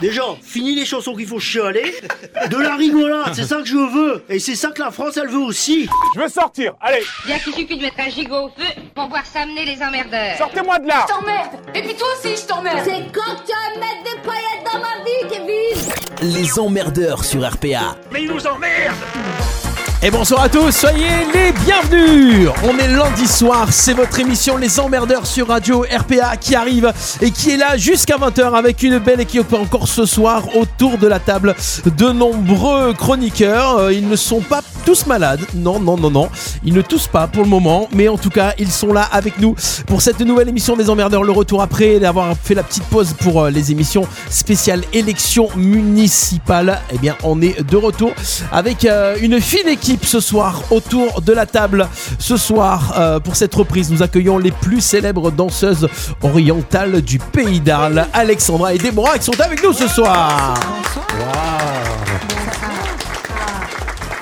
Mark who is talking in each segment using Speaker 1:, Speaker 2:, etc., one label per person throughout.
Speaker 1: Déjà, fini les chansons qu'il faut chialer. De la rigolade, c'est ça que je veux. Et c'est ça que la France, elle veut aussi.
Speaker 2: Je veux sortir, allez,
Speaker 3: Bien qu'il suffit de mettre un gigot au feu pour voir s'amener les emmerdeurs.
Speaker 2: sortez-moi de là
Speaker 4: t'emmerde Et puis toi aussi, je t'emmerde
Speaker 5: C'est quand tu vas mettre des paillettes dans ma vie, Kevin
Speaker 6: Les emmerdeurs sur RPA.
Speaker 1: Mais il nous emmerde
Speaker 6: Et bonsoir à tous, soyez les bienvenus On est lundi soir, c'est votre émission Les Emmerdeurs sur Radio RPA qui arrive et qui est là jusqu'à 20h avec une belle équipe encore ce soir autour de la table de nombreux chroniqueurs. Euh, Ils ne sont pas tous malades, non, non, non, non. Ils ne toussent pas pour le moment, mais en tout cas, ils sont là avec nous pour cette nouvelle émission des Emmerdeurs. Le retour après d'avoir fait la petite pause pour euh, les émissions spéciales élections municipales. Eh bien, on est de retour avec euh, une fine équipe ce soir autour de la table. Ce soir, euh, pour cette reprise, nous accueillons les plus célèbres danseuses orientales du pays d'Arles, Alexandra et Déborah, qui sont avec nous ce soir.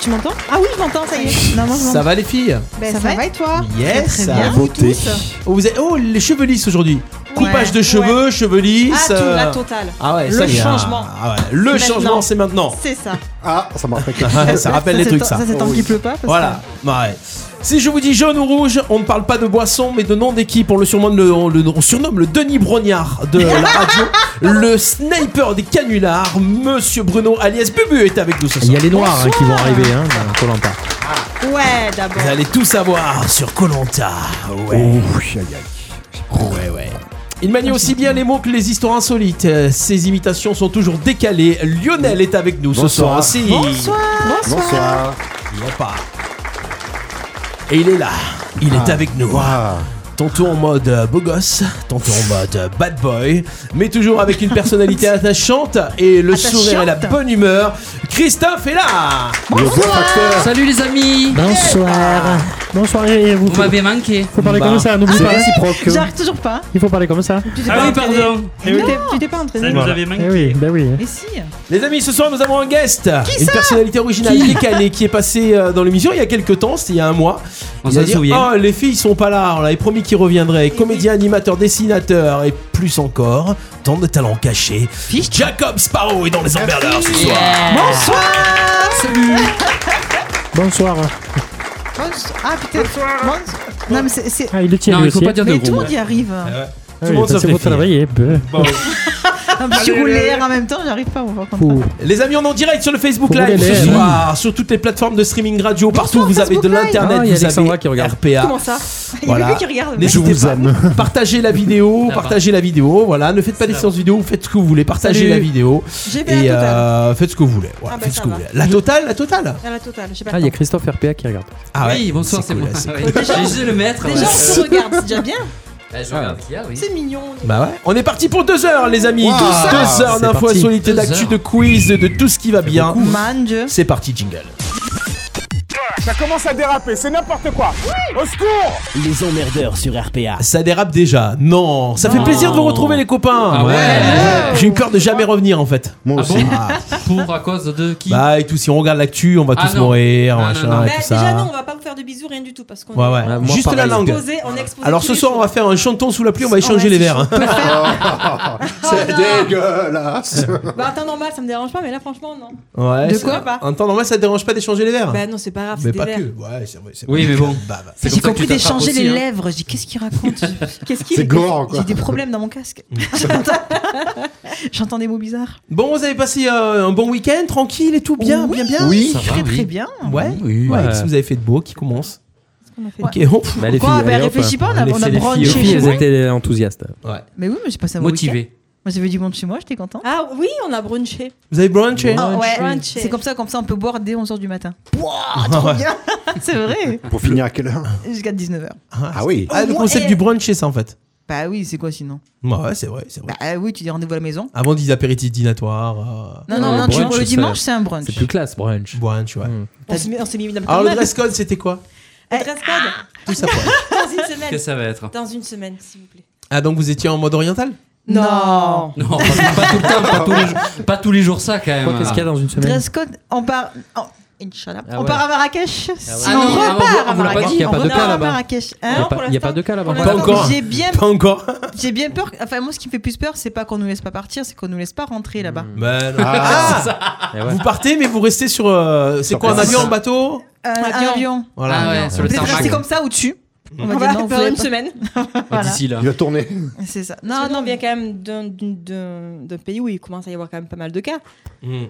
Speaker 7: Tu m'entends Ah oui, je m'entends, ça y est. Non, non, je
Speaker 6: Ça va les filles
Speaker 7: m'entends. Ben, ça, va et toi
Speaker 6: Yes,
Speaker 7: Très bien, vous tous euh,
Speaker 6: Oh, vous êtes... oh, les cheveux lisses aujourd'hui. Coupage de cheveux, cheveux
Speaker 7: Ah,
Speaker 6: lisses.
Speaker 7: tout,
Speaker 6: euh,
Speaker 7: la totale.
Speaker 6: Ah ouais,
Speaker 7: Le
Speaker 6: ça y est,
Speaker 7: changement.
Speaker 6: ah ouais, Le
Speaker 7: Maintenant.
Speaker 6: changement, c'est maintenant.
Speaker 7: C'est ça.
Speaker 8: Ah, ça m'a fait
Speaker 6: Ouais, ça rappelle les
Speaker 7: c'est
Speaker 6: trucs,
Speaker 7: tant-
Speaker 6: ça. Oh
Speaker 7: Ça, c'est tant qu'il pleut pas. parce
Speaker 6: Voilà, ouais. Si je vous dis jaune ou rouge, on ne parle pas de boisson, mais de nom d'équipe. On le surnomme le, on le- on surnomme le Denis Brognard de la radio, le sniper des canulars, Monsieur Bruno alias Bubu est avec nous ce soir.
Speaker 9: Il y a les noirs hein, qui vont arriver hein, dans Colanta.
Speaker 7: que- Ouais, d'abord.
Speaker 6: Vous allez tout savoir sur Colanta. Ouais. Ouais, ouais. Il manie aussi bien les mots que les histoires insolites. Euh, Ses imitations sont toujours décalées. Lionel est avec nous ce soir
Speaker 8: Bonsoir.
Speaker 6: aussi.
Speaker 8: Bonsoir.
Speaker 6: Il en parle. Et il est là. Il
Speaker 9: Ah.
Speaker 6: est avec nous. Tantôt en mode euh, beau gosse, tantôt en mode euh, bad boy, mais toujours avec une personnalité attachante et le
Speaker 7: Attachante.
Speaker 6: sourire et la bonne humeur. Christophe est là
Speaker 8: Le bon facteur.
Speaker 10: Salut les amis
Speaker 9: Bonsoir.
Speaker 6: Eh,
Speaker 9: Bonsoir et vous.
Speaker 10: Vous m'avez manqué
Speaker 9: faut parler
Speaker 6: Bah.
Speaker 9: comme ça, n'oublie
Speaker 8: C'est
Speaker 9: pas.
Speaker 8: réciproque.
Speaker 7: J'arrive toujours pas.
Speaker 9: Il faut parler comme ça.
Speaker 7: Tu t'es
Speaker 10: Ah
Speaker 7: pas
Speaker 10: oui,
Speaker 7: entraîné.
Speaker 10: pardon
Speaker 7: Tu t'es- Tu t'es pas
Speaker 10: Ça,
Speaker 7: entraîné.
Speaker 10: vous avez
Speaker 9: Eh
Speaker 10: manqué
Speaker 9: oui, ben oui.
Speaker 7: Mais si.
Speaker 6: Les amis, ce soir nous avons un guest, une personnalité originale décalée qui est passée euh, dans l'émission il y a quelques temps, c'était il y a un mois.
Speaker 10: On
Speaker 6: Il
Speaker 10: s'en
Speaker 6: a dit,
Speaker 10: souvient.
Speaker 6: Oh, les filles sont pas là, on l'avait promis qu'ils reviendraient. Comédien, animateur, dessinateur et plus encore, tant de talents cachés. Jacob Sparrow est dans les emmerdeurs ce soir.
Speaker 7: Bonsoir.
Speaker 10: Salut
Speaker 9: Bonsoir.
Speaker 7: Bonsoir. Ah putain. Bonsoir. Non, mais c'est- c'est.
Speaker 9: Ah, il le tient
Speaker 10: Non,
Speaker 9: lui
Speaker 10: il faut
Speaker 9: aussi.
Speaker 10: pas dire de
Speaker 7: Mais tout le
Speaker 10: gros.
Speaker 7: monde y arrive.
Speaker 9: Ah
Speaker 6: Tout
Speaker 9: oui,
Speaker 6: le monde
Speaker 9: ça,
Speaker 6: sauf
Speaker 9: bah. c'est
Speaker 6: les
Speaker 9: pour
Speaker 6: filles.
Speaker 9: travailler. peu.
Speaker 7: Je roule l'air en même temps, j'arrive pas à vous raconter.
Speaker 9: Fou.
Speaker 6: Les amis, on est en direct sur le Facebook
Speaker 9: Faut
Speaker 6: Live
Speaker 9: rouler
Speaker 6: ce
Speaker 9: les-
Speaker 6: soir, sur toutes les plateformes de streaming radio, partout où vous avez de
Speaker 7: Facebook Live.
Speaker 6: l'internet,
Speaker 9: Ah, il y a
Speaker 6: vous
Speaker 9: Alexandra
Speaker 6: avez
Speaker 9: qui regarde.
Speaker 6: RPA.
Speaker 7: Comment ça Il y a
Speaker 6: Voilà.
Speaker 7: quelqu'un qui regarde.
Speaker 6: Je
Speaker 7: mec.
Speaker 6: vous aime. Partagez la vidéo, partagez la vidéo, voilà, ne faites pas des séances vidéo, vous faites ce que vous voulez, partagez
Speaker 9: Salut.
Speaker 6: la vidéo
Speaker 7: J'ai fait
Speaker 6: et
Speaker 7: la totale.
Speaker 6: euh, faites ce que vous voulez. Voilà,
Speaker 7: Ah bah
Speaker 6: faites ce
Speaker 7: ça
Speaker 6: que vous
Speaker 7: va.
Speaker 6: voulez. La totale, la totale.
Speaker 7: À la totale, j'ai pas
Speaker 9: Ah,
Speaker 7: le
Speaker 9: il y a
Speaker 7: temps.
Speaker 9: Christophe RPA qui regarde.
Speaker 6: Ah ouais.
Speaker 10: Oui, bonsoir, c'est
Speaker 6: cool,
Speaker 10: moi.
Speaker 6: là, c'est
Speaker 10: Ouais. J'ai juste le maître.
Speaker 7: Déjà, on se regarde, c'est déjà bien.
Speaker 10: Bah, je regarde qu'il y a, oui.
Speaker 7: C'est mignon.
Speaker 6: Bah ouais. On est parti pour deux heures, les amis.
Speaker 8: Wow.
Speaker 6: Deux, deux heures
Speaker 9: C'est
Speaker 6: d'infos
Speaker 9: parti.
Speaker 6: insolites,
Speaker 10: Deux
Speaker 6: d'actu,
Speaker 10: heures.
Speaker 6: de quiz, de tout ce qui va bien.
Speaker 7: Man, Dieu.
Speaker 6: C'est parti, jingle.
Speaker 2: Ça commence à déraper, c'est n'importe quoi Au secours
Speaker 6: Les emmerdeurs sur RPA. Ça dérape déjà. Non, ça fait
Speaker 10: Non.
Speaker 6: plaisir de vous retrouver, les copains.
Speaker 10: Ah ouais.
Speaker 6: J'ai eu peur de jamais revenir en fait.
Speaker 8: Moi
Speaker 10: Ah
Speaker 8: aussi.
Speaker 10: bon Pour à cause de qui
Speaker 6: Bah et tout, si on regarde l'actu, on va
Speaker 10: Ah
Speaker 6: tous
Speaker 10: non.
Speaker 6: mourir,
Speaker 10: Non,
Speaker 6: machin
Speaker 10: non, non.
Speaker 6: et
Speaker 7: Bah,
Speaker 6: tout
Speaker 7: déjà, non,
Speaker 6: ça.
Speaker 7: on va pas vous faire de bisous, rien du tout, parce qu'on
Speaker 6: Ouais, ouais.
Speaker 9: Ouais, moi,
Speaker 6: Juste la
Speaker 9: pareil.
Speaker 6: langue.
Speaker 7: exposé, on est exposé
Speaker 6: Alors
Speaker 7: tous
Speaker 6: ce
Speaker 7: les
Speaker 6: soir,
Speaker 7: jours. Oh,
Speaker 6: on va faire un chanton sous la pluie, on va échanger
Speaker 7: ouais,
Speaker 6: les
Speaker 7: c'est
Speaker 6: verres. hein.
Speaker 8: C'est dégueulasse.
Speaker 7: Bah, attends, normal, ça me dérange pas, mais là, franchement, non.
Speaker 6: Ouais.
Speaker 7: De
Speaker 6: c'est-
Speaker 7: quoi pas
Speaker 6: En temps normal, ça te dérange pas d'échanger les verres
Speaker 7: Bah, non, c'est pas grave,
Speaker 6: Mais
Speaker 7: c'est des
Speaker 6: pas
Speaker 7: verres.
Speaker 6: que. Ouais, c'est vrai. c'est
Speaker 10: Oui,
Speaker 6: vrai.
Speaker 10: mais bon.
Speaker 6: Bah, bah.
Speaker 10: C'est
Speaker 7: J'ai
Speaker 10: comme ça que
Speaker 7: compris
Speaker 10: tu t'attrapes
Speaker 7: d'échanger
Speaker 10: aussi,
Speaker 7: les
Speaker 10: hein.
Speaker 7: lèvres. J'ai dit, qu'est-ce qu'il raconte Qu'est-ce qu'il
Speaker 8: C'est gore, quoi.
Speaker 7: J'ai des problèmes dans mon casque. J'entends des mots bizarres.
Speaker 6: Bon, vous avez passé euh, un bon week-end, tranquille et tout, bien, bien, bien.
Speaker 8: Oui.
Speaker 10: Ça va,
Speaker 7: Très,
Speaker 10: oui.
Speaker 7: très bien.
Speaker 6: Ouais.
Speaker 9: Oui,
Speaker 6: ouais.
Speaker 9: ouais.
Speaker 6: Qu'est-ce que vous avez fait de beau qui commence
Speaker 7: On a fait-
Speaker 6: Ok. oh, pff.
Speaker 9: Bah, les
Speaker 7: Quoi
Speaker 9: filles,
Speaker 7: Bah,
Speaker 9: allez, hop.
Speaker 7: réfléchis pas, on a-
Speaker 9: Les
Speaker 7: on a
Speaker 9: filles- les
Speaker 7: brunché
Speaker 9: filles,
Speaker 7: chez
Speaker 9: elles
Speaker 7: moi.
Speaker 9: étaient enthousiastes.
Speaker 7: Mais oui, mais j'ai passé un bon week-end.
Speaker 10: Motivé.
Speaker 7: Moi, j'avais du monde chez moi, j'étais content.
Speaker 4: Ah oui, on a brunché.
Speaker 6: Vous avez brunché
Speaker 7: Ah, ouais.
Speaker 4: Brunché.
Speaker 7: C'est comme ça, comme ça, on peut boire dès 11h du matin. Trop bien. C'est vrai.
Speaker 8: Pour finir à quelle heure
Speaker 7: Jusqu'à 19h.
Speaker 8: Ah oui.
Speaker 6: Ah,
Speaker 7: Au
Speaker 6: le
Speaker 7: moins,
Speaker 6: concept
Speaker 7: et-
Speaker 6: du brunch, c'est ça en fait.
Speaker 7: Bah oui, c'est quoi sinon
Speaker 6: Ouais, ouais, c'est vrai, c'est vrai.
Speaker 7: Bah euh, oui, tu dis rendez-vous à la maison.
Speaker 6: Avant des apéritifs dînatoires,
Speaker 7: Non,
Speaker 9: Non,
Speaker 7: non, non,
Speaker 9: brunch,
Speaker 7: tu- le
Speaker 9: c'est-
Speaker 7: dimanche, c'est un brunch.
Speaker 9: C'est plus classe, brunch.
Speaker 6: euh, brunch, ouais.
Speaker 7: On s'est mis, on s'est mis dans
Speaker 6: Alors Ah, le
Speaker 7: le
Speaker 6: dress code, c'était quoi
Speaker 4: Eh, Dress code
Speaker 6: Tout ça pour-
Speaker 4: dans une
Speaker 10: Qu'est-ce que
Speaker 4: semaine.
Speaker 10: ça va être
Speaker 4: Dans une semaine, s'il vous plaît.
Speaker 6: Ah, donc vous étiez en mode oriental
Speaker 7: Non.
Speaker 10: Non, pas, pas tout le temps, pas tous les, jours- pas tous les jours ça quand même.
Speaker 9: Quoi, Qu'est-ce qu'il y a dans une semaine
Speaker 7: Dress code, on part. on- Inch'Allah.
Speaker 9: Ah
Speaker 7: On
Speaker 9: ouais.
Speaker 7: part à Marrakech. Si
Speaker 10: ouais.
Speaker 7: on
Speaker 10: Ah non, on
Speaker 7: repart
Speaker 10: voit-
Speaker 7: à
Speaker 10: on voit pas
Speaker 7: Marrakech.
Speaker 10: qu'il
Speaker 9: y a pas
Speaker 7: On
Speaker 9: de
Speaker 7: repart
Speaker 9: cas
Speaker 7: à
Speaker 9: là-bas.
Speaker 7: Marrakech.
Speaker 9: Il
Speaker 7: Ah
Speaker 9: n'y
Speaker 7: non,
Speaker 9: a, pas-
Speaker 7: pour
Speaker 9: il y a pas
Speaker 7: l'instant.
Speaker 9: de cas là-bas.
Speaker 7: Pour
Speaker 9: Pas
Speaker 7: l'instant,
Speaker 9: encore.
Speaker 7: J'ai bien,
Speaker 6: Pas encore.
Speaker 7: j'ai bien peur. Enfin, moi, ce qui me fait plus peur, c'est pas qu'on nous laisse pas partir, c'est qu'on nous laisse pas rentrer là-bas.
Speaker 9: Hmm.
Speaker 6: Ben, non.
Speaker 8: Ah,
Speaker 9: Eh ouais.
Speaker 6: Vous partez, mais vous restez sur. euh, c'est
Speaker 9: Sur
Speaker 6: quoi un
Speaker 9: place.
Speaker 6: avion, un bateau
Speaker 7: Euh,
Speaker 4: Ah non.
Speaker 7: un avion.
Speaker 6: Voilà.
Speaker 10: Ah ouais, sur
Speaker 7: On
Speaker 10: le
Speaker 7: peut
Speaker 10: tarmac.
Speaker 7: rester comme ça au-dessus.
Speaker 9: Hmm.
Speaker 7: On va
Speaker 4: On
Speaker 7: dire
Speaker 4: va
Speaker 7: non, vous
Speaker 4: faire
Speaker 7: avez
Speaker 4: une
Speaker 7: pas-
Speaker 4: semaine.
Speaker 7: Voilà.
Speaker 10: D'ici là.
Speaker 8: il va tourner.
Speaker 7: C'est ça.
Speaker 4: Non,
Speaker 7: Non,
Speaker 4: non,
Speaker 7: non,
Speaker 4: on vient quand même d'un- d'un d'un pays où il commence à y avoir quand même pas mal de cas.
Speaker 6: Hmm.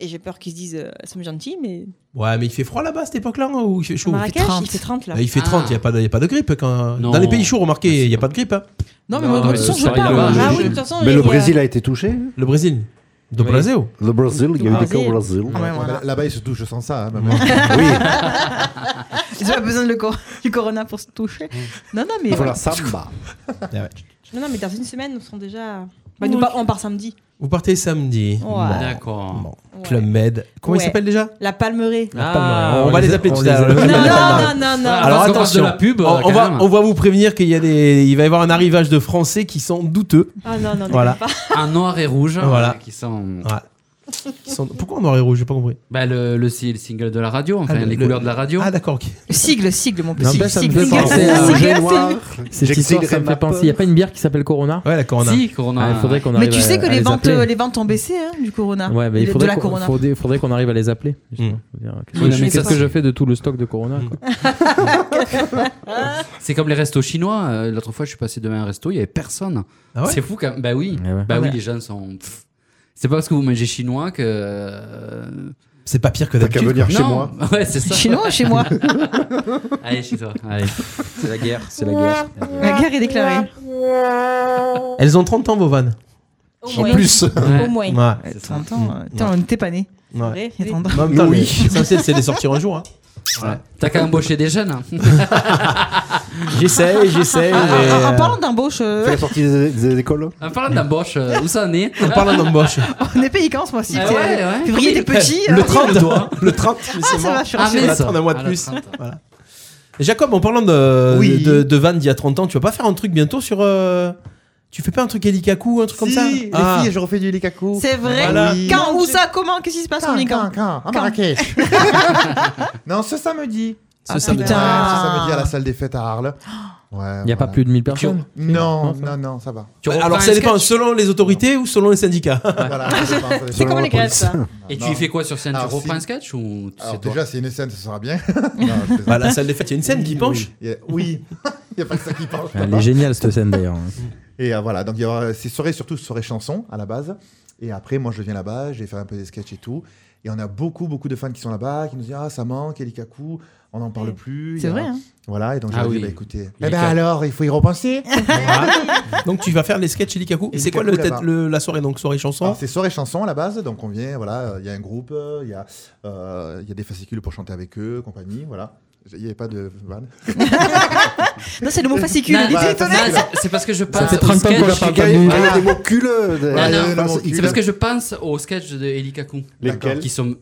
Speaker 4: Et j'ai peur qu'ils se disent, euh, elles sont gentilles, mais
Speaker 6: Ouais, mais il fait froid là-bas à cette époque-là hein, ou il fait
Speaker 4: à
Speaker 6: chaud
Speaker 4: Marrakech,
Speaker 7: 30.
Speaker 4: il fait 30 là.
Speaker 6: Bah, Il fait
Speaker 10: Ah.
Speaker 6: 30, il n'y a, pas de- y a pas de grippe. Quand...
Speaker 10: Non.
Speaker 6: Dans les pays chauds, remarquez, il n'y a pas de grippe. hein.
Speaker 7: Non, mais
Speaker 10: Non,
Speaker 7: moi, de toute
Speaker 10: euh,
Speaker 7: façon, je
Speaker 10: ça, il
Speaker 7: pars.
Speaker 10: a pas-
Speaker 4: Ah
Speaker 10: je-
Speaker 4: oui, de
Speaker 10: je-
Speaker 4: toute façon,
Speaker 8: Mais
Speaker 4: il y
Speaker 8: le
Speaker 4: a-
Speaker 8: Brésil a été touché.
Speaker 6: Le Brésil. Do
Speaker 10: Oui.
Speaker 6: Brasil.
Speaker 8: Le Brésil, il y a eu des cas au Brésil.
Speaker 7: Ah ouais,
Speaker 8: Ouais,
Speaker 7: voilà.
Speaker 8: mais Là-bas, ils se touchent sans ça. hein, même.
Speaker 6: Oui.
Speaker 7: Ils ont pas besoin de le cor- du corona pour se toucher. Non, non, mais.
Speaker 8: Il faut
Speaker 7: voilà.
Speaker 8: la samba.
Speaker 6: Ah
Speaker 4: Non, non, mais dans une semaine, nous serons déjà. Bah, nous, par- on part samedi.
Speaker 6: Vous partez samedi.
Speaker 4: Ouais.
Speaker 6: Bon.
Speaker 10: D'accord.
Speaker 6: Bon. Club Med. Comment il
Speaker 4: Ouais.
Speaker 6: s'appelle déjà
Speaker 4: La Palmeraie.
Speaker 10: Ah,
Speaker 6: hein. On va les appeler
Speaker 9: on
Speaker 6: tout
Speaker 9: les
Speaker 6: à
Speaker 9: a-
Speaker 6: l'heure.
Speaker 4: Non,
Speaker 9: la
Speaker 4: non, non,
Speaker 9: Palmeraie.
Speaker 4: non, non.
Speaker 10: Ah,
Speaker 6: Alors
Speaker 10: parce qu'on passe
Speaker 6: attention,
Speaker 10: de la pub,
Speaker 6: on,
Speaker 10: euh,
Speaker 6: on
Speaker 10: quand
Speaker 6: va,
Speaker 10: même.
Speaker 6: on va vous prévenir qu'il y a des, il va y avoir un arrivage de Français qui sont douteux.
Speaker 4: Ah non, non,
Speaker 6: Voilà.
Speaker 4: voilà. pas.
Speaker 10: Un noir et rouge.
Speaker 6: Voilà.
Speaker 10: euh, Qui sont.
Speaker 6: Ouais. Qui sont- Pourquoi en noir et rouge J'ai pas compris.
Speaker 10: Bah, le, le, si- le single de la radio, enfin,
Speaker 6: Ah, le-
Speaker 10: les
Speaker 6: le-
Speaker 10: couleurs de la radio.
Speaker 6: Ah d'accord. ok.
Speaker 7: Sigle, sigle, mon
Speaker 9: Non,
Speaker 7: petit.
Speaker 9: mais ça me
Speaker 7: Sigle,
Speaker 9: fait
Speaker 7: sigle,
Speaker 9: penser
Speaker 7: sigle,
Speaker 9: à
Speaker 7: sigle,
Speaker 8: J'ai
Speaker 7: sigle.
Speaker 8: noir.
Speaker 9: Cette histoire, ça me fait penser. Il n'y a pas une bière qui s'appelle Corona
Speaker 6: Ouais, la Corona.
Speaker 10: Si, Corona.
Speaker 9: Ah, Il faudrait qu'on
Speaker 7: Mais
Speaker 9: arrive
Speaker 7: tu
Speaker 9: à-
Speaker 7: sais que
Speaker 9: à
Speaker 7: les ventes,
Speaker 9: appeler.
Speaker 7: les ventes ont baissé hein, du corona.
Speaker 9: Ouais, mais il
Speaker 7: de,
Speaker 9: faudrait
Speaker 7: la
Speaker 9: qu'on-
Speaker 7: corona.
Speaker 9: faudrait- faudrait qu'on arrive à les appeler. justement. Qu'est-ce que
Speaker 10: Oui,
Speaker 9: je-
Speaker 10: mais
Speaker 9: Qu'est-ce
Speaker 10: qu'est-ce
Speaker 9: que je fais de tout le stock de Corona quoi
Speaker 10: C'est comme les restos chinois. euh, L'autre fois, je suis passé devant un resto, il n'y avait personne.
Speaker 6: Ah ouais
Speaker 10: c'est fou quand Bah oui.
Speaker 9: Eh ouais.
Speaker 10: Bah
Speaker 9: Ah
Speaker 10: oui,
Speaker 9: ouais.
Speaker 10: les gens sont. pff. C'est pas parce que vous mangez chinois que. euh,
Speaker 6: C'est pas pire que
Speaker 8: T'as qu'à
Speaker 6: d'habitude.
Speaker 8: venir chez
Speaker 10: non.
Speaker 8: moi.
Speaker 10: Ouais, c'est ça.
Speaker 7: Chinois chez moi.
Speaker 10: Allez, chez toi. Allez. C'est la guerre.
Speaker 9: C'est la guerre.
Speaker 7: La guerre est déclarée.
Speaker 6: Elles ont 30 ans vos vannes.
Speaker 4: Au
Speaker 8: En
Speaker 4: moins.
Speaker 8: plus,
Speaker 10: Ouais.
Speaker 4: Au moins.
Speaker 6: Ouais.
Speaker 10: C'est ça.
Speaker 7: 30 ans. euh, Putain, on n'était pas nés.
Speaker 6: Ouais.
Speaker 4: Vrai,
Speaker 7: Il y a
Speaker 4: vrai.
Speaker 7: 30 ans.
Speaker 6: En même temps,
Speaker 8: Oui.
Speaker 6: le- l'essentiel, c'est de les sortir un jour. hein.
Speaker 10: Ouais. T'as qu'à embaucher des jeunes. hein.
Speaker 6: J'essaie,
Speaker 7: Ah,
Speaker 6: j'essaie. mais,
Speaker 7: En en
Speaker 6: euh,
Speaker 7: parlant d'embauche, euh,
Speaker 8: c'est la sortie des, des écoles.
Speaker 10: En parlant d'embauche, euh, où ça en est
Speaker 6: En parlant d'embauche.
Speaker 7: on est payé quand ce mois-ci
Speaker 10: Ah
Speaker 7: t'es-
Speaker 10: ouais, ouais.
Speaker 7: Février, t'es petit.
Speaker 6: Le
Speaker 7: euh,
Speaker 6: 30, le 30, mais c'est
Speaker 7: Ah, ça
Speaker 6: mort.
Speaker 7: va, je suis
Speaker 10: Ah,
Speaker 7: rassurée.
Speaker 10: mais-
Speaker 6: On attend un mois de
Speaker 10: Ah, le
Speaker 6: plus.
Speaker 10: 30.
Speaker 6: Voilà. Et Jacob, en parlant de,
Speaker 1: Oui.
Speaker 6: de, de Van d'il y a 30 ans, tu vas pas faire un truc bientôt sur. euh, tu fais pas un truc Elikaku, un truc comme ça
Speaker 1: les
Speaker 6: Ah.
Speaker 1: filles, je refais du Likaku.
Speaker 7: C'est vrai.
Speaker 6: Voilà.
Speaker 7: Quand, où ça, comment, qu'est-ce qui se passe, on dit quand
Speaker 1: à Marrakech. non, ce samedi.
Speaker 6: Ce
Speaker 7: Ah,
Speaker 6: samedi.
Speaker 8: Ouais,
Speaker 7: Putain.
Speaker 8: ça, ça veut dire à la salle des fêtes à Arles. Ouais, Bah,
Speaker 9: Il n'y a pas plus de 1000 personnes
Speaker 8: Ah,
Speaker 1: Non, non, non, ça va.
Speaker 10: Tu reprends
Speaker 6: Alors
Speaker 10: un
Speaker 6: ça dépend
Speaker 10: sketch
Speaker 6: selon les autorités ou selon les syndicats.
Speaker 1: Voilà, je pense, ça va.
Speaker 4: C'est comme les grèves, ça.
Speaker 10: Et tu
Speaker 8: Non.
Speaker 10: y fais quoi sur scène
Speaker 8: Alors,
Speaker 10: Tu reprends
Speaker 8: si-
Speaker 10: un sketch ou c'est
Speaker 8: Alors
Speaker 10: toi
Speaker 8: déjà, c'est une scène, ça sera bien. Non, je plaisante.
Speaker 6: Bah, la salle des fêtes, il y a une scène qui penche.
Speaker 8: Il y a- Oui, il n'y a pas que ça qui penche.
Speaker 9: Elle est géniale cette scène d'ailleurs.
Speaker 8: Et euh, voilà, donc il y aura ces soirées, surtout soirées chansons à la base. Et après, moi, je viens là-bas, je vais faire un peu des sketchs et tout. Et on a beaucoup, beaucoup de fans qui sont là-bas, qui nous disent Ah, ça manque, Elikaku, on n'en parle
Speaker 4: Ouais.
Speaker 8: plus.
Speaker 7: C'est
Speaker 8: Il y a-
Speaker 7: vrai. hein.
Speaker 8: Voilà, et donc
Speaker 10: Ah
Speaker 8: j'ai
Speaker 10: oui.
Speaker 8: dit Bah écoutez.
Speaker 10: Elikaku.
Speaker 8: Eh ben alors, il faut y repenser.
Speaker 6: Ah. Donc tu vas faire les sketchs Elikaku. Et c'est
Speaker 8: Elikaku
Speaker 6: quoi le,
Speaker 8: là-bas.
Speaker 6: tête- le- la soirée Donc soirée chanson
Speaker 8: Alors, C'est soirée chanson à la base, donc on vient, voilà, euh, il y a un groupe, euh, il y, a, euh, il y a des fascicules pour chanter avec eux, compagnie, voilà. Il n'y avait pas de van.
Speaker 7: Non, c'est le mot fascicule.
Speaker 10: Non,
Speaker 7: il était
Speaker 8: bah,
Speaker 7: étonné.
Speaker 10: Non, c'est- c'est parce que je pense
Speaker 9: fait
Speaker 10: au
Speaker 9: 30 ans qu'on
Speaker 10: sketch
Speaker 9: va
Speaker 10: du
Speaker 9: pas
Speaker 10: gars-
Speaker 9: parler.
Speaker 10: Ah,
Speaker 8: mots culeux
Speaker 10: Ah, non, C'est parce que je pense au sketch de Eli Kaku.
Speaker 8: Lesquels
Speaker 10: Qui sont.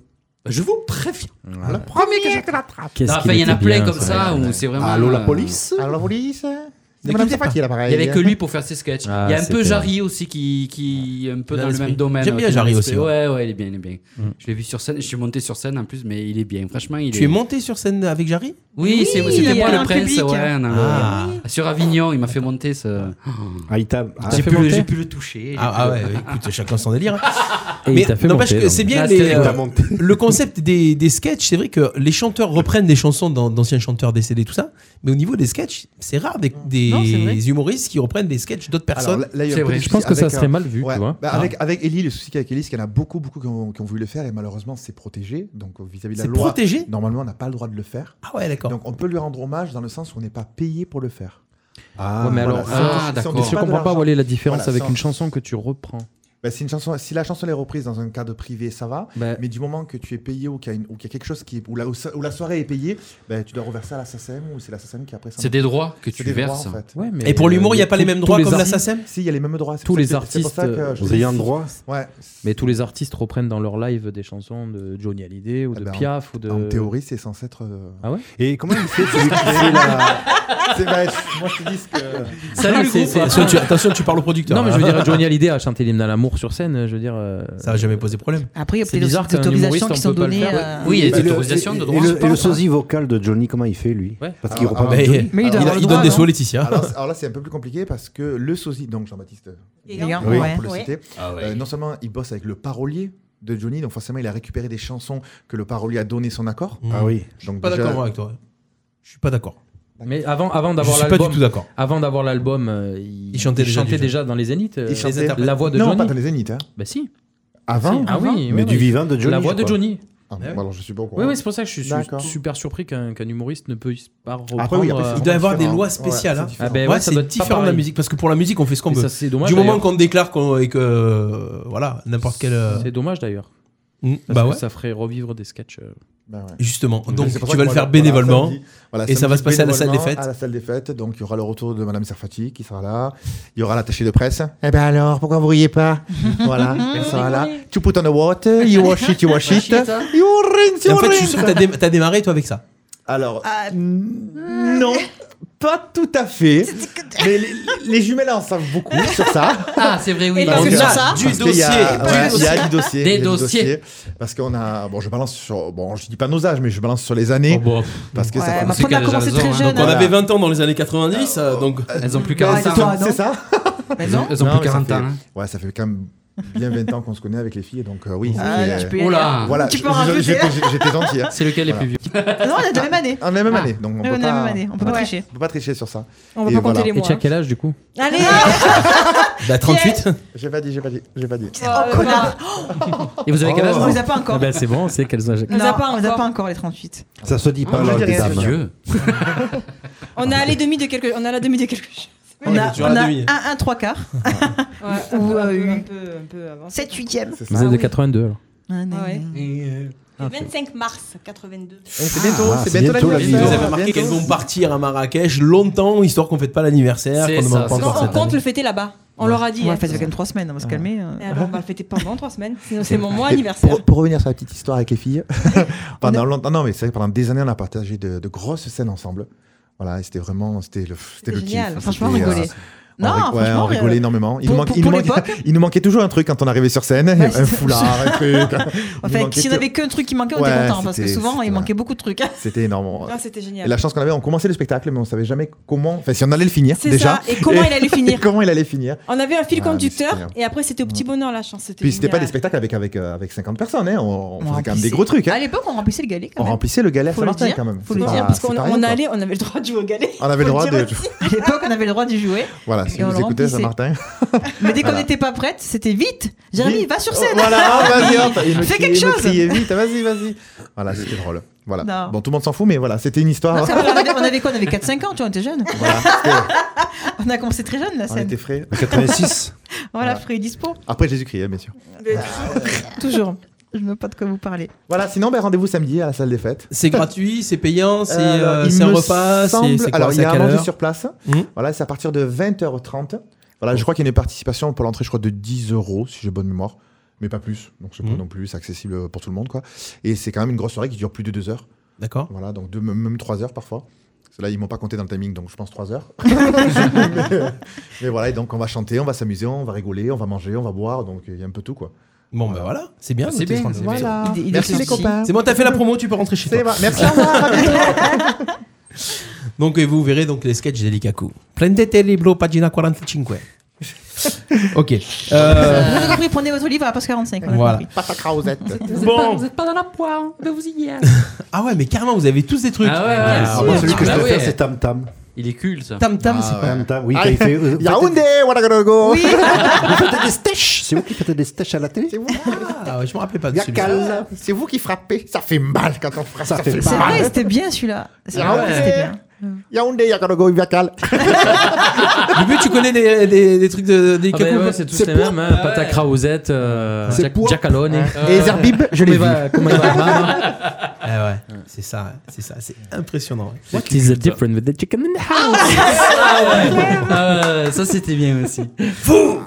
Speaker 10: Je vous préviens.
Speaker 8: Le
Speaker 10: premier que je
Speaker 9: Qu'est-ce
Speaker 10: Ah, Enfin, il y en a plein comme ça où c'est vraiment.
Speaker 8: Allô la
Speaker 10: euh,
Speaker 8: police Allô la police C'est Madame
Speaker 6: N'écoutez pas.
Speaker 8: Sefaki, là, pareil.
Speaker 10: Il y avait que lui pour faire ses sketchs.
Speaker 9: Ah,
Speaker 10: il y a un
Speaker 9: c'est
Speaker 10: peu
Speaker 9: clair.
Speaker 10: Jarry aussi qui, qui est un peu
Speaker 6: Dans
Speaker 10: dans, le
Speaker 6: l'esprit.
Speaker 10: même domaine. euh,
Speaker 6: J'aime bien
Speaker 10: qui est dans
Speaker 6: Jarry
Speaker 10: l'esprit.
Speaker 6: aussi, ouais.
Speaker 10: Ouais, ouais, il est bien, il est bien. Je l'ai vu sur scène, je suis monté sur scène en plus, mais il est bien. Franchement, il
Speaker 6: Tu
Speaker 10: est.
Speaker 6: es monté sur scène avec Jarry
Speaker 10: Oui, c'est-
Speaker 7: Oui,
Speaker 10: c'était
Speaker 7: il
Speaker 10: moi
Speaker 7: y a
Speaker 10: le
Speaker 7: un
Speaker 10: prince.
Speaker 7: public.
Speaker 10: ouais, non,
Speaker 6: Ah.
Speaker 10: ouais. Sur Avignon, il m'a fait monter ce.
Speaker 8: Ah, il t'a.
Speaker 9: Ah,
Speaker 10: J'ai
Speaker 9: fait
Speaker 10: pu, le-
Speaker 9: monter
Speaker 10: j'ai pu le toucher.
Speaker 6: Ah, ah ouais, écoute, chacun son délire.
Speaker 9: Et il
Speaker 6: Mais
Speaker 9: t'a fait
Speaker 6: n'empêche
Speaker 9: monter,
Speaker 6: que
Speaker 9: donc.
Speaker 6: c'est bien
Speaker 10: Ah,
Speaker 6: les,
Speaker 10: c'était
Speaker 6: euh,
Speaker 10: rigolo.
Speaker 8: monté.
Speaker 6: le concept des, des sketchs. C'est vrai que les chanteurs reprennent des chansons d'an- d'anciens chanteurs décédés, tout ça. Mais au niveau des sketchs, c'est rare des, des
Speaker 7: Non, c'est vrai.
Speaker 6: humoristes qui reprennent des sketchs d'autres
Speaker 8: Alors,
Speaker 6: personnes. Ah,
Speaker 8: là, il y a
Speaker 10: C'est
Speaker 8: un peu
Speaker 10: vrai. Ah.
Speaker 8: de
Speaker 9: Je pense que
Speaker 8: souci
Speaker 9: ça
Speaker 8: avec,
Speaker 9: serait
Speaker 8: euh,
Speaker 9: mal vu,
Speaker 8: ouais.
Speaker 9: tu vois.
Speaker 8: Bah, avec, avec Ellie, le souci avec Ellie, c'est qu'il y en a beaucoup, beaucoup qui ont, qui ont voulu le faire et malheureusement, c'est protégé. Donc, euh, vis-à-vis de la
Speaker 6: c'est
Speaker 8: loi,
Speaker 6: protégé.
Speaker 8: normalement, on n'a pas le droit de le faire.
Speaker 6: Ah ouais, d'accord.
Speaker 8: Donc, on peut lui rendre hommage dans le sens où on n'est pas payé pour le faire.
Speaker 9: Ouais, mais alors,
Speaker 8: si on-
Speaker 10: Ah,
Speaker 8: si on
Speaker 10: d'accord.
Speaker 8: touche
Speaker 9: Je
Speaker 8: pas de
Speaker 9: comprends pas
Speaker 8: l'argent.
Speaker 9: où est la différence
Speaker 8: Voilà,
Speaker 9: avec
Speaker 8: ça-
Speaker 9: une chanson que tu reprends.
Speaker 8: Bah, si, une chanson, si la chanson est reprise dans un cadre privé, ça va.
Speaker 9: Bah,
Speaker 8: Mais du moment que tu es payé ou qu'il y, a une- ou qu'il y a quelque chose qui est- où, la, où la soirée est payée, bah, tu dois reverser à la SACEM ou c'est la SACEM E qui après ça.
Speaker 10: C'est des droits que
Speaker 8: C'est
Speaker 10: tu
Speaker 8: des droits,
Speaker 10: verses.
Speaker 8: en fait.
Speaker 9: ouais, mais-
Speaker 6: Et pour l'humour, il n'y a E pas les
Speaker 9: Tous-
Speaker 6: mêmes
Speaker 9: tous
Speaker 6: droits comme la
Speaker 9: artistes-
Speaker 6: SACEM
Speaker 8: Si, il y a les mêmes droits. c'est
Speaker 9: Tous
Speaker 8: pour
Speaker 9: les
Speaker 8: ça que- c'est pour
Speaker 9: artistes,
Speaker 8: ça que
Speaker 9: euh,
Speaker 8: je-
Speaker 9: aux ayants
Speaker 8: Ouais.
Speaker 9: droit.
Speaker 8: Ouais.
Speaker 9: Mais tous les artistes reprennent dans leur live des chansons de Johnny Hallyday ou
Speaker 8: Eh
Speaker 9: de
Speaker 8: ben, en-
Speaker 9: Piaf ou de.
Speaker 8: En théorie, c'est censé être. euh,
Speaker 9: Ah ouais
Speaker 8: Et comment il fait celui qui fait la. C'est vrai, moi je te dis ce que.
Speaker 10: Salut le
Speaker 9: C'est-
Speaker 10: groupe.
Speaker 9: c'est-
Speaker 6: Attention tu, attention, tu parles au producteur. hein.
Speaker 9: Non, mais je veux dire, Johnny Hallyday a chanté l'hymne à l'amour cours sur scène, je veux dire. euh,
Speaker 6: Ça va jamais poser problème.
Speaker 7: Après, il y a
Speaker 9: C'est
Speaker 7: peut-être
Speaker 9: bizarre
Speaker 7: aussi des
Speaker 9: qu'un
Speaker 7: autorisations
Speaker 9: humoriste,
Speaker 7: qui
Speaker 9: on
Speaker 7: sont
Speaker 9: peut pas le
Speaker 7: données.
Speaker 9: faire.
Speaker 7: euh,
Speaker 10: Oui, il y a
Speaker 11: Et
Speaker 10: des
Speaker 11: le-
Speaker 10: autorisations
Speaker 11: et-
Speaker 10: de
Speaker 11: et
Speaker 10: droit.
Speaker 11: le-
Speaker 7: je
Speaker 11: Et le
Speaker 7: pense,
Speaker 11: sosie vocal de Johnny, comment il fait lui
Speaker 9: Ouais.
Speaker 11: Parce qu'il
Speaker 8: Ah,
Speaker 11: reprend Ah,
Speaker 8: ah,
Speaker 11: Johnny.
Speaker 6: Mais,
Speaker 7: Mais il doit
Speaker 6: il,
Speaker 7: avoir le
Speaker 6: il
Speaker 7: droit,
Speaker 6: donne des
Speaker 7: non
Speaker 6: sous à Laetitia.
Speaker 8: Alors, alors là, c'est un peu plus compliqué parce que le sosie, donc Jean-Baptiste,
Speaker 7: Guéant,
Speaker 8: Guéant,
Speaker 7: ouais.
Speaker 8: pour le
Speaker 4: Ouais.
Speaker 8: citer,
Speaker 10: Ah ouais.
Speaker 8: euh, non seulement il bosse avec le parolier de Johnny, donc forcément il a récupéré des chansons que le parolier a donné son accord.
Speaker 11: Ah oui.
Speaker 6: Je suis
Speaker 8: Donc
Speaker 6: pas
Speaker 8: déjà-
Speaker 6: d'accord avec toi. Je suis pas d'accord.
Speaker 9: Mais avant, avant
Speaker 6: Je
Speaker 9: d'avoir
Speaker 6: suis pas du
Speaker 9: l'album,
Speaker 6: tout d'accord.
Speaker 9: avant d'avoir l'album, euh, il,
Speaker 6: Il chantait
Speaker 9: il
Speaker 6: déjà du
Speaker 9: déjà dans les Zéniths. euh,
Speaker 6: Il chantait.
Speaker 9: les interprètes. la voix de
Speaker 8: non,
Speaker 9: Johnny.
Speaker 8: pas dans les Zéniths. hein.
Speaker 9: Bah si.
Speaker 8: Avant
Speaker 9: Si. Ah oui, oui,
Speaker 11: Mais
Speaker 9: oui.
Speaker 11: du vivant de Johnny.
Speaker 9: la voix
Speaker 11: je
Speaker 9: de
Speaker 11: crois.
Speaker 9: Johnny.
Speaker 8: Ah,
Speaker 9: Ouais.
Speaker 8: bon, alors je suis pas au courant.
Speaker 9: Oui, oui, c'est pour ça que je suis su-
Speaker 8: D'accord.
Speaker 9: super surpris qu'un qu'un humoriste ne puisse pas reprendre.
Speaker 8: Après, oui, après, c'est
Speaker 9: euh,
Speaker 6: Il doit y avoir des
Speaker 8: différent.
Speaker 6: lois
Speaker 8: Ouais,
Speaker 6: spéciales.
Speaker 8: c'est
Speaker 6: hein.
Speaker 8: différent.
Speaker 9: Ah ben
Speaker 6: Ouais,
Speaker 9: ouais, ça
Speaker 6: c'est
Speaker 9: doit être pas
Speaker 6: différent de la
Speaker 9: pareil.
Speaker 6: musique parce que pour la musique, on fait ce qu'on
Speaker 9: Et
Speaker 6: veut.
Speaker 9: ça, c'est dommage.
Speaker 6: Du moment
Speaker 9: d'ailleurs.
Speaker 6: qu'on déclare qu'on et que euh, voilà n'importe quel. euh,
Speaker 9: C'est dommage d'ailleurs.
Speaker 6: hmm,
Speaker 9: Parce
Speaker 6: bah
Speaker 9: que
Speaker 6: ouais.
Speaker 9: ça ferait revivre des sketchs. euh.
Speaker 8: Ben ouais.
Speaker 6: Justement. Donc
Speaker 8: c'est pour
Speaker 6: tu
Speaker 8: ça
Speaker 6: vas le
Speaker 8: que
Speaker 6: faire
Speaker 8: voilà,
Speaker 6: bénévolement.
Speaker 8: samedi- voilà,
Speaker 6: et ça
Speaker 8: samedi,
Speaker 6: va se passer à la salle des
Speaker 8: bénévolement,
Speaker 6: fêtes.
Speaker 8: À la salle des fêtes, donc il y aura le retour de Madame Serfati qui sera là. Il y aura l'attaché de presse. Eh ben alors, pourquoi vous riez pas Voilà, elle sera là. Tu put on the water, you wash it, you wash it, you rinse,
Speaker 6: Et
Speaker 8: you
Speaker 6: En fait, je suis
Speaker 8: rinse.
Speaker 6: sûr que t'as dé- t'as démarré toi avec ça.
Speaker 8: Alors, n- non, pas tout à fait. Mais les, les jumelles en savent beaucoup sur ça.
Speaker 10: Ah, c'est vrai, oui.
Speaker 7: Et parce
Speaker 8: Donc,
Speaker 7: que
Speaker 8: euh,
Speaker 7: sur ça-
Speaker 6: du
Speaker 8: parce qu'il y a-
Speaker 6: dossier, du
Speaker 8: ouais, Il y
Speaker 6: dossier.
Speaker 8: a du dossier.
Speaker 10: Des
Speaker 8: il y a du
Speaker 10: dossiers.
Speaker 8: Parce qu'on a. Bon, je balance sur. Bon, je dis pas nos âges, mais je balance sur les
Speaker 10: Oh,
Speaker 8: années. Parce que
Speaker 7: Ouais,
Speaker 8: ça
Speaker 7: ma
Speaker 10: c'est
Speaker 7: femme
Speaker 10: qu'elle
Speaker 7: a
Speaker 10: a
Speaker 7: commencé
Speaker 10: raison,
Speaker 7: très
Speaker 10: hein,
Speaker 7: jeune.
Speaker 8: donc
Speaker 6: On
Speaker 8: Voilà.
Speaker 6: avait 20 ans dans les années 90, euh, donc
Speaker 10: Elles ont plus
Speaker 7: Bah,
Speaker 10: 40
Speaker 7: c'est toi.
Speaker 10: ans. hein.
Speaker 7: Ah, non.
Speaker 8: C'est ça
Speaker 7: Bah
Speaker 10: Elles ont,
Speaker 7: non.
Speaker 10: elles ont
Speaker 8: Non,
Speaker 10: plus
Speaker 8: mais ça
Speaker 10: 40
Speaker 8: fait-
Speaker 10: ans. hein.
Speaker 8: Ouais, ça fait quand même bien 20 ans qu'on se connaît avec les filles, donc euh, oui. ça
Speaker 7: Ah,
Speaker 8: fait-
Speaker 7: tu peux y
Speaker 10: Oh
Speaker 7: aller.
Speaker 10: là
Speaker 8: Voilà,
Speaker 7: Tu
Speaker 8: je-
Speaker 7: peux en
Speaker 8: je-
Speaker 7: rajouter.
Speaker 8: j'étais j'étais gentil. hein.
Speaker 10: C'est lequel est
Speaker 8: Voilà.
Speaker 10: plus vieux
Speaker 7: Ah Non, on est de la même année.
Speaker 8: On est la même
Speaker 7: Ah.
Speaker 8: année, donc on
Speaker 7: Oui, on est
Speaker 8: peut
Speaker 7: de la
Speaker 8: pas-
Speaker 7: même année. On peut pas
Speaker 4: Ouais.
Speaker 7: tricher.
Speaker 8: on peut pas tricher sur ça.
Speaker 4: On va
Speaker 8: Et
Speaker 4: pas
Speaker 8: voilà.
Speaker 4: compter les
Speaker 9: Et
Speaker 4: mois. hein.
Speaker 9: tu as quel âge du coup
Speaker 4: Allez,
Speaker 7: Ah,
Speaker 6: bah 38.
Speaker 8: J'ai pas dit, j'ai pas dit, j'ai pas dit.
Speaker 4: oh, connard.
Speaker 10: Et vous avez quel
Speaker 6: Oh.
Speaker 10: âge
Speaker 7: On les a pas
Speaker 6: Eh
Speaker 7: encore.
Speaker 9: Ah ben c'est bon, on sait quelles âges.
Speaker 7: On les a pas, on les a
Speaker 4: encore.
Speaker 7: pas encore les 38.
Speaker 11: Ça se dit pas,
Speaker 8: Ah, je
Speaker 11: là,
Speaker 8: dirais,
Speaker 11: des
Speaker 8: je
Speaker 11: dames.
Speaker 10: Dieu.
Speaker 4: On a à les demi de quelque, on a la demi de quelque chose.
Speaker 7: On
Speaker 6: Ouais,
Speaker 7: a,
Speaker 6: tu
Speaker 7: on
Speaker 6: auras
Speaker 7: a
Speaker 6: demi.
Speaker 7: un, un trois quarts,
Speaker 4: Ouais,
Speaker 7: Ou,
Speaker 4: un, peu,
Speaker 7: euh,
Speaker 4: un peu, un peu avant.
Speaker 7: 7 huitièmes.
Speaker 8: C'est
Speaker 9: Vous
Speaker 8: ça.
Speaker 9: êtes de 82 alors.
Speaker 4: ouais.
Speaker 9: Ah,
Speaker 4: Le 25 mars 82.
Speaker 9: C'est
Speaker 11: Ah, c'est bientôt la vie.
Speaker 6: Ils nous avaient marqué qu'elles vont partir à Marrakech longtemps, histoire qu'on fête pas l'anniversaire,
Speaker 10: C'est
Speaker 6: qu'on ne
Speaker 10: ça,
Speaker 6: demande pas
Speaker 10: c'est
Speaker 4: Non,
Speaker 6: encore
Speaker 10: ça.
Speaker 4: on
Speaker 6: cette
Speaker 4: compte
Speaker 6: année.
Speaker 4: le fêter là-bas. On leur a dit.
Speaker 7: On va
Speaker 4: hein.
Speaker 7: faire ça quand même 3 semaines, on va se calmer. euh.
Speaker 4: Et alors, on va le fêter pendant 3 semaines. Sinon, c'est mon mois
Speaker 8: Et
Speaker 4: anniversaire.
Speaker 8: Pour, pour revenir sur la petite histoire avec les filles, pendant longtemps, non mais c'est vrai, pendant des années on a partagé de, de grosses scènes ensemble. Voilà, et c'était vraiment, c'était le, c'était le
Speaker 7: Génial,
Speaker 8: kiff.
Speaker 7: franchement,
Speaker 8: C'était, euh,
Speaker 7: rigoler. Non,
Speaker 8: on rig- ouais,
Speaker 7: franchement,
Speaker 8: on rigolait
Speaker 7: euh,
Speaker 8: énormément. Il,
Speaker 7: pour-
Speaker 8: nous manquait-
Speaker 7: pour-
Speaker 8: il
Speaker 7: pour
Speaker 8: nous manquait-
Speaker 7: l'époque.
Speaker 8: il nous manquait toujours un truc quand on arrivait sur scène,
Speaker 7: c'est-
Speaker 8: un foulard, un truc. Il nous
Speaker 7: Enfin,
Speaker 8: manquait
Speaker 7: si on
Speaker 8: tout.
Speaker 7: avait qu'un truc qui manquait, on
Speaker 8: Ouais,
Speaker 7: était content parce que
Speaker 8: c'était-
Speaker 7: souvent il
Speaker 8: c'était-
Speaker 7: manquait beaucoup de trucs. hein.
Speaker 8: C'était énorme.
Speaker 4: Ah, c'était génial.
Speaker 8: Et la chance qu'on avait, on commençait le spectacle, mais on savait jamais comment. Enfin, si on allait le finir
Speaker 4: C'est
Speaker 8: déjà.
Speaker 4: ça. Et comment
Speaker 8: Et-
Speaker 4: il allait finir
Speaker 8: Comment il allait finir.
Speaker 7: Oh,
Speaker 4: On avait un fil
Speaker 8: Ah, mais
Speaker 4: conducteur
Speaker 8: c'était-
Speaker 4: et après c'était au petit bonheur la chance. C'était
Speaker 8: Puis c'était pas des
Speaker 4: génial.
Speaker 8: spectacles avec avec euh, avec 50 personnes, hein. On, on faisait quand même
Speaker 7: remplissait-
Speaker 8: des gros trucs. hein.
Speaker 7: À l'époque, on remplissait le galet
Speaker 8: On
Speaker 7: quand même.
Speaker 8: remplissait le galet à
Speaker 7: Faut le
Speaker 8: Saint-Martin
Speaker 7: dire,
Speaker 8: quand même.
Speaker 7: faut
Speaker 8: C'est
Speaker 7: le
Speaker 8: pas-
Speaker 7: dire,
Speaker 4: parce
Speaker 8: c'est
Speaker 4: qu'on
Speaker 8: pas rien,
Speaker 4: on
Speaker 8: quoi.
Speaker 4: allait, on avait le droit de jouer au galet.
Speaker 8: On avait le
Speaker 4: Faut
Speaker 8: droit de.
Speaker 4: dire aussi.
Speaker 7: À l'époque, on avait le droit d'y jouer.
Speaker 8: Voilà, si
Speaker 7: Et on
Speaker 8: vous
Speaker 7: le
Speaker 8: écoutez
Speaker 7: remplissait.
Speaker 8: Saint-Martin.
Speaker 7: Mais dès qu'on
Speaker 8: Voilà.
Speaker 7: n'était pas prête, c'était vite. Jérémy,
Speaker 8: Vite.
Speaker 7: va sur scène.
Speaker 8: Voilà, hein, vas-y, hop. Il me
Speaker 7: Fais
Speaker 8: criait,
Speaker 7: quelque
Speaker 8: il me
Speaker 7: chose.
Speaker 8: criait vite, vas-y, vas-y. Voilà, c'était drôle. Voilà.
Speaker 7: Non.
Speaker 8: Bon, tout le monde s'en fout, mais voilà, c'était une histoire.
Speaker 7: Parce qu'après, Ah, on, avait, on avait quoi On avait 4-5 ans, tu vois, on était jeunes.
Speaker 8: Voilà, c'était-
Speaker 7: On a commencé très jeune la
Speaker 8: on
Speaker 7: scène.
Speaker 8: était frais.
Speaker 11: 86.
Speaker 7: Voilà,
Speaker 8: Voilà.
Speaker 7: frais et dispo.
Speaker 8: Après Jésus-Christ, hein, bien sûr.
Speaker 7: Toujours. Je ne sais pas de quoi vous parlez.
Speaker 8: Voilà, sinon, ben, rendez-vous samedi à la salle des fêtes.
Speaker 6: C'est gratuit, c'est payant, c'est
Speaker 8: Alors,
Speaker 6: euh,
Speaker 8: il
Speaker 6: c'est un
Speaker 8: me
Speaker 6: repas, c'est
Speaker 8: semble-
Speaker 6: c'est quoi,
Speaker 8: Alors,
Speaker 6: c'est
Speaker 8: il y
Speaker 6: à
Speaker 8: a à
Speaker 6: quelle
Speaker 8: manger
Speaker 6: heure
Speaker 8: sur place.
Speaker 6: Mhm.
Speaker 8: Voilà, c'est à partir de 20h30. Voilà,
Speaker 6: Hmm.
Speaker 8: je crois qu'il y a une participation pour l'entrée, je crois, de 10 euros, si j'ai bonne mémoire. Mais pas plus. Donc, c'est pas
Speaker 6: Mhm.
Speaker 8: non plus c'est accessible pour tout le monde, quoi. Et c'est quand même une grosse soirée qui dure plus de 2 heures.
Speaker 6: D'accord.
Speaker 8: Voilà, donc deux, même 3 heures parfois. Parce que Là, ils m'ont pas compté dans le timing, donc je pense 3 heures. mais, mais voilà, et donc on va chanter, on va s'amuser, on va rigoler, on va manger, on va boire, donc il y a un peu tout quoi.
Speaker 6: Bon, bah voilà, c'est bien.
Speaker 10: C'est
Speaker 6: écoutez,
Speaker 10: bien,
Speaker 6: Franck.
Speaker 10: c'est bien.
Speaker 8: Voilà.
Speaker 7: Il- il est
Speaker 8: Merci les
Speaker 7: gentil.
Speaker 8: copains.
Speaker 6: C'est bon, t'as fait la promo, tu peux rentrer chez
Speaker 8: C'est moi.
Speaker 6: toi.
Speaker 8: Merci, au revoir, à bientôt.
Speaker 6: Donc, euh, vous verrez donc les sketchs de Likaku. Prendete il libro, pagina 45. ok. Euh,
Speaker 7: Vous avez compris, prenez votre livre à la page 45. on a
Speaker 6: Voilà.
Speaker 7: compris.
Speaker 8: Papa Krausette.
Speaker 9: Bon,
Speaker 10: êtes pas dans la poire, mais vous y êtes.
Speaker 6: ah ouais, mais carrément, vous avez tous des trucs.
Speaker 10: Ah ouais, ouais,
Speaker 11: Ah, moi, celui que je
Speaker 10: Ah
Speaker 11: préfère,
Speaker 10: ouais.
Speaker 11: c'est Tam Tam.
Speaker 10: Il est culte, ça.
Speaker 6: Tam Tam, c'est
Speaker 11: Tam Tam, oui,
Speaker 8: Ah,
Speaker 11: quand il fait. vous faites-
Speaker 8: Yaoundé, what I gonna go
Speaker 7: Oui,
Speaker 11: Vous faites des stèches C'est vous qui faites des stèches à la télé
Speaker 8: C'est vous,
Speaker 6: Ah ouais, je me rappelais pas de celui-là.
Speaker 8: Yakal. C'est vous qui frappez. Ça fait mal quand on frappe.
Speaker 11: Ça fait
Speaker 7: c'est vrai, c'était bien celui-là. C'est vrai,
Speaker 8: Ah Ouais.
Speaker 7: c'était bien.
Speaker 8: Yaoundé, what I gonna go, Yakal.
Speaker 6: Du coup, tu connais des, des, des trucs de, des
Speaker 9: Ah
Speaker 6: Likaku,
Speaker 9: ben ouais,
Speaker 6: quoi.
Speaker 9: c'est tous les mêmes. Hein. Pata Kraouzet, euh,
Speaker 11: C'est
Speaker 9: Jack,
Speaker 11: pour-
Speaker 9: Jack Alone.
Speaker 8: Et Zerbib, je l'ai
Speaker 9: Comment il
Speaker 8: vu.
Speaker 9: va, comment il va maman
Speaker 6: Ah ouais, c'est ça, c'est ça, c'est impressionnant.
Speaker 9: What is the Ah difference with the chicken and the house
Speaker 10: Ah ouais, ça c'était bien aussi.
Speaker 6: Fou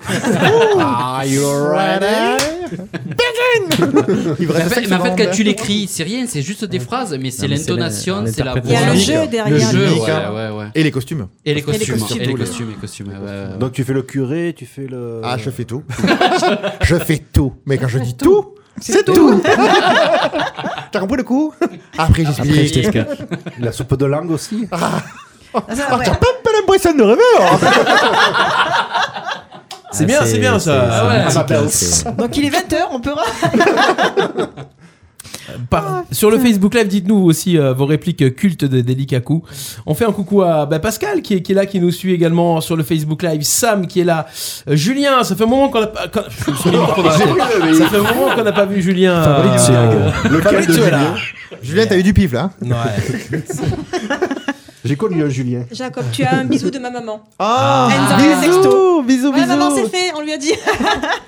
Speaker 10: Are you ready?
Speaker 11: Il
Speaker 10: Mais
Speaker 11: reste
Speaker 10: en fait,
Speaker 11: cinq
Speaker 10: mais en fait,
Speaker 11: secondes.
Speaker 10: quand tu l'écris, c'est rien, c'est juste des phrases, mais c'est
Speaker 11: Non, mais c'est
Speaker 10: l'intonation,
Speaker 11: la-
Speaker 10: c'est la
Speaker 11: l'interprétation. Il y a le jeu
Speaker 10: Le
Speaker 11: derrière.
Speaker 10: jeu,
Speaker 11: Musique,
Speaker 10: ouais,
Speaker 11: hein.
Speaker 10: Ah ouais, ouais.
Speaker 8: Et les costumes.
Speaker 10: Et les
Speaker 11: Parce que
Speaker 10: costumes.
Speaker 11: les costumes,
Speaker 10: Et les
Speaker 11: ouais.
Speaker 10: costumes, les costumes, ouais, ouais, ouais.
Speaker 11: Donc tu fais le curé, tu fais le.
Speaker 8: Ah, je fais tout. je fais tout. Mais quand je dis tout,
Speaker 11: C'est
Speaker 8: c'est
Speaker 11: tout.
Speaker 8: tout. T'as compris le coup Après,
Speaker 11: Après, je
Speaker 8: j'explique.
Speaker 11: t'explique. La soupe de langue aussi.
Speaker 8: Ah, t'as pas, pas l'impression de hein. rêver
Speaker 6: Ah, C'est
Speaker 12: Ah,
Speaker 6: bien, c'est bien
Speaker 11: Ah
Speaker 6: ça. Ah,
Speaker 11: bah,
Speaker 12: bah,
Speaker 10: Bah,
Speaker 7: bah,
Speaker 4: Donc il est 20h, on peut.
Speaker 7: Ah,
Speaker 6: Par- sur le Facebook Live, dites-nous aussi euh, vos répliques cultes de Delikaku. On fait un coucou à bah, Pascal qui est, qui est là, qui nous suit également sur le Facebook Live, Sam qui est là, Euh, Julien. Ça fait un moment qu'on a pas. qu'on- Je me suis mis le micro dans la tête. Ça fait un moment qu'on n'a pas vu Julien. euh,
Speaker 8: Fabrizio. Lequel
Speaker 6: Fabrizio
Speaker 8: de
Speaker 6: est là.
Speaker 8: Julien, t'as eu du pif là
Speaker 6: Ouais.
Speaker 11: J'ai connu un Julien.
Speaker 4: Jacob, tu as un bisou de ma maman.
Speaker 11: Ah,
Speaker 4: Elle nous a envoyé un
Speaker 11: bisous,
Speaker 4: texto.
Speaker 11: bisous,
Speaker 4: Ouais, maman,
Speaker 11: bisous.
Speaker 4: c'est fait, on lui a dit.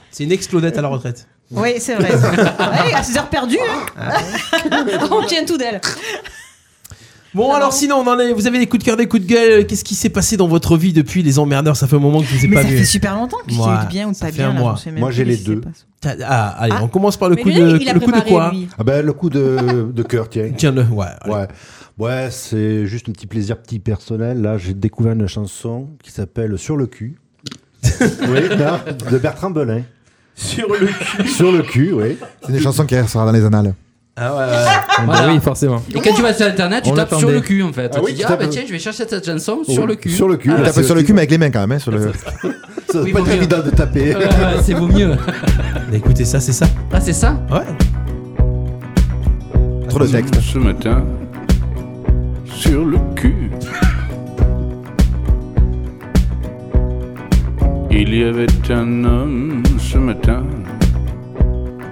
Speaker 6: C'est une explodette à la retraite.
Speaker 4: oui, c'est vrai. Ouais, à 6 heures perdues, hein. on tient tout d'elle.
Speaker 7: Ah
Speaker 6: Bon, alors sinon, on en est- vous avez des coups de cœur, des coups de gueule. Qu'est-ce qui s'est passé dans votre vie depuis les emmerdeurs Ça fait un moment que je ne vous ai
Speaker 7: Mais
Speaker 6: pas
Speaker 7: ça
Speaker 6: vu.
Speaker 7: fait super longtemps que j'ai
Speaker 6: Moi,
Speaker 7: eu de bien ou de
Speaker 6: ça
Speaker 7: pas
Speaker 6: fait
Speaker 7: bien.
Speaker 6: un
Speaker 7: là,
Speaker 6: mois.
Speaker 7: je sais même
Speaker 11: Moi,
Speaker 7: plus
Speaker 11: j'ai
Speaker 7: ce
Speaker 11: les
Speaker 7: qui
Speaker 11: deux.
Speaker 7: s'est passé.
Speaker 6: T'as- Ah, allez, on commence par le
Speaker 7: Mais
Speaker 6: coup
Speaker 7: lui,
Speaker 6: de
Speaker 7: il a
Speaker 6: le coup de
Speaker 7: préparé,
Speaker 10: hein
Speaker 6: quoi
Speaker 7: lui.
Speaker 11: Ah
Speaker 12: bah,
Speaker 11: ben, le coup de, de cœur, tiens.
Speaker 6: Tiens-le, ouais. allez.
Speaker 12: Ouais, ouais c'est juste un petit plaisir petit personnel. Là, j'ai découvert une chanson qui s'appelle Sur le cul. oui, non, de Bertrand Belin.
Speaker 6: Sur le cul.
Speaker 12: Sur le cul, oui.
Speaker 8: C'est des chansons qui restera dans les annales.
Speaker 6: Ah ouais, ouais.
Speaker 10: Voilà.
Speaker 9: Bah oui, forcément.
Speaker 10: Et quand tu vas sur internet, tu
Speaker 9: On
Speaker 10: tapes sur
Speaker 9: l'attendait.
Speaker 10: le cul en fait.
Speaker 12: Ah
Speaker 10: tu
Speaker 12: oui,
Speaker 10: dis,
Speaker 12: tu
Speaker 10: ah
Speaker 12: tapes-
Speaker 10: bah tiens, je vais chercher cette chanson
Speaker 12: Oh,
Speaker 10: sur le cul.
Speaker 12: Sur le cul.
Speaker 10: Ah,
Speaker 12: là,
Speaker 8: T'as
Speaker 12: c'est
Speaker 8: pas sur le cul,
Speaker 12: type-
Speaker 8: mais avec les mains quand même. Hein, sur le...
Speaker 12: Ça doit
Speaker 10: Oui,
Speaker 12: pas
Speaker 10: vaut
Speaker 12: être
Speaker 10: mieux. Euh,
Speaker 12: évident de taper.
Speaker 10: Ouais, c'est vaut mieux.
Speaker 6: Bah, écoutez, ça, c'est ça.
Speaker 10: Ah, c'est ça
Speaker 6: Ouais.
Speaker 8: Trop le texte.
Speaker 13: Ce matin, sur le cul. Il y avait un homme ce matin,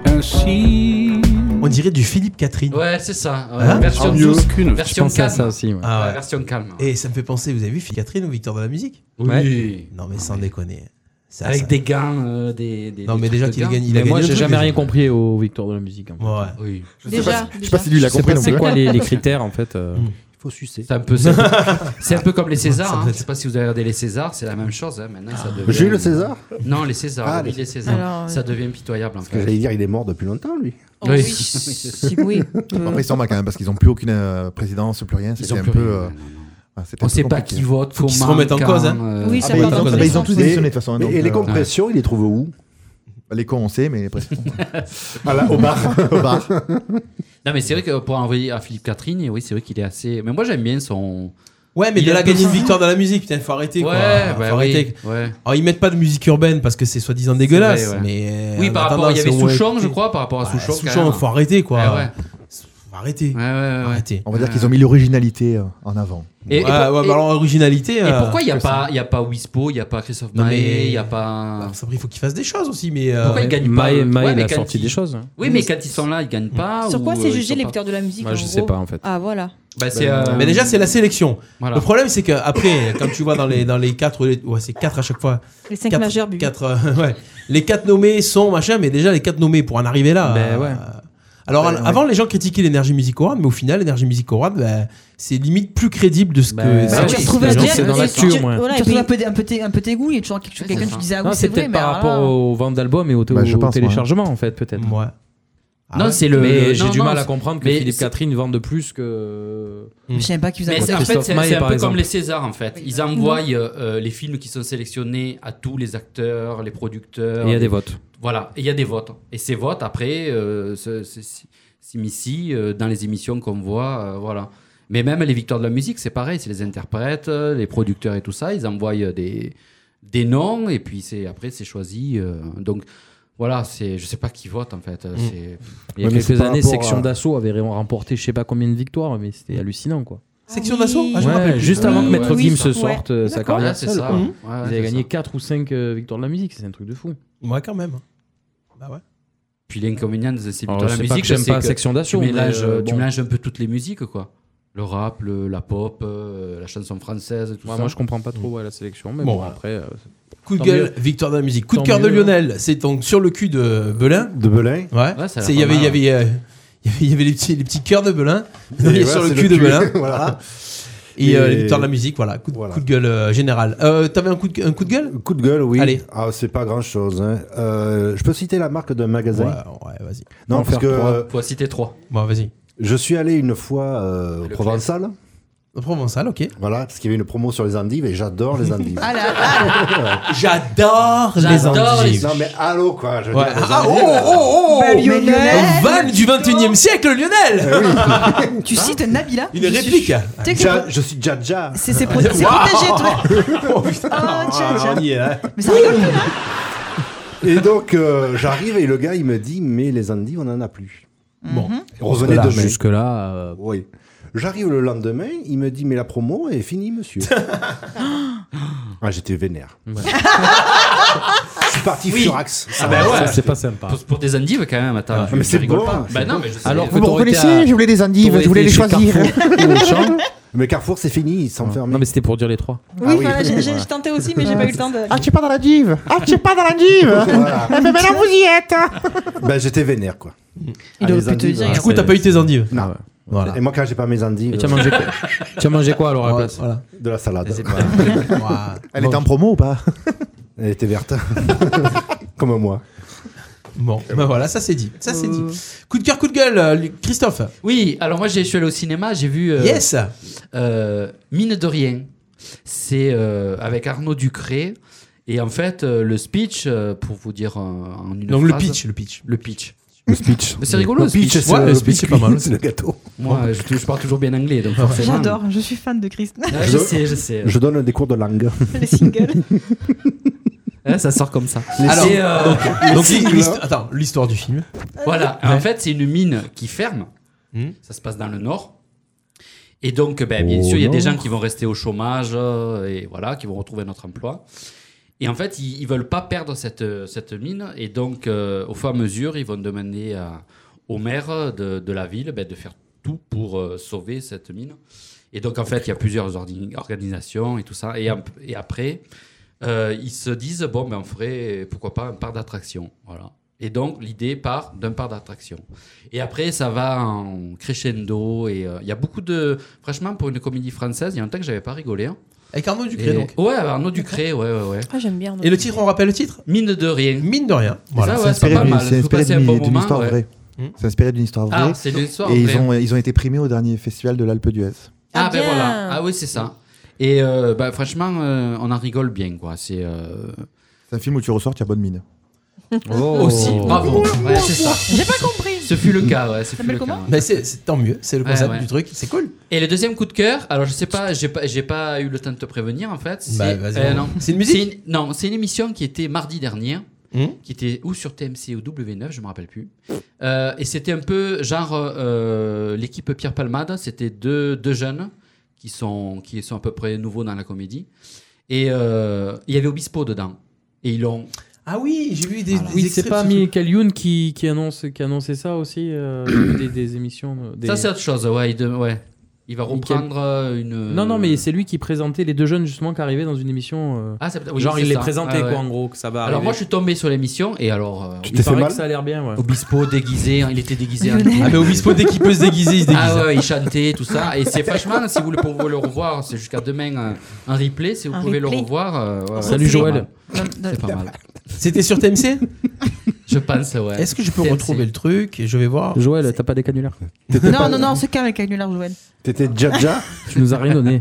Speaker 13: ainsi.
Speaker 6: On dirait du Philippe Catherine.
Speaker 10: Ouais, Bah, c'est ça. Ah ouais.
Speaker 6: Hein
Speaker 10: version
Speaker 6: En mieux
Speaker 10: 12,
Speaker 6: qu'une.
Speaker 10: version
Speaker 6: Je pensais à
Speaker 10: calme.
Speaker 6: ça aussi, ouais. Ah ouais.
Speaker 10: Version calme.
Speaker 6: Et ça me fait penser, vous avez vu Philippe Catherine ou Victor de la musique
Speaker 10: Oui.
Speaker 6: Non, mais sans déconner. Ça,
Speaker 10: Avec
Speaker 6: ça-
Speaker 10: des gants, euh, des, des.
Speaker 6: Non,
Speaker 10: des
Speaker 6: mais
Speaker 10: trucs
Speaker 6: déjà
Speaker 10: de
Speaker 6: qu'il
Speaker 10: gants.
Speaker 6: gagne- il
Speaker 9: Mais
Speaker 6: a
Speaker 9: moi,
Speaker 6: gagné
Speaker 9: j'ai
Speaker 6: le truc,
Speaker 9: jamais
Speaker 6: déjà.
Speaker 9: rien compris aux victoires de la musique. en fait.
Speaker 6: Ouais.
Speaker 10: Oui.
Speaker 8: Je sais pas
Speaker 4: Déjà,
Speaker 8: si- je sais pas
Speaker 4: déjà.
Speaker 8: si lui
Speaker 9: Je
Speaker 8: l'a
Speaker 9: sais
Speaker 8: compris
Speaker 9: pas
Speaker 8: non
Speaker 9: c'est
Speaker 8: plus.
Speaker 9: quoi les, les critères en fait. euh.
Speaker 6: Mm.
Speaker 12: Il faut sucer.
Speaker 10: C'est un peu, c'est un peu- c'est un peu comme les
Speaker 6: Ça
Speaker 10: Césars. hein.
Speaker 6: peut
Speaker 10: Je
Speaker 6: être-
Speaker 10: sais pas si vous avez regardé les Césars, c'est la même chose. hein. Maintenant, ça devient.
Speaker 12: J'ai eu le César
Speaker 10: Non, les Césars.
Speaker 12: Ah,
Speaker 10: oui,
Speaker 12: les-
Speaker 10: les Césars.
Speaker 7: Alors, euh,
Speaker 10: Ça devient pitoyable en
Speaker 12: Parce que
Speaker 10: fait.
Speaker 12: j'allais dire, il est mort depuis longtemps, lui.
Speaker 4: Oh,
Speaker 10: Oui.
Speaker 4: oui.
Speaker 10: Si,
Speaker 4: oui, peu.
Speaker 8: Après, ils sont mal quand même parce qu'ils n'ont plus aucune euh, présidence, plus rien.
Speaker 10: Ils
Speaker 8: C'était
Speaker 10: ont
Speaker 8: un
Speaker 10: plus
Speaker 8: peu.
Speaker 10: rien,
Speaker 8: euh,
Speaker 10: ouais, non,
Speaker 8: ouais, c'était
Speaker 10: On
Speaker 8: un
Speaker 10: sait
Speaker 8: peu
Speaker 10: pas
Speaker 8: compliqué.
Speaker 10: qui vote,
Speaker 6: Faut qu'ils se
Speaker 10: comment,
Speaker 6: remettent en
Speaker 10: quand,
Speaker 6: cause, hein.
Speaker 10: euh,
Speaker 4: Oui,
Speaker 8: Ah,
Speaker 4: ça
Speaker 8: mais
Speaker 4: va
Speaker 8: ils
Speaker 4: dans
Speaker 8: ont-
Speaker 4: tous
Speaker 8: bah,
Speaker 4: les
Speaker 8: ils ont
Speaker 4: sens.
Speaker 8: tous démissionné de toute façon. hein,
Speaker 12: Mais-
Speaker 8: donc,
Speaker 12: et les
Speaker 8: euh,
Speaker 12: compressions, il les trouve où
Speaker 8: Bah, Les cons, on sait, mais les présidents.
Speaker 12: Au bar.
Speaker 8: Au bar.
Speaker 10: Non, mais c'est vrai que pour envoyer à Philippe Catherine, oui, c'est vrai qu'il est assez. Mais moi, j'aime bien son.
Speaker 6: Ouais, mais
Speaker 10: Il
Speaker 6: de
Speaker 10: a
Speaker 6: là
Speaker 10: un peu
Speaker 6: gagner une
Speaker 10: ça.
Speaker 6: victoire dans la musique, putain, faut arrêter
Speaker 10: Ouais,
Speaker 6: quoi.
Speaker 10: bah
Speaker 6: faut
Speaker 10: oui,
Speaker 6: arrêter.
Speaker 10: ouais.
Speaker 6: Alors, ils mettent pas de musique urbaine parce que c'est soi-disant dégueulasse.
Speaker 10: vrai, ouais.
Speaker 6: Mais
Speaker 10: Oui,
Speaker 6: en
Speaker 10: par
Speaker 6: attendant,
Speaker 10: rapport. Il y
Speaker 6: si
Speaker 10: avait
Speaker 6: on voit
Speaker 10: Souchon,
Speaker 6: écouter-
Speaker 10: je crois, par rapport à
Speaker 6: Ouais,
Speaker 10: Souchon. quand
Speaker 6: Souchon,
Speaker 10: même.
Speaker 6: faut arrêter quoi.
Speaker 10: Ouais, ouais.
Speaker 6: Faut arrêter.
Speaker 10: Ouais, ouais, ouais.
Speaker 6: Arrêter.
Speaker 8: On va dire qu'ils ont mis l'originalité euh, en avant.
Speaker 10: Et, et
Speaker 6: ouais,
Speaker 10: pour-
Speaker 6: ouais,
Speaker 10: et-
Speaker 6: bah, alors, originalité.
Speaker 10: et
Speaker 6: euh,
Speaker 10: pourquoi il n'y a,
Speaker 6: comme ça.
Speaker 10: pas- il y a pas Wispo, il n'y a pas Christophe
Speaker 6: Non, mais-
Speaker 10: Maé, il n'y a pas.
Speaker 6: Alors, Sabri, il faut qu'ils fassent des choses aussi, mais. euh,
Speaker 10: Pourquoi ils gagnent pas
Speaker 9: Maé-
Speaker 10: euh,
Speaker 9: Maé,
Speaker 10: ouais,
Speaker 9: il
Speaker 10: mais
Speaker 9: a
Speaker 10: quand
Speaker 9: sorti
Speaker 10: ils-
Speaker 9: des choses. hein.
Speaker 10: Oui, mais quand ils sont là, ils gagnent pas.
Speaker 4: Sur
Speaker 10: ou,
Speaker 4: quoi
Speaker 10: euh,
Speaker 4: c'est
Speaker 10: ils
Speaker 4: jugé
Speaker 10: sont
Speaker 4: les
Speaker 10: pas-
Speaker 4: victoires de la musique
Speaker 9: Moi,
Speaker 4: en
Speaker 9: je
Speaker 4: gros
Speaker 9: sais pas, en fait.
Speaker 4: Ah voilà.
Speaker 10: Bah, c'est, euh,
Speaker 6: Ben, Mais déjà, c'est la sélection.
Speaker 10: Voilà.
Speaker 6: Le problème, c'est que après, quand tu vois dans les, dans les quatre, ouais, c'est quatre à chaque fois.
Speaker 4: Les 5
Speaker 6: Quatre-
Speaker 4: majeurs, Bubu.
Speaker 6: quatre, euh, ouais. Les quatre nommés sont machin, mais déjà les quatre nommés pour en arriver là. euh,
Speaker 9: Ben ouais. Ben,
Speaker 6: Alors
Speaker 8: Ouais,
Speaker 6: an-
Speaker 8: ouais.
Speaker 6: avant les gens critiquaient l'énergie musique orale, mais au final l'énergie musique orale, ben, c'est limite plus crédible de ce
Speaker 9: Ben,
Speaker 6: que.
Speaker 9: bah
Speaker 6: ça-
Speaker 9: oui,
Speaker 7: tu
Speaker 9: c'est
Speaker 7: retrouves un
Speaker 9: genre,
Speaker 7: Jack,
Speaker 9: c'est dans
Speaker 7: et
Speaker 9: la
Speaker 7: tu-
Speaker 9: nature, ouais.
Speaker 4: Voilà,
Speaker 7: tu
Speaker 4: et puis-
Speaker 7: retrouves un peu, des- un, peu tes, un peu tes goûts, il y a toujours
Speaker 10: Ouais,
Speaker 7: quelqu'un, quelqu'un
Speaker 10: c'est
Speaker 7: qui
Speaker 10: ça.
Speaker 7: te disait Ah
Speaker 9: Non,
Speaker 7: oui,
Speaker 9: c'est
Speaker 7: c'est vrai,
Speaker 9: peut-être
Speaker 7: mais
Speaker 9: par
Speaker 7: alors là-
Speaker 9: rapport aux ventes d'albums et au,
Speaker 8: Bah, je
Speaker 9: au
Speaker 8: pense, ouais.
Speaker 9: téléchargement en fait, peut-être.
Speaker 6: Ouais. Ah
Speaker 10: Non,
Speaker 6: ouais.
Speaker 10: c'est le.
Speaker 9: hein. mais
Speaker 10: non,
Speaker 9: j'ai du
Speaker 10: non,
Speaker 9: mal à
Speaker 10: c'est-
Speaker 9: comprendre que
Speaker 10: mais
Speaker 9: Philippe
Speaker 10: c'est-
Speaker 9: Catherine vende de plus que.
Speaker 7: Je savais pas qui vous a
Speaker 10: Mais c'est-
Speaker 7: contacté.
Speaker 10: en fait,
Speaker 9: Mm. Christophe
Speaker 10: c'est
Speaker 9: Maé,
Speaker 10: c'est un
Speaker 9: par
Speaker 10: peu
Speaker 9: exemple.
Speaker 10: comme les Césars, en fait. Ils envoient euh, euh, les films qui sont sélectionnés à tous les acteurs, les
Speaker 9: Et
Speaker 10: producteurs.
Speaker 9: il y a
Speaker 10: les-
Speaker 9: des votes.
Speaker 10: Voilà, et il y a des votes. Et ces votes, après, euh, se- se- s- s'immiscient euh, dans les émissions qu'on voit. euh, voilà. Mais même les victoires de la musique, c'est pareil. C'est les interprètes, euh, les producteurs et tout ça. Ils envoient euh, des, des noms, et puis c'est- après, c'est choisi. euh, donc. Voilà, c'est je sais pas qui vote en fait. euh, c'est-
Speaker 9: Mm. Il y a
Speaker 12: Ouais, mais c'est
Speaker 9: quelques
Speaker 12: par
Speaker 9: années,
Speaker 12: rapport
Speaker 9: Section
Speaker 12: à-
Speaker 9: d'Assaut avait remporté je sais pas combien de victoires, mais c'était hallucinant quoi.
Speaker 6: Section d'assaut. Ah, je me
Speaker 9: Ouais,
Speaker 6: rappelle plus.
Speaker 9: juste
Speaker 10: Oui,
Speaker 9: avant que
Speaker 10: oui,
Speaker 9: Maître
Speaker 10: oui,
Speaker 9: Gims
Speaker 10: ça.
Speaker 9: se sorte euh, sa
Speaker 10: Voilà,
Speaker 9: carrière
Speaker 10: c'est
Speaker 9: seule,
Speaker 10: ça.
Speaker 9: quoi.
Speaker 6: Mm.
Speaker 10: Ouais,
Speaker 9: Ils
Speaker 10: c'est
Speaker 9: avaient gagné
Speaker 10: ça.
Speaker 9: 4 ou 5 victoires de la musique, c'est un truc de fou.
Speaker 6: Ouais, quand même. Bah ouais.
Speaker 10: Puis l'inconvénient de ces
Speaker 9: Alors,
Speaker 10: victoires de
Speaker 9: je
Speaker 10: la
Speaker 9: sais pas
Speaker 10: musique,
Speaker 9: que j'aime
Speaker 10: c'est
Speaker 9: pas
Speaker 10: que
Speaker 9: Section
Speaker 10: tu
Speaker 9: d'Assaut, mais
Speaker 10: mélanges,
Speaker 9: euh,
Speaker 10: tu
Speaker 9: bon.
Speaker 10: mélanges un peu toutes les musiques, quoi. Le rap, le- la pop, euh, la chanson française, et tout
Speaker 9: Ouais,
Speaker 10: ça.
Speaker 9: moi je comprends pas trop ouais, la sélection, mais
Speaker 6: Bon,
Speaker 9: bon,
Speaker 6: voilà.
Speaker 9: après. euh,
Speaker 6: Coup de
Speaker 9: Tant
Speaker 6: gueule, victoire de la musique. Coup de
Speaker 9: Tant
Speaker 6: cœur de
Speaker 9: mieux.
Speaker 6: Lionel. C'est donc sur le cul de Belin.
Speaker 12: De Belin.
Speaker 10: Ouais,
Speaker 6: Ouais.
Speaker 10: ça a l'air
Speaker 6: C'est- il y
Speaker 10: pas
Speaker 6: avait, il y
Speaker 10: mal, hein.
Speaker 6: avait, euh, il y avait, il y avait les petits, les petits cœurs de Belin.
Speaker 12: Et
Speaker 6: Non, mais
Speaker 12: voilà,
Speaker 6: sur le
Speaker 12: c'est
Speaker 6: cul de Belin.
Speaker 12: voilà.
Speaker 6: Et,
Speaker 11: Et-
Speaker 6: euh, les victoires de la musique, voilà. Coup de,
Speaker 11: Voilà.
Speaker 6: coup de gueule euh, général. Euh, T'avais un coup de, un coup de gueule
Speaker 11: Coup de gueule, oui.
Speaker 6: Allez.
Speaker 11: Ah, c'est pas grand chose. je peux citer la marque d'un magasin
Speaker 6: Ouais, ouais, vas-y.
Speaker 11: Non,
Speaker 6: On va
Speaker 11: parce
Speaker 6: faire
Speaker 11: que.
Speaker 6: trois.
Speaker 11: euh,
Speaker 10: Faut citer trois.
Speaker 6: Bon, vas-y.
Speaker 11: Je suis allé une fois euh, au Provençal.
Speaker 6: Au Provençal, ok.
Speaker 11: Voilà, parce qu'il y avait une promo sur les endives et j'adore les endives.
Speaker 7: Ah là là.
Speaker 6: J'adore les
Speaker 11: J'adore
Speaker 6: endives.
Speaker 11: les- Non, mais allô, quoi. Je veux
Speaker 6: Ouais.
Speaker 11: dire, les
Speaker 6: Ah, oh,
Speaker 11: endives,
Speaker 6: oh,
Speaker 11: là.
Speaker 6: oh, oh.
Speaker 7: Bah, Lionel.
Speaker 6: Au van du 21 e siècle, Lionel
Speaker 7: Tu cites Nabila
Speaker 6: Une
Speaker 7: Tu
Speaker 6: réplique
Speaker 7: sais que
Speaker 11: Ah Ja-
Speaker 7: c'est-
Speaker 11: je suis Jaja.
Speaker 7: C'est c'est pro- c'est protégé, toi.
Speaker 10: Ah,
Speaker 7: Oh, Jaja. Mais ça rigole plus, hein
Speaker 11: Et donc, euh, j'arrive et le gars, il me dit Mais les endives, on en a plus.
Speaker 7: Bon. Mhm.
Speaker 11: Revenez
Speaker 9: Jusque-là,
Speaker 11: demain.
Speaker 9: jusque-là,
Speaker 10: euh,
Speaker 11: Oui. J'arrive le lendemain, il me dit Mais la promo est finie, monsieur. ah, j'étais vénère. Je suis parti
Speaker 10: Oui.
Speaker 11: furax.
Speaker 10: Ah bah ouais.
Speaker 9: Ça, c'est pas sympa.
Speaker 10: Pour, pour des endives quand même,
Speaker 6: Ah,
Speaker 10: attends. je-
Speaker 11: mais
Speaker 10: je
Speaker 11: c'est
Speaker 10: rigole
Speaker 11: bon,
Speaker 10: pas.
Speaker 11: c'est
Speaker 10: Bah non,
Speaker 11: bon.
Speaker 10: mais je sais.
Speaker 11: Alors
Speaker 9: que Vous me t'aurais reconnaissez, été à- je voulais des endives, t'aurais je voulais été les chez choisir. Carrefour ou Auchan.
Speaker 11: Mais Carrefour, c'est fini, ils Ah s'enferment.
Speaker 9: Non, mais c'était pour dire les trois.
Speaker 4: Oui, voilà, j'ai- j'ai j'ai tenté aussi, mais j'ai pas eu le temps de.
Speaker 14: Ah, tu es pas dans la dive Ah, tu es pas dans la dive
Speaker 11: Voilà.
Speaker 14: Eh ben maintenant vous y êtes
Speaker 11: Bah, j'étais vénère, quoi.
Speaker 6: Il
Speaker 11: Ah,
Speaker 6: aurait
Speaker 11: les
Speaker 6: pu te
Speaker 11: endives,
Speaker 6: dire,
Speaker 11: voilà.
Speaker 6: Du coup, t'as pas eu tes endives
Speaker 11: Non. Voilà. Et moi, quand j'ai pas mes endives. euh,
Speaker 9: Et tu as mangé quoi Tu as mangé quoi alors à la place
Speaker 11: De la salade.
Speaker 8: Elle est en promo ou pas
Speaker 11: Elle était verte. Comme moi.
Speaker 6: Bon,
Speaker 11: Mm-hmm.
Speaker 6: bah voilà, ça c'est dit. Ça c'est dit.
Speaker 7: Euh.
Speaker 6: Coup de cœur, coup de gueule, euh, Lu- Christophe.
Speaker 10: Oui, alors moi j'ai- je suis allé au cinéma, j'ai vu. euh,
Speaker 6: Yes.
Speaker 10: euh, Mine de rien. C'est euh, avec Arnaud Ducré. Et en fait, euh, le speech, euh, pour vous dire euh, en une
Speaker 6: Donc, le
Speaker 10: phrase-
Speaker 6: pitch, le pitch.
Speaker 10: Le pitch.
Speaker 11: Le speech.
Speaker 10: Mais c'est rigolo,
Speaker 11: Le pitch, c'est
Speaker 10: Ouais,
Speaker 11: le biscuit,
Speaker 10: aussi.
Speaker 11: c'est le gâteau.
Speaker 10: Moi,
Speaker 11: Ouais.
Speaker 10: je, je parle toujours bien anglais, donc Ah, forcément.
Speaker 7: J'adore, je suis fan de Chris.
Speaker 10: Ouais, je sais, je sais.
Speaker 11: Je donne des cours de langue.
Speaker 7: euh, Les singles.
Speaker 10: Ouais, ça sort comme ça.
Speaker 6: Les
Speaker 10: Alors,
Speaker 6: singles.
Speaker 10: euh,
Speaker 6: Donc- donc l'hi- l'hist- attends, l'histoire du film.
Speaker 10: Voilà.
Speaker 6: Ouais.
Speaker 10: En fait, c'est une mine qui ferme. Ça se passe dans le nord. Et donc, ben, bien
Speaker 9: Hmm. Au
Speaker 10: sûr, il y a des
Speaker 9: nord.
Speaker 10: gens qui vont rester au chômage euh, et voilà, qui vont retrouver notre emploi. Et en fait, ils, ils veulent pas perdre cette, euh, cette mine. Et donc, euh, au fur et à mesure, ils vont demander à- au maire de, de la ville ben, de faire tout pour euh, sauver cette mine. Et donc, en fait, il y a plusieurs ordi- organisations et tout ça. Et,
Speaker 9: Hmm.
Speaker 10: un- et après, euh, ils se disent, bon, ben, on ferait, pourquoi pas, un parc d'attraction. Voilà. Et donc, l'idée part d'un parc d'attraction. Et après, ça va en crescendo. Et euh, il y a beaucoup de. Franchement, pour une comédie française, il y a un temps que j'avais pas rigolé. hein.
Speaker 6: Avec Arnaud Ducré,
Speaker 10: Et-
Speaker 6: donc.
Speaker 10: Ouais, Arnaud Ducré, ouais, ouais, ouais.
Speaker 4: Ah, j'aime bien.
Speaker 6: Et le titre, on rappelle le titre
Speaker 10: Mine de rien.
Speaker 6: Mine de rien. Voilà.
Speaker 10: ça,
Speaker 8: C'est
Speaker 10: ouais,
Speaker 8: inspiré
Speaker 10: pas
Speaker 8: d'une-
Speaker 10: mal.
Speaker 8: c'est
Speaker 10: Faut
Speaker 8: inspiré
Speaker 10: passer un
Speaker 8: d'une
Speaker 10: bon
Speaker 8: d'une
Speaker 10: moment,
Speaker 8: histoire
Speaker 10: ouais.
Speaker 8: vraie.
Speaker 10: Hmm.
Speaker 8: C'est inspiré d'une histoire
Speaker 10: Ah,
Speaker 8: vraie.
Speaker 10: c'est d'une histoire
Speaker 8: Et
Speaker 10: vraie.
Speaker 8: ils ont, ils ont été primés au dernier festival de l'Alpe d'Huez.
Speaker 10: Ah,
Speaker 4: bien.
Speaker 10: ben voilà. Ah oui, c'est ça. Et euh, bah, franchement, euh, on en rigole bien, quoi. C'est. euh,
Speaker 8: C'est un film où tu ressors, tu as bonne mine.
Speaker 10: Oh,
Speaker 8: Oh.
Speaker 10: Aussi, bravo. Ouais, c'est ça.
Speaker 4: J'ai pas compris.
Speaker 10: Ce fut le cas, ouais.
Speaker 4: Ça
Speaker 10: ce fut
Speaker 4: s'appelle
Speaker 10: le
Speaker 4: comment
Speaker 10: cas.
Speaker 6: Mais c'est c'est- tant mieux, c'est le
Speaker 10: Ouais,
Speaker 6: concept
Speaker 10: ouais.
Speaker 6: du truc, c'est cool.
Speaker 10: Et le deuxième coup de cœur, alors je sais pas, j'ai pas, j'ai pas eu le temps de te prévenir en fait. C'est,
Speaker 6: Bah, vas-y.
Speaker 10: euh, non.
Speaker 6: C'est une musique
Speaker 10: une- Non, c'est une émission qui était mardi dernier,
Speaker 6: Hum.
Speaker 10: qui était ou sur TMC ou W9, je me rappelle plus. Euh, et c'était un peu genre euh, l'équipe Pierre Palmade, c'était deux, deux jeunes qui sont, qui sont à peu près nouveaux dans la comédie. Et euh, il y avait Obispo dedans. Et ils l'ont.
Speaker 6: Ah oui, j'ai vu des. des
Speaker 9: Oui,
Speaker 6: extraits
Speaker 9: c'est pas
Speaker 6: de ce truc.
Speaker 9: Michael Youn qui, qui, annonce, qui annonçait ça aussi, euh, des, des émissions. euh, Des...
Speaker 10: Ça, c'est autre chose, ouais. Il, de- ouais. il va reprendre euh, une.
Speaker 9: Non, non, mais c'est lui qui présentait les deux jeunes justement qui arrivaient dans une émission. euh,
Speaker 10: Ah, c'est peut-être- oui,
Speaker 9: genre,
Speaker 10: c'est
Speaker 9: il les
Speaker 10: ça.
Speaker 9: présentait
Speaker 10: Ah, ouais.
Speaker 9: quoi en gros, que ça va.
Speaker 10: Alors
Speaker 9: arriver.
Speaker 10: moi je suis tombé sur l'émission et alors euh,
Speaker 9: Tu
Speaker 10: il
Speaker 9: t'es fait
Speaker 10: paraît
Speaker 9: mal
Speaker 10: que ça
Speaker 9: a l'air bien, ouais.
Speaker 10: Obispo déguisé, hein, il était déguisé.
Speaker 6: Ah, mais Obispo, dès qu'il peut se déguiser, il se déguise.
Speaker 10: Ah ouais, il chantait tout ça et c'est franchement si vous le pouvez le revoir, c'est jusqu'à demain euh, un replay si vous
Speaker 9: Un
Speaker 10: pouvez
Speaker 9: replay.
Speaker 10: le revoir. euh, ouais, ouais,
Speaker 6: Salut,
Speaker 10: c'est pas
Speaker 6: Joël.
Speaker 10: mal.
Speaker 6: Non, non.
Speaker 10: C'est pas mal.
Speaker 6: C'était sur TMC
Speaker 10: Je pense ouais.
Speaker 6: Est-ce que je peux
Speaker 10: TMC.
Speaker 6: retrouver le truc et je vais voir
Speaker 9: Joël, t'as pas des canulars
Speaker 7: Non, non, non, on se calme avec Annular Joël.
Speaker 11: T'étais Jaja
Speaker 9: Tu nous as rien donné.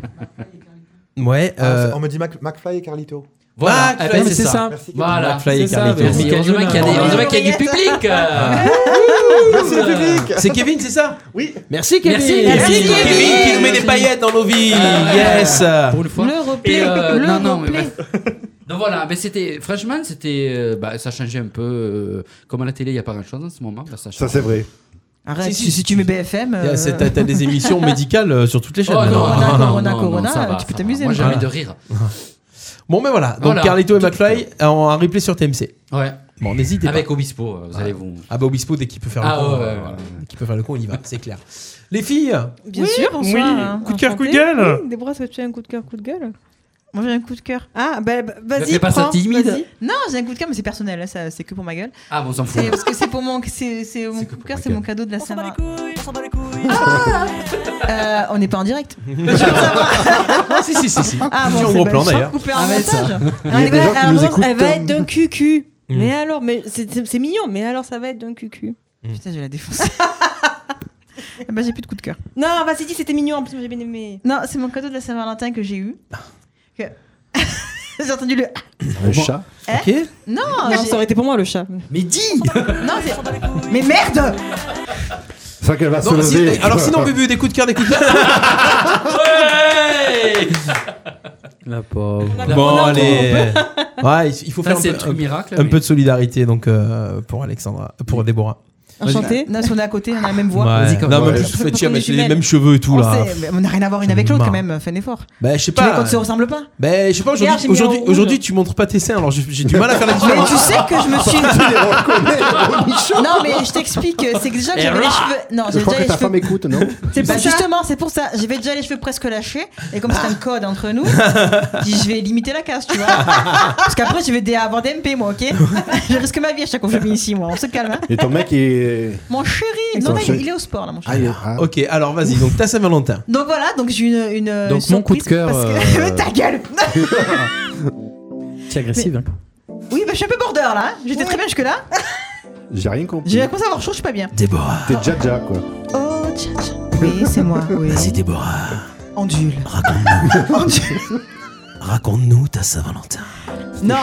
Speaker 6: Ouais.
Speaker 8: Ah,
Speaker 6: euh,
Speaker 8: c'est- on me dit Mac- McFly et Carlito.
Speaker 10: Voilà,
Speaker 6: Ah,
Speaker 10: eh ben,
Speaker 6: mais
Speaker 10: c'est
Speaker 6: c'est
Speaker 10: ça.
Speaker 6: ça.
Speaker 10: Voilà,
Speaker 6: McFly et
Speaker 10: c'est ça,
Speaker 6: Carlito.
Speaker 10: merci.
Speaker 6: Merci,
Speaker 10: Heureusement qu'il y a des-
Speaker 6: Carlito.
Speaker 10: heureusement qu'il y a du public. euh.
Speaker 6: Merci le public. C'est Kevin, c'est ça
Speaker 8: Oui.
Speaker 6: Merci Kevin.
Speaker 10: Merci, Kevin. Merci,
Speaker 6: Kevin qui nous met des
Speaker 10: Kevin. Ah,
Speaker 6: paillettes dans nos vies. yes.
Speaker 10: Pour une fois.
Speaker 7: Le
Speaker 10: Et,
Speaker 7: replay,
Speaker 10: euh,
Speaker 7: le
Speaker 10: non, non, mais
Speaker 7: replay.
Speaker 10: bref. Donc voilà, mais c'était franchement, c'était euh, bah, ça changeait un peu euh, comme à la télé, il y a pas grand-chose en ce moment. bah, ça, change.
Speaker 11: c'est vrai.
Speaker 7: Arrête,
Speaker 6: Si, si,
Speaker 7: si,
Speaker 6: si.
Speaker 7: si tu mets BFM. euh,
Speaker 6: Yeah, c'est- T'as t'as des émissions médicales euh, sur toutes les chaînes.
Speaker 10: Oh non,
Speaker 7: Corona,
Speaker 10: non, non,
Speaker 7: Corona,
Speaker 10: non, non,
Speaker 7: Corona,
Speaker 10: ça va,
Speaker 7: tu peux
Speaker 10: ça
Speaker 7: t'amuser.
Speaker 10: va. Moi, j'ai
Speaker 7: mais-
Speaker 10: envie de rire.
Speaker 6: Bon, mais voilà. Donc
Speaker 10: Voilà.
Speaker 6: Carlito et McFly euh, ont un replay sur TMC.
Speaker 10: Ouais.
Speaker 6: Bon, n'hésitez pas.
Speaker 10: Avec Obispo, euh, vous allez vous.
Speaker 6: Ah bah Obispo, dès qu'il peut faire
Speaker 10: Ah,
Speaker 6: le con,
Speaker 10: ouais,
Speaker 6: euh,
Speaker 10: ouais,
Speaker 6: voilà. dès qu'il peut faire le con, il y va, c'est clair. Les filles
Speaker 4: Bien sûr, bonsoir. hein,
Speaker 6: Coup de cœur, coup de
Speaker 4: enchantée.
Speaker 6: gueule
Speaker 4: Oui, Déborah, est-ce que tu as un coup de cœur, coup de gueule
Speaker 7: Moi j'ai un coup de cœur.
Speaker 4: Ah, bah, bah, vas-y.
Speaker 10: fais pas ça
Speaker 4: prends,
Speaker 10: timide.
Speaker 4: vas-y.
Speaker 7: Non, j'ai un coup de cœur, mais c'est personnel, là, ça, c'est que pour ma gueule.
Speaker 10: Ah, bon, on s'en fout.
Speaker 7: C'est parce que c'est pour mon, c'est, c'est mon coup de cœur, c'est mon cadeau de la Saint-Martin. On s'en bat les couilles, Ah, Euh, on n'est pas en direct.
Speaker 6: si, si, si, si.
Speaker 7: Ah
Speaker 6: Si,
Speaker 7: bon,
Speaker 6: on
Speaker 7: c'est
Speaker 6: reprend,
Speaker 7: pas-
Speaker 6: d'ailleurs.
Speaker 7: Couper un
Speaker 6: Arrête ça.
Speaker 7: montage.
Speaker 6: Il y a
Speaker 7: Elle
Speaker 6: des
Speaker 7: va-
Speaker 6: gens qui
Speaker 7: elle
Speaker 6: nous
Speaker 7: va-
Speaker 6: écoutent.
Speaker 7: Elle va être d'un cucu.
Speaker 6: Mm.
Speaker 7: Mais alors, mais c'est c'est- c'est mignon. Mais alors, ça va être d'un cucu.
Speaker 6: Mm.
Speaker 7: Putain, je vais la défoncer. Eh ben, j'ai plus de coup de cœur.
Speaker 4: Non, vas-y, dis, c'était mignon. En plus, moi, j'ai bien aimé.
Speaker 7: Non, c'est mon cadeau de la Saint-Valentin que j'ai eu. Que- j'ai entendu le.
Speaker 12: Un chat.
Speaker 7: Hein Non,
Speaker 4: Eh Non,
Speaker 7: j'ai-
Speaker 4: ça aurait été pour moi le chat.
Speaker 6: Mais dis
Speaker 7: Non, c'est- Mais merde
Speaker 12: C'est vrai qu'elle va se
Speaker 6: Non, si-
Speaker 12: lever.
Speaker 6: alors sinon, Bubu, des coups de cœur, des coups de
Speaker 9: La pauvre.
Speaker 6: Bon, allez. Ouais, il- il faut
Speaker 9: Ça,
Speaker 6: faire un,
Speaker 9: c'est
Speaker 6: peu,
Speaker 9: le truc
Speaker 6: un-
Speaker 9: miracle,
Speaker 6: un
Speaker 9: mais-
Speaker 6: peu de solidarité donc euh, pour Alexandra, pour Déborah.
Speaker 7: Enchanté. Non, si on est à côté, on a la même voix.
Speaker 6: Ouais. Non, mais en plus, vous faites chier à mettre les mêmes cheveux et tout,
Speaker 7: on
Speaker 6: là.
Speaker 7: sait, mais on n'a rien à voir une avec l'autre
Speaker 6: Marre.
Speaker 7: quand même, fais un effort.
Speaker 6: Bah, je sais
Speaker 7: Tu
Speaker 6: pas.
Speaker 7: vois, quand ça se ressemble pas.
Speaker 6: Bah, je sais pas,
Speaker 7: Regarde,
Speaker 6: aujourd'hui,
Speaker 7: j'ai mis
Speaker 6: aujourd'hui,
Speaker 7: en rouge.
Speaker 6: aujourd'hui, tu montres pas tes seins, alors j'ai j'ai du mal à faire la
Speaker 7: Mais
Speaker 6: différence.
Speaker 7: tu sais que je me suis.
Speaker 6: Michaud.
Speaker 7: non, mais je t'explique, c'est que déjà que
Speaker 6: Et
Speaker 7: j'avais les
Speaker 6: là
Speaker 7: cheveux. Non,
Speaker 12: Je
Speaker 7: j'avais
Speaker 12: crois
Speaker 7: déjà
Speaker 12: que
Speaker 7: les
Speaker 12: ta femme
Speaker 7: cheveux.
Speaker 12: écoute, non
Speaker 7: C'est
Speaker 11: Bah,
Speaker 7: pas justement, c'est pour ça. J'avais déjà les cheveux presque lâchés, et comme c'est un code entre nous, je dis, je vais limiter la casse, tu vois. Parce qu'après, je vais dé- avoir des MP, moi, ok Je risque ma vie à chaque fois que je finis ici, moi. On se calme. hein.
Speaker 12: Et ton mec est.
Speaker 7: Mon chéri, non,
Speaker 12: Ton
Speaker 7: mais
Speaker 12: chéri.
Speaker 7: il est au sport là, mon chéri.
Speaker 6: Ah, il est- Ok, alors vas-y, donc ta Saint-Valentin.
Speaker 7: Donc voilà, donc j'ai une, une.
Speaker 6: Donc,
Speaker 7: une
Speaker 6: mon coup de
Speaker 7: surprise
Speaker 6: cœur,
Speaker 7: parce que-
Speaker 6: euh,
Speaker 7: Ta gueule
Speaker 9: C'est agressive, hein.
Speaker 7: Oui, bah je suis un peu border là. J'étais très bien jusque-là.
Speaker 12: J'ai rien compris.
Speaker 7: J'ai commencé à avoir chaud, je suis pas bien.
Speaker 6: Déborah.
Speaker 12: T'es Jaja, quoi.
Speaker 7: Oh, tcha, tcha. Oui, Ah, c'est Ah, moi, oui.
Speaker 6: Vas-y, Déborah.
Speaker 7: Ondule.
Speaker 6: Raconte-nous. Raconte-nous ta Saint-Valentin.
Speaker 7: Non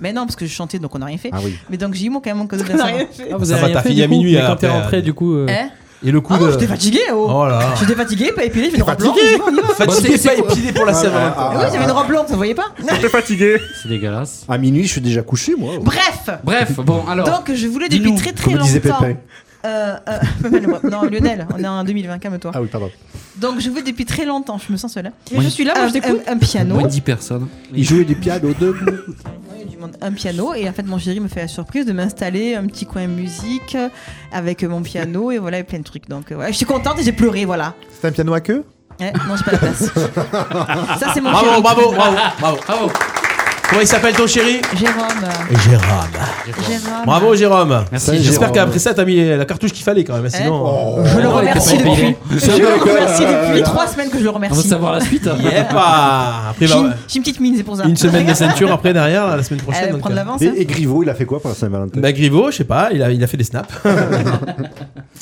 Speaker 7: Mais non, parce que je chantais donc on n'a rien fait.
Speaker 6: Ah oui.
Speaker 7: Mais donc j'ai eu mon quand même mon cadeau de la
Speaker 4: On a rien
Speaker 7: Saint-Valentin.
Speaker 4: fait.
Speaker 6: Ah, vous Ça avez va, rien ta fait, fille, du à coup minuit, Mais quand après, t'es rentrée, euh, du
Speaker 9: coup.
Speaker 7: Hein
Speaker 6: Et le coup
Speaker 7: Ah
Speaker 6: de.
Speaker 7: non, j'étais fatigué, oh.
Speaker 6: Oh là.
Speaker 7: J'étais fatigué, Oh pas épilé, j'avais une robe blanche.
Speaker 6: Fatigué
Speaker 7: on y va, on y va.
Speaker 11: Bah,
Speaker 6: Fatigué, pas épilé pour la Saint-Valentin.
Speaker 7: Ah oui, j'avais une robe blanche, vous voyez pas
Speaker 12: T'es fatigué.
Speaker 10: C'est dégueulasse.
Speaker 12: À minuit, je suis déjà couché, moi.
Speaker 7: Bref
Speaker 10: Bref, bon, alors.
Speaker 7: Donc je voulais depuis très très
Speaker 12: Comme
Speaker 7: longtemps.
Speaker 12: disait Pépin.
Speaker 7: Euh, euh, pas mal, moi. non, Lionel, on est en 2020, calme-toi.
Speaker 12: Ah oui, pardon.
Speaker 7: Donc je voulais depuis très longtemps, je me sens seule.
Speaker 10: Mais je suis là, moi,
Speaker 7: Un-
Speaker 10: je t'écoute.
Speaker 7: Un, un piano.
Speaker 10: Moins 10 personnes.
Speaker 12: Il jouait du piano debout.
Speaker 7: du monde un piano et en fait mon chéri me fait la surprise de m'installer un petit coin musique euh, avec mon piano et voilà et plein de trucs donc euh, voilà je suis contente et j'ai pleuré voilà
Speaker 8: C'est un piano à queue
Speaker 7: Ouais, non j'ai pas la place ça c'est mon
Speaker 6: Bravo,
Speaker 7: chéri.
Speaker 6: bravo, bravo, bravo, Comment il s'appelle ton chéri
Speaker 7: Jérôme
Speaker 6: Jérôme.
Speaker 7: Jérôme.
Speaker 6: Bravo Jérôme.
Speaker 10: Merci, Jérôme.
Speaker 6: J'espère qu'après ça, t'as mis la cartouche qu'il fallait quand même. hein, Sinon,
Speaker 7: Eh
Speaker 6: euh,
Speaker 7: je le remercie depuis je le remercie depuis trois semaines que je le remercie
Speaker 10: suite.
Speaker 6: Yeah, pas. hein. Après,
Speaker 7: j'ai
Speaker 6: bah,
Speaker 7: une, j'ai une petite mine c'est pour ça
Speaker 6: une semaine de ceinture après derrière là, la semaine
Speaker 7: Elle
Speaker 6: prochaine.
Speaker 7: va
Speaker 6: donc,
Speaker 7: prendre
Speaker 6: euh,
Speaker 7: l'avance, hein.
Speaker 12: Et Griveaux, il a fait quoi pour la Saint-Valentin
Speaker 6: Bah Griveaux, je sais pas, il a, il a fait des snaps.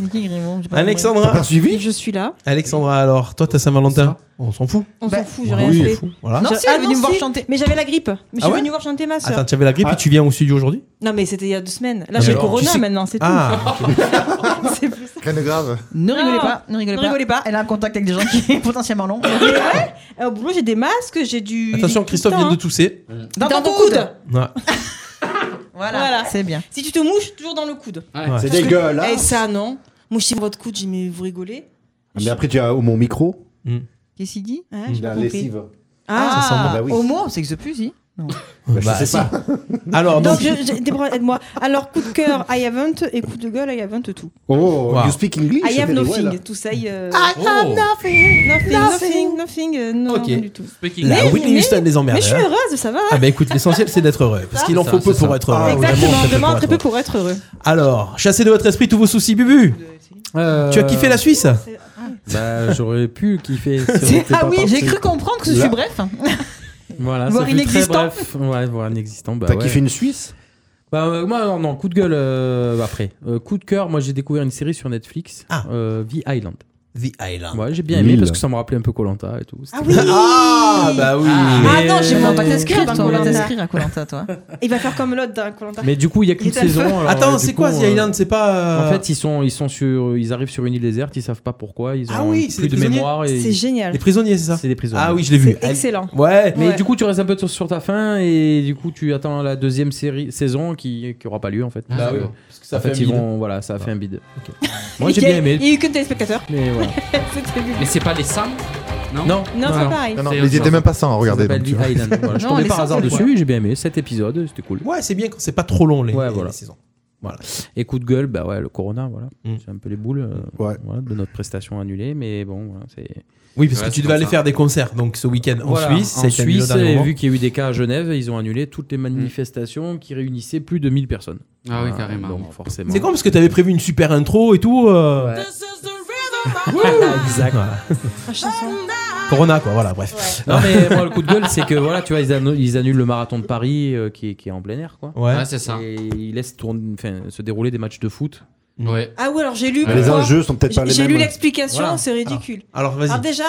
Speaker 7: Nicky Grimaud, j'ai pas
Speaker 6: Alexandra.
Speaker 7: compris.
Speaker 4: Je suis là.
Speaker 6: Alexandra, alors toi t'as Saint-Valentin On s'en fout.
Speaker 4: On s'en fout, j'ai
Speaker 6: oui,
Speaker 4: rien
Speaker 6: on
Speaker 4: fait.
Speaker 6: s'en fout, voilà.
Speaker 7: Non, si,
Speaker 4: Ah,
Speaker 7: elle est venue me voir
Speaker 4: si,
Speaker 7: chanter.
Speaker 4: Bah, Mais j'avais la grippe. Mais je
Speaker 6: Ah
Speaker 4: suis
Speaker 6: ouais
Speaker 4: venue voir chanter ma soeur.
Speaker 6: Attends, tu avais la grippe
Speaker 12: Ah.
Speaker 6: et tu viens au studio aujourd'hui
Speaker 4: Non, mais c'était il y a deux semaines. Là,
Speaker 6: Ah,
Speaker 4: j'ai
Speaker 6: mais
Speaker 4: le
Speaker 6: alors, tu
Speaker 4: corona
Speaker 6: sais-
Speaker 4: maintenant, c'est tout.
Speaker 6: Ah,
Speaker 8: Rien de grave.
Speaker 7: ne rigolez
Speaker 4: Non.
Speaker 7: pas ne rigolez
Speaker 4: Ne
Speaker 7: pas
Speaker 4: rigolez
Speaker 7: elle a un contact avec des gens qui est potentiellement long
Speaker 4: Euh, Au boulot, j'ai des masques, j'ai du.
Speaker 6: Attention,
Speaker 4: j'ai tout
Speaker 6: Christophe
Speaker 4: le
Speaker 6: vient
Speaker 4: temps,
Speaker 6: de tousser.
Speaker 4: hein. Bah, Dans, ton coude
Speaker 6: Ouais.
Speaker 7: Voilà, c'est bien.
Speaker 4: Si tu te mouches, toujours dans le coude.
Speaker 6: Ouais.
Speaker 12: C'est
Speaker 4: Parce que-
Speaker 12: dégueulasse.
Speaker 4: Eh, ça, non. Mouchez-moi votre coude, j'ai mais vous rigolez.
Speaker 12: Ah, Mais après, tu as mon micro.
Speaker 10: Hmm.
Speaker 7: qu'est-ce qu'il dit
Speaker 4: Hein, j'ai
Speaker 12: Il a
Speaker 4: pas
Speaker 12: la
Speaker 4: compris.
Speaker 12: lessive.
Speaker 4: Ah,
Speaker 12: Ah, bah oui.
Speaker 7: homo c'est que je plus si
Speaker 12: Bah, je sais pas.
Speaker 6: Alors,
Speaker 4: Donc,
Speaker 6: donc.
Speaker 4: je- je- Déborah, aide-moi. Alors, coup de cœur, I haven't, et coup de gueule, I haven't tout.
Speaker 12: Oh,
Speaker 6: Wow.
Speaker 12: you speak English
Speaker 4: I have
Speaker 12: very well.
Speaker 4: nothing, tout ça. euh,
Speaker 14: I
Speaker 6: Oh.
Speaker 14: have nothing.
Speaker 4: Nothing, nothing, nothing, euh, non,
Speaker 6: Ok.
Speaker 4: rien du tout.
Speaker 6: La
Speaker 4: Mais-
Speaker 6: Whitney
Speaker 4: mais-
Speaker 6: Houston les
Speaker 4: Mais
Speaker 6: emmerdeurs.
Speaker 4: je suis heureuse, ça va.
Speaker 6: Ah bah écoute, l'essentiel c'est d'être heureux, parce
Speaker 4: Ça,
Speaker 6: qu'il en
Speaker 4: ça,
Speaker 6: faut peu
Speaker 10: c'est
Speaker 6: pour
Speaker 10: ça.
Speaker 6: être heureux.
Speaker 10: Ah,
Speaker 6: Vraiment,
Speaker 4: Exactement,
Speaker 6: très peu
Speaker 4: vraiment
Speaker 6: pour
Speaker 4: très
Speaker 6: être
Speaker 4: peu pour
Speaker 6: heureux.
Speaker 4: être heureux.
Speaker 6: Alors, chassez de votre esprit tous vos soucis, Bubu.
Speaker 9: Euh,
Speaker 6: Tu as kiffé la Suisse
Speaker 9: Bah, j'aurais pu kiffer. si on
Speaker 7: C'est-
Speaker 9: était
Speaker 7: ah
Speaker 9: pas
Speaker 7: oui, j'ai
Speaker 9: parti.
Speaker 7: cru comprendre que je
Speaker 9: Là. Ah
Speaker 7: suis bref.
Speaker 9: Voilà,
Speaker 7: Voire
Speaker 9: ça fut très
Speaker 7: inexistant.
Speaker 9: bref. Ouais, voire inexistant. Bah,
Speaker 12: T'as
Speaker 9: ouais.
Speaker 12: kiffé une Suisse
Speaker 9: Bah, euh, moi, non, non, coup de gueule euh, après. Euh, coup de cœur, moi j'ai découvert une série sur Netflix, euh, The Island.
Speaker 6: The Island.
Speaker 9: Ouais, j'ai bien aimé
Speaker 12: Ah. Mille.
Speaker 9: parce que ça me rappelait un peu Colanta et tout. Ah
Speaker 4: oui
Speaker 6: Ah bah oui
Speaker 4: Ah
Speaker 9: Mais- euh,
Speaker 4: non, j'ai
Speaker 7: On
Speaker 4: mon
Speaker 7: va t'inscrire, toi. On va
Speaker 4: Koh-Lanta.
Speaker 7: t'inscrire à Colanta, toi.
Speaker 4: Il va faire comme l'autre dans Colanta.
Speaker 9: Mais du coup, il y a qu'une
Speaker 4: Il est à feu.
Speaker 9: saison. alors,
Speaker 6: Attends,
Speaker 9: euh,
Speaker 6: c'est
Speaker 9: du
Speaker 6: quoi
Speaker 9: coup,
Speaker 6: The
Speaker 9: euh,
Speaker 6: Island C'est pas.
Speaker 9: En fait, ils sont, ils sont sur, ils arrivent sur une île déserte, ils savent pas pourquoi, ils ont
Speaker 6: Ah oui, c'est
Speaker 9: plus
Speaker 6: des
Speaker 9: de
Speaker 6: prisonniers.
Speaker 9: mémoire. et-
Speaker 4: C'est génial.
Speaker 6: Les prisonniers, c'est ça
Speaker 9: C'est des prisonniers.
Speaker 6: Ah oui, je l'ai vu.
Speaker 4: C'est excellent.
Speaker 6: Ouais.
Speaker 9: Mais
Speaker 4: Ouais.
Speaker 9: du coup, tu restes un peu sur, sur ta fin et du coup, tu attends la deuxième série saison qui qui aura pas lieu en fait.
Speaker 6: Bah
Speaker 9: Parce
Speaker 6: oui,
Speaker 9: que-
Speaker 6: parce que ça
Speaker 9: en
Speaker 6: fait un
Speaker 9: ils
Speaker 6: bide. Ah.
Speaker 9: vont- voilà, ça a fait un bide. Moi, j'ai bien
Speaker 4: Il y
Speaker 9: aimé.
Speaker 4: a eu que des téléspectateurs.
Speaker 9: Mais voilà.
Speaker 4: C'était
Speaker 10: Mais c'est pas les 100 Non
Speaker 9: Non.
Speaker 4: Non, c'est pareil.
Speaker 8: Non, non,
Speaker 9: C'est
Speaker 8: mais ils
Speaker 9: autre
Speaker 8: étaient même
Speaker 9: chose.
Speaker 8: pas 100 à regarder.
Speaker 9: Ça s'appelle
Speaker 8: donc, tu vois.
Speaker 9: The Island. Voilà, je
Speaker 4: Non,
Speaker 9: tombais
Speaker 4: les
Speaker 9: par hasard
Speaker 4: sorties,
Speaker 9: dessus, j'ai bien aimé. 7 épisodes, c'était cool.
Speaker 6: Ouais, c'est bien quand c'est pas trop long les,
Speaker 9: Ouais,
Speaker 6: les-
Speaker 9: voilà.
Speaker 6: les saisons.
Speaker 9: Voilà. Et coup de gueule, bah ouais, le corona, voilà.
Speaker 6: Mm.
Speaker 9: C'est un peu les boules euh, voilà, de notre prestation annulée, mais bon, voilà, c'est.
Speaker 6: Oui, parce
Speaker 10: Ouais,
Speaker 6: que tu
Speaker 10: c'est
Speaker 6: devais
Speaker 10: comme
Speaker 6: aller
Speaker 10: ça.
Speaker 6: faire des concerts donc ce week-end en
Speaker 9: Voilà,
Speaker 6: Suisse. ça a
Speaker 9: en
Speaker 6: été annulé au
Speaker 9: Suisse,
Speaker 6: dernier
Speaker 9: et
Speaker 6: moment.
Speaker 9: vu qu'il y a eu des cas à Genève, ils ont annulé toutes les manifestations qui réunissaient plus de 1000 personnes.
Speaker 10: Ah oui,
Speaker 9: Voilà,
Speaker 10: carrément.
Speaker 9: Donc forcément.
Speaker 6: C'est con parce que t'avais prévu une super intro et tout. euh,
Speaker 9: Ouais.
Speaker 6: exact. Corona, quoi, voilà, bref.
Speaker 9: Non mais moi le coup de gueule c'est que voilà tu vois ils, annu- ils annulent le marathon de Paris euh, qui, est- qui est en plein air quoi.
Speaker 6: Ouais. Ouais, c'est
Speaker 10: ça.
Speaker 9: Et ils laissent tourner, enfin, se dérouler des matchs de foot.
Speaker 10: Ouais.
Speaker 4: Ah oui, alors j'ai lu.
Speaker 9: Les
Speaker 4: pourquoi-
Speaker 9: enjeux sont peut-être pas les
Speaker 4: J'ai lu
Speaker 9: mêmes.
Speaker 4: l'explication,
Speaker 9: Voilà.
Speaker 4: c'est ridicule. Ah,
Speaker 6: Alors, vas-y.
Speaker 4: déjà,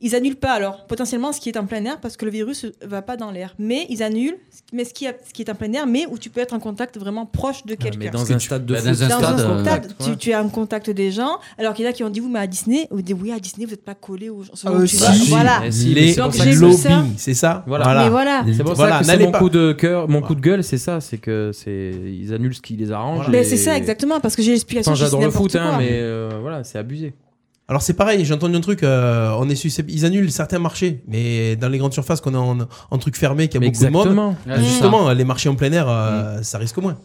Speaker 4: ils annulent pas alors potentiellement ce qui est en plein air parce que le virus va pas dans l'air. Mais ils annulent ce qui- mais ce qui, a- ce qui est en plein air, mais où tu peux être en contact vraiment proche de quelqu'un.
Speaker 9: Ah, mais dans Parce un que tu- stade de
Speaker 4: Dans
Speaker 9: foot. dans un stade, euh,
Speaker 4: stade,
Speaker 9: contact,
Speaker 4: tu,
Speaker 9: ouais.
Speaker 4: tu es en contact des gens. Alors qu'il y en a qui ont dit oui, mais à Disney, ou oui à Disney, vous n'êtes pas collé aux gens.
Speaker 9: Ah,
Speaker 6: Euh,
Speaker 4: Tu
Speaker 6: si.
Speaker 4: vois,
Speaker 6: Bah, si.
Speaker 4: Voilà.
Speaker 6: Eh si, mais c'est
Speaker 4: Donc,
Speaker 6: pour ça
Speaker 4: j'ai
Speaker 6: que
Speaker 4: lu
Speaker 6: lobby,
Speaker 4: ça.
Speaker 6: c'est ça
Speaker 9: Voilà.
Speaker 4: Mais voilà.
Speaker 9: C'est pour
Speaker 6: Voilà,
Speaker 9: ça que c'est
Speaker 6: n'allez
Speaker 9: mon
Speaker 6: pas.
Speaker 9: coup de cœur, mon coup de gueule, c'est ça, c'est que c'est ils annulent ce qui les arrange.
Speaker 4: Mais
Speaker 7: Ben,
Speaker 9: et-
Speaker 4: Ben, c'est ça exactement parce que j'ai l'explication.
Speaker 9: Enfin,
Speaker 4: je dis
Speaker 9: j'adore le
Speaker 4: n'importe
Speaker 9: foot, hein,
Speaker 4: quoi.
Speaker 9: mais euh, voilà, c'est abusé.
Speaker 6: Alors c'est pareil, j'ai entendu un truc, euh, on est suscept- ils annulent certains marchés, mais dans les grandes surfaces qu'on est en, en truc fermé, qu'il y a
Speaker 9: Mais
Speaker 6: beaucoup de monde,
Speaker 9: exactement. Mm. Ouais, c'est
Speaker 6: justement, les marchés en plein air, euh, ça risque moins.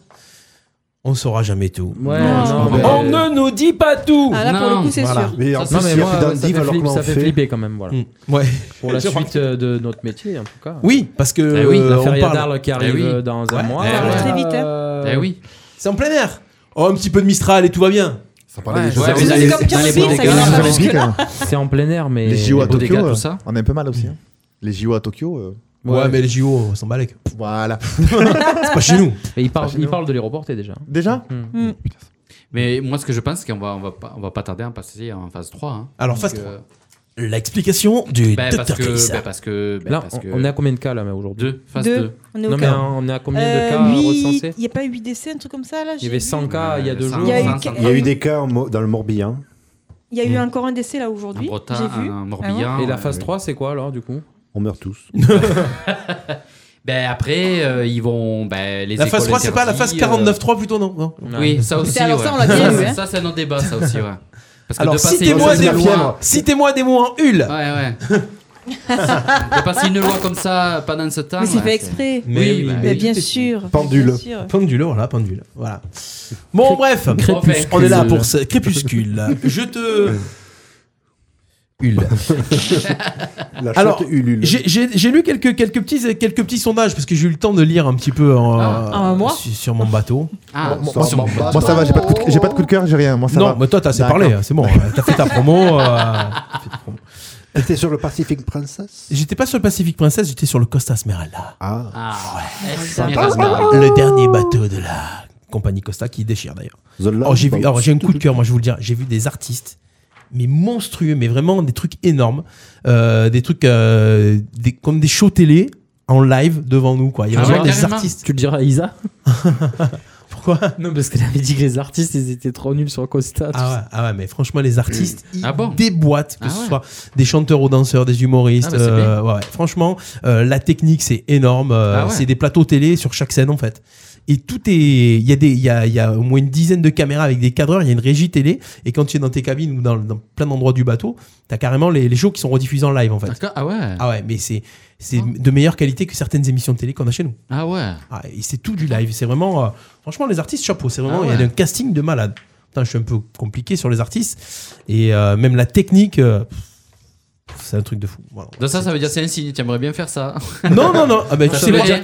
Speaker 6: On saura jamais tout. Oh,
Speaker 9: non, mais- On Oh, ne nous dit pas tout.
Speaker 6: Ah, là, pour le coup, c'est sûr.
Speaker 9: Mais en
Speaker 6: Ça, plus,
Speaker 9: mais
Speaker 6: il y a
Speaker 9: moi,
Speaker 6: plus d'un
Speaker 9: ça
Speaker 6: div
Speaker 9: fait
Speaker 6: alors
Speaker 9: flip-
Speaker 6: qu'on en
Speaker 9: ça fait
Speaker 6: fait.
Speaker 9: flipper quand même, voilà.
Speaker 6: Mm. Ouais.
Speaker 9: Pour la
Speaker 6: Je
Speaker 9: suite euh, de notre métier, en tout cas.
Speaker 6: Oui, parce que
Speaker 9: Eh oui, la
Speaker 6: euh, on
Speaker 9: feria
Speaker 6: parle-
Speaker 9: d'Arles qui arrive euh, dans un mois.
Speaker 6: ouais.
Speaker 9: Euh,
Speaker 6: Euh, C'est en plein air. Oh, un petit peu de Mistral et tout va bien. Ça
Speaker 9: parle des choses. C'est comme Kirby, ça ira pas jusque-là.
Speaker 8: hein.
Speaker 9: C'est en plein air, mais
Speaker 8: les JO à
Speaker 9: les
Speaker 8: Tokyo,
Speaker 9: bodegas,
Speaker 8: euh,
Speaker 9: tout ça.
Speaker 8: on est un peu mal aussi.
Speaker 10: Hmm.
Speaker 8: hein. Les JO à Tokyo. euh,
Speaker 6: Ouais, mais les JO, on s'en bat les couilles.
Speaker 8: Voilà.
Speaker 6: c'est pas chez nous.
Speaker 9: Mais il
Speaker 8: C'est pas
Speaker 9: parle,
Speaker 8: chez
Speaker 9: il
Speaker 8: nous.
Speaker 9: parle de les reporter déjà.
Speaker 8: Déjà
Speaker 9: Mm.
Speaker 10: Mais moi, ce que je pense, c'est qu'on va, on va, pas, on va pas tarder à passer en phase 3. hein.
Speaker 6: Alors,
Speaker 10: Donc,
Speaker 6: phase
Speaker 10: euh,
Speaker 6: 3. L'explication du
Speaker 10: Ben, parce
Speaker 6: Dr.
Speaker 10: que-
Speaker 6: Chris.
Speaker 10: ben, parce que- ben,
Speaker 9: Là,
Speaker 10: parce
Speaker 9: on,
Speaker 10: que-
Speaker 9: on est à combien de cas là mais aujourd'hui
Speaker 10: Deux, phase
Speaker 4: Deux.
Speaker 10: deux.
Speaker 4: On est au
Speaker 9: Non, mais
Speaker 4: cas.
Speaker 9: on est à combien
Speaker 4: Euh,
Speaker 9: de cas
Speaker 4: huit-
Speaker 9: recensés
Speaker 4: Il n'y a pas 8 décès, un truc comme ça là
Speaker 9: Il y
Speaker 4: j'ai
Speaker 9: avait
Speaker 4: vu.
Speaker 9: 100 cas il y a deux jours.
Speaker 4: Il y a eu,
Speaker 12: Il y a eu des cas en Mo- dans le Morbihan.
Speaker 4: il y a eu
Speaker 8: Mm.
Speaker 4: encore un décès là aujourd'hui.
Speaker 9: En Bretagne,
Speaker 4: J'ai vu.
Speaker 9: en
Speaker 4: Ah ouais
Speaker 9: Et la phase 3, c'est quoi alors du coup
Speaker 12: On meurt tous.
Speaker 10: Ben après, euh, ils vont. Ben, les
Speaker 6: La phase
Speaker 10: écoles
Speaker 6: 3, c'est pas la phase
Speaker 9: euh,
Speaker 10: interdites,
Speaker 6: 49.3 plutôt, non, non.
Speaker 10: Oui, ça aussi. ouais. Ça,
Speaker 4: hein.
Speaker 10: c'est- ça, c'est un autre débat, ça aussi. Ouais. Parce que
Speaker 6: Alors,
Speaker 10: de passer
Speaker 6: citez-moi
Speaker 10: une
Speaker 6: des,
Speaker 10: loi-
Speaker 6: fièvres. Citez-moi des mots en hul.
Speaker 10: Ouais, ouais. de passer une loi comme ça pendant ce temps.
Speaker 4: Mais c'est
Speaker 10: ouais,
Speaker 4: fait exprès.
Speaker 10: Oui,
Speaker 4: Mais
Speaker 10: bah,
Speaker 4: bien,
Speaker 10: oui.
Speaker 4: sûr.
Speaker 6: Pendule.
Speaker 4: Bien sûr.
Speaker 6: Pendule, voilà, pendule. Voilà. Bon, bref,
Speaker 9: crépuscule.
Speaker 6: on est là pour ce crépuscule. Je te. Hul.
Speaker 12: La
Speaker 6: Alors,
Speaker 12: chatte Ulule.
Speaker 6: j'ai- j'ai j'ai lu quelques, quelques, petits, quelques petits sondages parce que j'ai eu le temps de lire un petit peu en- euh,
Speaker 4: en un mois
Speaker 6: sur, sur mon bateau.
Speaker 10: Ah,
Speaker 8: Moi, moi, moi, ça va, j'ai pas de coup de- j'ai pas de coup de cœur, j'ai rien. Moi, ça
Speaker 6: non,
Speaker 8: va.
Speaker 6: mais toi, t'as assez
Speaker 8: D'accord.
Speaker 6: parlé, hein, c'est bon. hein, T'as fait ta promo. euh,
Speaker 12: T'étais sur le Pacific Princess
Speaker 6: J'étais pas sur le Pacific Princess, j'étais sur le Costa Smeralda.
Speaker 10: Ah, ouais.
Speaker 9: Oh,
Speaker 6: Le dernier bateau de la compagnie Costa qui déchire d'ailleurs. Alors, j'ai vu- alors, j'ai un coup de cœur, moi je vous le dire, j'ai vu des artistes mais monstrueux, mais vraiment des trucs énormes, Euh, des trucs euh, des- comme des shows télé en live devant nous quoi. Il y a
Speaker 9: Ah
Speaker 6: vraiment
Speaker 9: ouais,
Speaker 6: des
Speaker 9: carrément.
Speaker 6: artistes.
Speaker 9: Tu le diras à Isa
Speaker 6: Pourquoi
Speaker 9: Non, parce qu'elle avait dit que les artistes, ils étaient trop nuls sur Costa.
Speaker 6: Ah ouais, ah ouais, mais franchement les artistes, ils déboîtent que
Speaker 9: Ah
Speaker 6: ce
Speaker 9: ouais.
Speaker 6: soit des chanteurs aux danseurs, des humoristes.
Speaker 9: Ah bah, c'est
Speaker 6: euh, ouais, ouais. Franchement, euh, la technique c'est énorme. Euh,
Speaker 9: Ah ouais.
Speaker 6: C'est des plateaux télé sur chaque scène en fait. Et tout est, il y a des, il y a, il y a au moins une dizaine de caméras avec des cadreurs. Il y a une régie télé. Et quand tu es dans tes cabines ou dans, dans plein d'endroits du bateau, t'as carrément les, les shows qui sont rediffusés en live en fait.
Speaker 10: Ah ouais.
Speaker 6: Ah ouais, mais c'est
Speaker 9: Oh.
Speaker 6: c'est de meilleure qualité que certaines émissions de télé qu'on a chez nous.
Speaker 10: Ah ouais.
Speaker 6: et c'est tout du live. C'est vraiment, euh, franchement, les artistes chapeau. C'est vraiment,
Speaker 9: Ah
Speaker 6: il y
Speaker 9: ouais.
Speaker 6: a un casting de malade. Putain, je suis un peu compliqué sur les artistes et euh, même la technique. euh, pff, c'est un truc de fou. Voilà.
Speaker 10: Donc ça, ça veut dire c'est un signe. T'aimerais bien faire ça.
Speaker 6: Non, non, non. Ah, bah, tu sais quoi, ça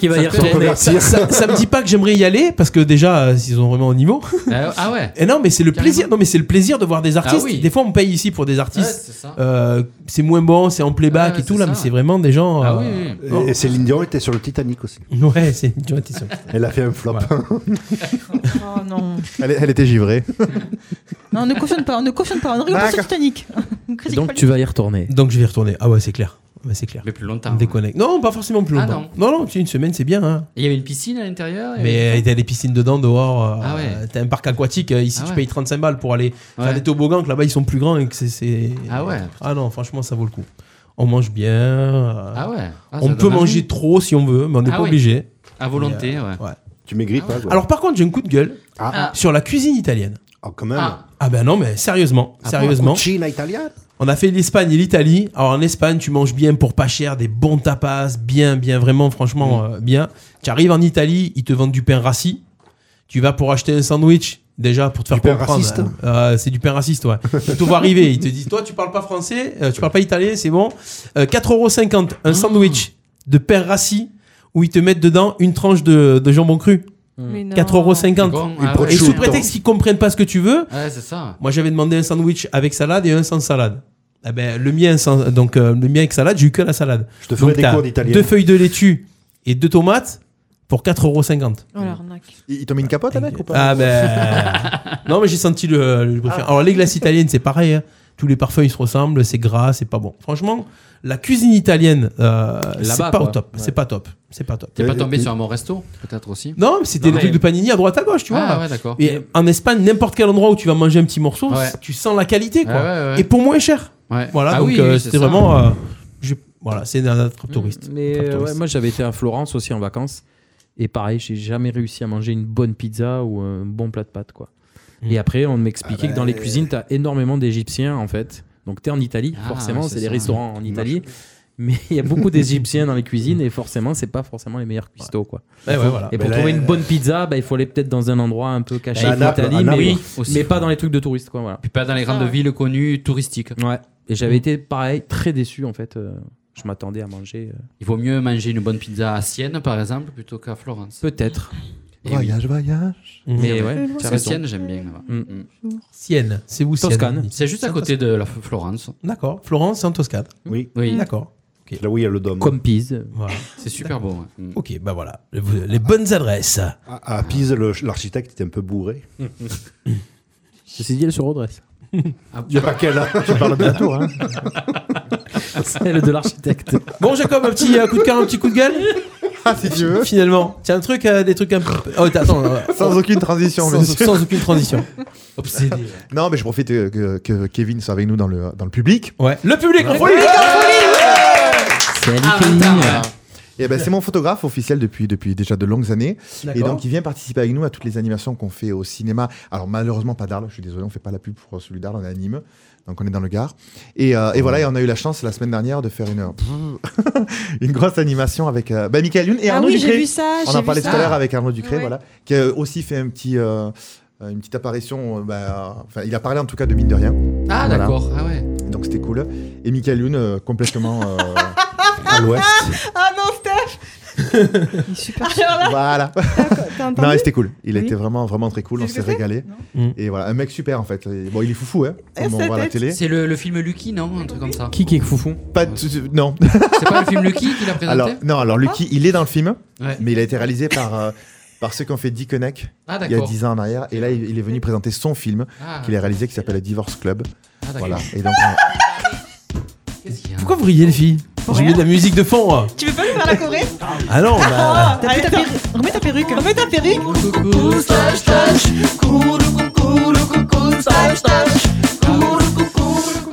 Speaker 6: peut- Ça, ça- ça me dit pas que j'aimerais y aller parce que déjà, euh, s'ils ont vraiment au niveau.
Speaker 10: Ah, ah ouais. Ah
Speaker 6: Et non, mais c'est le plaisir. Non, mais c'est le plaisir de voir des artistes.
Speaker 10: oui.
Speaker 6: Des fois, on paye ici pour des
Speaker 10: Ouais,
Speaker 6: artistes.
Speaker 10: c'est ça.
Speaker 6: Euh, c'est moins bon, c'est en playback
Speaker 10: Ouais,
Speaker 6: et tout
Speaker 10: c'est
Speaker 6: là,
Speaker 10: ça.
Speaker 6: mais c'est vraiment des gens.
Speaker 10: Ah
Speaker 6: euh,
Speaker 10: oui, oui.
Speaker 6: non.
Speaker 12: Et, et Céline Dion était sur le Titanic aussi.
Speaker 6: Ouais, c'est une joie de tissu.
Speaker 12: Elle a fait un flop.
Speaker 7: Oh non.
Speaker 8: Elle, elle était givrée.
Speaker 7: Non, on ne cautionne pas, on ne cautionne pas, on ne rigole pas sur Titanic. On critique pas les-
Speaker 6: vas y retourner. Donc je vais y retourner. Ah ouais, c'est clair. Ouais, c'est clair.
Speaker 10: Mais plus longtemps.
Speaker 6: Déconnecte. Non, pas forcément plus
Speaker 10: Ah
Speaker 6: longtemps. non, non, tu sais, une semaine, c'est bien. hein.
Speaker 10: Il y avait une piscine à l'intérieur. et-
Speaker 6: Mais t'as des piscines dedans, dehors. euh,
Speaker 10: Ah ouais.
Speaker 6: T'as un parc aquatique. euh, Ici,
Speaker 10: Ah
Speaker 6: tu
Speaker 10: ouais.
Speaker 6: payes 35 balles pour aller
Speaker 10: Ouais.
Speaker 6: faire des toboggans. Que là-bas, ils sont plus grands et que c'est- c'est.
Speaker 10: Ah ouais.
Speaker 6: Ah non, franchement, ça vaut le coup. On mange bien. euh,
Speaker 10: Ah ouais. Ah, ça
Speaker 6: on
Speaker 10: donne
Speaker 6: peut
Speaker 10: envie.
Speaker 6: manger trop si on veut, mais on n'est
Speaker 10: Ah
Speaker 6: pas
Speaker 10: oui.
Speaker 6: obligé.
Speaker 10: À volonté,
Speaker 6: Mais, euh,
Speaker 10: ouais.
Speaker 12: Tu maigris pas. quoi.
Speaker 6: Alors par contre, j'ai un coup de gueule
Speaker 12: Ah.
Speaker 6: sur la cuisine italienne.
Speaker 12: Ah, quand même.
Speaker 6: Ah, ben non, mais sérieusement,
Speaker 12: Ah bon,
Speaker 6: sérieusement.
Speaker 12: cucina italiana
Speaker 6: On a fait l'Espagne et l'Italie. Alors en Espagne, tu manges bien pour pas cher, des bons tapas, bien, bien, vraiment,
Speaker 12: Mm.
Speaker 6: franchement, euh, bien. Tu arrives en Italie, ils te vendent du pain rassis. Tu vas pour acheter un sandwich, déjà pour te faire
Speaker 12: Du pain
Speaker 6: comprendre.
Speaker 12: raciste
Speaker 6: hein. Euh, c'est du pain raciste, ouais. Ils te voient arriver, ils te disent, toi, tu parles pas français, euh, tu parles pas italien, c'est bon. Euh,
Speaker 10: Ah.
Speaker 6: 4,50€, un sandwich de pain rassis où ils te mettent dedans une tranche de, de jambon cru.
Speaker 4: Mais non.
Speaker 6: 4,50€.
Speaker 10: Hmm. Bon,
Speaker 6: Et
Speaker 10: ah ouais,
Speaker 6: sous
Speaker 10: ouais.
Speaker 6: prétexte qu'ils comprennent pas ce que tu veux,
Speaker 10: Ouais, c'est ça.
Speaker 6: moi j'avais demandé un sandwich avec salade et un sans salade. Eh ben, le mien sans- donc euh, le mien avec salade, j'ai eu que la salade. Je
Speaker 12: te ferai des cours d'italien.
Speaker 6: Deux feuilles de laitue et deux tomates pour 4,50€.
Speaker 4: Oh l'arnaque.
Speaker 8: Ils ils t'ont mis une capote avec ou pas
Speaker 6: Ah ben Ah. non mais j'ai senti le, le préféré. Alors les glaces italiennes c'est pareil. hein. Tous les parfums ils se ressemblent, c'est gras, c'est pas bon. Franchement, la cuisine italienne euh, c'est
Speaker 10: Là-bas,
Speaker 6: pas au
Speaker 10: quoi.
Speaker 6: top, c'est pas top, c'est pas top.
Speaker 10: T'es
Speaker 12: Euh,
Speaker 10: pas tombé sur un bon resto, peut-être aussi
Speaker 6: Non, mais c'était des
Speaker 10: mais-
Speaker 6: trucs de panini à droite à gauche, tu vois.
Speaker 10: Ah ouais, d'accord.
Speaker 6: Et en Espagne, n'importe quel endroit où tu vas manger un petit morceau,
Speaker 10: Ouais.
Speaker 6: tu sens la qualité quoi.
Speaker 10: Ouais, ouais, ouais.
Speaker 6: Et pour moins cher.
Speaker 10: Ouais.
Speaker 6: Voilà,
Speaker 10: Ah
Speaker 6: donc
Speaker 10: oui, oui,
Speaker 6: euh,
Speaker 10: c'est
Speaker 6: c'était
Speaker 10: ça.
Speaker 6: vraiment euh, je- voilà, c'est un attrape touriste.
Speaker 9: Mais
Speaker 6: Attrape
Speaker 9: euh,
Speaker 6: touriste.
Speaker 9: ouais, moi j'avais été à Florence aussi en vacances et pareil, j'ai jamais réussi à manger une bonne pizza ou un bon plat de pâtes quoi.
Speaker 6: Mm.
Speaker 9: Et après on m'expliquait
Speaker 6: Ah bah,
Speaker 9: que dans les
Speaker 6: euh,
Speaker 9: cuisines t'as énormément d'Égyptiens en fait. Donc t'es en Italie,
Speaker 6: Ah,
Speaker 9: forcément
Speaker 6: ouais,
Speaker 9: c'est
Speaker 6: c'est
Speaker 9: des
Speaker 6: ça.
Speaker 9: restaurants en Italie. Mais il y a beaucoup d'Égyptiens dans les cuisines et forcément c'est pas forcément les meilleurs cuistots quoi.
Speaker 6: Ouais, ouais, voilà.
Speaker 9: Et pour
Speaker 6: Mais là,
Speaker 9: trouver une
Speaker 6: euh,
Speaker 9: bonne pizza, bah, il faut aller peut-être dans un endroit un peu caché
Speaker 10: Bah, à
Speaker 9: en
Speaker 10: Naples, à
Speaker 9: Italie,
Speaker 10: Naples.
Speaker 9: mais,
Speaker 10: Oui, aussi.
Speaker 9: mais pas dans les trucs de touristes quoi voilà.
Speaker 10: Puis pas dans les grandes villes connues touristiques.
Speaker 9: Ouais. Et j'avais été pareil très déçu en fait. euh, je m'attendais à manger. euh,
Speaker 10: Il vaut mieux manger une bonne pizza à Sienne, par exemple, plutôt qu'à Florence.
Speaker 9: Peut-être.
Speaker 8: Voyage, voyage.
Speaker 9: Mais ouais,
Speaker 10: Parce
Speaker 9: t'as
Speaker 10: que
Speaker 9: raison.
Speaker 10: Sienne, j'aime bien. là-bas.
Speaker 9: Mm.
Speaker 10: Mm.
Speaker 6: Sienne, c'est où Sienne
Speaker 9: Toscane.
Speaker 10: C'est juste à côté de la F- Florence.
Speaker 6: D'accord. Florence, c'est en Toscane.
Speaker 10: Oui. Oui.
Speaker 6: D'accord. Ok.
Speaker 12: Là où il y a le dôme.
Speaker 9: Comme Pise.
Speaker 6: Voilà.
Speaker 10: C'est super beau. ouais. Mm.
Speaker 6: Ok, bah voilà. Les, les bonnes adresses.
Speaker 12: Hmm. Ah, À, à Pise, le- l'architecte était un peu bourré.
Speaker 10: Hmm.
Speaker 9: Ceci dit, elle se redresse.
Speaker 15: Ah,
Speaker 12: Il y a pas qu'elle, hein. Tu parles bien toi, hein.
Speaker 9: Celle de l'architecte.
Speaker 6: Bon, Jacob, un petit euh, coup de cœur, un petit coup de gueule Ah, si tu veux. Finalement. Tiens, un truc, euh, des trucs un peu. Oh, t'as- attends. euh,
Speaker 8: Sans
Speaker 6: oh.
Speaker 8: aucune transition,
Speaker 6: Sans,
Speaker 8: bien sûr.
Speaker 6: sans aucune transition. Obsédé.
Speaker 8: Non, mais je profite euh, que, que Kevin soit avec nous dans le, dans le public.
Speaker 6: Ouais. Le public,
Speaker 8: Ouais.
Speaker 6: on folie
Speaker 8: C'est
Speaker 6: Kevin.
Speaker 8: Et ben, c'est mon photographe officiel depuis, depuis déjà de longues années.
Speaker 6: D'accord.
Speaker 8: Et donc, il vient participer avec nous à toutes les animations qu'on fait au cinéma. Alors, malheureusement, pas d'Arles. Je suis désolé, on fait pas la pub pour celui d'Arles. On est à Nîmes. Donc, on est dans le Gard. Et, euh, et voilà, et on a eu la chance la semaine dernière de faire une, une grosse animation avec euh, bah, Michael Youn et
Speaker 4: Ah
Speaker 8: Arnaud
Speaker 4: oui,
Speaker 8: Ducré.
Speaker 4: j'ai vu ça,
Speaker 8: On
Speaker 4: j'ai
Speaker 8: en
Speaker 4: vu
Speaker 8: parlait tout
Speaker 4: ça.
Speaker 8: à l'heure avec Arnaud Ducré,
Speaker 4: Ouais.
Speaker 8: voilà, qui a aussi fait un petit. euh, une petite apparition, euh, bah, enfin, il a parlé en tout cas de mine de rien.
Speaker 10: Ah,
Speaker 8: Voilà.
Speaker 10: d'accord. Ah ouais.
Speaker 8: Donc c'était cool. Et Michael Youn euh, complètement euh, à l'ouest.
Speaker 7: Ah non, Steph
Speaker 4: Il est super
Speaker 8: Voilà.
Speaker 7: t'as entendu
Speaker 8: non, et c'était cool. Il
Speaker 7: Oui.
Speaker 8: était vraiment, vraiment très cool. On s'est régalé. Et voilà, un mec super en fait. Et Bon, il est foufou, hein. Comme on voit à la télé.
Speaker 10: C'est le, le film Lucky, non Un truc comme ça.
Speaker 9: Qui qui est foufou
Speaker 8: Pas de- euh, non.
Speaker 10: C'est pas le film Lucky qu'il a présenté Ah.
Speaker 8: Alors, non, alors Lucky, il est dans le film,
Speaker 10: Ouais.
Speaker 8: mais il a été réalisé par, euh, par ceux qui ont fait Dickeneck
Speaker 10: Ah,
Speaker 8: il y a
Speaker 10: d'accord.
Speaker 8: 10 ans en arrière. Et là, il il est venu présenter son film
Speaker 10: Ah.
Speaker 8: qu'il a réalisé qui s'appelle Divorce Club.
Speaker 10: Ah, d'accord.
Speaker 8: voilà. Et donc, on-
Speaker 6: Pourquoi vous riez, les filles J'ai mis de la musique de fond. hein.
Speaker 7: Tu veux pas lui faire la choré
Speaker 6: Ah non, bah.
Speaker 7: T'as plus ta perru- Remets ta perruque Remets ta perruque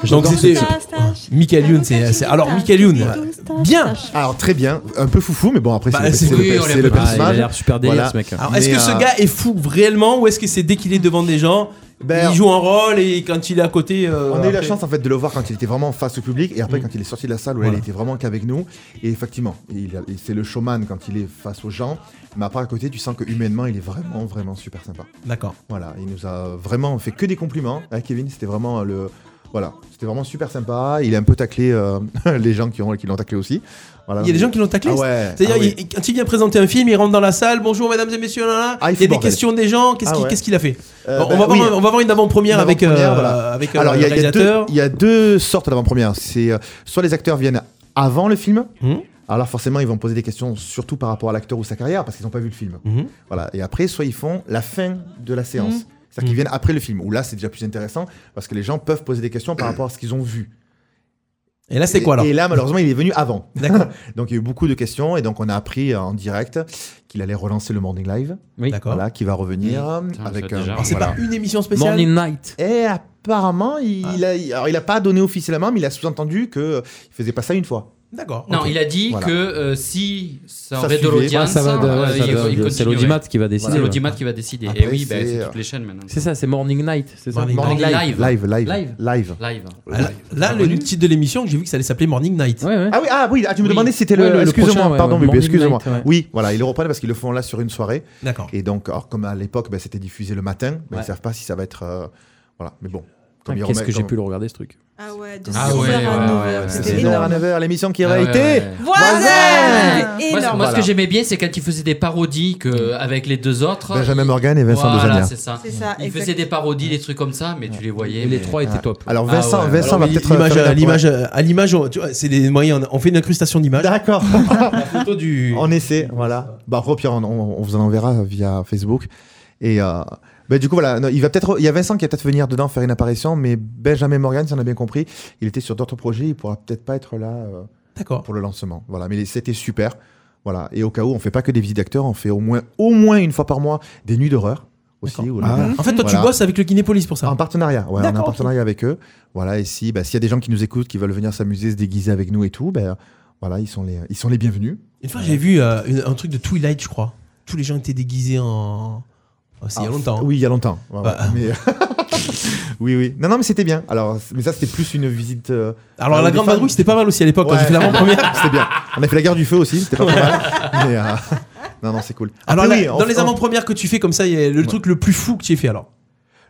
Speaker 6: Donc c'était Michael Youn, c'est c'est- alors Michael Youn. Bien.
Speaker 8: Alors très bien, un peu foufou, mais bon après
Speaker 6: Bah,
Speaker 8: c'est le,
Speaker 6: c'est-
Speaker 8: c'est le-
Speaker 6: oui, on
Speaker 8: c'est
Speaker 6: l'aime
Speaker 8: le
Speaker 6: pas.
Speaker 8: personnage.
Speaker 6: Ah, il a l'air
Speaker 9: super délire, ce mec.
Speaker 6: Alors est-ce
Speaker 8: Mais,
Speaker 6: que ce
Speaker 8: euh,
Speaker 6: gars est fou réellement ou est-ce que c'est dès qu'il est devant des gens, il joue un rôle et quand il est à côté euh,
Speaker 8: On a eu la
Speaker 6: après-
Speaker 8: chance en fait de le voir quand il était vraiment face au public et
Speaker 10: Mm.
Speaker 8: après quand il est sorti de la salle où
Speaker 6: Voilà.
Speaker 8: il était vraiment qu'avec nous et effectivement il a- et c'est le showman quand il est face aux gens mais après à côté tu sens que humainement il est vraiment vraiment super sympa.
Speaker 6: D'accord.
Speaker 8: Voilà il nous a vraiment fait que des compliments à Kevin c'était vraiment euh, le voilà c'était vraiment super sympa il a un peu taclé euh, les gens qui ont qui l'ont taclé aussi. Voilà.
Speaker 6: Il y a des gens qui l'ont taclé.
Speaker 8: Ah ouais.
Speaker 6: C'est-à-dire
Speaker 8: ah oui.
Speaker 6: il- quand il vient présenter un film, il rentre dans la salle, bonjour mesdames et messieurs, là, là.
Speaker 8: Ah, il fout
Speaker 6: il y a
Speaker 8: le
Speaker 6: des
Speaker 8: bordel.
Speaker 6: questions des gens, qu'est-ce
Speaker 8: Ah
Speaker 6: qu'il
Speaker 8: ouais.
Speaker 6: qu'est-ce qu'il a fait
Speaker 8: Euh,
Speaker 6: Bon,
Speaker 8: bah,
Speaker 6: on, va
Speaker 8: oui.
Speaker 6: voir, on va voir une avant-première avec euh,
Speaker 8: Avant-première, voilà.
Speaker 6: avec
Speaker 8: Alors,
Speaker 6: euh,
Speaker 8: il y a- il y, a deux-
Speaker 6: réalisateur.
Speaker 8: il y a deux sortes d'avant-première. C'est euh, soit les acteurs viennent avant le film.
Speaker 6: Mmh.
Speaker 8: Alors forcément, ils vont poser des questions surtout par rapport à l'acteur ou sa carrière parce qu'ils n'ont pas vu le film.
Speaker 6: Mhm.
Speaker 8: Voilà. Et après, soit ils font la fin de la séance,
Speaker 6: Mhm.
Speaker 8: c'est-à-dire qu'ils viennent après le film. Où là, c'est déjà plus intéressant parce que les gens peuvent poser des questions par rapport à ce qu'ils ont vu.
Speaker 6: Et là, c'est quoi, alors
Speaker 8: Et là, malheureusement, il est venu avant.
Speaker 6: D'accord.
Speaker 8: donc, il y a eu beaucoup de questions et donc on a appris euh, en direct qu'il allait relancer le Morning Live.
Speaker 6: D'accord.
Speaker 8: Voilà, qui va revenir euh, avec.
Speaker 6: déjà-
Speaker 8: euh,
Speaker 6: Alors, c'est
Speaker 8: voilà.
Speaker 6: pas une émission spéciale.
Speaker 9: Morning Night.
Speaker 8: Et apparemment, il, a, il- alors, il a pas donné officiellement, mais il a sous-entendu que euh, il faisait pas ça une fois.
Speaker 6: D'accord.
Speaker 10: Non,
Speaker 8: Ok.
Speaker 10: il a dit
Speaker 8: Voilà.
Speaker 10: que euh, si ça
Speaker 8: Ça
Speaker 10: aurait de
Speaker 8: suivait.
Speaker 10: l'audience,
Speaker 9: Ouais, ça va de- ouais,
Speaker 10: euh,
Speaker 9: ça
Speaker 10: il-
Speaker 9: va
Speaker 10: il
Speaker 9: de- c'est
Speaker 10: continuerait.
Speaker 9: l'audimat qui va décider,
Speaker 10: C'est
Speaker 9: ouais.
Speaker 10: l'audimat qui va décider. et
Speaker 8: Après,
Speaker 10: oui, ben,
Speaker 8: c'est-
Speaker 10: c'est toutes les chaînes maintenant.
Speaker 9: C'est ça, c'est Morning Night, c'est ça
Speaker 6: Morning Morning Night.
Speaker 8: Live, live,
Speaker 10: Live.
Speaker 8: live.
Speaker 10: Live.
Speaker 6: Ah, Là, là, le titre de l'émission, j'ai vu que ça allait s'appeler Morning Night.
Speaker 8: Ah oui, ah oui, ah, tu me
Speaker 6: Oui.
Speaker 8: demandais si c'était
Speaker 6: Ouais,
Speaker 8: le,
Speaker 6: le- le
Speaker 8: excuse-moi,
Speaker 6: prochain, ouais,
Speaker 8: pardon,
Speaker 6: ouais,
Speaker 8: Bubu,
Speaker 6: Morning
Speaker 8: excuse-moi.
Speaker 6: Night, ouais.
Speaker 8: Oui, voilà, ils le reprennent parce qu'ils le font là sur une soirée.
Speaker 6: D'accord.
Speaker 8: Et donc, alors, comme à l'époque, ben, c'était diffusé le matin, ben,
Speaker 6: Ouais.
Speaker 8: ils savent pas si ça va être, euh, voilà, mais bon. Comme il
Speaker 9: Ah, Qu'est-ce
Speaker 8: remet-
Speaker 9: que j'ai
Speaker 8: comme-
Speaker 9: pu le regarder ce truc
Speaker 4: Ah ouais, de
Speaker 9: Ah
Speaker 4: 6h
Speaker 9: ouais,
Speaker 4: à
Speaker 9: ouais,
Speaker 4: 9h.
Speaker 9: ouais,
Speaker 4: C'était
Speaker 8: C'est
Speaker 4: énorme.
Speaker 8: 9 à 9h, l'émission qui aurait
Speaker 10: Ah ouais,
Speaker 8: été
Speaker 10: ouais.
Speaker 4: Voisin
Speaker 10: Moi, c'est- moi, ce
Speaker 8: Voilà.
Speaker 10: que j'aimais bien, c'est quand il faisait des parodies
Speaker 9: Mm.
Speaker 10: que, avec les deux autres.
Speaker 8: Benjamin
Speaker 10: il-
Speaker 8: Morgan et Vincent
Speaker 10: Voilà,
Speaker 8: Dezania.
Speaker 10: c'est ça.
Speaker 4: C'est ça,
Speaker 10: Il faisait
Speaker 4: exact.
Speaker 10: des parodies, des trucs comme ça, mais tu les voyais.
Speaker 9: les
Speaker 10: mais-
Speaker 9: trois étaient
Speaker 10: Ah.
Speaker 9: top.
Speaker 8: Alors
Speaker 10: Ah
Speaker 8: Vincent,
Speaker 10: ouais.
Speaker 8: Vincent va
Speaker 6: Alors,
Speaker 8: peut-être
Speaker 6: l'image,
Speaker 8: faire une
Speaker 6: à l'image,
Speaker 8: approche.
Speaker 6: euh, à l'image, on- tu vois, c'est des moyens. On fait une incrustation d'image.
Speaker 8: D'accord.
Speaker 6: La photo du.
Speaker 8: En essai, voilà. Bah, au pire, on, on- on vous en enverra via Facebook. Et euh, bah, du coup, voilà. Non, il, va peut-être, il y a Vincent qui va peut-être venir dedans faire une apparition, mais Benjamin Morgan, si on a bien compris, il était sur d'autres projets, il pourra peut-être pas être là euh, pour le lancement. Voilà, mais les- c'était super. Voilà. Et au cas où, on fait pas que des visites d'acteurs, on fait au moins, au moins une fois par mois des nuits d'horreur. Aussi, où là-
Speaker 6: Ah. En fait, toi, tu bosses avec le Kinépolis pour ça.
Speaker 8: En partenariat, ouais, on a un
Speaker 6: D'accord,
Speaker 8: partenariat avec eux. Voilà, et si, bah, s'il y a des gens qui nous écoutent, qui veulent venir s'amuser, se déguiser avec nous et tout, ben voilà, ils sont les, ils sont les bienvenus.
Speaker 6: Une fois, j'ai vu euh, une- un truc de Twilight, je crois. Tous les gens étaient déguisés en. Oh, c'est il y a
Speaker 8: Ah,
Speaker 6: longtemps. hein.
Speaker 8: Oui, il y a longtemps. Ouais, ouais.
Speaker 6: Bah.
Speaker 8: Mais- euh, oui, oui. Non, non, mais c'était bien. Alors, mais ça, c'était plus une visite. euh,
Speaker 6: Alors,
Speaker 8: euh,
Speaker 6: la
Speaker 8: des
Speaker 6: Grande
Speaker 8: fans.
Speaker 6: Vadrouille, c'était pas mal aussi à l'époque, quand
Speaker 8: Ouais.
Speaker 6: j'ai fait l'avant-première.
Speaker 8: c'était bien. On a fait la guerre du feu aussi, c'était pas trop mal. Mais, euh, non, non, c'est cool.
Speaker 6: Alors,
Speaker 8: Après,
Speaker 6: la-
Speaker 8: oui, on-
Speaker 6: dans les
Speaker 8: on-
Speaker 6: avant-premières que tu fais comme ça, il y a le truc le plus fou que tu aies fait alors.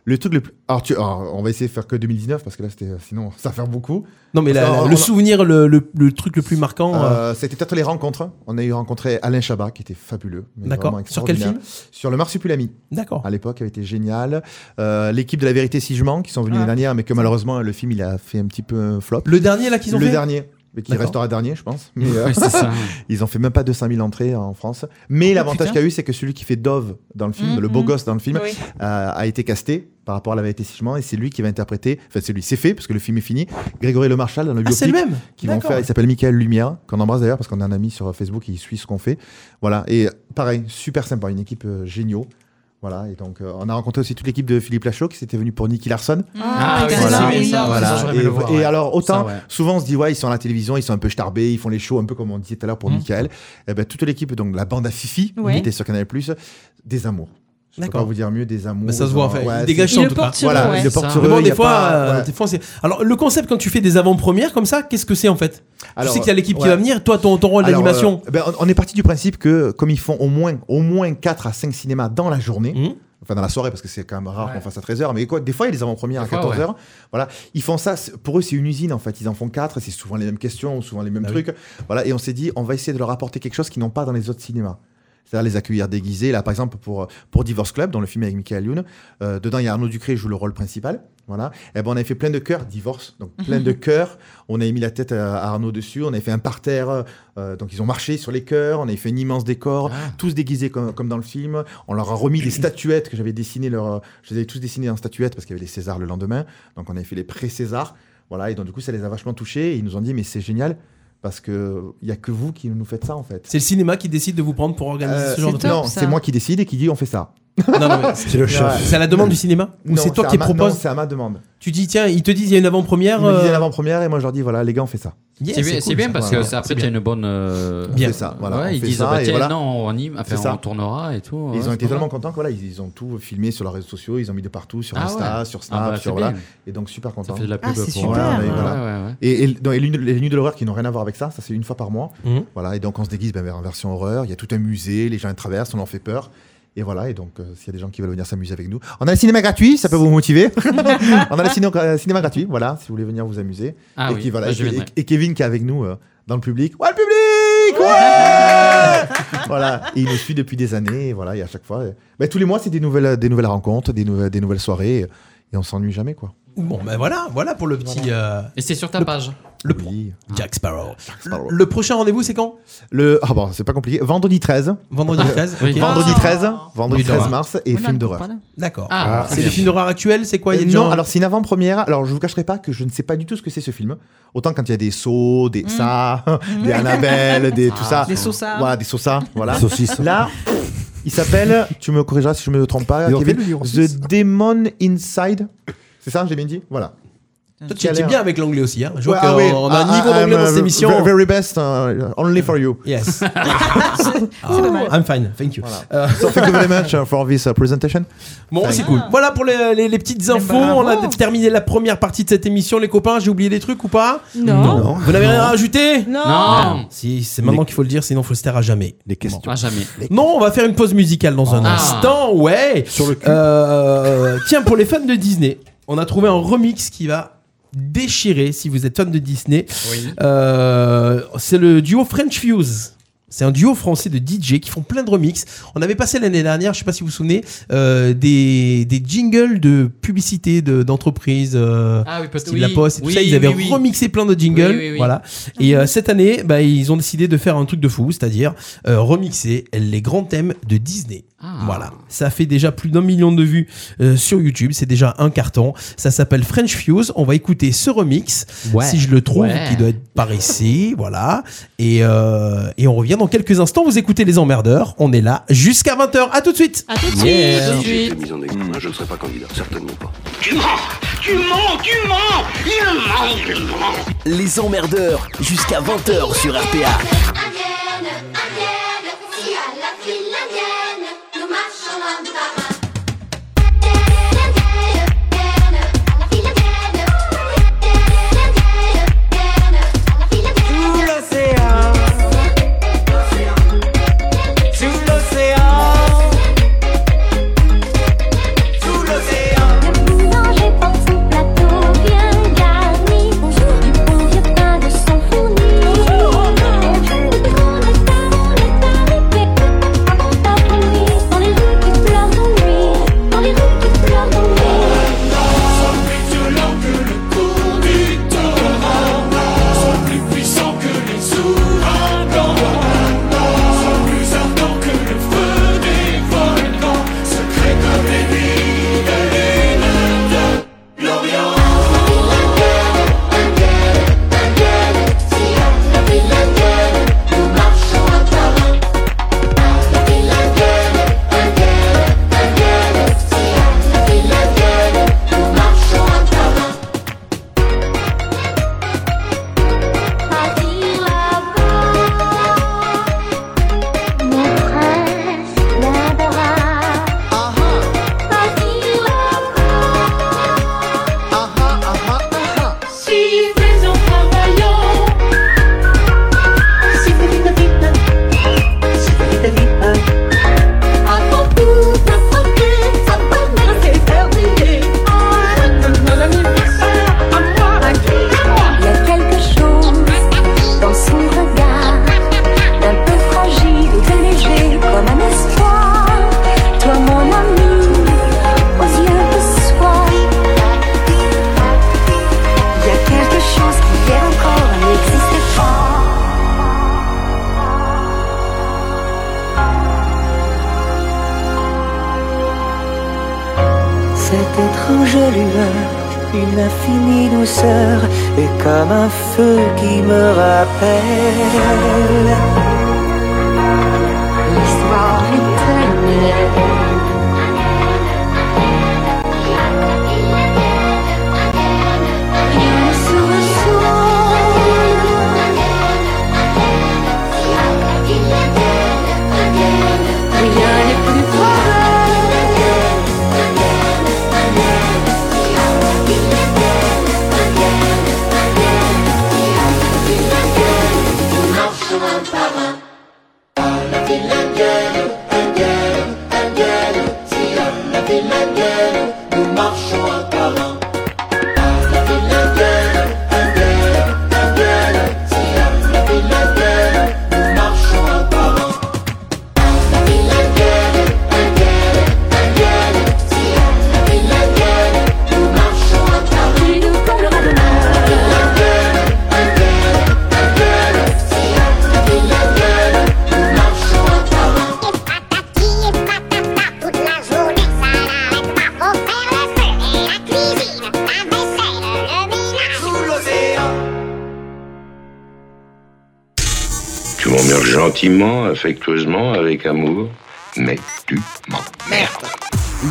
Speaker 8: Le truc le plus. Alors, tu... alors, on va essayer de faire que 2019 parce que là, c'était... euh, sinon, ça va faire beaucoup.
Speaker 6: Non, mais
Speaker 8: Parce
Speaker 6: la-
Speaker 8: que,
Speaker 6: la-
Speaker 8: on-
Speaker 6: le
Speaker 8: on-
Speaker 6: souvenir, le, le- le truc le plus marquant. euh,
Speaker 8: Euh, C'était peut-être les rencontres. On a eu rencontré Alain Chabat qui était fabuleux. mais
Speaker 6: D'accord.
Speaker 8: vraiment
Speaker 6: Sur quel film
Speaker 8: extraordinaire. Sur le Marsupilami.
Speaker 6: D'accord.
Speaker 8: À l'époque, avait été génial. Euh, L'équipe de la vérité si je mens qui sont venus
Speaker 6: Ah.
Speaker 8: l'année dernière, mais que malheureusement le film il a fait un petit peu un flop.
Speaker 6: Le dernier, là, qu'ils ont
Speaker 8: Le
Speaker 6: fait
Speaker 8: dernier. Mais qui
Speaker 6: D'accord.
Speaker 8: restera dernier, je pense. Mais euh,
Speaker 6: Ouais, c'est ça.
Speaker 8: ils ont fait même pas 200 000 entrées en France. Mais
Speaker 6: Oh,
Speaker 8: l'avantage
Speaker 6: putain.
Speaker 8: qu'il y a eu, c'est que celui qui fait Dove dans le film,
Speaker 6: Mhm.
Speaker 8: le beau gosse dans le film,
Speaker 6: Oui.
Speaker 8: euh, a été casté par rapport à la vérité si je mens, et c'est lui qui va interpréter. Enfin, c'est lui, c'est fait parce que le film est fini. Grégory Le Marchal dans le
Speaker 6: Ah, c'est
Speaker 8: biopic
Speaker 6: le même
Speaker 8: qui vont
Speaker 6: D'accord.
Speaker 8: faire. Il s'appelle Michael Lumière, qu'on embrasse d'ailleurs parce qu'on a un ami sur Facebook qui suit ce qu'on fait. Voilà. Et pareil, super sympa, une équipe euh, géniaux. Voilà. Et donc, euh, on a rencontré aussi toute l'équipe de Philippe Lachaud qui s'était venu pour Nicky Larson.
Speaker 10: Ah, Ah, putain, oui,
Speaker 8: Voilà.
Speaker 10: c'est bien, ça,
Speaker 8: Voilà.
Speaker 10: ouais, ça, j'aurais aimé
Speaker 8: Et,
Speaker 10: le voir,
Speaker 8: et
Speaker 10: ouais.
Speaker 8: alors, autant
Speaker 10: Ça, ouais.
Speaker 8: souvent on se dit ouais, ils sont à la télévision, ils sont un peu starbés, ils font les shows un peu comme on disait tout à l'heure pour
Speaker 10: Mm.
Speaker 8: Michael. Eh ben, toute l'équipe, donc la bande à Fifi,
Speaker 6: Ouais.
Speaker 8: qui était sur Canal Plus, des amours. Je peux
Speaker 6: D'accord.
Speaker 8: pas vous dire mieux des amours.
Speaker 6: Mais ça se voit,
Speaker 8: genre,
Speaker 6: enfin,
Speaker 8: ouais,
Speaker 6: il
Speaker 8: c'est-
Speaker 6: dégage ça en tout cas.
Speaker 8: Voilà, il le porte sur
Speaker 6: Mais bon,
Speaker 8: eux, il y
Speaker 6: des
Speaker 8: a
Speaker 6: fois,
Speaker 8: pas-
Speaker 6: euh,
Speaker 8: ouais.
Speaker 6: des fois, c'est- Alors, le concept, quand tu fais des avant-premières comme ça, qu'est-ce que c'est en fait Tu
Speaker 8: Alors,
Speaker 6: sais qu'il y a l'équipe qui
Speaker 8: ouais.
Speaker 6: va venir, toi, ton, ton rôle
Speaker 8: Alors,
Speaker 6: d'animation.
Speaker 8: euh, ben, on, on est parti du principe que comme ils font au moins, au moins 4 à 5 cinémas dans la journée, enfin dans la soirée parce que c'est quand même rare qu'on fasse à 13h, mais quoi, des fois il y a des avant-premières à
Speaker 6: Des fois,
Speaker 8: 14h. Voilà, ils font ça, c'est- pour eux c'est une usine en fait, ils en font 4, c'est souvent les mêmes questions, souvent les mêmes trucs. Voilà, et on s'est dit on va essayer de leur apporter quelque chose qu'ils n'ont pas dans les autres cinémas. C'est-à-dire les accueillir déguisés. Là, par exemple, pour, pour Divorce Club, dans le film avec Michael Youn, euh, dedans, il y a Arnaud Ducré qui joue le rôle principal. Voilà. Et ben, on avait fait plein de cœurs, Divorce, donc plein de cœurs. On avait mis la tête à à Arnaud dessus, on avait fait un parterre. euh, donc, ils ont marché sur les cœurs, on avait fait un immense décor, tous déguisés comme, comme dans le film. On leur a remis des statuettes que j'avais dessinées, leur, je les avais tous dessinées en statuettes parce qu'il y avait les Césars le lendemain. Donc, on avait fait les pré-Césars. Voilà. Et donc, du coup, ça les a vachement touchés. Et ils nous ont dit, mais c'est génial parce qu'il n'y a que vous qui nous faites ça, en fait.
Speaker 6: C'est le cinéma qui décide de vous prendre pour organiser
Speaker 8: Euh,
Speaker 6: ce genre de truc.
Speaker 8: non, c'est moi qui décide et qui dit on fait ça.
Speaker 6: Non, non, mais-
Speaker 8: C'est le chef.
Speaker 6: C'est à la demande du cinéma Ou
Speaker 8: Non,
Speaker 6: c'est toi
Speaker 8: c'est
Speaker 6: qui
Speaker 8: à ma-
Speaker 6: propose
Speaker 8: non, c'est à ma demande.
Speaker 6: Tu dis, tiens, ils te disent, il y a une avant-première.
Speaker 8: Ils me disaient
Speaker 6: euh,
Speaker 8: l'avant-première et moi je leur dis voilà, les gars, on fait ça.
Speaker 10: c'est bien, c'est bien parce que ça, après, tu as une bonne. euh,
Speaker 8: On fait ça, voilà, on
Speaker 10: ouais, ils
Speaker 8: fait
Speaker 10: disent
Speaker 8: ça,
Speaker 10: ah bah,
Speaker 8: et
Speaker 10: tiens,
Speaker 8: voilà.
Speaker 10: non, on anime, enfin,
Speaker 8: C'est ça.
Speaker 10: on tournera et tout.
Speaker 8: Ils
Speaker 10: ouais,
Speaker 8: ont
Speaker 10: c'est
Speaker 8: été
Speaker 10: pas
Speaker 8: tellement
Speaker 10: mal.
Speaker 8: contents que voilà, ils, ils ont tout filmé sur leurs réseaux sociaux, ils ont mis de partout sur
Speaker 10: Ah
Speaker 8: Insta,
Speaker 10: ouais.
Speaker 8: sur
Speaker 10: Ah
Speaker 8: Snap,
Speaker 10: bah,
Speaker 8: sur
Speaker 10: c'est
Speaker 8: voilà.
Speaker 10: bien.
Speaker 8: Et donc super content.
Speaker 10: Ça fait de la pub Ah, c'est pour- super.
Speaker 8: Voilà, et,
Speaker 10: Ouais,
Speaker 8: voilà.
Speaker 10: ouais, ouais.
Speaker 8: Et- et dans les, nuits de- les nuits de l'horreur qui n'ont rien à voir avec ça, ça c'est une fois par mois.
Speaker 6: Mhm.
Speaker 8: Voilà, et donc on se déguise ben, en version horreur, il y a tout un musée, les gens ils traversent, on leur fait peur. Et voilà, et donc euh, s'il y a des gens qui veulent venir s'amuser avec nous, on a le cinéma gratuit, ça peut vous motiver. on a le ciné- euh, cinéma gratuit, voilà, si vous voulez venir vous amuser.
Speaker 10: Ah
Speaker 8: et,
Speaker 10: oui,
Speaker 8: qui- voilà,
Speaker 10: moi,
Speaker 8: et,
Speaker 10: je viendrai.
Speaker 8: et Kevin qui est avec nous euh, dans le public. Ouais, le public Ouais Voilà, et il nous suit depuis des années, et voilà, et à chaque fois, euh, ben, tous les mois c'est des nouvelles, des nouvelles rencontres, des, nouvelles- des nouvelles soirées, et, et on s'ennuie jamais quoi.
Speaker 6: Bon, ben voilà, voilà pour le petit. euh,
Speaker 10: Et c'est sur ta
Speaker 6: le-
Speaker 10: page.
Speaker 6: Le, Jack Sparrow. Le, le prochain rendez-vous, c'est quand
Speaker 8: Le ah bon, c'est pas compliqué. Vendredi 13.
Speaker 6: Vendredi 13, ok.
Speaker 8: Euh, Vendredi
Speaker 6: Ah.
Speaker 8: 13, vendredi
Speaker 6: Oui,
Speaker 8: 13
Speaker 6: d'horreur.
Speaker 8: mars et
Speaker 6: On en
Speaker 8: film d'horreur.
Speaker 6: parle. D'accord. Ah, c'est les films d'horreur actuels, c'est quoi Il y a
Speaker 8: Euh,
Speaker 6: des
Speaker 8: Non,
Speaker 6: gens-
Speaker 8: alors c'est une avant-première. Alors je vous cacherai pas que je ne sais pas du tout ce que c'est ce film. Autant quand il y a des sauts, des ça, des Annabelle, des tout
Speaker 6: Ah,
Speaker 8: ça.
Speaker 6: Mm. des saussas.
Speaker 8: Voilà, des saussas, voilà.
Speaker 6: Saucisses.
Speaker 8: Là, il s'appelle, tu me corrigeras si je me trompe pas,
Speaker 6: Ils ont fait
Speaker 8: Kevin,
Speaker 6: le livre en Suisse.
Speaker 8: The Demon Inside. C'est ça, j'ai bien dit Voilà.
Speaker 6: Toi, tu
Speaker 8: Qui a
Speaker 6: es
Speaker 8: l'air-
Speaker 6: bien avec l'anglais aussi. Hein. Je vois
Speaker 8: Ouais, ah
Speaker 6: qu'on
Speaker 8: oui.
Speaker 6: a un
Speaker 8: Ah,
Speaker 6: niveau
Speaker 8: ah,
Speaker 6: d'anglais dans
Speaker 8: I'm,
Speaker 6: cette
Speaker 8: uh,
Speaker 6: émission.
Speaker 8: ve- Very best, uh, only for you.
Speaker 6: Yes. Ah, I'm fine, thank you. Euh,
Speaker 8: So thank you very much uh, for this uh, presentation.
Speaker 6: Bon, c'est cool. Ah. Voilà pour les, les- les petites infos. On a terminé la première partie de cette émission, les copains. J'ai oublié des trucs ou pas
Speaker 4: Non. Non.
Speaker 6: Vous n'avez rien à rajouter
Speaker 4: Non.
Speaker 10: Non.
Speaker 6: Si, c'est maintenant qu'il faut le dire, sinon faut se taire à jamais. Les questions.
Speaker 10: À Ah, jamais.
Speaker 6: Non, on va faire une pause musicale dans un
Speaker 10: Ah.
Speaker 6: instant, ouais. Sur le Tiens, pour les fans de Disney, on a trouvé un remix qui va déchirer si vous êtes fan de Disney.
Speaker 15: Oui.
Speaker 6: Euh, c'est le duo French Fuse. C'est un duo français de DJ qui font plein de remix. On avait passé l'année dernière, je sais pas si vous vous souvenez, euh, des, des jingles de publicité de- d'entreprise, euh,
Speaker 10: Ah oui, peut-
Speaker 6: style La
Speaker 10: oui,
Speaker 6: Poste et tout
Speaker 10: oui,
Speaker 6: ça. Ils avaient
Speaker 10: oui, oui.
Speaker 6: remixé plein de jingles.
Speaker 10: Oui, oui, oui.
Speaker 6: Voilà. Et euh, cette année, bah, ils ont décidé de faire un truc de fou, c'est-à-dire euh, remixer les grands thèmes de Disney.
Speaker 15: Ah.
Speaker 6: Voilà. Ça fait déjà plus d'un million de vues euh, sur YouTube. C'est déjà un carton. Ça s'appelle French Fuse. On va écouter ce remix.
Speaker 15: Ouais.
Speaker 6: Si je le trouve,
Speaker 15: Ouais.
Speaker 6: qui doit être par ici. voilà. Et, euh, et on revient dans quelques instants. Vous écoutez Les Emmerdeurs. On est là jusqu'à 20h. À tout de suite.
Speaker 15: À tout de
Speaker 6: Yeah.
Speaker 15: suite.
Speaker 6: suite.
Speaker 15: mise en je ne serai pas candidat, certainement pas.
Speaker 16: Tu mens Tu mens Tu mens Il ment, il ment
Speaker 17: Les emmerdeurs, jusqu'à 20h sur RPA.
Speaker 14: Sous l'océan. Sous l'océan. Sous l'océan. Le boulanger porte son plateau bien garni. Bonjour, du bon vieux pain de son fourni. Bonjour, Dans les rues qui pleurent d'ennui. Dans les rues qui pleurent d'ennui.
Speaker 13: violent que le cours du torrent, sont plus puissants que les ouragans, sont plus ardents que le feu des volcans, secrets comme les nuits de lune de l'Orient. Si vous en travaillant, si vous dites vite, si vous dites vite, avant tout, ça promet, ça promet, c'est terminé. Mon anniversaire, à moi, à qui, à moi.
Speaker 5: Il y a quelque chose dans son regard, d'un peu fragile et très léger comme un espoir. Toi, mon ami, aux yeux de soie, il y a quelque chose qui hier encore n'existait pas.
Speaker 18: Cette étrange lueur, une infinie douceur, est comme un feu qui me rappelle.
Speaker 5: L'histoire éternelle. Rien ne se ressemble. Rien n'est plus pareil.
Speaker 19: Tu m'emmerdes gentiment, affectueusement, avec amour, mais tu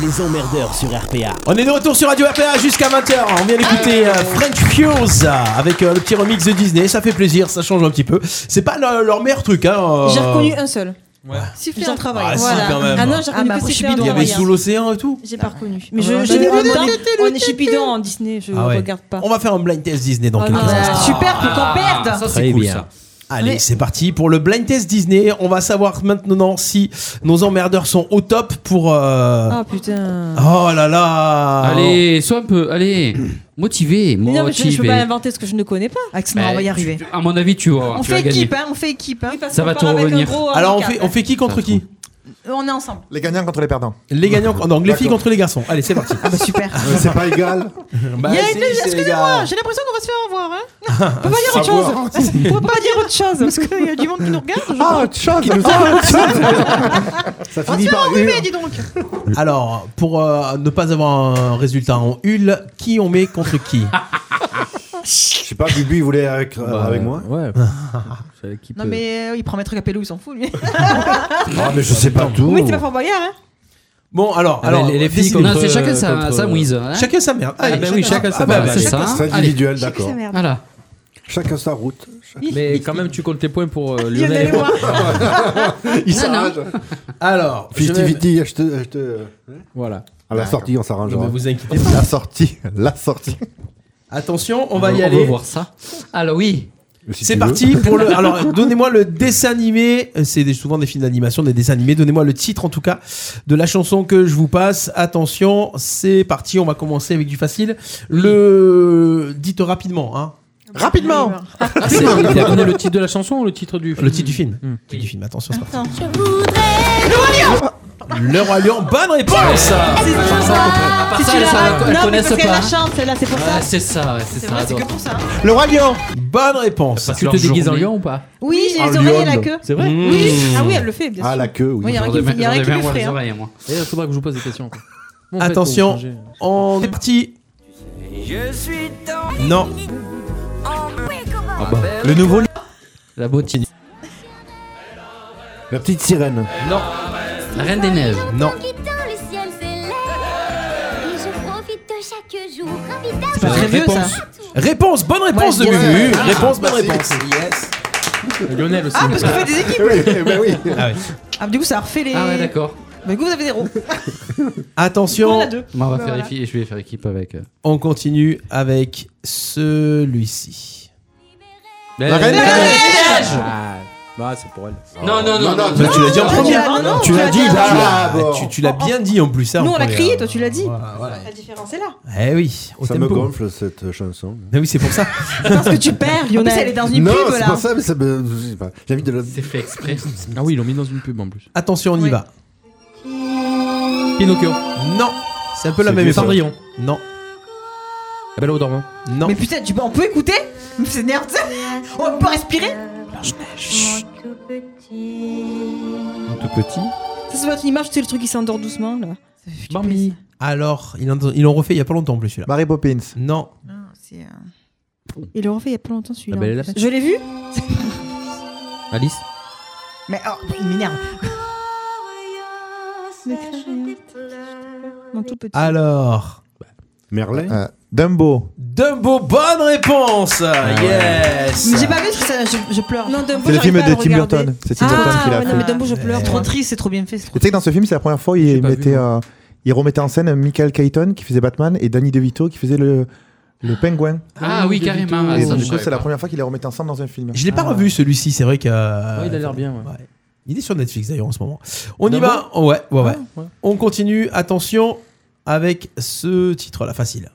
Speaker 6: Les emmerdeurs sur RPA. On est de retour sur Radio RPA jusqu'à 20h. On
Speaker 4: Ah
Speaker 6: vient d'écouter euh, French Fuse euh, avec euh, le petit remix de Disney. Ça fait plaisir, ça change un petit peu. C'est pas leur, leur meilleur truc. Hein, euh.
Speaker 8: Oh.
Speaker 4: J'ai reconnu un seul.
Speaker 6: Ouais.
Speaker 4: Siffler un travail.
Speaker 6: Ah, si, quand même.
Speaker 4: Ah non, j'ai
Speaker 6: Ah,
Speaker 4: reconnu
Speaker 6: bah,
Speaker 4: que
Speaker 6: après,
Speaker 4: siffler un
Speaker 6: Cupidon, il y avait
Speaker 4: travail,
Speaker 6: sous
Speaker 4: hein.
Speaker 6: l'océan et tout.
Speaker 7: Bah
Speaker 4: J'ai pas reconnu. Mais
Speaker 6: Ah,
Speaker 4: je,
Speaker 6: ouais.
Speaker 4: je,
Speaker 6: Ah, ouais.
Speaker 4: on, est Cupidon en Disney, je
Speaker 6: Ah ouais.
Speaker 4: regarde pas.
Speaker 6: On va faire un blind test Disney dans
Speaker 4: Ah,
Speaker 6: quelques
Speaker 4: bah,
Speaker 6: instants. Ah,
Speaker 4: super, pour qu'on perde.
Speaker 10: Ça, c'est
Speaker 6: Très
Speaker 10: cool,
Speaker 6: bien.
Speaker 10: ça.
Speaker 6: Allez, c'est parti pour le blind test Disney. On va savoir maintenant si nos emmerdeurs sont au top pour. euh,
Speaker 4: Ah putain.
Speaker 6: Oh là là
Speaker 10: Allez, sois un peu, allez, motivé,
Speaker 4: Mais non, mais je, je peux
Speaker 10: motivé.
Speaker 4: pas inventer ce que je ne connais pas. Axel,
Speaker 10: Mais
Speaker 4: on va y
Speaker 10: tu-
Speaker 4: arriver.
Speaker 10: À mon avis, tu vas,
Speaker 4: On
Speaker 10: tu vas
Speaker 4: fait
Speaker 10: gagner.
Speaker 4: équipe, hein, on fait équipe. hein.
Speaker 10: Ça va te revenir.
Speaker 6: Alors, on fait, on fait qui contre qui
Speaker 7: Euh,
Speaker 4: On est ensemble.
Speaker 8: Les gagnants contre les perdants.
Speaker 6: Les gagnants. Non, donc les filles
Speaker 8: D'accord.
Speaker 6: contre les garçons. Allez, c'est parti.
Speaker 7: Ah, bah, super.
Speaker 8: c'est pas égal.
Speaker 10: Bah,
Speaker 7: Il y a une-
Speaker 6: si, c'est
Speaker 7: Excusez-moi,
Speaker 6: égal.
Speaker 7: j'ai l'impression qu'on va se faire revoir. Hein
Speaker 6: On
Speaker 7: peut pas dire autre chose. On peut pas dire autre chose parce qu'il y a du monde qui nous regarde. je crois.
Speaker 8: Ah, autre
Speaker 6: Ça
Speaker 7: On se fait enrhumer, dis donc.
Speaker 6: Alors, pour euh, ne pas avoir un résultat en hul, qui on met contre qui
Speaker 12: Je sais pas, Bubu, il voulait avec, euh, avec moi
Speaker 9: Ouais.
Speaker 7: Non mais euh, il prend mes trucs à Pelou, il s'en fout lui.
Speaker 10: euh,
Speaker 12: Ah, mais je sais pas tout.
Speaker 7: Oui, c'est pas Fort Boyard. Hein.
Speaker 6: Bon, alors,
Speaker 10: Ah,
Speaker 6: alors
Speaker 10: mais les- les filles
Speaker 6: décidez.
Speaker 10: contre- Non, c'est chacun sa- contre- sa mouise, hein.
Speaker 6: Chacun sa merde.
Speaker 10: Ah, bah oui, chacun sa
Speaker 6: merde.
Speaker 10: merde.
Speaker 12: C'est
Speaker 10: c'est ça.
Speaker 12: ça. C'est
Speaker 10: Allez.
Speaker 12: individuel,
Speaker 10: Chacun
Speaker 12: d'accord.
Speaker 10: sa merde. Voilà.
Speaker 12: Chacun sa route.
Speaker 9: Mais quand même, tu comptes les points pour euh,
Speaker 12: Lionel
Speaker 9: Lionel
Speaker 12: et
Speaker 9: et
Speaker 12: moi.
Speaker 9: moi.
Speaker 12: Il s'arrange.
Speaker 6: Alors, je
Speaker 12: Fifty
Speaker 6: vais-
Speaker 12: Viti, je te. je te-
Speaker 10: hein.
Speaker 9: Voilà.
Speaker 12: À la sortie, on s'arrangera.
Speaker 6: Ne vous inquiétez
Speaker 12: pas. La sortie, la sortie.
Speaker 6: Attention, on va
Speaker 12: On
Speaker 6: y
Speaker 12: veut- on
Speaker 6: aller.
Speaker 12: veut voir
Speaker 10: ça. Alors oui.
Speaker 12: Si
Speaker 6: c'est
Speaker 12: tu
Speaker 6: parti
Speaker 12: veux.
Speaker 6: pour le. Alors, donnez-moi le dessin animé. Euh, C'est des- souvent des films d'animation, des dessins animés. Donnez-moi le titre, en tout cas, de la chanson que je vous passe. Attention, c'est parti. On va commencer avec du facile. Le. Dites rapidement, hein. Ah, Rapidement
Speaker 9: C'est- Il a donné le titre de la chanson ou le titre du film
Speaker 6: Le titre du film. Le titre du film. Attention, c'est parti. Le Roi Lion, bonne
Speaker 10: Ouais.
Speaker 6: réponse
Speaker 10: C'est
Speaker 7: Ah. ça.
Speaker 10: À part
Speaker 7: Si
Speaker 10: ça,
Speaker 7: tu
Speaker 10: elles
Speaker 7: la
Speaker 10: savent-
Speaker 7: racontes- non,
Speaker 10: elles
Speaker 7: mais
Speaker 10: connaissent
Speaker 7: parce qu'elle
Speaker 10: pas.
Speaker 7: la chante, celle-là, c'est pour ça.
Speaker 10: Ouais, c'est ça, ouais, c'est
Speaker 7: C'est
Speaker 10: ça.
Speaker 7: vrai, c'est que
Speaker 10: donc.
Speaker 7: pour ça. hein.
Speaker 6: Le Roi Lion Bonne réponse
Speaker 10: Parce que leur journée-
Speaker 6: pas
Speaker 7: Oui, j'ai
Speaker 10: Ah,
Speaker 7: les oreilles et la
Speaker 10: Lyon.
Speaker 7: queue.
Speaker 9: C'est vrai
Speaker 7: Oui.
Speaker 9: Mmh.
Speaker 7: Ah oui, elle le fait, bien sûr.
Speaker 9: Ah, la queue, oui.
Speaker 7: Il y a rien qui
Speaker 9: J'aurais
Speaker 7: il y a rien qui
Speaker 9: bien
Speaker 7: le
Speaker 9: voir
Speaker 7: fait.
Speaker 9: les
Speaker 7: hein.
Speaker 9: oreilles. Il faudra que je vous pose des questions. En fait,
Speaker 6: Attention,
Speaker 9: on changeait.
Speaker 6: on est parti
Speaker 13: Je suis
Speaker 6: Non
Speaker 13: Ah
Speaker 6: bah. Le nouveau
Speaker 10: La bottine.
Speaker 12: La petite sirène.
Speaker 10: Non. La Reine des Neiges.
Speaker 6: Non.
Speaker 14: Guitare, le ciel s'élève. Et je profite de chaque jour.
Speaker 6: C'est pas
Speaker 13: Euh,
Speaker 6: très vieux, ça. Réponse, bonne réponse
Speaker 14: Ouais,
Speaker 6: de
Speaker 14: bien
Speaker 6: Bubu
Speaker 14: sûr. Ah,
Speaker 6: Réponse, bonne
Speaker 14: merci.
Speaker 6: réponse Lionel aussi
Speaker 7: Ah, parce qu'on fait des équipes.
Speaker 6: Ah ouais.
Speaker 7: Ah, du coup, ça refait les.
Speaker 10: Ah ouais, d'accord.
Speaker 7: Mais du coup, vous avez zéro.
Speaker 6: Attention,
Speaker 7: On a deux. Ben
Speaker 10: Moi, on va faire
Speaker 7: Voilà.
Speaker 10: équipe- je vais faire équipe avec. euh,
Speaker 6: on continue avec celui-ci.
Speaker 10: Ben, La Reine des Neiges.
Speaker 9: Ah, bah, c'est pour elle.
Speaker 10: Non, non, non, non,
Speaker 6: Mais tu l'as dit en premier.
Speaker 7: non, non, Ah,
Speaker 6: Tu
Speaker 7: tu
Speaker 6: l'as
Speaker 7: l'as
Speaker 6: dit.
Speaker 7: dit
Speaker 6: bah, tu
Speaker 7: en
Speaker 10: Ah,
Speaker 6: l'as-
Speaker 12: premier.
Speaker 6: Tu tu l'as bien dit en plus. ça, en
Speaker 7: Nous, on l'a
Speaker 6: premier.
Speaker 7: crié, toi, tu l'as dit.
Speaker 6: voilà.
Speaker 7: La différence est là.
Speaker 6: Eh oui, au
Speaker 12: Ça me
Speaker 6: tempo.
Speaker 12: gonfle cette chanson.
Speaker 6: Ah oui, c'est pour ça.
Speaker 7: Parce que tu perds,
Speaker 12: En
Speaker 7: Lionel.
Speaker 12: plus,
Speaker 7: elle est dans une
Speaker 12: non,
Speaker 7: pub,
Speaker 12: c'est
Speaker 7: là.
Speaker 12: pas ça, mais ça me. je sais pas. J'ai envie de le.
Speaker 10: C'est fait exprès.
Speaker 9: Ah oui, ils l'ont mis dans une pub en plus.
Speaker 6: Attention, on y va.
Speaker 9: Pinocchio.
Speaker 6: Non, c'est un peu la
Speaker 9: C'est
Speaker 6: même
Speaker 9: vieux,
Speaker 6: époque.
Speaker 9: Cendrillon.
Speaker 6: Non.
Speaker 9: La Belle au dormant.
Speaker 6: Non.
Speaker 7: Mais putain, tu peux- on peut écouter C'est nerveux. On peut respirer
Speaker 9: Un tout petit.
Speaker 4: Ça, c'est votre image, c'est le truc qui s'endort doucement, là.
Speaker 9: Bambi.
Speaker 6: Alors, ils l'ont- ils l'ont refait il y a pas longtemps en plus celui-là.
Speaker 8: Mary Poppins.
Speaker 6: Non.
Speaker 7: euh,
Speaker 4: Oh. Il le refait il y a pas longtemps, celui-là.
Speaker 8: Ah, ben,
Speaker 9: La Belle et la
Speaker 4: en fait.
Speaker 9: Bête.
Speaker 4: Je l'ai vu
Speaker 9: Alice.
Speaker 7: Mais oh, il m'énerve.
Speaker 4: Mon tout
Speaker 8: Ah,
Speaker 4: petit.
Speaker 6: Alors.
Speaker 12: Merlin.
Speaker 8: Euh, Dumbo.
Speaker 6: Dumbo, bonne réponse
Speaker 9: Ah
Speaker 6: Yes
Speaker 7: Mais j'ai pas vu parce que ça, je, je pleure. Non, Dumbo,
Speaker 8: C'est le film de Tim Burton. C'est Tim Burton qui l'a fait.
Speaker 7: Ah, mais Dumbo, je pleure.
Speaker 6: Ouais.
Speaker 7: Trop triste, c'est trop bien fait. c'est trop-
Speaker 8: Et Tu sais que dans ce film, c'est la première fois il mettait, euh, il remettait en scène Michael Keaton qui faisait Batman et Danny DeVito qui faisait le le pingouin.
Speaker 10: Ah oui, carrément. ah,
Speaker 8: Et
Speaker 10: ça,
Speaker 8: donc, du
Speaker 10: je
Speaker 8: coup,
Speaker 10: savais
Speaker 8: c'est la
Speaker 10: pas.
Speaker 8: première fois qu'il les remettait ensemble dans un film.
Speaker 6: Je l'ai pas revu celui-ci, c'est vrai que.
Speaker 9: Ah.
Speaker 6: euh,
Speaker 9: Ouais, il a l'air bien. ouais.
Speaker 6: Il est sur Netflix d'ailleurs en ce moment. On y
Speaker 9: Dumbo
Speaker 6: va Oh, Ouais, ouais, ouais.
Speaker 9: Ah, ouais.
Speaker 6: On continue, attention, avec ce titre-là, facile.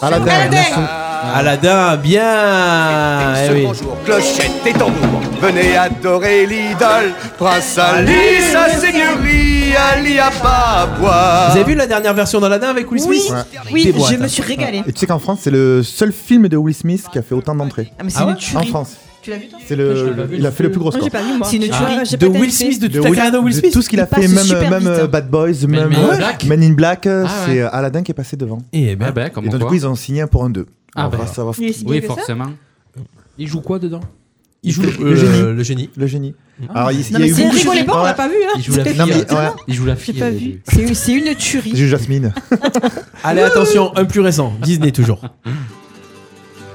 Speaker 13: Aladdin. Aladdin.
Speaker 6: Aladdin, bien eh oui.
Speaker 13: Clochette et tambour, venez adorer l'idole, Prince Ali, sa seigneurie, Ali a pas à boire.
Speaker 6: Vous avez vu la dernière version d'Aladdin avec Will
Speaker 7: Oui,
Speaker 6: Smith
Speaker 7: oui,
Speaker 6: Déboîte.
Speaker 8: hein.
Speaker 7: je me suis régalée.
Speaker 8: Et tu sais qu'en France, c'est le seul film de Will Smith qui a fait autant d'entrées.
Speaker 7: Ah, mais c'est
Speaker 8: Ah
Speaker 7: une
Speaker 8: ouais
Speaker 7: tuerie.
Speaker 8: En France.
Speaker 7: Tu l'as vu, toi
Speaker 8: C'est le, il a fait le plus gros
Speaker 7: Moi,
Speaker 8: score.
Speaker 7: j'ai pas vu, moi. C'est une
Speaker 8: Ah.
Speaker 7: tuerie. J'ai pas
Speaker 6: De
Speaker 7: été
Speaker 6: Will
Speaker 7: invitée.
Speaker 6: Smith, de
Speaker 8: De
Speaker 6: toute la
Speaker 8: Will-
Speaker 6: carrière de Will
Speaker 8: de
Speaker 6: Smith
Speaker 8: Tout ce qu'il a
Speaker 7: Il passe
Speaker 8: fait, même,
Speaker 7: super
Speaker 8: même
Speaker 7: vite,
Speaker 8: euh,
Speaker 7: hein.
Speaker 8: Bad Boys,
Speaker 10: Men
Speaker 8: même
Speaker 10: in
Speaker 8: euh,
Speaker 10: Black.
Speaker 8: Men in Black, euh,
Speaker 10: Ah ouais.
Speaker 8: c'est euh, Aladdin qui est passé devant.
Speaker 6: Eh ben.
Speaker 10: Ah ben,
Speaker 8: Et
Speaker 10: comment
Speaker 8: donc, du
Speaker 10: quoi
Speaker 8: coup, ils ont signé un pour un deux.
Speaker 10: Ah
Speaker 8: On va
Speaker 10: ben.
Speaker 8: savoir-
Speaker 4: Il est si bien
Speaker 10: Oui,
Speaker 4: que ça
Speaker 10: forcément.
Speaker 9: Il joue quoi dedans
Speaker 6: Il joue le,
Speaker 8: le génie.
Speaker 6: euh, le génie.
Speaker 8: Le génie. Alors, il, il y
Speaker 7: Non,
Speaker 8: a
Speaker 7: mais
Speaker 8: eu
Speaker 7: c'est
Speaker 8: beaucoup de
Speaker 7: rigolez
Speaker 8: génies.
Speaker 7: pas, on l'a
Speaker 8: Ouais.
Speaker 7: pas vu. Hein.
Speaker 8: Il joue la
Speaker 7: C'est
Speaker 8: fille,
Speaker 7: étonnant.
Speaker 8: ouais.
Speaker 10: Il joue la fille.
Speaker 7: pas
Speaker 10: elle-
Speaker 7: vu. C'est une- C'est une tuerie.
Speaker 8: J'ai eu Jasmine.
Speaker 6: Allez, attention, un plus récent, Disney toujours.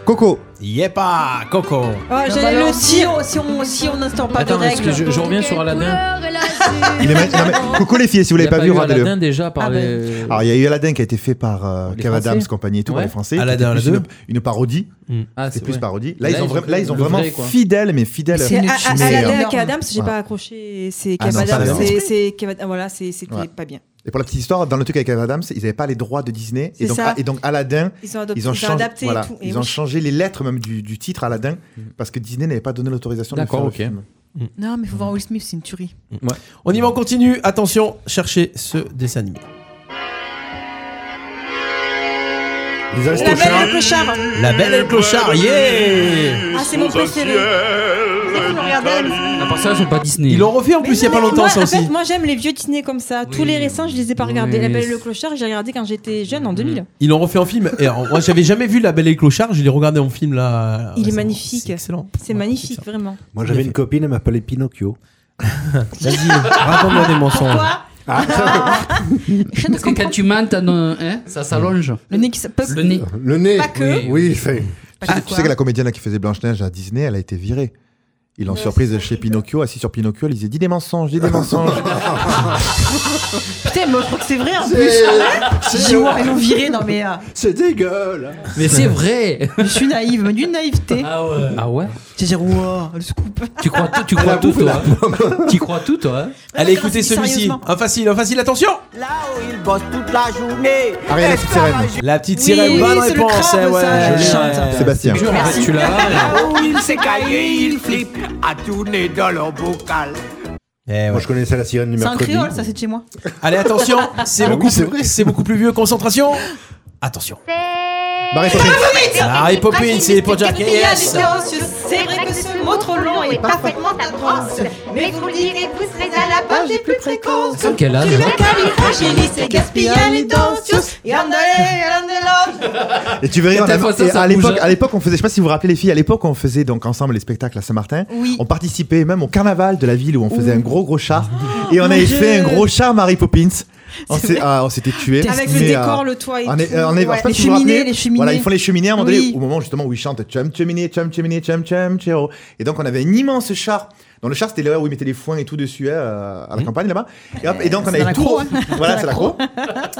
Speaker 6: Coco. Yepa, Coco.
Speaker 7: Ah,
Speaker 6: Attends,
Speaker 7: J'allais
Speaker 4: bah
Speaker 7: le
Speaker 4: alors, si
Speaker 7: dire si on si on n'instaure pas de
Speaker 9: parce que
Speaker 7: règles.
Speaker 9: je, je reviens sur Aladdin.
Speaker 8: Il est ma- non, mais- Coucou les filles, si vous
Speaker 9: Il y
Speaker 8: l'avez pas,
Speaker 9: a pas
Speaker 8: vu,
Speaker 9: eu
Speaker 8: regardez-le.
Speaker 9: Aladdin déjà par Ah ben. les-
Speaker 8: Alors il y a eu Aladdin qui a été fait par euh,
Speaker 9: Les
Speaker 8: Kev
Speaker 9: Français.
Speaker 8: Adams, compagnie et tout, par
Speaker 9: Ouais.
Speaker 8: les Français. qui
Speaker 9: Aladdin,
Speaker 8: était plus
Speaker 9: Aladdin.
Speaker 8: une, une parodie.
Speaker 9: Ah,
Speaker 8: c'est
Speaker 9: c'est
Speaker 8: plus
Speaker 9: vrai.
Speaker 8: parodie. Là,
Speaker 9: Là,
Speaker 8: ils ont
Speaker 9: ils
Speaker 8: vraiment,
Speaker 9: ont
Speaker 8: là,
Speaker 9: fait
Speaker 8: ils ont
Speaker 9: le
Speaker 8: vraiment
Speaker 9: vrai, quoi.
Speaker 8: fidèles, mais fidèles.
Speaker 4: C'est à- à-
Speaker 8: Mais,
Speaker 7: hein.
Speaker 4: Aladdin
Speaker 8: euh,
Speaker 4: avec Adams, j'ai
Speaker 8: Ouais.
Speaker 4: pas accroché. C'est
Speaker 8: Ah non,
Speaker 4: Kev
Speaker 8: ça,
Speaker 4: Adams,
Speaker 8: non.
Speaker 4: c'est- c'est Kev Adams, voilà, c'est- c'était
Speaker 8: Ouais.
Speaker 4: pas bien.
Speaker 8: Et pour la petite histoire, dans le truc avec Kev Adams, ils n'avaient pas les droits de Disney.
Speaker 4: C'est
Speaker 8: Et donc, ah,
Speaker 4: ça.
Speaker 8: et donc Aladdin,
Speaker 4: Ils ont adopté- ils ont adapté et
Speaker 8: voilà,
Speaker 4: tout, et
Speaker 8: ils
Speaker 4: oui.
Speaker 8: ont changé les lettres même du, du titre Aladdin
Speaker 9: Mm.
Speaker 8: parce que Disney n'avait pas donné l'autorisation de
Speaker 6: D'accord,
Speaker 8: faire
Speaker 6: ok.
Speaker 8: le film.
Speaker 7: Non, mais faut voir Will Smith, c'est une tuerie.
Speaker 9: Mm.
Speaker 6: Ouais. On y va, on continue. Attention, cherchez ce dessin animé.
Speaker 7: La belle et le clochard.
Speaker 6: La belle et le clochard, yeah
Speaker 7: Ah, c'est mon préféré.
Speaker 10: À part ça, ils sont pas Disney.
Speaker 6: Ils l'ont refait en plus il y a pas longtemps,
Speaker 4: Moi,
Speaker 6: ça
Speaker 4: en fait,
Speaker 6: aussi.
Speaker 4: moi j'aime les vieux Disney comme ça. Tous les récents, je les ai pas regardés.
Speaker 6: Oui. Ah,
Speaker 4: La Belle et le Clochard, j'ai regardé quand j'étais jeune en 2000.
Speaker 6: Ils l'ont refait en film. Et alors, moi, j'avais jamais vu La Belle et le Clochard. Je l'ai regardé en film là.
Speaker 4: Il est magnifique. C'est magnifique, vraiment.
Speaker 12: Moi, j'avais une copine, elle m'appelait Pinocchio.
Speaker 6: Vas-y, raconte-moi des mensonges.
Speaker 7: Pourquoi
Speaker 10: Parce que quand tu mantes, t'as un- hein, ça s'allonge.
Speaker 7: Le nez qui se pop-
Speaker 10: Le nez.
Speaker 8: Le nez.
Speaker 7: Pas que.
Speaker 8: Oui, il fait.
Speaker 7: Pas
Speaker 8: Tu
Speaker 7: que
Speaker 8: sais- tu
Speaker 7: quoi.
Speaker 8: sais que la comédienne là qui faisait Blanche-Neige à Disney, elle a été virée. Ils l'ont surprise chez Pinocchio, assis sur Pinocchio, elle disait Dis des mensonges, dis des mensonges.
Speaker 7: Putain, mais moi, je crois que c'est vrai en
Speaker 4: hein.
Speaker 12: C'est-
Speaker 7: plus.
Speaker 12: c'est-
Speaker 7: J'ai dit, ouais, ils l'ont viré, non mais. euh,
Speaker 12: C'est dégueulasse.
Speaker 10: Mais c'est vrai.
Speaker 7: Je suis naïve, mais d'une naïveté.
Speaker 10: Ah ouais. Ah ouais.
Speaker 7: Je dire, wow, le scoop.
Speaker 10: Tu crois tout, tu crois tout, toi. hein Tu crois tout, toi. hein
Speaker 6: Allez, écoutez celui-ci. Un facile, un facile, attention
Speaker 17: Il bosse toute la journée.
Speaker 6: la petite sirène. La petite sirène,
Speaker 17: Oui,
Speaker 6: bonne
Speaker 17: c'est le
Speaker 6: réponse.
Speaker 17: crabe,
Speaker 6: eh ouais.
Speaker 17: ça,
Speaker 6: Ouais.
Speaker 17: je chante.
Speaker 6: Sébastien. Tu l'as, tu l'as.
Speaker 17: Là où il s'est caillé, il flippe à tourner dans le bocal.
Speaker 6: Eh
Speaker 12: Moi, je connaissais la sirène du
Speaker 7: C'est un
Speaker 12: mercredi.
Speaker 7: créole, ça, c'est de chez moi.
Speaker 6: Allez, attention, c'est
Speaker 12: Ah
Speaker 6: beaucoup,
Speaker 12: oui, c'est
Speaker 6: plus- c'est beaucoup plus vieux. Concentration. Attention.
Speaker 8: Mary
Speaker 6: Poppins. Mary Poppins, c'est pour Jack.
Speaker 7: Il y a des
Speaker 6: Yes.
Speaker 7: silencieux, c'est vrai que ce mot trop long est parfaitement atroce. Mais vous le direz, vous serez à la page des plus précoces.
Speaker 10: Sans qu'elle a, non
Speaker 7: Califragiliste et gaspillage et danseuse.
Speaker 8: Et tu verrais,
Speaker 12: Quand
Speaker 8: on
Speaker 12: elle
Speaker 8: avait-
Speaker 12: fait ça,
Speaker 8: et
Speaker 12: ça
Speaker 8: à
Speaker 12: bouge,
Speaker 8: l'époque,
Speaker 12: hein.
Speaker 8: à l'époque, on faisait, je sais pas si vous vous rappelez les filles, à l'époque, on faisait donc ensemble les spectacles à Saint-Martin.
Speaker 12: Oui.
Speaker 8: On participait même au carnaval de la ville où on faisait un gros gros char. et on
Speaker 4: Oh mon
Speaker 8: avait
Speaker 4: Dieu.
Speaker 8: fait un gros char Mary Poppins. On
Speaker 4: C'est
Speaker 8: s'est-
Speaker 4: vrai.
Speaker 8: ah, on s'était tués.
Speaker 4: Avec le
Speaker 8: Mais,
Speaker 4: décor,
Speaker 8: euh,
Speaker 4: le toit et
Speaker 8: on est,
Speaker 4: tout.
Speaker 8: euh, on est- je sais
Speaker 4: Ouais.
Speaker 8: pas
Speaker 4: Les
Speaker 8: si vous vous
Speaker 4: cheminées,
Speaker 8: rappelez.
Speaker 4: les cheminées.
Speaker 8: Voilà, ils font les cheminées à un moment
Speaker 4: Oui.
Speaker 8: donné, au moment justement où ils chantent chum cheminée, chum cheminée, chum chum chero. Et donc on avait un immense char. Dans le char, c'était là où ils mettaient les foins et tout dessus hein, euh, à la campagne là-bas. Et, hop,
Speaker 4: Euh,
Speaker 8: et donc on
Speaker 7: c'est dans la
Speaker 8: avait tout.
Speaker 7: cour, hein.
Speaker 8: Voilà, c'est la cour.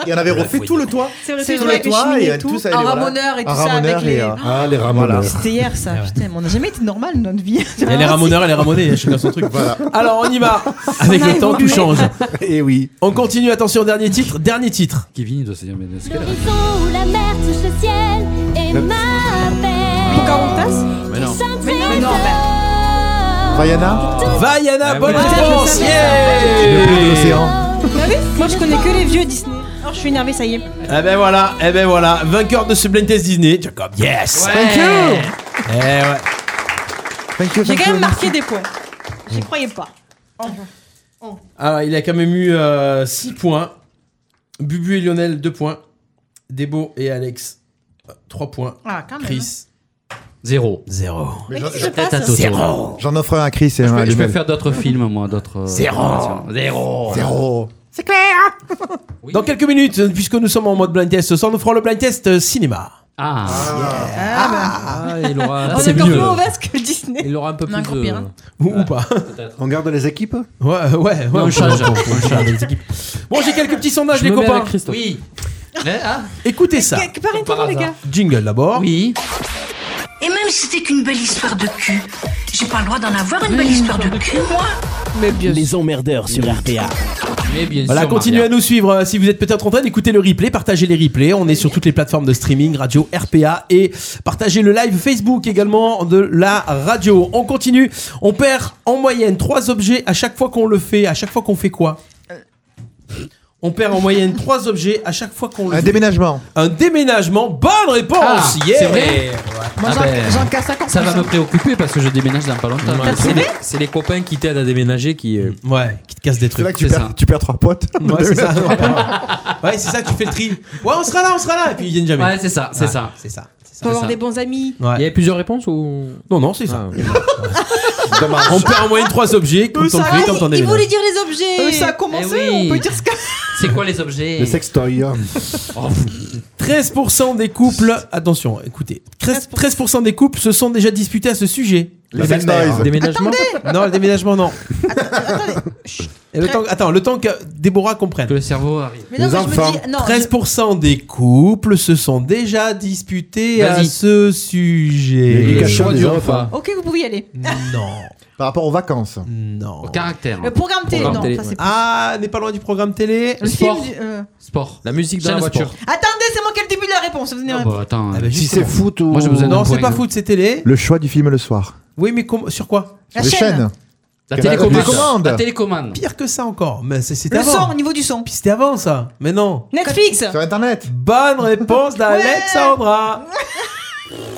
Speaker 8: Et on avait refait tout le toit.
Speaker 7: C'est vrai,
Speaker 8: tout
Speaker 7: tout
Speaker 8: le
Speaker 7: avec les
Speaker 8: toit.
Speaker 7: cheminées
Speaker 8: Et
Speaker 7: et tout.
Speaker 8: tout ça.
Speaker 7: Un
Speaker 8: et voilà.
Speaker 7: ramoneur et tout
Speaker 8: Un
Speaker 7: ça avec
Speaker 8: ramoneur
Speaker 7: les-
Speaker 8: et, euh,
Speaker 12: Ah, les ramoneurs.
Speaker 7: C'était hier, ça, putain, mais on n'a jamais été normal dans notre vie.
Speaker 6: Il y a les ramoneurs et les ramonés, chacun son truc.
Speaker 8: Voilà.
Speaker 6: Alors, on y va. Avec
Speaker 7: On a
Speaker 6: le temps, tout
Speaker 7: évolué.
Speaker 6: change.
Speaker 8: Et oui.
Speaker 6: On continue, attention, dernier titre. Dernier titre.
Speaker 10: Kevin, il doit se dire, mais de ce qu'elle a.
Speaker 14: L'horizon où la mer touche le ciel et
Speaker 10: Le-
Speaker 14: m'appelle.
Speaker 7: Pocahontas
Speaker 6: Mais non.
Speaker 14: Mais non,
Speaker 8: Vaiana.
Speaker 6: Vaiana, bonne
Speaker 4: ouais. Je
Speaker 6: réponse.
Speaker 4: le savais.
Speaker 6: Yeah.
Speaker 8: Le bleu de l'océan.
Speaker 4: T'as vu Moi je connais que les vieux Disney. Oh, je suis énervée, ça y est.
Speaker 6: Eh ben voilà, eh ben voilà, vainqueur de ce blind test Disney, Jacob, yes
Speaker 4: Ouais. Thank you.
Speaker 6: Eh ouais.
Speaker 4: J'ai quand même marqué des points. J'y croyais pas.
Speaker 7: Oh.
Speaker 4: Oh.
Speaker 6: Alors, Ah, il a quand même eu 6 points. Bubu et Lionel, 2 points. Debo et Alex, 3 points.
Speaker 7: Ah, quand même.
Speaker 6: Chris,
Speaker 4: hein.
Speaker 10: Zéro.
Speaker 6: Zéro.
Speaker 10: Mais
Speaker 7: qu'est-ce qui se
Speaker 10: peut-être
Speaker 7: passe
Speaker 10: à Toto.
Speaker 6: Zéro.
Speaker 8: J'en offre un à Chris et
Speaker 10: Je
Speaker 8: un à
Speaker 10: peux, je peux
Speaker 8: Lionel.
Speaker 10: faire d'autres films, moi,
Speaker 6: euh,
Speaker 10: d'autres.
Speaker 6: Zéro.
Speaker 10: Zéro.
Speaker 8: Zéro.
Speaker 6: C'est clair Dans quelques minutes, puisque nous sommes en mode blind test, ce soir, nous ferons le blind test euh, cinéma.
Speaker 10: Ah.
Speaker 9: bah.
Speaker 6: Ah, il aura...
Speaker 4: On est encore plus mauvaise que Disney.
Speaker 6: Il aura un peu
Speaker 4: On est encore pire, hein.
Speaker 6: Ou, ou pas.
Speaker 12: On garde les équipes
Speaker 6: Ouais, ouais, ouais.
Speaker 12: Non,
Speaker 6: on
Speaker 12: on change.
Speaker 6: change, on change les équipes. Bon, j'ai quelques petits sondages,
Speaker 10: Je
Speaker 6: les
Speaker 10: me mets
Speaker 6: copains.
Speaker 10: avec Christophe. Oui.
Speaker 4: Euh,
Speaker 6: Écoutez ça.
Speaker 10: Par
Speaker 4: les gars.
Speaker 6: Jingle d'abord. Oui.
Speaker 20: Et même si c'était qu'une belle histoire de cul, j'ai pas le droit d'en avoir une belle histoire de cul, moi.
Speaker 17: Les emmerdeurs sur RPA.
Speaker 10: Mais bien
Speaker 6: Voilà,
Speaker 10: sûr.
Speaker 6: continuez à
Speaker 10: Maria.
Speaker 6: nous suivre euh, si vous êtes peut-être en train d'écouter le replay, partagez les replays, on est sur toutes les plateformes de streaming, radio RPA et partagez le live Facebook également de la radio. On continue, on perd en moyenne 3 objets à chaque fois qu'on le fait, à chaque fois qu'on fait quoi On perd en moyenne 3 objets à chaque fois qu'on le
Speaker 8: Un
Speaker 6: fait.
Speaker 8: déménagement.
Speaker 6: Un déménagement, bonne réponse
Speaker 10: Ah,
Speaker 6: yeah
Speaker 10: c'est vrai.
Speaker 7: Moi,
Speaker 10: Ah
Speaker 7: j'en-
Speaker 10: ben,
Speaker 7: j'en casse 50%.
Speaker 10: Ça va me préoccuper parce que je déménage dans pas longtemps. Mm.
Speaker 9: Ouais, c'est- C'est les copains qui t'aident à déménager qui. euh,
Speaker 6: Ouais, qui te cassent des
Speaker 9: trucs.
Speaker 8: Là, tu, perds, tu perds trois potes.
Speaker 6: Ouais, c'est ça. ouais, c'est ça, tu fais le tri. Ouais, on sera là, on sera là. Et puis ils viennent jamais.
Speaker 10: Ouais, c'est ça, c'est ça.
Speaker 6: C'est ça. c'est
Speaker 4: Pour avoir des bons amis.
Speaker 6: Ouais.
Speaker 9: Il y avait plusieurs réponses ou Ah,
Speaker 6: Non, non, c'est ça. on perd en moyenne 3 objets quand on
Speaker 4: Ça
Speaker 6: fait,
Speaker 4: va,
Speaker 6: quand on
Speaker 4: il- il voulait
Speaker 6: déménage.
Speaker 4: dire les objets.
Speaker 7: Euh, ça a commencé,
Speaker 10: Eh oui.
Speaker 7: on peut dire ce que.
Speaker 10: C'est quoi les objets
Speaker 6: Le
Speaker 12: sextoy.
Speaker 6: 13% des couples, attention, écoutez, 13%, 13% des couples se sont déjà disputés à ce sujet.
Speaker 9: Les Les belles-mères. belles-mères. Déménagement
Speaker 6: Non, le déménagement, non. Et le temps- attends, le temps que Déborah comprenne. Que
Speaker 10: le cerveau arrive.
Speaker 6: Mais
Speaker 7: non, Les mais je me enfants. dis- non,
Speaker 6: 13% des couples se sont déjà disputés à
Speaker 12: Vas-y.
Speaker 6: ce sujet.
Speaker 12: L'éducation Choix des du enfants.
Speaker 4: Ah.
Speaker 12: repas.
Speaker 7: Ok, vous pouvez y aller.
Speaker 6: Non.
Speaker 8: Par rapport aux vacances
Speaker 6: Non. Au
Speaker 10: caractère.
Speaker 7: Le programme télé, Programme non, télé, ça, c'est ouais. plus-
Speaker 6: Ah, n'est pas loin du programme télé.
Speaker 7: Le Sport. film du- euh.
Speaker 10: Sport.
Speaker 6: La musique
Speaker 10: dans la voiture.
Speaker 7: Attendez, c'est moi qui ai le début de la réponse. Vous venez répondre.
Speaker 10: attends.
Speaker 12: Ah,
Speaker 6: Ah,
Speaker 12: si c'est foot ou.
Speaker 6: euh, Moi, j'ai besoin d'un bah, Non, c'est point, pas là. foot, c'est télé.
Speaker 8: Le choix du film le soir.
Speaker 6: Oui, mais com- sur quoi
Speaker 8: Sur les chaînes.
Speaker 6: Eh ben, La
Speaker 8: Que-
Speaker 6: télécommande.
Speaker 8: les commandes.
Speaker 6: La
Speaker 10: télécommande.
Speaker 6: Pire que ça encore. Mais c'est- c'était
Speaker 7: Le
Speaker 6: avant.
Speaker 7: son, au niveau du son.
Speaker 6: Puis C'était avant ça. Mais non.
Speaker 7: Netflix. Sur
Speaker 8: Internet.
Speaker 6: Bonne réponse d'Alexandra.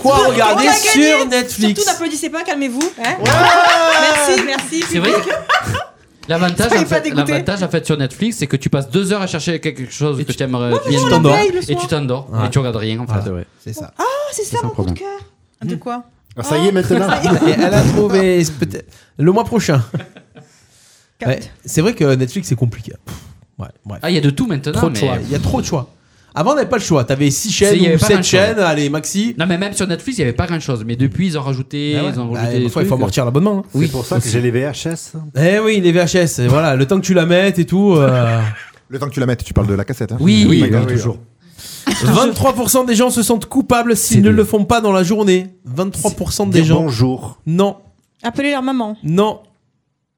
Speaker 6: Quoi
Speaker 4: On a
Speaker 6: regarder
Speaker 4: gagné.
Speaker 6: sur Netflix
Speaker 4: Surtout n'applaudissez pas, calmez-vous. hein. merci, merci.
Speaker 10: C'est vrai que- L'avantage,
Speaker 4: Ça, il
Speaker 10: en
Speaker 4: est pas
Speaker 10: fait,
Speaker 4: dégoûté.
Speaker 10: l'avantage en fait sur Netflix, c'est que tu passes deux heures à chercher quelque chose que tu aimerais
Speaker 6: mais
Speaker 10: bien
Speaker 6: je t'endors.
Speaker 10: aimer,
Speaker 6: le
Speaker 10: et
Speaker 6: soir.
Speaker 10: tu t'endors
Speaker 6: Ouais.
Speaker 10: et tu regardes rien en fait.
Speaker 6: C'est ça.
Speaker 7: Ah, c'est ça
Speaker 10: un
Speaker 7: mon coup de
Speaker 10: problème.
Speaker 7: cœur. De quoi
Speaker 12: Ah, ça y est, maintenant.
Speaker 6: Et elle a trouvé c'est peut-être le mois prochain. Ouais, c'est vrai que Netflix c'est compliqué. Pff, ouais, bref.
Speaker 10: Ah, il y a de tout maintenant,
Speaker 6: Trop de
Speaker 10: mais-
Speaker 6: choix. Il y a trop de choix. Avant, on n'avait pas le choix. T'avais 6
Speaker 10: C'est- il y
Speaker 6: chaînes
Speaker 10: avait
Speaker 6: ou
Speaker 10: pas
Speaker 6: 7
Speaker 10: grand-chose.
Speaker 6: chaînes. Allez, maxi.
Speaker 10: Non mais même sur Netflix, il n'y avait pas grand chose. Mais depuis, ils ont rajouté,
Speaker 6: Ah ouais.
Speaker 10: ils ont
Speaker 6: Bah,
Speaker 10: rajouté.
Speaker 6: des
Speaker 10: des
Speaker 6: fois, il faut
Speaker 10: trucs.
Speaker 6: amortir l'abonnement. hein.
Speaker 12: Oui. C'est pour ça que j'ai les VHS.
Speaker 6: Eh oui, les VHS. et voilà, le temps que tu la mettes et tout. euh,
Speaker 8: Le temps que tu la mettes, tu parles de la cassette. hein.
Speaker 6: Oui, oui,
Speaker 8: d'accord,
Speaker 6: oui,
Speaker 8: toujours.
Speaker 6: 23% des gens se sentent coupables s'ils ne le font pas dans la journée. 23% des
Speaker 12: Dire
Speaker 6: gens.
Speaker 12: bonjour.
Speaker 6: Non,
Speaker 4: Appelez leur maman. Ah, ben,
Speaker 6: non.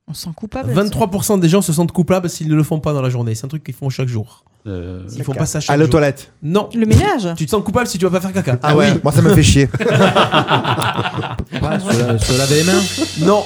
Speaker 7: On s'en coupable.
Speaker 6: 23% des gens se sentent coupables s'ils ne le font pas dans la journée. C'est un truc qu'ils font chaque jour.
Speaker 12: Euh,
Speaker 6: Ils font pas ça chaque
Speaker 8: Aller aux
Speaker 6: jour.
Speaker 8: toilettes.
Speaker 6: Non.
Speaker 4: Le ménage.
Speaker 6: Tu te sens coupable si tu vas pas faire caca.
Speaker 8: Ah, ouais, moi ça me fait chier.
Speaker 9: se, laver les mains
Speaker 6: Non.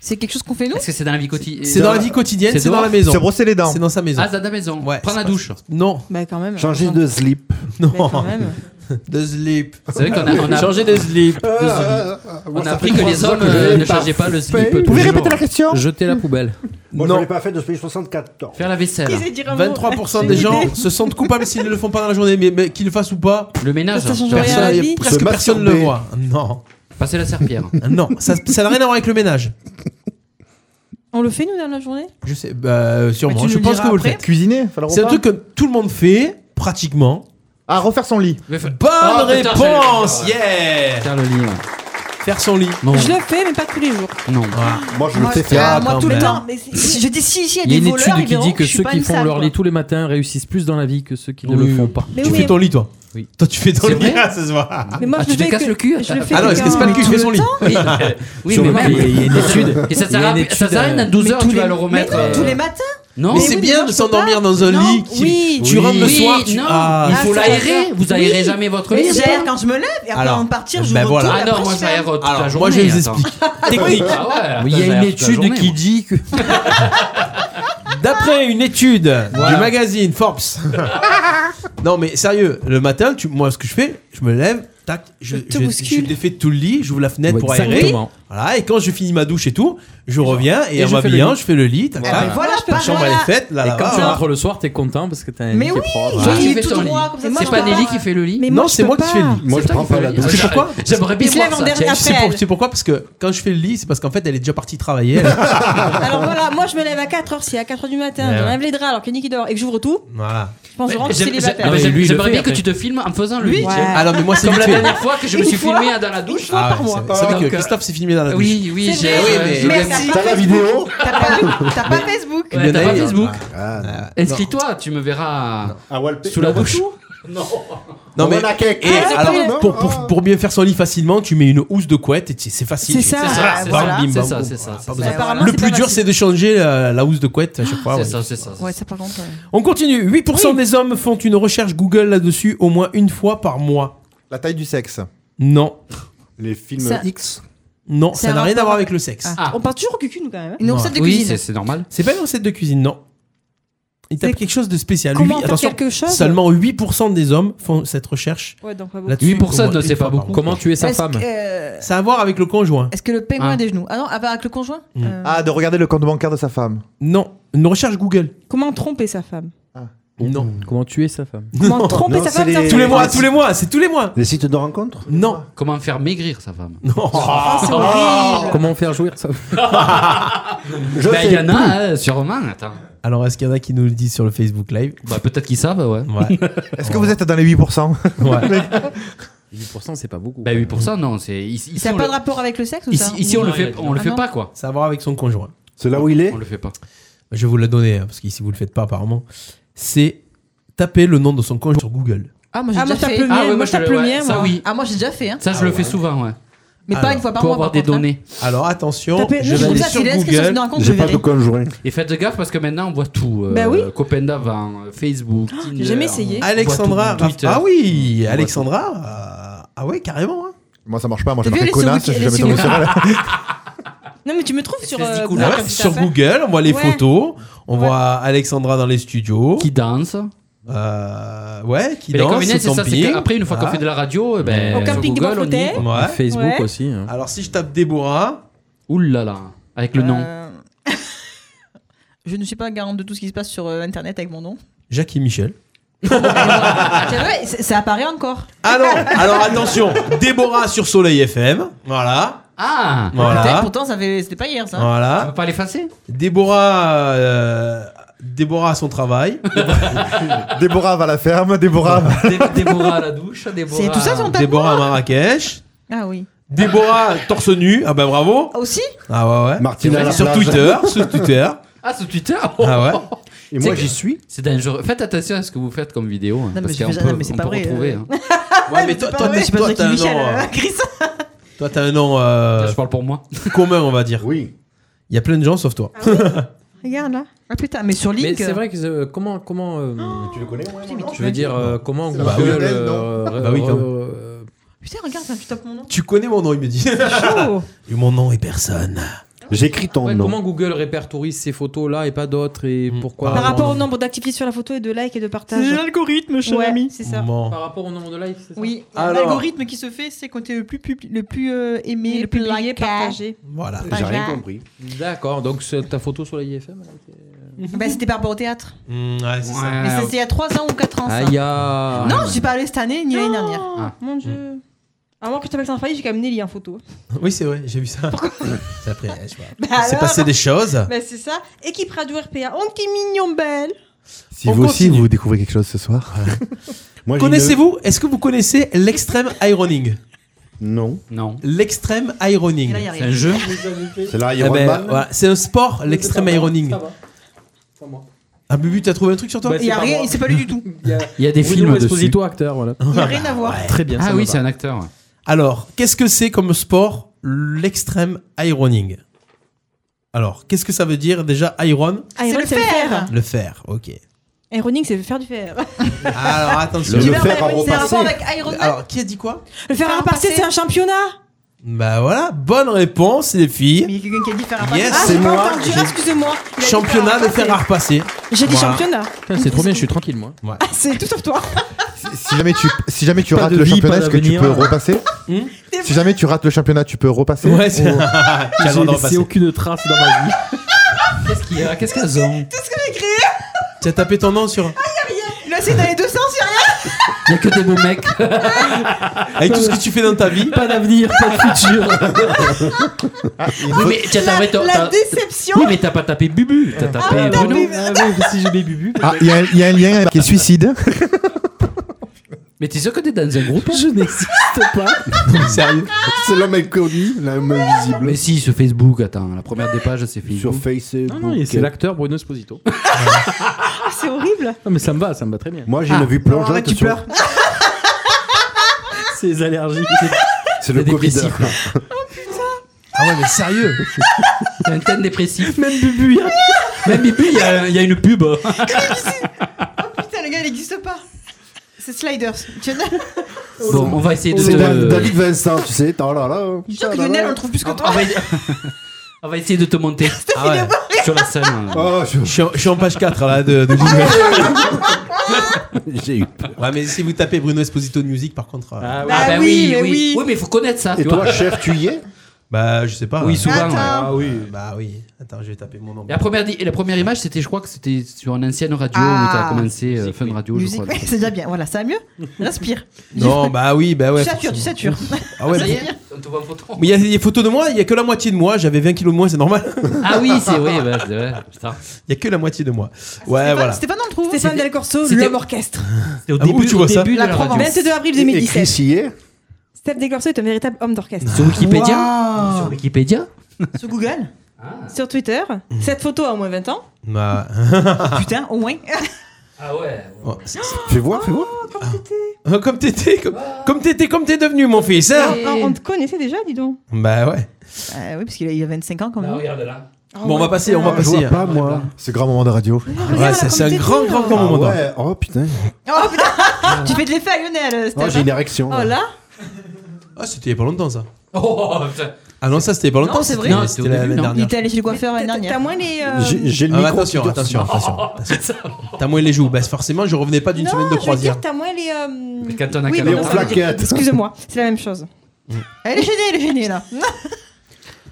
Speaker 7: C'est quelque chose qu'on fait nous
Speaker 10: Est-ce que c'est dans la vie quotidienne
Speaker 6: C'est dans la vie quotidienne, c'est dans
Speaker 10: dehors
Speaker 6: la maison.
Speaker 8: Se brosser les dents.
Speaker 6: C'est dans sa maison.
Speaker 10: Ah, c'est dans la maison.
Speaker 6: Ouais,
Speaker 10: Prendre la
Speaker 6: c'est pas-
Speaker 10: douche.
Speaker 6: Non.
Speaker 4: Bah quand même. Bah,
Speaker 12: Changer de slip.
Speaker 6: Non.
Speaker 4: même.
Speaker 6: De slip.
Speaker 10: C'est vrai qu'on a, on a
Speaker 6: changé de
Speaker 12: Euh,
Speaker 6: slip.
Speaker 10: de
Speaker 11: Ah,
Speaker 10: slip. on a appris que les hommes euh, ne changeaient pas le slip.
Speaker 12: Vous
Speaker 10: toujours. Mm.
Speaker 12: question
Speaker 9: Jeter la poubelle.
Speaker 12: Moi, je ne l'ai pas fait depuis 74 ans.
Speaker 10: Faire la
Speaker 11: ah.
Speaker 10: vaisselle.
Speaker 6: 23% des gens se sentent coupables s'ils ne le font pas dans la journée, mais, mais qu'ils le hein. fassent ou pas.
Speaker 10: Le ménage.
Speaker 6: personne,
Speaker 10: faire ça.
Speaker 6: y a presque personne ne le voit. Non.
Speaker 10: Passer Ah, la serpillère.
Speaker 6: Non, ça ça n'a rien à voir avec le ménage.
Speaker 4: On le fait nous dans la journée
Speaker 6: Je sais, bah,
Speaker 4: Mais
Speaker 6: sûrement.
Speaker 4: tu nous
Speaker 6: Je
Speaker 4: le
Speaker 6: pense
Speaker 4: diras
Speaker 6: que vous le
Speaker 4: après.
Speaker 6: faites.
Speaker 8: Cuisiner, faire le
Speaker 6: C'est un
Speaker 8: repas.
Speaker 6: truc que tout le monde fait, pratiquement.
Speaker 8: Ah, refaire son lit.
Speaker 10: Bonne
Speaker 8: Ah,
Speaker 6: Oh,
Speaker 8: putain, j'allais
Speaker 6: réponse,
Speaker 8: le
Speaker 6: yeah
Speaker 10: Faire le lit.
Speaker 6: Faire son lit.
Speaker 10: Non.
Speaker 4: Je le fais, mais pas tous les jours.
Speaker 10: Non.
Speaker 12: Moi,
Speaker 7: Moi, je- ah, moi tout le temps. Mais c'est- je dis si, si, il y a des voleurs, ils verront je suis pas une sale, quoi.
Speaker 9: tous les matins réussissent plus dans la vie que ceux qui
Speaker 6: Oui, oui.
Speaker 4: Mais
Speaker 6: tu
Speaker 4: oui.
Speaker 6: fais ton lit, toi
Speaker 9: Oui.
Speaker 6: Toi, tu fais ton
Speaker 9: C'est
Speaker 6: lit,
Speaker 9: vrai
Speaker 6: ah, ça se voit.
Speaker 4: Mais moi,
Speaker 10: Ah,
Speaker 4: je
Speaker 10: tu
Speaker 4: le
Speaker 10: te
Speaker 4: fais
Speaker 10: casses
Speaker 4: que-
Speaker 10: le cul
Speaker 4: je le fais
Speaker 6: Ah non,
Speaker 4: que
Speaker 6: est-ce que c'est
Speaker 4: quand-
Speaker 6: pas le cul, je fais son lit
Speaker 10: Oui, euh, oui
Speaker 9: Sur
Speaker 10: mais
Speaker 9: le
Speaker 10: même.
Speaker 9: papier, il y a une étude.
Speaker 10: Et ça
Speaker 9: Il y
Speaker 10: sert
Speaker 9: a
Speaker 10: à
Speaker 9: une
Speaker 10: rien.
Speaker 9: étude,
Speaker 10: Ça sert à rien, dans 12
Speaker 9: Mais
Speaker 10: heures,
Speaker 9: tous
Speaker 10: tu vas
Speaker 9: les-
Speaker 10: le remettre.
Speaker 7: Mais non,
Speaker 10: euh,
Speaker 7: tous les matins
Speaker 10: Non.
Speaker 6: Mais c'est bien de s'endormir dans un lit. qui-
Speaker 7: Oui.
Speaker 6: Tu rentres le
Speaker 10: Oui,
Speaker 6: soir, tu.
Speaker 10: non.
Speaker 6: Ah.
Speaker 10: Il faut
Speaker 7: Ah,
Speaker 10: l'aérer.
Speaker 7: c'est-
Speaker 10: Vous aérez
Speaker 7: Oui.
Speaker 10: jamais votre
Speaker 7: Mais
Speaker 10: lit.
Speaker 7: j'aère quand je me lève et après
Speaker 6: Alors,
Speaker 7: avant de partir, je
Speaker 6: ben
Speaker 7: retourne.
Speaker 6: voilà.
Speaker 10: Ah non,
Speaker 7: après,
Speaker 10: moi
Speaker 7: je fais
Speaker 10: j'aère toute
Speaker 6: Alors,
Speaker 10: la journée.
Speaker 6: moi, je vous
Speaker 10: attends.
Speaker 6: explique. Technique.
Speaker 10: Ah ouais,
Speaker 6: Il y a
Speaker 10: attends, j'aère
Speaker 6: une
Speaker 10: toute la
Speaker 6: étude
Speaker 10: journée,
Speaker 6: qui
Speaker 10: moi.
Speaker 6: dit que. D'après une étude du magazine Forbes. non, mais sérieux, le matin, tu, moi, ce que je fais, je me lève, tac, je, je, je défais tout le lit, j'ouvre la fenêtre
Speaker 9: Ouais,
Speaker 6: pour aérer.
Speaker 9: exactement.
Speaker 6: Voilà, et quand je finis ma douche et tout, je reviens et,
Speaker 9: Et
Speaker 6: en
Speaker 9: je fais le
Speaker 6: m'habillant,
Speaker 9: lit.
Speaker 6: je fais le lit, tac,
Speaker 9: Ouais,
Speaker 6: tac.
Speaker 9: mais voilà,
Speaker 6: la
Speaker 9: pas-
Speaker 6: chambre,
Speaker 9: voilà.
Speaker 6: elle est faite, là,
Speaker 9: Et
Speaker 6: là,
Speaker 9: quand tu
Speaker 6: là.
Speaker 9: rentres le soir, t'es content parce que t'as un
Speaker 7: Mais
Speaker 9: lit qui
Speaker 7: oui,
Speaker 9: est propre.
Speaker 7: j'ai
Speaker 10: Ah, Tu
Speaker 7: mis
Speaker 10: fais
Speaker 7: tout
Speaker 10: ton lit.
Speaker 7: droit, comme ça,
Speaker 10: C'est
Speaker 7: je
Speaker 10: pas
Speaker 7: peux
Speaker 10: Nelly
Speaker 7: pas.
Speaker 10: qui fait le lit.
Speaker 7: Mais moi,
Speaker 6: Non,
Speaker 7: je
Speaker 6: c'est
Speaker 7: peux
Speaker 6: moi qui
Speaker 7: pas.
Speaker 6: fais le lit.
Speaker 12: Moi, je
Speaker 10: toi
Speaker 12: prends
Speaker 10: qui fais
Speaker 12: pas
Speaker 10: le
Speaker 12: la
Speaker 10: lit.
Speaker 12: douche.
Speaker 6: Tu sais pourquoi
Speaker 10: Ah, J'aimerais
Speaker 6: Il
Speaker 10: bien
Speaker 6: se
Speaker 10: voir
Speaker 6: lève en
Speaker 10: ça.
Speaker 6: dernier
Speaker 10: J'ai-
Speaker 6: C'est pour- c'est pourquoi Parce que quand je fais le lit, c'est parce qu'en fait, elle est déjà partie travailler. elle.
Speaker 4: Alors voilà, moi je me lève à 4h, si à 4h du matin,
Speaker 10: Ben
Speaker 6: Ouais,
Speaker 4: je
Speaker 6: ouais.
Speaker 4: lève les draps alors que Nicky dort et que j'ouvre tout,
Speaker 6: voilà.
Speaker 4: je pense que je rentre
Speaker 10: J'aime-
Speaker 4: célibataire.
Speaker 10: j'aime-
Speaker 9: mais
Speaker 10: j'aime-
Speaker 9: lui, il le
Speaker 10: J'aimerais
Speaker 9: fait
Speaker 10: bien que
Speaker 9: après.
Speaker 10: tu te filmes en faisant le lit.
Speaker 4: Ouais.
Speaker 6: Ah non, mais moi, c'est
Speaker 10: Comme la
Speaker 6: habitué.
Speaker 10: dernière fois que je me
Speaker 4: Une
Speaker 10: suis
Speaker 4: fois-
Speaker 10: filmé dans la douche.
Speaker 4: fois
Speaker 6: Ah
Speaker 4: par
Speaker 6: ouais,
Speaker 4: mois.
Speaker 6: C'est c'est vrai
Speaker 10: Donc,
Speaker 6: que
Speaker 10: euh,
Speaker 6: Christophe s'est filmé dans la douche.
Speaker 10: Oui, oui, j'ai.
Speaker 6: vrai,
Speaker 10: ouais,
Speaker 6: mais-
Speaker 10: je l'aime.
Speaker 7: Merci.
Speaker 12: T'as la vidéo
Speaker 7: T'as pas, t'as pas Facebook
Speaker 10: Ouais,
Speaker 6: Il y en
Speaker 10: T'as
Speaker 6: a
Speaker 10: pas
Speaker 6: eu, hein.
Speaker 10: Facebook
Speaker 12: Ah,
Speaker 10: Inscris-toi, tu me verras
Speaker 12: Ah, Walpe-
Speaker 10: sous la
Speaker 12: Non,
Speaker 10: douche.
Speaker 6: Non
Speaker 12: On
Speaker 6: mais
Speaker 12: en a quelques-
Speaker 6: et
Speaker 12: Ah, c'est
Speaker 6: alors,
Speaker 12: pas mal.
Speaker 6: pour, pour, pour bien faire son lit facilement, tu mets une housse de couette et tu- c'est facile.
Speaker 4: C'est ça,
Speaker 6: Bam,
Speaker 4: C'est
Speaker 10: ça,
Speaker 6: bam,
Speaker 10: voilà.
Speaker 6: bim,
Speaker 10: C'est
Speaker 6: bam,
Speaker 10: ça,
Speaker 6: boum.
Speaker 10: c'est ça, c'est
Speaker 6: Pas
Speaker 10: ça.
Speaker 6: besoin.
Speaker 10: Mais apparemment,
Speaker 6: Le
Speaker 4: c'est
Speaker 6: plus
Speaker 4: pas
Speaker 6: dur,
Speaker 4: facile.
Speaker 6: c'est de changer la, la housse de couette à chaque fois.
Speaker 10: C'est
Speaker 6: ouais.
Speaker 10: ça, c'est ça. c'est
Speaker 4: Ouais,
Speaker 10: ça.
Speaker 4: c'est pas grand quand même.
Speaker 6: On continue. 8%
Speaker 4: Oui.
Speaker 6: des hommes font une recherche Google là-dessus au moins une fois par mois.
Speaker 8: La taille du sexe.
Speaker 6: Non,
Speaker 12: Les films
Speaker 7: Ça-
Speaker 12: X.
Speaker 6: non,
Speaker 7: C'est
Speaker 6: ça n'a
Speaker 7: un
Speaker 6: rien à
Speaker 7: rapport- Ah.
Speaker 6: voir avec le sexe.
Speaker 4: On part toujours au cucu nous quand même. hein.
Speaker 7: Une recette de
Speaker 10: Oui,
Speaker 7: cuisine.
Speaker 10: c'est- c'est normal.
Speaker 6: C'est pas une recette de cuisine, non. Il tape quelque chose de spécial.
Speaker 4: Comment
Speaker 6: Huit-
Speaker 4: faire quelque chose
Speaker 6: Seulement 8% des hommes font cette recherche.
Speaker 4: Ouais, donc pas beaucoup.
Speaker 6: Là-dessus,
Speaker 10: 8%
Speaker 6: au moins
Speaker 10: ne
Speaker 6: une
Speaker 10: sait
Speaker 6: fois
Speaker 10: pas
Speaker 6: par
Speaker 10: beaucoup.
Speaker 6: mois.
Speaker 9: Comment tuer sa
Speaker 7: Est-ce
Speaker 9: femme
Speaker 7: que, euh,
Speaker 6: Ça a à voir avec le conjoint.
Speaker 7: est-ce que le pingouin
Speaker 6: Ah.
Speaker 7: a des genoux Ah non, avec le conjoint
Speaker 6: Mm.
Speaker 7: Euh,
Speaker 8: Ah, de regarder le compte bancaire de sa femme.
Speaker 6: Non, une recherche Google.
Speaker 4: Comment tromper sa femme
Speaker 9: Non. Comment tuer sa femme
Speaker 10: Comment tromper sa femme,
Speaker 6: Tous les mois, tous les mois, c'est tous les mois.
Speaker 10: Les sites de rencontre Non. Comment faire maigrir sa femme
Speaker 4: Oh,
Speaker 10: Oh. Non.
Speaker 6: Oh.
Speaker 9: c'est horrible. Comment faire jouir sa
Speaker 10: Il y en a, hein, sûrement. Attends.
Speaker 6: Alors, est-ce qu'il y en a qui nous le disent sur le Facebook Live
Speaker 10: Bah, peut-être qu'ils savent, ouais.
Speaker 8: Est-ce que vous êtes dans les 8%
Speaker 10: Ouais.
Speaker 9: 8% c'est pas beaucoup.
Speaker 10: Bah, 8%, non. c'est- Ici,
Speaker 7: Ça
Speaker 10: on
Speaker 7: n'a pas
Speaker 10: le-
Speaker 7: de rapport avec le sexe ou
Speaker 10: ici,
Speaker 7: ça
Speaker 10: ici, on le fait, on le
Speaker 7: Ah
Speaker 10: fait
Speaker 7: non.
Speaker 10: pas, quoi.
Speaker 6: Ça a à voir avec son conjoint.
Speaker 12: C'est là où il est
Speaker 10: On le fait pas.
Speaker 6: Je vais vous la donner, hein, parce qu'ici vous le faites pas apparemment. C'est taper le nom de son conjoint sur Google.
Speaker 7: Ah, moi j'ai
Speaker 4: Ah,
Speaker 7: déjà
Speaker 4: moi, je tape
Speaker 7: fait.
Speaker 4: le mien, Ah ouais, moi, moi, je je tape le- le mien, ouais, ça, moi. oui.
Speaker 7: Ah, moi j'ai déjà fait. Hein.
Speaker 10: Ça, je le fais souvent, ouais.
Speaker 7: Mais pas une fois par mois. par contre, hein.
Speaker 6: Alors attention,
Speaker 7: Tapez-
Speaker 10: je
Speaker 7: non,
Speaker 10: vais
Speaker 7: je
Speaker 10: aller
Speaker 7: sais pas
Speaker 10: sur
Speaker 7: s'il est inscrit sur
Speaker 10: Google.
Speaker 7: une rencontre, J'ai je pas verrai. de
Speaker 12: conjoint.
Speaker 10: Et faites gaffe parce que maintenant on voit tout. Euh,
Speaker 4: Bah oui.
Speaker 10: Copain d'avant, euh, Facebook,
Speaker 7: Oh,
Speaker 10: Tinder.
Speaker 4: j'ai jamais essayé.
Speaker 10: on voit
Speaker 6: Alexandra.
Speaker 10: tout, Twitter.
Speaker 6: Ah
Speaker 10: On
Speaker 6: oui,
Speaker 10: voit
Speaker 6: Alexandra. euh, ah ouais, carrément.
Speaker 8: Moi, ça marche pas. Moi,
Speaker 4: T'as
Speaker 8: j'ai
Speaker 4: vu,
Speaker 8: marqué
Speaker 4: elle est sur
Speaker 8: connasse. Je
Speaker 4: Wiki-
Speaker 8: suis
Speaker 4: elle
Speaker 8: jamais
Speaker 4: est sur
Speaker 8: tombé sur elle.
Speaker 4: Non, mais tu me trouves sur. euh,
Speaker 6: tout.
Speaker 4: Google,
Speaker 6: Ouais,
Speaker 4: comme tu
Speaker 6: sur
Speaker 4: t'as fait.
Speaker 6: Google, on voit les
Speaker 4: Ouais.
Speaker 6: photos, on voit Alexandra dans les studios. Qui
Speaker 10: danse.
Speaker 6: ouais, qui
Speaker 10: Mais les
Speaker 6: danse.
Speaker 10: conveniences, c'est
Speaker 6: au
Speaker 10: ça, c'est
Speaker 6: camping.
Speaker 10: qu'après, une fois qu'on fait de la radio, eh ben, Au sur camping des Google, on y est, Bafoutais. quoi.
Speaker 6: Ouais.
Speaker 10: Facebook Ouais. aussi, hein.
Speaker 6: Alors si je tape Déborah.
Speaker 10: Oulala, là là, avec le nom.
Speaker 7: Euh, Je ne suis pas garante de tout ce qui se passe sur euh, internet avec mon nom.
Speaker 6: Jackie Michel.
Speaker 7: C'est vrai, c'est- ça apparaît encore.
Speaker 6: Ah non, alors attention, Déborah sur Soleil FM. Voilà.
Speaker 10: Ah
Speaker 7: Putain,
Speaker 6: Voilà.
Speaker 7: Pourtant, ça fait- c'était pas hier ça.
Speaker 6: Voilà.
Speaker 10: On va pas l'effacer
Speaker 6: Déborah. euh, Déborah à son travail.
Speaker 8: Déborah va à la ferme. Déborah. va-
Speaker 10: Déborah à la douche. Déborah.
Speaker 7: tout ça, son tableau
Speaker 6: Déborah à Marrakech.
Speaker 7: Ah oui.
Speaker 6: Déborah torse nu. Ah bah bravo.
Speaker 7: Aussi
Speaker 6: Ah ouais, ouais.
Speaker 12: Martine à la
Speaker 6: sur
Speaker 12: plage.
Speaker 6: Twitter. Sur Twitter.
Speaker 10: Ah, sur Twitter
Speaker 6: Ah ouais.
Speaker 12: Et moi, j'y suis.
Speaker 10: C'est dangereux. Faites attention à ce que vous faites comme vidéo. hein,
Speaker 7: mais
Speaker 10: parce
Speaker 7: je
Speaker 10: qu'on
Speaker 7: fais-
Speaker 10: peut,
Speaker 7: non, mais c'est
Speaker 10: on
Speaker 7: pas
Speaker 10: peut
Speaker 7: vrai,
Speaker 10: retrouver.
Speaker 7: euh.
Speaker 10: hein.
Speaker 6: Ouais, mais toi, toi,
Speaker 7: ouais, c'est pas
Speaker 6: toi,
Speaker 7: vrai
Speaker 6: t'as
Speaker 7: que
Speaker 6: un
Speaker 7: Michel,
Speaker 6: nom, euh,
Speaker 7: euh, Chris.
Speaker 6: Toi, t'as un nom. euh,
Speaker 10: Je parle pour moi. Ah
Speaker 6: Commun, on va dire.
Speaker 12: Oui.
Speaker 6: Il y a plein de gens sauf toi.
Speaker 7: Regarde là. Ah putain, mais sur
Speaker 9: Mais
Speaker 7: Link.
Speaker 9: c'est vrai que euh, comment comment euh, tu le connais Je
Speaker 7: l'as
Speaker 9: veux dire euh, comment
Speaker 6: C'est
Speaker 9: Google
Speaker 6: la Google,
Speaker 9: euh,
Speaker 6: non
Speaker 9: re-
Speaker 6: Bah oui,
Speaker 9: re-
Speaker 6: quand même.
Speaker 9: euh,
Speaker 7: Putain, regarde, ça, tu tapes mon nom.
Speaker 6: Tu connais mon nom, il me dit.
Speaker 7: chaud.
Speaker 6: Et mon nom est personne.
Speaker 12: J'écris ton
Speaker 9: ouais, comment Google répertorie ces photos là et pas d'autres et pourquoi
Speaker 4: Par rapport au nombre d'activités sur la photo et de likes et de partages.
Speaker 7: C'est l'algorithme, cher
Speaker 4: Ouais,
Speaker 7: ami.
Speaker 4: C'est ça.
Speaker 6: Bon.
Speaker 9: Par rapport au nombre de likes, c'est ça
Speaker 7: Oui,
Speaker 9: Alors-
Speaker 7: l'algorithme qui se fait, c'est quand t'es le plus, publi- le plus euh, aimé, le plus liké, partagé.
Speaker 6: Voilà.
Speaker 9: Ah, J'ai
Speaker 7: rien
Speaker 9: compris. D'accord, donc c'est ta photo sur la IFM elle était-
Speaker 7: Bah, c'était par rapport au théâtre.
Speaker 6: Mm, ouais, c'est
Speaker 7: Mais
Speaker 6: ça.
Speaker 7: c'était il y a 3 ans ou 4 ans. ça.
Speaker 9: Aïe,
Speaker 6: ah.
Speaker 9: aïe.
Speaker 7: Non, je suis pas allée cette année ni l'année dernière. Ah.
Speaker 9: Ah.
Speaker 4: Mon dieu. À moins que je t'appelle sans faillite, j'ai quand même Nelly en photo.
Speaker 6: Oui, c'est vrai, j'ai vu ça. C'est Après, je vois.
Speaker 4: Bah
Speaker 6: Il s'est
Speaker 4: alors
Speaker 6: passé des choses.
Speaker 4: Bah, c'est ça. Équipe Radio RPA.
Speaker 7: Oh,
Speaker 4: On qui mignon belle.
Speaker 8: Si
Speaker 6: On
Speaker 8: vous aussi
Speaker 6: continue.
Speaker 8: vous découvrez quelque chose ce soir.
Speaker 12: Moi, j'ai
Speaker 6: Connaissez-vous, est-ce que vous connaissez l'extrême ironing
Speaker 12: Non.
Speaker 10: Non.
Speaker 6: L'extrême ironing.
Speaker 12: Et là, il y a rien. C'est un jeu C'est là, Iron
Speaker 6: Eh ben,
Speaker 12: Man
Speaker 6: voilà, C'est un sport, l'extrême ironing. Ah, Bubu, t'as trouvé un truc sur
Speaker 10: Bah,
Speaker 6: toi
Speaker 7: Il y a rien, il sait pas lu du tout.
Speaker 10: Il y a des
Speaker 9: Bruno
Speaker 10: films dessus.
Speaker 9: Esposito, acteur, voilà.
Speaker 7: Il y a rien à voir.
Speaker 9: Très bien.
Speaker 10: Ah
Speaker 9: ça
Speaker 10: oui,
Speaker 9: me va.
Speaker 10: c'est un acteur. ouais.
Speaker 6: Alors, qu'est-ce que c'est comme sport l'extrême ironing Alors, qu'est-ce que ça veut dire déjà iron
Speaker 4: Iron,
Speaker 7: le fer.
Speaker 6: Le fer, ok.
Speaker 4: Ironing, Eh, c'est le faire du fer.
Speaker 6: Alors, attention.
Speaker 7: Le- le fer à repasser. C'est un rapport avec Iron Man
Speaker 6: Alors, qui a dit quoi
Speaker 4: Le fer à repasser, c'est un championnat.
Speaker 6: Bah voilà, bonne réponse les
Speaker 7: Mais
Speaker 6: filles.
Speaker 7: il y a quelqu'un qui a dit faire un
Speaker 6: Yes,
Speaker 7: pas-
Speaker 6: c'est
Speaker 7: j'ai pas
Speaker 6: moi.
Speaker 7: entendu.
Speaker 6: J'ai-
Speaker 4: Excusez-moi. Il a dit
Speaker 6: Championnat
Speaker 4: fer à
Speaker 6: de fer à repasser.
Speaker 4: J'ai dit
Speaker 6: Voilà.
Speaker 4: championnat.
Speaker 9: Putain, C'est trop bien, je suis tranquille moi.
Speaker 4: Ah, c'est tout sur toi.
Speaker 8: Si jamais tu, si jamais tu
Speaker 9: Pas
Speaker 8: rates
Speaker 9: de
Speaker 8: le
Speaker 9: vie,
Speaker 8: championnat,
Speaker 9: pas
Speaker 8: est-ce que tu
Speaker 9: d'avenir.
Speaker 8: peux repasser
Speaker 9: Hmm
Speaker 8: Si jamais tu rates le championnat, tu peux repasser
Speaker 9: Ouais, c'est-
Speaker 8: Ou-
Speaker 6: le
Speaker 9: J'ai
Speaker 6: droit de repasser.
Speaker 9: laissé aucune trace dans ma vie.
Speaker 10: Qu'est-ce qu'il y a Qu'est-ce qu'elles ont
Speaker 7: Qu'est-ce que j'ai écrit
Speaker 6: Tu as tapé ton nom sur.
Speaker 7: Là, c'est dans les deux sens, il y a rien.
Speaker 10: Il y a que des beaux mecs.
Speaker 6: Avec tout ce que tu fais dans ta vie.
Speaker 9: Pas d'avenir, pas de futur.
Speaker 8: Ah,
Speaker 10: Oui, mais tiens, t'as vrai, t'as-
Speaker 7: Oh, La
Speaker 10: t'as-
Speaker 7: déception.
Speaker 10: Oui, mais t'as pas tapé Bubu, Ah,
Speaker 12: Ah,
Speaker 10: t'as tapé Bruno.
Speaker 9: si j'ai des bubus.
Speaker 8: Ah, il y, a un- il y a un lien qui est suicide.
Speaker 10: Mais t'es sûr que t'es dans un groupe hein
Speaker 9: Je n'existe pas.
Speaker 6: Sérieux
Speaker 12: C'est l'homme inconnu, l'homme invisible.
Speaker 10: Mais si, sur Facebook, attends, la première des pages, c'est Facebook.
Speaker 12: Sur Facebook.
Speaker 9: Non, non, et c'est l'acteur Bruno Esposito.
Speaker 4: Ah, c'est horrible.
Speaker 9: Non, mais ça me va, ça me va très bien.
Speaker 12: Moi, j'ai une vue plongeante
Speaker 9: arrête, tu
Speaker 12: sur-
Speaker 9: pleures. Ces allergies.
Speaker 12: C'est le
Speaker 9: C'est
Speaker 12: Covid.
Speaker 9: dépressif, là.
Speaker 6: Ah ouais, mais sérieux
Speaker 10: C'est un thème dépressif.
Speaker 9: Même Bubu, il y a-
Speaker 10: Même Bubu, il y, a- il y a une pub.
Speaker 7: Putain, le gars, il existe pas. C'est Sliders. Tu vois
Speaker 10: Bon, on va essayer de.
Speaker 12: C'est Da-
Speaker 10: te-
Speaker 12: David Vincent, tu sais. Oh là là.
Speaker 7: Je suis sûr que Lionel, on le trouve plus que toi.
Speaker 10: On va, on va essayer de te monter. Ah
Speaker 6: ouais.
Speaker 10: Sur la scène. hein.
Speaker 12: Oh,
Speaker 6: je... suis en, je suis en page 4 là de, de Google.
Speaker 12: J'ai eu
Speaker 6: Ouais, mais si vous
Speaker 4: Bah
Speaker 6: tapez Bruno Esposito Music, par contre. euh,
Speaker 10: bah Ah, bah oui, oui. Oui, mais il faut connaître ça.
Speaker 12: Et
Speaker 10: tu
Speaker 12: toi,
Speaker 10: vois.
Speaker 12: chef, tu y es
Speaker 13: Bah, je sais pas.
Speaker 10: Oui, souvent, ouais.
Speaker 13: Ah oui, bah oui. Attends, je vais taper mon nom.
Speaker 10: La première, di- et la première image, c'était, je crois que c'était sur une ancienne radio
Speaker 7: Ah.
Speaker 10: où tu as commencé euh, Fun Radio,
Speaker 7: Musique,
Speaker 10: je crois.
Speaker 7: c'est déjà bien. Voilà, ça va mieux Respire.
Speaker 6: Non, bah oui, bah ouais.
Speaker 7: tu satures, tu satures.
Speaker 6: Ah ouais, ah,
Speaker 7: Ça y est,
Speaker 10: on te voit en photo.
Speaker 6: Mais il y a des photos de moi, il y a que la moitié de moi, j'avais 20 kilos de moins, c'est normal.
Speaker 10: Ah oui, c'est vrai, bah, c'est vrai.
Speaker 6: Il y a que la moitié de moi. Ouais, voilà.
Speaker 7: Stéphane dans le trou.
Speaker 4: Stéphane Del Corso,
Speaker 6: C'était-
Speaker 4: l'homme orchestre.
Speaker 6: C'était au Ah, où début- tu au vois ça début de
Speaker 4: La
Speaker 6: la
Speaker 4: Provence.
Speaker 6: radio.
Speaker 4: 22 avril
Speaker 6: Et- et
Speaker 4: 2017.
Speaker 6: Chris y est
Speaker 4: Stéphane Del Corso est un véritable homme d'orchestre.
Speaker 10: Sur Wikipédia Sur Wikipédia
Speaker 4: Sur Google
Speaker 10: Ah.
Speaker 4: Sur Twitter Cette photo a au moins 20 ans.
Speaker 6: Bah.
Speaker 4: Putain, au moins.
Speaker 10: Ah ouais.
Speaker 6: Bon, Oh, c'est- c'est-
Speaker 8: Fais voir, fais voir.
Speaker 7: Oh,
Speaker 6: Euh, Comme t'étais, comme, comme t'étais, comme t'es devenu mon fils, hein
Speaker 4: Ah, On te connaissait déjà, dis donc.
Speaker 6: Bah ouais.
Speaker 7: Euh, oui, parce qu'il a, il a 25 ans quand même.
Speaker 10: regarde là.
Speaker 6: Bon, on va passer, on va passer.
Speaker 8: pas, moi. Ce grand moment de radio.
Speaker 6: Ouais, c'est- c'est un grand, grand, grand moment.
Speaker 8: Ah ouais, Oh putain.
Speaker 7: Oh putain Tu fais de l'effet à Lionel, Stéphane.
Speaker 6: Oh, j'ai une érection,
Speaker 7: Oh
Speaker 6: là.
Speaker 7: là
Speaker 6: Ah, c'était il y a pas longtemps ça.
Speaker 10: Oh,
Speaker 6: Ah non, ça c'était il y a pas longtemps.
Speaker 7: Non, c'est vrai.
Speaker 6: c'était- C'était la- l'année
Speaker 7: Il
Speaker 6: dernière.
Speaker 7: était allé chez le coiffeur l'année dernière.
Speaker 4: T'as moins les.
Speaker 7: euh,
Speaker 6: Ah, mais Attention, attention, attention. attention. T'as moins les joues. Bah, forcément, je revenais pas d'une semaine
Speaker 4: Je
Speaker 6: de
Speaker 4: veux dire,
Speaker 6: croisière.
Speaker 4: t'as moins les. euh,
Speaker 6: Les cantonnes à
Speaker 4: oui,
Speaker 6: canons.
Speaker 4: mais non,
Speaker 6: Les Mm. flaquettes.
Speaker 4: Excuse-moi, c'est la même chose. Elle est gênée, elle est gênée là.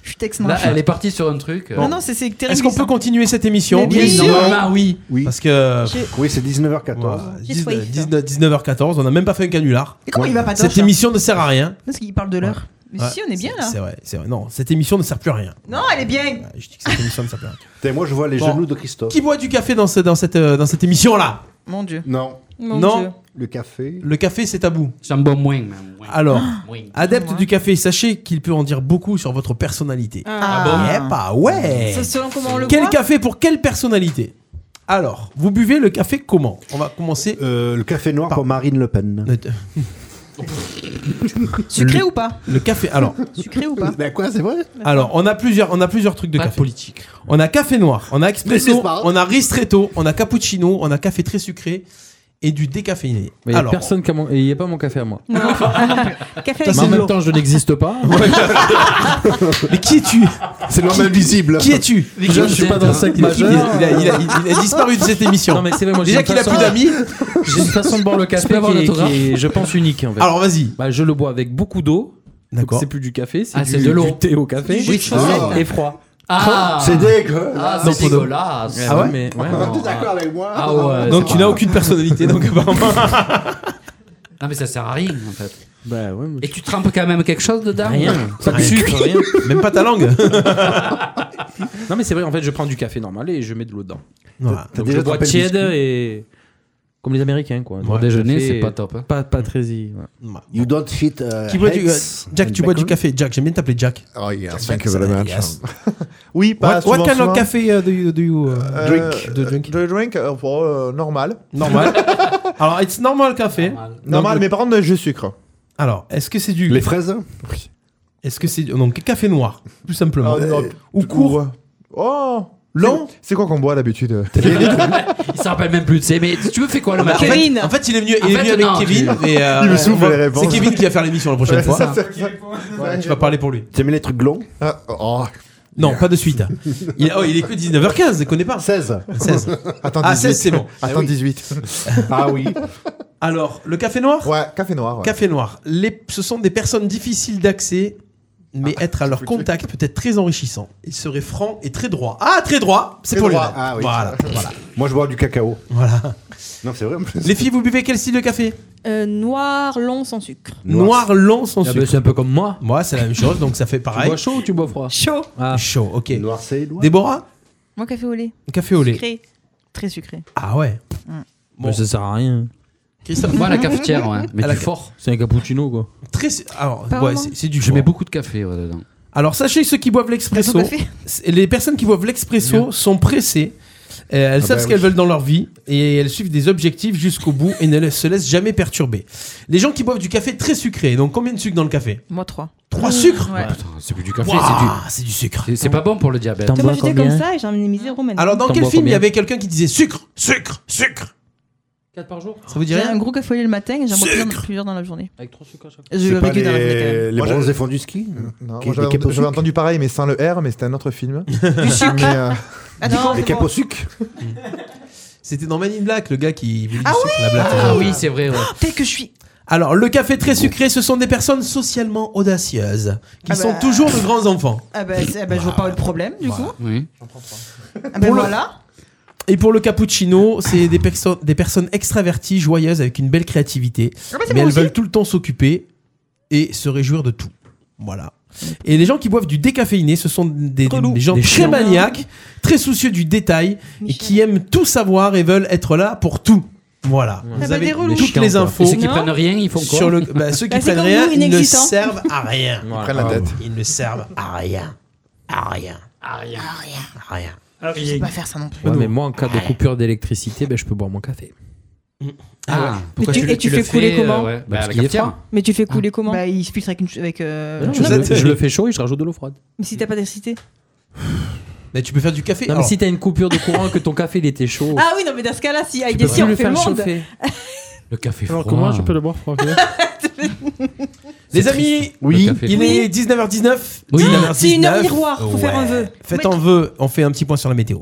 Speaker 7: Je suis texte
Speaker 10: Là, elle est partie sur un truc.
Speaker 7: Non, non, c'est- c'est terrible.
Speaker 6: Est-ce qu'on peut continuer cette émission
Speaker 7: Mais bien
Speaker 6: Oui,
Speaker 7: sûr.
Speaker 6: normalement,
Speaker 10: oui.
Speaker 6: Parce que.
Speaker 7: J'ai-
Speaker 6: Oui, c'est 19h14.
Speaker 7: J'ai soif.
Speaker 6: 19h14, on n'a même pas fait un canular.
Speaker 7: Et comment il va pas
Speaker 6: Cette
Speaker 7: torche,
Speaker 6: émission ne sert à rien.
Speaker 7: Parce qu'il parle de l'heure. Mais
Speaker 6: Ouais,
Speaker 7: si, on est bien là.
Speaker 6: C'est vrai, c'est vrai. Non, cette émission ne sert plus à rien.
Speaker 7: Non, elle est bien.
Speaker 6: Cette émission ne sert plus à rien.
Speaker 12: moi, je vois les
Speaker 6: Bon.
Speaker 12: genoux de Christophe.
Speaker 6: Qui boit du café dans, ce- dans cette, euh, dans cette émission là
Speaker 7: Mon dieu.
Speaker 12: Non.
Speaker 6: Mon Non. Dieu.
Speaker 12: Le café.
Speaker 6: Le café, c'est tabou.
Speaker 10: C'est un bon moins. Ah.
Speaker 6: Alors,
Speaker 10: Moins.
Speaker 6: adepte du café, sachez qu'il peut en dire beaucoup sur votre personnalité.
Speaker 10: Ah. Ah bon
Speaker 6: Eh bah ouais
Speaker 10: C'est selon comment on le
Speaker 6: Quel
Speaker 10: boit
Speaker 6: café pour quelle personnalité Alors, vous buvez le café comment On va commencer.
Speaker 12: Euh, le café noir pour Marine Le Pen.
Speaker 7: Sucré
Speaker 6: Le-
Speaker 7: ou pas
Speaker 6: Le café. Alors,
Speaker 7: Sucré ou pas
Speaker 12: Bah quoi, c'est vrai
Speaker 6: alors on a plusieurs, on a plusieurs trucs de café. politique. On a café noir, on a expresso, on a ristretto, on a cappuccino, on a café très sucré et du décaféiné.
Speaker 9: Mais il n'y a
Speaker 6: alors,
Speaker 9: personne qui a mon- et il n'y a pas mon café à moi.
Speaker 4: Café
Speaker 9: Mais en même temps, je n'existe pas.
Speaker 6: Mais qui es-tu
Speaker 12: C'est l'homme
Speaker 9: Qui-
Speaker 12: invisible.
Speaker 6: Qui es-tu
Speaker 9: Je ne suis pas dans le
Speaker 6: sac
Speaker 9: cercle
Speaker 6: Il,
Speaker 9: des
Speaker 6: il,
Speaker 9: majeurs.
Speaker 6: il a, il a- il a disparu de cette émission.
Speaker 9: Non, mais c'est vrai, moi, j'ai
Speaker 6: Déjà
Speaker 9: une
Speaker 6: qu'il a
Speaker 9: façon-
Speaker 6: plus d'amis.
Speaker 9: J'ai une façon de boire le
Speaker 6: Je peux
Speaker 9: café
Speaker 6: avoir
Speaker 9: qui est,
Speaker 6: l'autographe
Speaker 9: qui est, je pense, unique. En fait.
Speaker 6: Alors, vas-y.
Speaker 9: Bah, je le bois avec beaucoup d'eau.
Speaker 6: D'accord.
Speaker 9: C'est plus du café, c'est
Speaker 10: Ah,
Speaker 9: du,
Speaker 10: c'est de l'eau.
Speaker 9: du thé au café.
Speaker 10: Du jus de
Speaker 9: Oui,
Speaker 10: chaussette.
Speaker 9: Et froid.
Speaker 10: Ah
Speaker 9: C'est
Speaker 10: dégueu. Ah,
Speaker 9: Dans
Speaker 10: c'est
Speaker 9: ton dos.
Speaker 10: dégueulasse.
Speaker 9: Ah ouais Mais- ouais, non.
Speaker 10: T'es d'accord
Speaker 12: avec moi
Speaker 10: Ah ouais.
Speaker 6: donc
Speaker 10: c'est
Speaker 6: tu n'as
Speaker 10: pas-
Speaker 6: aucune personnalité. Donc apparemment.
Speaker 10: Non, mais ça sert à rien en fait.
Speaker 6: Bah,
Speaker 10: Et tu trempes quand même quelque chose dedans
Speaker 9: Rien.
Speaker 10: Ça
Speaker 9: Rien.
Speaker 10: pue.
Speaker 9: Rien.
Speaker 6: Même pas ta langue.
Speaker 9: non, mais c'est vrai, en fait, je prends du café normal et je mets de l'eau dedans.
Speaker 6: Voilà.
Speaker 9: Donc,
Speaker 6: T'as
Speaker 9: je
Speaker 6: déjà
Speaker 9: bois
Speaker 6: attrapé le
Speaker 9: tiède
Speaker 6: biscuit
Speaker 9: et. Comme les Américains, quoi.
Speaker 10: Pour
Speaker 9: Donc,
Speaker 10: déjeuner,
Speaker 9: café,
Speaker 10: c'est pas top, hein.
Speaker 9: Pas, pas très. y- ouais.
Speaker 12: You don't fit. euh,
Speaker 6: Qui boit du euh,
Speaker 12: eggs
Speaker 6: Jack, tu
Speaker 12: and
Speaker 6: bois du
Speaker 12: bacon.
Speaker 6: café. Jack, j'aime bien t'appeler Jack.
Speaker 8: Oh yeah,
Speaker 6: Jack,
Speaker 8: thank you
Speaker 6: ça,
Speaker 8: very much.
Speaker 6: yes.
Speaker 8: Oui, pas
Speaker 6: What, what
Speaker 8: souvent,
Speaker 6: kind
Speaker 8: souvent.
Speaker 6: of café uh, do you, do you, uh,
Speaker 8: Euh,
Speaker 6: drink? Do you drink?
Speaker 8: The drink, euh, pour, euh, normal. Euh,
Speaker 6: Normal. Alors, it's normal café.
Speaker 8: Normal,
Speaker 6: Donc, euh,
Speaker 8: mais par contre, jus sucre.
Speaker 6: Alors, est-ce que c'est du.
Speaker 12: Les fraises
Speaker 6: Oui. Est-ce que c'est. du- Donc, café noir, tout simplement.
Speaker 8: Ah, non,
Speaker 6: Ou court
Speaker 8: Oh Long C'est quoi qu'on boit d'habitude Les- les trucs-
Speaker 10: Il se rappelle même plus de ses. Mais tu veux faire quoi le matin
Speaker 6: Ah, bah, En fait, en fait, il est venu, il
Speaker 10: En
Speaker 6: est
Speaker 10: fait,
Speaker 6: venu avec
Speaker 10: non,
Speaker 6: Kevin.
Speaker 10: tu-
Speaker 6: mais, euh,
Speaker 8: Il me souffle
Speaker 6: on va-
Speaker 8: les réponses.
Speaker 6: C'est Kevin qui va faire l'émission la prochaine
Speaker 8: Ouais,
Speaker 6: fois.
Speaker 8: c'est ça, c'est ça.
Speaker 6: Ouais, tu vas parler pour lui.
Speaker 12: T'aimes les trucs longs
Speaker 8: Ah, oh.
Speaker 6: Non, pas de suite. Il, oh, il est que 19h15, déconnez pas.
Speaker 12: 16.
Speaker 6: 16.
Speaker 8: Attends,
Speaker 6: ah,
Speaker 8: 18.
Speaker 6: 16, c'est bon.
Speaker 8: Attends, 18.
Speaker 12: Ah oui.
Speaker 6: Alors, le café noir
Speaker 8: Ouais, café noir. ouais.
Speaker 6: Café noir. Les, ce sont des personnes difficiles d'accès, mais
Speaker 12: Ah,
Speaker 6: être à leur contact peut être très enrichissant. Ils seraient francs et très droits. Ah, très droits C'est
Speaker 12: Très
Speaker 6: pour lui.
Speaker 12: droit. Ah oui.
Speaker 6: Voilà, voilà.
Speaker 12: Moi, je bois du cacao.
Speaker 6: Voilà.
Speaker 12: Non, c'est vrai. en plus.
Speaker 6: Les filles, vous buvez quel style de café
Speaker 4: Euh, noir, long, sans sucre.
Speaker 6: Noir, long, sans
Speaker 9: Ah
Speaker 6: sucre.
Speaker 9: ben, c'est un peu comme moi.
Speaker 6: Moi, c'est la même chose, donc ça fait
Speaker 9: Tu
Speaker 6: pareil. Ah.
Speaker 9: bois chaud ou tu bois froid Ah.
Speaker 4: Chaud.
Speaker 6: Chaud, ok.
Speaker 12: Noir, c'est noir.
Speaker 6: Déborah
Speaker 7: Moi, café au lait.
Speaker 6: Café au lait.
Speaker 7: Sucré. Très sucré.
Speaker 6: Ah ouais.
Speaker 7: Mm.
Speaker 9: Mais ça sert à rien.
Speaker 6: Christophe
Speaker 10: Moi, la cafetière, ouais. Mais
Speaker 6: À la
Speaker 10: du fort.
Speaker 9: C'est un cappuccino, quoi.
Speaker 6: Très. Alors,
Speaker 9: Pas
Speaker 6: ouais,
Speaker 9: vraiment.
Speaker 6: c'est c'est du
Speaker 10: Je mets
Speaker 6: fort.
Speaker 10: beaucoup de café ouais, dedans.
Speaker 6: Alors sachez que ceux qui boivent l'expresso,
Speaker 10: Gâteau café.
Speaker 6: c'est- les personnes qui boivent l'expresso sont pressées. Euh, elles
Speaker 10: Ah
Speaker 6: savent
Speaker 10: bah
Speaker 6: ce qu'elles
Speaker 10: oui.
Speaker 6: veulent dans leur vie et elles suivent des objectifs jusqu'au bout et ne la- se laissent jamais perturber. Les gens qui boivent du café très sucré, donc combien de sucre dans le café
Speaker 7: Moi, 3.
Speaker 6: Trois sucres
Speaker 7: Ouais.
Speaker 10: Putain, c'est plus du café,
Speaker 6: Ouah,
Speaker 10: c'est du.
Speaker 6: C'est du sucre.
Speaker 10: C'est pas bon pour le diabète.
Speaker 9: T'en
Speaker 4: Moi j'étais comme ça et j'en ai mis zéro maintenant.
Speaker 6: Alors dans
Speaker 9: T'en
Speaker 6: quel
Speaker 9: bois
Speaker 6: film il y
Speaker 9: combien
Speaker 6: avait quelqu'un qui disait sucre, sucre, sucre
Speaker 9: 4 par jour
Speaker 6: Ça vous dit
Speaker 7: J'ai
Speaker 6: rien
Speaker 7: un gros café au lait le matin et j'en bois plusieurs dans- plusieurs dans la journée.
Speaker 9: Avec trop de sucre à chaque fois.
Speaker 7: Je
Speaker 12: C'est pas
Speaker 7: vécu dans la
Speaker 12: les,
Speaker 7: fréquence.
Speaker 12: les
Speaker 7: Moi,
Speaker 12: bronzes
Speaker 7: j'ai-
Speaker 12: et fondus ski
Speaker 8: Mm. Non,
Speaker 12: Qui-
Speaker 8: moi,
Speaker 12: les
Speaker 8: j'avais
Speaker 12: capes au
Speaker 8: j'avais
Speaker 12: sucre
Speaker 8: entendu pareil, mais sans le R, mais c'était un autre film.
Speaker 7: Du sucre.
Speaker 8: Mais, euh,
Speaker 7: Attends,
Speaker 12: Les
Speaker 7: Ah, c'est
Speaker 12: capes
Speaker 7: bon.
Speaker 12: au sucre
Speaker 6: C'était dans Man in Black, le gars qui voulait du
Speaker 7: Ah
Speaker 6: sucre, la blague.
Speaker 10: Ah oui, c'est vrai. ouais.
Speaker 7: Tel que je suis.
Speaker 6: Alors, le café très sucré, ce sont des personnes socialement audacieuses, qui
Speaker 7: Ah
Speaker 6: sont
Speaker 7: bah.
Speaker 6: toujours de grands enfants.
Speaker 7: Ah bah, c'est- ah bah, je vois pas le problème du
Speaker 6: Voilà.
Speaker 7: coup.
Speaker 10: Oui.
Speaker 7: Ah bah,
Speaker 6: Pour le-
Speaker 7: voilà.
Speaker 6: Et pour le cappuccino, c'est des, perso- des personnes extraverties, joyeuses, avec une belle créativité.
Speaker 7: Ah bah, c'est
Speaker 6: mais
Speaker 7: bon
Speaker 6: elles
Speaker 7: aussi.
Speaker 6: veulent tout le temps s'occuper et se réjouir de tout. Voilà. Et les gens qui boivent du décaféiné, ce sont des, des- des gens
Speaker 9: Des
Speaker 6: très
Speaker 9: chiants.
Speaker 6: maniaques, très soucieux du détail et qui aiment tout savoir et veulent être là pour tout. Voilà.
Speaker 10: Ah
Speaker 6: Vous
Speaker 10: bah,
Speaker 6: avez
Speaker 10: des relous. Des
Speaker 6: toutes
Speaker 10: chiants,
Speaker 6: les
Speaker 10: quoi.
Speaker 6: infos.
Speaker 10: Et ceux qui Non. prennent rien, ils font quoi
Speaker 6: Sur le- bah, Ceux qui
Speaker 10: Bah, c'est
Speaker 6: prennent
Speaker 10: comme
Speaker 6: rien,
Speaker 10: nous,
Speaker 6: ils ne
Speaker 10: inexistants.
Speaker 6: servent à rien.
Speaker 10: Ils prennent la
Speaker 6: Ah,
Speaker 10: tête.
Speaker 6: oui. Ils ne servent à rien. À rien.
Speaker 9: Ah,
Speaker 10: À rien.
Speaker 6: À rien.
Speaker 7: Ah, Je sais pas faire ça non plus. Ah,
Speaker 9: Ouais, mais moi, en cas de coupure d'électricité, ben, je peux boire mon café.
Speaker 6: Mm.
Speaker 10: Ah.
Speaker 9: Pourquoi
Speaker 10: Mais tu-
Speaker 9: le-
Speaker 10: et tu fais
Speaker 9: le
Speaker 10: couler
Speaker 6: euh,
Speaker 10: comment
Speaker 9: ouais.
Speaker 10: Bah,
Speaker 9: Parce
Speaker 10: avec
Speaker 9: qu'il
Speaker 10: la
Speaker 9: est froid.
Speaker 7: Ah,
Speaker 4: Mais tu fais
Speaker 9: Ah.
Speaker 6: Ah.
Speaker 4: couler comment
Speaker 7: Bah, il se filtre avec une. ch- Avec, euh,
Speaker 9: Non, je, le, je le fais chaud et je rajoute de l'eau froide.
Speaker 4: Mais si t'as pas d'électricité.
Speaker 6: Mais tu peux faire du café.
Speaker 9: Non, mais
Speaker 6: alors.
Speaker 9: si t'as une coupure de courant et que ton café il était chaud,
Speaker 4: Ah oui, non, mais dans ce cas-là, si avec des
Speaker 9: Oh.
Speaker 4: si
Speaker 9: peux plus
Speaker 4: on
Speaker 9: le
Speaker 4: fait
Speaker 9: faire
Speaker 4: le monde.
Speaker 9: chauffer.
Speaker 10: Le café froid.
Speaker 9: Alors que moi, je peux le boire froid.
Speaker 6: Les amis,
Speaker 10: Oui. Le café
Speaker 6: il
Speaker 10: froid.
Speaker 6: est 19h19.
Speaker 10: Oui.
Speaker 6: 19h19.
Speaker 4: C'est une heure miroir, faut faire un vœu.
Speaker 6: Faites un vœu, on fait un petit point sur la météo.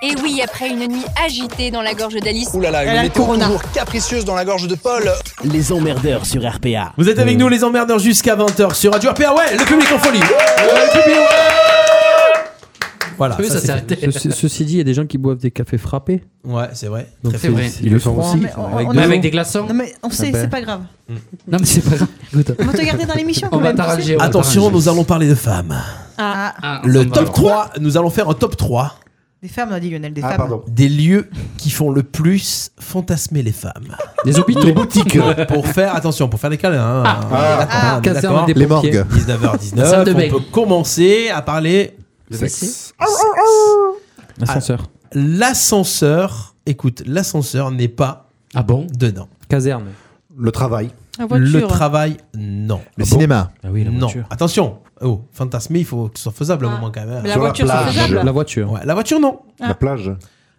Speaker 21: Et oui, après une nuit agitée dans la gorge d'Alice.
Speaker 22: capricieuse dans la gorge de Paul.
Speaker 6: Les emmerdeurs sur RPA. Vous êtes avec nous, les emmerdeurs, jusqu'à 20h sur Radio RPA. Ouais, le public en folie. Ouais, le public, ouais. Voilà,
Speaker 9: Voilà,
Speaker 6: ça, c'est fait.
Speaker 9: Ceci, ceci dit, il y a des gens qui boivent des cafés frappés.
Speaker 6: Ouais, c'est vrai.
Speaker 9: Donc
Speaker 6: Très
Speaker 9: c'est-
Speaker 6: vrai.
Speaker 9: Ils le font
Speaker 6: Non,
Speaker 9: aussi.
Speaker 6: mais on-
Speaker 9: avec
Speaker 6: on-
Speaker 9: de
Speaker 6: on-
Speaker 9: l'eau.
Speaker 10: Des glaçons
Speaker 7: Non, mais on sait,
Speaker 9: Ah bah.
Speaker 7: c'est pas grave.
Speaker 6: Hmm.
Speaker 10: Non, mais c'est pas grave.
Speaker 7: On va te garder dans l'émission quand
Speaker 10: On
Speaker 7: même.
Speaker 10: va
Speaker 7: tu sais.
Speaker 10: t'arranger, on va
Speaker 6: Attention,
Speaker 10: t'arranger.
Speaker 6: nous allons parler de femmes.
Speaker 7: Ah, ah.
Speaker 6: Le top 3, nous allons faire un top 3
Speaker 7: Des femmes, on a dit Lionel,
Speaker 9: Ah,
Speaker 6: Ah,
Speaker 7: des femmes.
Speaker 6: des lieux qui font le plus fantasmer les femmes.
Speaker 9: Des hôpitaux.
Speaker 6: Des boutiques. pour faire, attention, pour faire les câlins. hein.
Speaker 9: Ah.
Speaker 6: On est d'accord,
Speaker 9: Ah.
Speaker 6: on est
Speaker 9: Caserne
Speaker 6: d'accord.
Speaker 9: des Les pompiers. morgues.
Speaker 6: 19h19.
Speaker 9: La salle de bain.
Speaker 6: on peut commencer à parler.
Speaker 9: Le
Speaker 6: Sexe.
Speaker 9: L'ascenseur.
Speaker 6: Ah, L'ascenseur, écoute, l'ascenseur n'est pas
Speaker 9: Ah bon
Speaker 6: dedans.
Speaker 9: Caserne.
Speaker 6: Le travail.
Speaker 4: La voiture.
Speaker 6: Le travail, non.
Speaker 8: Le cinéma.
Speaker 9: Ah oui, la
Speaker 6: non.
Speaker 9: voiture.
Speaker 6: Attention. Oh, fantasmer, il faut que ce soit faisable à un moment quand même.
Speaker 4: Ah. Mais la Sur la voiture, c'est plage. faisable.
Speaker 9: La voiture. Ah
Speaker 6: Ouais, la voiture, non.
Speaker 4: Ah. La
Speaker 6: plage.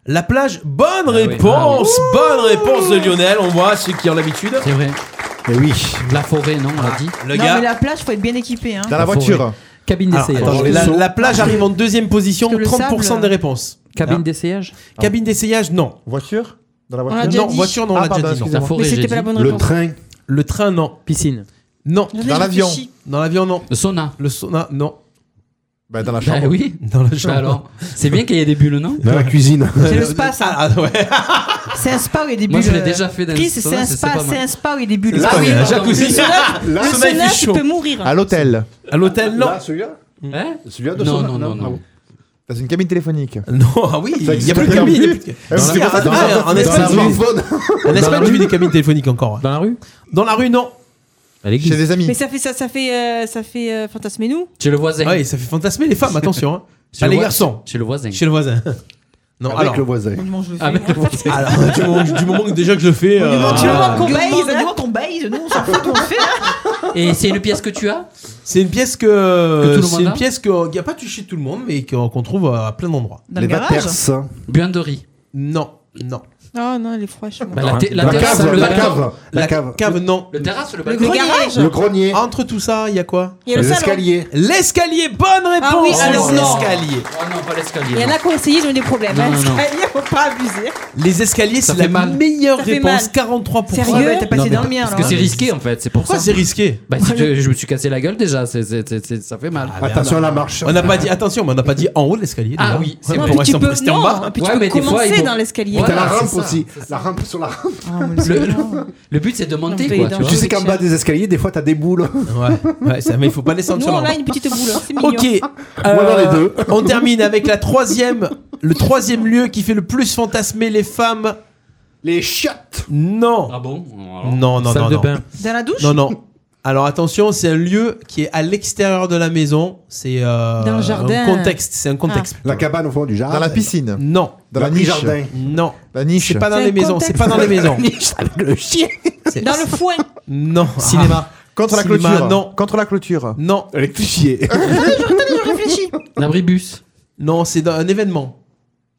Speaker 6: La plage, bonne réponse,
Speaker 4: Ah.
Speaker 6: bonne réponse de Lionel. On voit ceux qui ont l'habitude. C'est
Speaker 10: vrai.
Speaker 6: Et oui.
Speaker 10: La forêt, non, on l'a dit.
Speaker 6: Le
Speaker 7: non,
Speaker 6: gars.
Speaker 7: mais la plage, faut être bien équipé.
Speaker 9: Ah.
Speaker 7: Hein.
Speaker 9: Cabine
Speaker 6: Alors,
Speaker 9: d'essayage.
Speaker 6: Ah, attends,
Speaker 9: Dans les
Speaker 6: la,
Speaker 9: seaux.
Speaker 6: la
Speaker 4: Ah.
Speaker 6: plage arrive en deuxième position,
Speaker 9: Parce que le
Speaker 6: 30%
Speaker 9: sable,
Speaker 6: des
Speaker 4: euh,
Speaker 6: réponses.
Speaker 9: Cabine
Speaker 6: Hein
Speaker 9: d'essayage
Speaker 6: Cabine d'essayage, non. Voiture Dans la
Speaker 9: voiture On l'a déjà
Speaker 6: Non,
Speaker 9: dit.
Speaker 6: voiture, non,
Speaker 9: Ah,
Speaker 6: on l'a
Speaker 9: pardon,
Speaker 6: déjà dit. non.
Speaker 9: excusez-moi. La forêt, Mais c'était j'ai pas la dit. bonne Le réponse. train
Speaker 6: Le train, non.
Speaker 9: Piscine
Speaker 6: Non.
Speaker 9: Dans Dans l'avion. réfléchis.
Speaker 6: Dans l'avion, non.
Speaker 10: Le sauna
Speaker 6: Le sauna, non. Bah, dans la
Speaker 10: Bah oui.
Speaker 6: Dans la
Speaker 10: Bah
Speaker 6: chambre.
Speaker 10: alors, c'est bien qu'il y ait des bulles, non
Speaker 6: Dans la
Speaker 12: cuisine.
Speaker 7: C'est le spa, ça.
Speaker 6: Ah, ouais.
Speaker 7: C'est un spa où il y a des bulles.
Speaker 10: Moi, je l'ai
Speaker 7: euh,
Speaker 10: déjà fait dans
Speaker 7: Chris,
Speaker 10: le
Speaker 7: c'est
Speaker 10: sauna,
Speaker 7: un
Speaker 10: c'est-
Speaker 7: spa,
Speaker 10: c'est pas mal.
Speaker 7: c'est un spa où il y a des bulles.
Speaker 10: Là, oui,
Speaker 7: Le
Speaker 10: la jacuzzi.
Speaker 7: sauna-
Speaker 10: Là,
Speaker 7: Le
Speaker 10: le sauna,
Speaker 7: sauna,
Speaker 10: il fait
Speaker 7: tu
Speaker 10: chaud. Ah,
Speaker 7: peux mourir.
Speaker 8: À l'hôtel.
Speaker 6: À l'hôtel, non.
Speaker 8: Là, celui-là
Speaker 10: Hein
Speaker 8: Celui-là de
Speaker 10: Non,
Speaker 8: Sona
Speaker 10: non, non, non.
Speaker 8: Ah bon. Dans une cabine téléphonique.
Speaker 6: Non, ah oui, il y a plus de cabine. il y a plus de-
Speaker 8: Dans
Speaker 6: Si,
Speaker 8: la-
Speaker 6: ah,
Speaker 8: dans la-
Speaker 6: ah,
Speaker 8: dans
Speaker 6: En
Speaker 8: la
Speaker 6: Espagne, j'ai vu-
Speaker 8: smartphone.
Speaker 6: en Espagne, j'ai vu des cabines téléphoniques encore.
Speaker 9: Dans la rue
Speaker 6: Dans la rue, non.
Speaker 9: Chez
Speaker 6: des
Speaker 4: Mais ça fait ça, ça fait euh, ça fait euh, fantasmer nous.
Speaker 10: Chez le voisin.
Speaker 6: Ah Oui, ça fait fantasmer les femmes, attention. Hein.
Speaker 10: Chez
Speaker 6: Pas
Speaker 10: le
Speaker 6: les
Speaker 10: voi-
Speaker 6: garçons.
Speaker 10: Chez le voisin.
Speaker 6: Chez le voisin. Non,
Speaker 10: Avec
Speaker 6: alors.
Speaker 10: le voisin.
Speaker 7: Comment je le fais,
Speaker 10: Avec
Speaker 7: moi
Speaker 10: le voisin.
Speaker 6: Alors, euh, du moment, du moment que déjà que je le fais. euh,
Speaker 10: Ah.
Speaker 7: Tu vois qu'on
Speaker 6: euh,
Speaker 7: baise, tu vois qu'on baise, nous on s'en fout qu'on fait.
Speaker 10: Et c'est une pièce que tu as
Speaker 6: C'est une pièce que.
Speaker 10: tout le
Speaker 6: euh,
Speaker 10: monde
Speaker 6: C'est
Speaker 10: a
Speaker 6: une pièce que- qui n'a pas touché tout le monde, mais qu'on qu'on trouve à plein d'endroits.
Speaker 7: Dans le Les garage Vaters.
Speaker 10: Buanderie.
Speaker 6: Non, non.
Speaker 4: Ah non, elle est fraîche. moi.
Speaker 7: Bah,
Speaker 6: Non, hein.
Speaker 10: Bah, la La terrasse, cave, le la balcon. cave, la
Speaker 6: La
Speaker 10: cave.
Speaker 6: cave, non.
Speaker 10: Le terrasse, le
Speaker 6: Le
Speaker 10: balcon.
Speaker 6: garage.
Speaker 10: Le
Speaker 6: grenier. Entre tout ça, il y a quoi
Speaker 4: Il y a le Les salon. escaliers.
Speaker 6: L'escalier, bonne réponse.
Speaker 4: Ah oui, alors non.
Speaker 6: l'escalier.
Speaker 10: Oh non, pas l'escalier.
Speaker 4: Il y en
Speaker 10: non.
Speaker 4: a qui ont essayé, ils ont eu des problèmes.
Speaker 10: Non,
Speaker 4: hein.
Speaker 10: non, non.
Speaker 4: L'escalier, faut pas abuser.
Speaker 6: Les escaliers,
Speaker 10: Ça
Speaker 6: c'est
Speaker 10: fait
Speaker 6: la
Speaker 10: mal.
Speaker 6: meilleure
Speaker 4: Ça fait
Speaker 6: réponse.
Speaker 4: mal.
Speaker 6: 43%.
Speaker 4: Sérieux
Speaker 10: Ah
Speaker 4: Ouais, bah, t'as passé
Speaker 10: Non, mais
Speaker 4: dans le mien,
Speaker 10: Parce
Speaker 4: là.
Speaker 10: que c'est risqué en fait, c'est pour
Speaker 6: Pourquoi
Speaker 10: ça.
Speaker 6: c'est risqué
Speaker 10: Bah, si tu- je me suis cassé la gueule déjà, c'est- c'est- c'est- c'est- ça fait
Speaker 8: Ah,
Speaker 10: mal.
Speaker 6: On n'a pas dit attention, mais on n'a pas dit en haut de l'escalier.
Speaker 10: Ah
Speaker 6: déjà.
Speaker 10: oui, c'est
Speaker 6: Ouais,
Speaker 10: vrai.
Speaker 6: on
Speaker 10: Puis
Speaker 6: reste
Speaker 10: tu
Speaker 6: en-
Speaker 10: peux-
Speaker 6: c'était en
Speaker 10: non,
Speaker 6: bas.
Speaker 10: puis tu Ouais, peux mais des fois, commencer il faut- dans l'escalier.
Speaker 8: Et T'as la
Speaker 10: Voilà,
Speaker 8: rampe
Speaker 10: c'est ça,
Speaker 8: aussi. La rampe sur la rampe.
Speaker 10: Le, le but c'est de monter
Speaker 8: Mais
Speaker 10: quoi.
Speaker 8: Tu sais qu'en bas des escaliers, des fois, t'as des boules.
Speaker 6: Ouais, ouais, ça, mais il faut pas descendre
Speaker 4: Nous
Speaker 6: sur
Speaker 4: on
Speaker 6: la
Speaker 4: a
Speaker 6: rampe.
Speaker 4: une petite boule. hein, C'est mignon.
Speaker 6: Ok. euh,
Speaker 4: Moi, dans les
Speaker 8: deux.
Speaker 6: on termine avec la troisième, le troisième lieu qui fait le plus fantasmer les femmes.
Speaker 8: Les chiottes.
Speaker 6: Non.
Speaker 10: Ah bon
Speaker 6: Non, non,
Speaker 9: Salle
Speaker 6: non.
Speaker 9: de
Speaker 6: non.
Speaker 9: bain.
Speaker 7: Dans la douche
Speaker 6: Non, non. Alors attention, c'est un lieu qui est à l'extérieur de la maison. C'est euh,
Speaker 7: Dans le jardin.
Speaker 6: un contexte.
Speaker 4: Ah.
Speaker 6: C'est un contexte.
Speaker 8: La cabane au fond du jardin.
Speaker 6: Dans la
Speaker 8: piscine.
Speaker 6: Non.
Speaker 8: Dans la niche. jardin.
Speaker 6: Non.
Speaker 8: La niche.
Speaker 6: C'est pas dans les maisons. C'est pas dans les maisons.
Speaker 8: avec le chien.
Speaker 4: Dans le foin.
Speaker 6: Non. Ah.
Speaker 8: Cinéma. Contre la
Speaker 6: Cinéma,
Speaker 8: clôture.
Speaker 6: Non.
Speaker 8: Contre la clôture.
Speaker 6: Non.
Speaker 8: Électrifié.
Speaker 4: Je
Speaker 10: Ah
Speaker 4: réfléchis.
Speaker 10: L'abribus.
Speaker 6: Non, c'est dans un événement.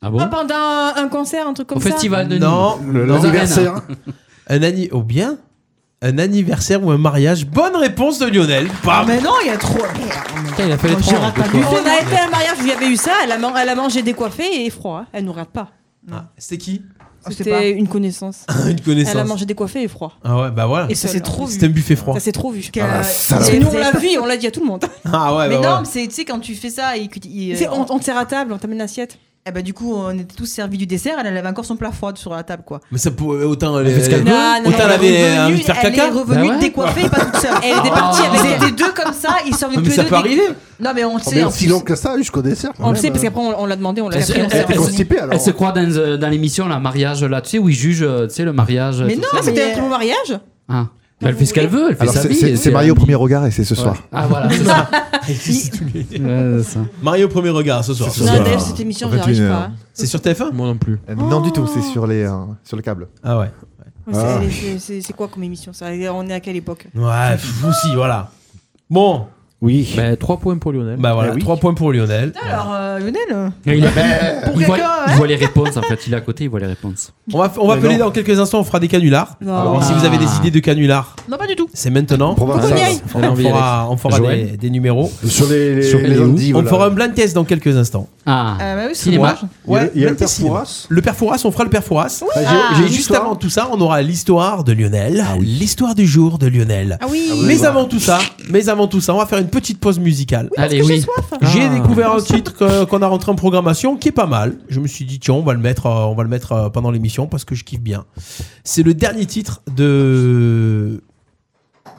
Speaker 10: Ah bon
Speaker 4: Ah, pendant un un concert, un truc comme ça.
Speaker 6: Non.
Speaker 8: Le-
Speaker 6: non.
Speaker 8: l'anniversaire.
Speaker 6: Un anni... Oh bien. Un anniversaire ou un mariage. Bonne réponse de Lionel. Bam.
Speaker 7: Mais non, il y a trop.
Speaker 9: Putain, il a fait les trois. en deux fois.
Speaker 4: On a
Speaker 7: Oh,
Speaker 4: été à un mariage où il y avait eu ça, elle a, man- elle a mangé décoiffé et froid. hein. Elle nous rate pas.
Speaker 6: Ah, C'était qui
Speaker 4: C'était une connaissance.
Speaker 6: Une connaissance.
Speaker 4: Elle a mangé décoiffé et froid.
Speaker 6: Ah ouais, bah voilà.
Speaker 4: Et ça s'est trop vu.
Speaker 6: C'était un buffet froid.
Speaker 4: Ça s'est trop vu.
Speaker 6: Ah, la
Speaker 4: Parce que
Speaker 6: salope.
Speaker 4: nous, on l'a vu, et on l'a dit à tout le monde.
Speaker 6: Ah ouais,
Speaker 7: mais
Speaker 6: bah
Speaker 7: non,
Speaker 6: ouais.
Speaker 7: mais c'est tu sais quand tu fais ça et que tu- il- euh,
Speaker 4: C'est- on- te sert à table, on t'amène l'assiette.
Speaker 7: Eh ben du coup, on était tous servis du dessert, elle, elle avait encore son plat froid sur la table quoi.
Speaker 6: Mais ça pouvait autant elle,
Speaker 7: fait ce qu'elle
Speaker 6: elle-
Speaker 7: veut. Non, non,
Speaker 6: autant elle
Speaker 7: elle est
Speaker 6: avait
Speaker 7: revenue,
Speaker 6: envie de euh, faire
Speaker 7: elle
Speaker 6: caca.
Speaker 7: est revenue
Speaker 6: Bah ouais.
Speaker 7: décoiffée et pas toute seule. Elle était partie,
Speaker 6: Ah.
Speaker 7: elle était deux comme ça, ils sont
Speaker 6: Mais
Speaker 7: tous les
Speaker 6: ça peut
Speaker 7: deux des-
Speaker 6: arriver. Ah,
Speaker 7: Non mais on le
Speaker 11: Oh,
Speaker 7: sait.
Speaker 11: mais
Speaker 7: en
Speaker 11: aussi
Speaker 7: plus.
Speaker 11: long que ça, jusqu'au dessert.
Speaker 4: On le sait
Speaker 6: hein.
Speaker 4: parce qu'après, on, on l'a demandé, on l'a
Speaker 10: Elle
Speaker 4: appris,
Speaker 10: se-
Speaker 4: on
Speaker 10: elle-
Speaker 4: s'est
Speaker 10: elle-
Speaker 4: renseigné.
Speaker 10: elle se croit dans, euh, dans l'émission là, mariage là, tu sais, où ils jugent, euh, tu sais, le mariage.
Speaker 4: Mais
Speaker 10: tout
Speaker 4: non,
Speaker 10: ça.
Speaker 4: c'était notre mariage.
Speaker 10: Ah. Mais elle fait ce qu'elle veut, elle fait
Speaker 8: Alors,
Speaker 10: sa
Speaker 8: c'est-
Speaker 10: vie.
Speaker 8: c'est
Speaker 10: et
Speaker 8: c'est marié au premier regard et c'est ce soir.
Speaker 10: Ah voilà, c'est ça.
Speaker 6: Mario premier regard ce soir.
Speaker 8: Ce soir. Non, d'ailleurs, cette émission, j'y arrive
Speaker 6: 21.
Speaker 8: pas, hein.
Speaker 6: euh, C'est sur TF1 Moi non plus.
Speaker 8: Euh, Non, du tout, c'est sur, les, euh, sur le câble.
Speaker 6: Ah ouais.
Speaker 4: Ouais, c'est-
Speaker 6: Ah.
Speaker 4: c'est- C'est c'est quoi comme émission ça On est à quelle époque
Speaker 6: Ouais, vous aussi, voilà. Bon.
Speaker 11: Oui.
Speaker 9: Bah, 3 points pour Lionel.
Speaker 6: Bah voilà,
Speaker 9: Eh oui.
Speaker 6: 3 points pour Lionel.
Speaker 7: Alors euh, Lionel,
Speaker 10: Il, a-
Speaker 7: pour
Speaker 10: il voit,
Speaker 7: quelqu'un,
Speaker 10: il
Speaker 7: hein.
Speaker 10: voit les réponses en fait, il est à côté, il voit les réponses.
Speaker 6: On va, on va appeler dans quelques instants, on fera des canulars.
Speaker 10: Non.
Speaker 6: Si vous avez des idées de canulars,
Speaker 7: non pas du tout.
Speaker 6: c'est maintenant. On,
Speaker 7: qu'on y aille.
Speaker 6: on fera, on fera
Speaker 11: Joël.
Speaker 6: des, des numéros.
Speaker 11: Sur les- les- les
Speaker 6: où
Speaker 11: Andes,
Speaker 6: On
Speaker 11: voilà.
Speaker 6: fera un blind test dans quelques instants.
Speaker 10: Ah,
Speaker 7: Ah, bah oui, c'est
Speaker 6: Cinéma.
Speaker 7: dommage.
Speaker 6: Ouais,
Speaker 11: Il y a le- il y a le
Speaker 6: blind test cinéma.
Speaker 11: Perfouras.
Speaker 6: Le Perfouras, on fera le Perfouras.
Speaker 11: Ah, j'ai- Ah. j'ai une
Speaker 6: Juste
Speaker 11: histoire. Ah
Speaker 6: avant tout ça, on aura l'histoire de Lionel, l'histoire du jour de Lionel.
Speaker 4: Ah oui.
Speaker 6: Mais avant tout ça, mais avant tout ça, on va faire une petite pause musicale.
Speaker 10: Allez, que j'ai oui. soif.
Speaker 6: J'ai
Speaker 10: Ah.
Speaker 6: découvert un titre que- qu'on a rentré en programmation qui est pas mal. Je me suis dit tiens, on va le mettre, euh, on va le mettre euh, pendant l'émission parce que je kiffe bien. C'est le dernier titre de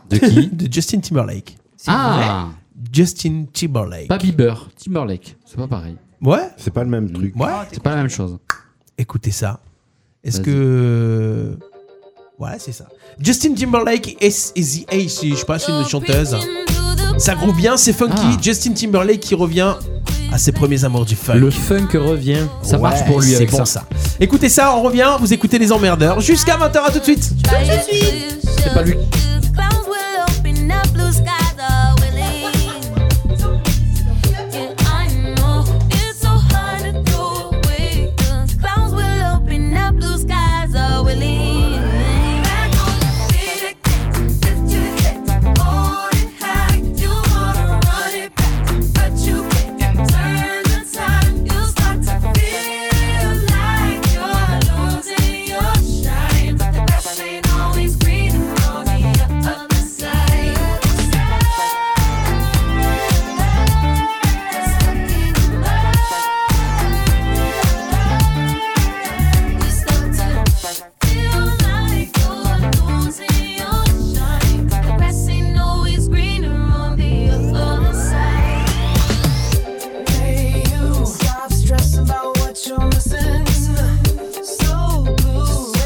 Speaker 10: de qui
Speaker 6: De Justin Timberlake.
Speaker 10: Ah.
Speaker 6: vrai. Justin Timberlake.
Speaker 10: Pas Bieber, Timberlake, c'est pas pareil.
Speaker 6: Ouais.
Speaker 11: C'est pas le même truc.
Speaker 6: Ouais.
Speaker 10: C'est pas la même chose.
Speaker 6: Écoutez ça. Est-ce
Speaker 10: Vas-y.
Speaker 6: que ouais, c'est ça. Justin Timberlake et Easy Ace, je sais pas, c'est une chanteuse. Ça groove bien, c'est funky.
Speaker 9: Ah.
Speaker 6: Justin Timberlake qui revient à ses premiers amours du funk.
Speaker 9: Le funk revient. Ça
Speaker 6: Ouais,
Speaker 9: marche pour lui
Speaker 6: c'est
Speaker 9: avec
Speaker 6: bon,
Speaker 9: ça.
Speaker 6: ça. Écoutez ça, on revient, vous écoutez les emmerdeurs jusqu'à 20h à tout de suite.
Speaker 9: C'est pas lui.
Speaker 14: Clouds will open up, blue skies are willing. Yeah, I know it's so hard to throw away. 'cause Clouds will open up, blue skies are willing. Back on the city, lift your head, hold it high. You wanna run it back, but you can't turn the tide. You start to feel like you're losing your shine, but the grass ain't always greener on the other side.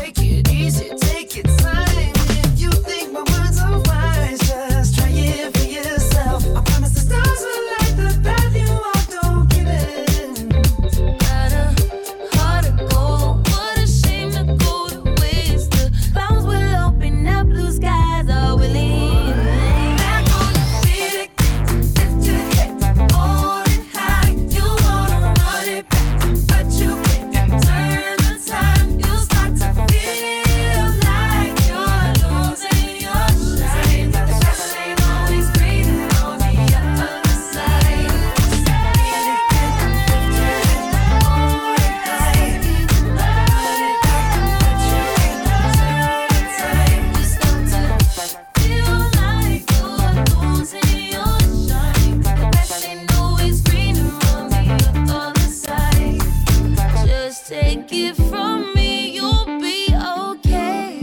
Speaker 14: Take your time. If you think my words are wise, just try it for yourself. I promise the stars will light the path you walk. Don't give in. Gotta hard to go. What a shame to go to waste. The clouds will open up, blue skies are willing. Back on the feet again. Lift your head, hold it high. You wanna run it back, but you can't turn the tide. You start to feel like you're losing your shine. The grass ain't always greener on the other side. Take it from me, you'll be okay.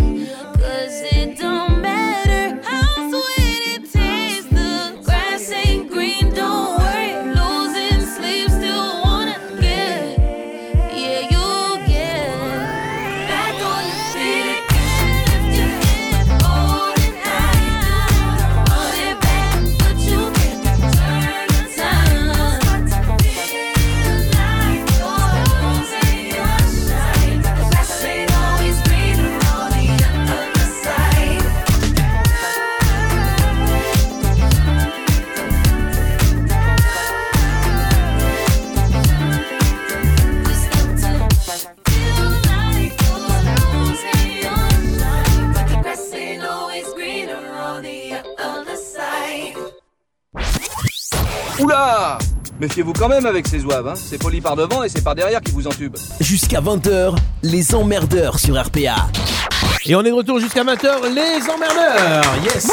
Speaker 14: Cause it don't matter how sweet it tastes. The grass ain't green, don't worry. Losing sleep, still wanna get. Yeah, you'll get back on your feet again. Lift your head, hold it high. Run it back, but you can't turn the time. Feel like you're losing your shine. The grass ain't always greener on the other side.
Speaker 13: Other side.
Speaker 22: Oula
Speaker 2: Méfiez-vous quand même avec ces ouaves, hein. c'est poli par devant et c'est par derrière qui vous entube.
Speaker 3: Jusqu'à 20h, les emmerdeurs sur RPA.
Speaker 6: Et on est de retour jusqu'à 20h, les emmerdeurs Yes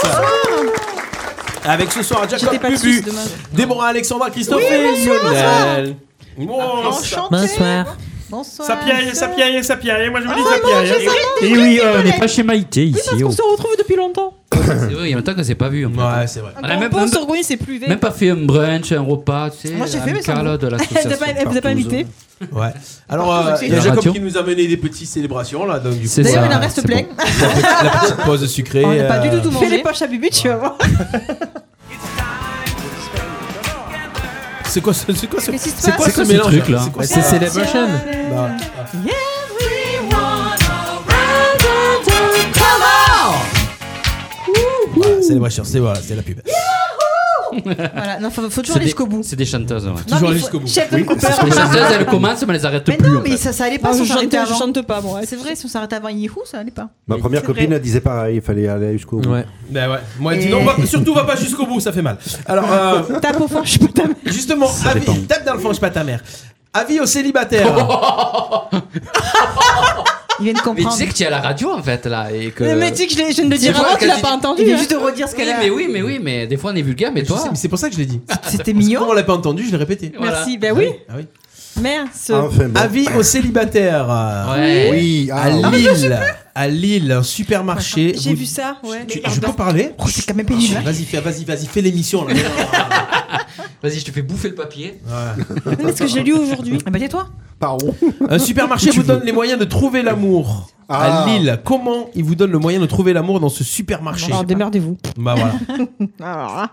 Speaker 6: Avec ce soir, Jacob
Speaker 3: J'étais pas
Speaker 6: Bubu,
Speaker 3: suisse demain.
Speaker 6: Déborah, Alexandra, Christophe
Speaker 3: Oui,
Speaker 6: et
Speaker 3: bonsoir,
Speaker 6: Lionel.
Speaker 3: Bonsoir.
Speaker 6: Bonsoir.
Speaker 7: Bonsoir.
Speaker 6: Ça piaille, ça piaille, ça piaille. Moi, je vous dis ça
Speaker 7: piaille.
Speaker 10: Et Eh oui,
Speaker 7: Et oui, euh, on n'est pas
Speaker 10: chez Maïté ici.
Speaker 4: On se retrouve depuis longtemps.
Speaker 10: C'est vrai, il y a longtemps qu'on s'est pas vu. Ouais,
Speaker 6: c'est vrai.
Speaker 10: On a même,
Speaker 4: on
Speaker 10: même-
Speaker 4: se reconnaît, c'est plus
Speaker 10: même pas fait un brunch, un repas, tu sais.
Speaker 4: Moi, j'ai fait, mais ça
Speaker 10: amical
Speaker 4: me-
Speaker 10: de Ah,
Speaker 4: Elle vous a pas- elle vous a pas invité.
Speaker 6: Ouais. Alors, euh,
Speaker 4: Partout,
Speaker 6: il y a
Speaker 10: c'est-
Speaker 6: Jacob
Speaker 10: Radio.
Speaker 6: qui nous a mené des petites célébrations là. donc du coup,
Speaker 10: C'est D'ailleurs,
Speaker 7: il en
Speaker 6: euh,
Speaker 7: reste
Speaker 6: c'est
Speaker 7: plein.
Speaker 6: bon. La, petite pause sucrée.
Speaker 7: On n'a pas du
Speaker 6: euh,
Speaker 7: tout tout mangé.
Speaker 4: Fais les poches à Bubu, tu vas voir.
Speaker 6: C'est quoi ce, c'est quoi ce,
Speaker 4: Qu'est-ce qui se
Speaker 6: c'est quoi
Speaker 4: passe
Speaker 6: ce
Speaker 4: C'est quoi ce
Speaker 6: mélange
Speaker 4: truc, là
Speaker 6: quoi
Speaker 4: C'est
Speaker 6: ça
Speaker 4: Celebration
Speaker 6: Bah, voilà, Celebration, c'est voilà, c'est la pub.
Speaker 7: Voilà, non, faut, faut toujours
Speaker 10: C'est
Speaker 7: aller
Speaker 10: des-
Speaker 7: jusqu'au bout.
Speaker 10: C'est des chanteuses. ouais.
Speaker 7: Toujours mais aller faut- jusqu'au bout. Sheldon
Speaker 10: Oui,
Speaker 7: Cooper.
Speaker 10: parce que Les chanteuses, elles commencent, mais elles arrêtent
Speaker 7: Mais
Speaker 10: plus.
Speaker 7: non,
Speaker 10: en
Speaker 7: mais
Speaker 10: fait.
Speaker 7: ça, ça allait
Speaker 4: Ah,
Speaker 7: pas si on
Speaker 4: je
Speaker 7: s'arrêtait
Speaker 4: chante-
Speaker 7: avant.
Speaker 4: je chante pas, moi.
Speaker 7: C'est vrai, si on s'arrêtait avant Yahoo, ça allait pas.
Speaker 12: Ma première
Speaker 7: C'est vrai.
Speaker 12: copine elle disait pareil, il fallait aller jusqu'au bout.
Speaker 6: Ouais. Bah ouais. Moi, elle dit
Speaker 12: Et-
Speaker 6: non, va- surtout va pas jusqu'au bout, ça fait mal. Alors, euh,
Speaker 4: tape au fond, je suis pas ta mère.
Speaker 6: Justement, avis- tape dans le fond, je suis pas ta mère. Avis aux célibataires.
Speaker 7: Ils viennent
Speaker 10: Mais tu
Speaker 7: comprendre.
Speaker 10: sais que tu es à la radio en fait là et que.
Speaker 4: Mais- mais dis que je l'ai- je ne le dirai
Speaker 10: C'est vrai,
Speaker 4: pas, tu
Speaker 10: quand
Speaker 4: l'as pas entendu,
Speaker 10: Il vient
Speaker 4: hein.
Speaker 10: juste
Speaker 7: de redire ce qu'elle
Speaker 10: Oui,
Speaker 7: a-
Speaker 10: mais oui, mais oui, mais des fois on est vulgaire, mais
Speaker 6: Je
Speaker 10: toi.
Speaker 6: sais, mais c'est pour ça que je l'ai dit.
Speaker 7: C'était
Speaker 6: mignon. Comme on l'a pas entendu, je l'ai répété.
Speaker 4: Merci, ben oui.
Speaker 6: Ah oui. Ah,
Speaker 4: Merci.
Speaker 7: Ah
Speaker 6: Avis aux célibataires.
Speaker 4: Ouais.
Speaker 6: Oui, à
Speaker 4: Ah, mais je sais
Speaker 6: Lille. À Lille, un supermarché.
Speaker 4: J'ai
Speaker 6: Vous-
Speaker 4: vu ça, ouais.
Speaker 6: Tu- je peux parler Ah,
Speaker 7: C'est quand même pénible.
Speaker 6: Vas-y, fais, vas-y, vas-y, fais l'émission. là.
Speaker 10: Vas-y, je te fais bouffer le papier.
Speaker 6: Ouais.
Speaker 4: Mais ce que j'ai lu aujourd'hui.
Speaker 7: Ah bah tais-toi.
Speaker 6: Pardon. Un Euh, supermarché vous donne les moyens de trouver l'amour.
Speaker 7: Ah.
Speaker 6: À Lille, comment il vous donne le moyen de trouver l'amour dans ce supermarché
Speaker 4: Alors démerdez-vous.
Speaker 6: Bah voilà.
Speaker 4: Alors
Speaker 7: Ah.
Speaker 4: là.
Speaker 10: Ah.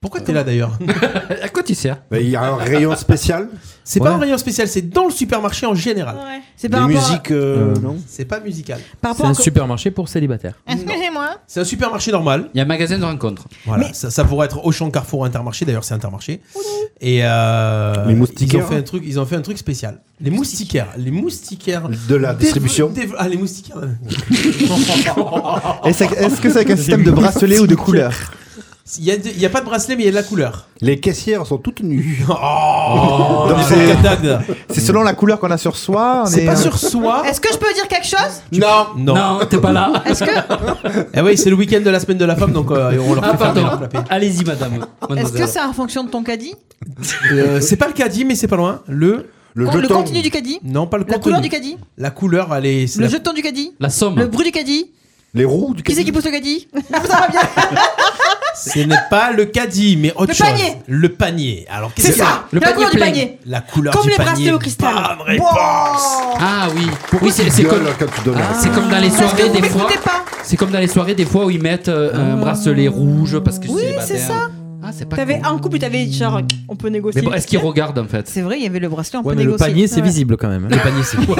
Speaker 6: Pourquoi t'es là d'ailleurs
Speaker 10: À quoi tu sers
Speaker 12: Il y a un rayon spécial.
Speaker 6: C'est pas un rayon spécial, c'est dans le supermarché en général.
Speaker 7: C'est
Speaker 12: par Les rapport à- musiques, euh, non
Speaker 6: C'est pas musical.
Speaker 7: Par
Speaker 9: C'est un supermarché pour célibataires.
Speaker 7: Excusez-moi.
Speaker 6: C'est un supermarché normal.
Speaker 10: Il y a un magasin de rencontre.
Speaker 6: Voilà, ça, ça pourrait être Auchan, Carrefour, Intermarché. D'ailleurs, c'est Intermarché. Et euh,
Speaker 12: Les moustiquaires.
Speaker 6: Ils ont fait un truc. Ils ont fait un truc spécial. Les moustiquaires. Les moustiquaires.
Speaker 12: De la
Speaker 6: dévo-
Speaker 12: distribution.
Speaker 6: dévo- Ah, les moustiquaires.
Speaker 8: Et c'est- Est-ce que c'est avec un système de bracelet ou de couleur
Speaker 6: Il y, a de- il y a pas de bracelet, mais il y a de la couleur.
Speaker 12: Les caissières sont toutes nues.
Speaker 6: Oh,
Speaker 8: Donc
Speaker 6: on est
Speaker 8: c'est-
Speaker 6: pas cadavre.
Speaker 8: C'est selon la couleur qu'on a sur soi. on
Speaker 6: C'est
Speaker 8: est-
Speaker 6: pas sur soi.
Speaker 7: Est-ce que je peux dire quelque chose
Speaker 6: Non, non,
Speaker 10: t'es pas là.
Speaker 7: Est-ce que,
Speaker 6: Eh oui, c'est le week-end de la semaine de la femme, donc euh, on leur fait
Speaker 10: Ah,
Speaker 6: faire
Speaker 10: pardon.
Speaker 6: leur clapet.
Speaker 10: Allez-y, madame.
Speaker 7: est-ce que c'est en fonction de ton caddie
Speaker 6: Euh, c'est pas le caddie, mais c'est pas loin. Le
Speaker 7: Le Con- le jeton. contenu du caddie
Speaker 6: Non, pas le
Speaker 7: La
Speaker 6: contenu.
Speaker 7: couleur du caddie
Speaker 6: La couleur, elle est. c'est
Speaker 7: Le
Speaker 6: la-
Speaker 7: jeton du caddie
Speaker 6: La somme.
Speaker 7: Le bruit du caddie
Speaker 6: Les roues du
Speaker 7: Qui c'est qui pousse le caddie Ah, Ça va bien
Speaker 6: Ce n'est pas le caddie, mais autre
Speaker 7: Le
Speaker 6: chose.
Speaker 7: panier.
Speaker 6: Le panier. Alors qu'est-ce
Speaker 7: C'est
Speaker 6: que c'est
Speaker 7: ça, la couleur du
Speaker 6: plein.
Speaker 7: panier.
Speaker 6: La couleur
Speaker 7: Comme
Speaker 6: du
Speaker 7: les
Speaker 6: panier.
Speaker 7: bracelets au cristal.
Speaker 6: Bonne réponse.
Speaker 10: Ah oui. oui, c'est c'est comme. Ah, C'est comme dans les
Speaker 7: Parce que
Speaker 10: soirées
Speaker 7: vous
Speaker 10: des fois.
Speaker 7: m'écoutez pas.
Speaker 10: C'est comme dans les soirées des fois où ils mettent euh, un bracelet rouge parce que je suis
Speaker 4: Oui, c'est
Speaker 10: célibataire.
Speaker 4: ça.
Speaker 10: Ah, c'est pas.
Speaker 4: T'avais un couple, t'avais genre, on peut négocier.
Speaker 10: Mais bon, est-ce qu'ils regardent en fait
Speaker 7: C'est vrai, il y avait le bracelet, on
Speaker 10: Ouais,
Speaker 7: peut
Speaker 10: mais le
Speaker 7: négocier.
Speaker 10: panier, c'est
Speaker 7: Ouais. Ah,
Speaker 10: visible.
Speaker 9: Cible quand même.
Speaker 10: Le panier, c'est quoi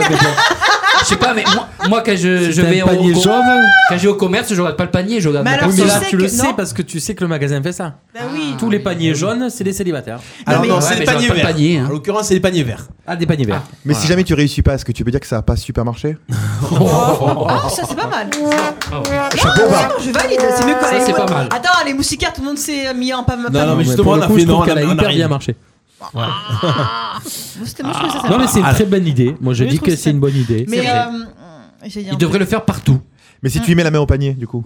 Speaker 10: Je sais pas, mais moi, moi, quand je, je
Speaker 9: un
Speaker 10: vais au,
Speaker 9: panier
Speaker 10: au-
Speaker 9: jaune
Speaker 10: quand je vais au commerce, je regarde pas le panier, je regarde.
Speaker 9: Mais
Speaker 10: la
Speaker 9: alors,
Speaker 10: personne.
Speaker 9: là, tu le sais parce que Bah tu sais que le magasin fait ça. Ah, Tous les paniers jaunes, c'est des célibataires.
Speaker 6: Alors Ah, non, c'est
Speaker 9: des
Speaker 6: les paniers verts. En l'occurrence, c'est les paniers verts.
Speaker 9: hein. Ah, des paniers verts.
Speaker 8: Mais si jamais tu réussis pas, est-ce que tu peux dire que ça a pas super marché
Speaker 7: Ah, ça c'est pas mal.
Speaker 10: Oh,
Speaker 8: Chapeau
Speaker 7: non,
Speaker 8: bas.
Speaker 7: non, je valide. C'est mieux que
Speaker 8: Ça,
Speaker 7: les-
Speaker 8: c'est pas mal.
Speaker 7: Attends, les moustiquaires, tout le monde s'est mis en pas mal.
Speaker 9: Non, non, mais justement, on a fait non, a hyper bien marché.
Speaker 7: C'était moi, Ah. je trouvais ça sympa.
Speaker 9: Non, mais c'est une très bonne idée. Moi, je
Speaker 7: Je
Speaker 9: dis
Speaker 7: trouve
Speaker 9: que
Speaker 7: ça-
Speaker 9: c'est une bonne idée.
Speaker 7: Mais euh, j'ai dit un truc.
Speaker 10: le faire partout.
Speaker 8: Mais si tu y mets la main au panier, du coup.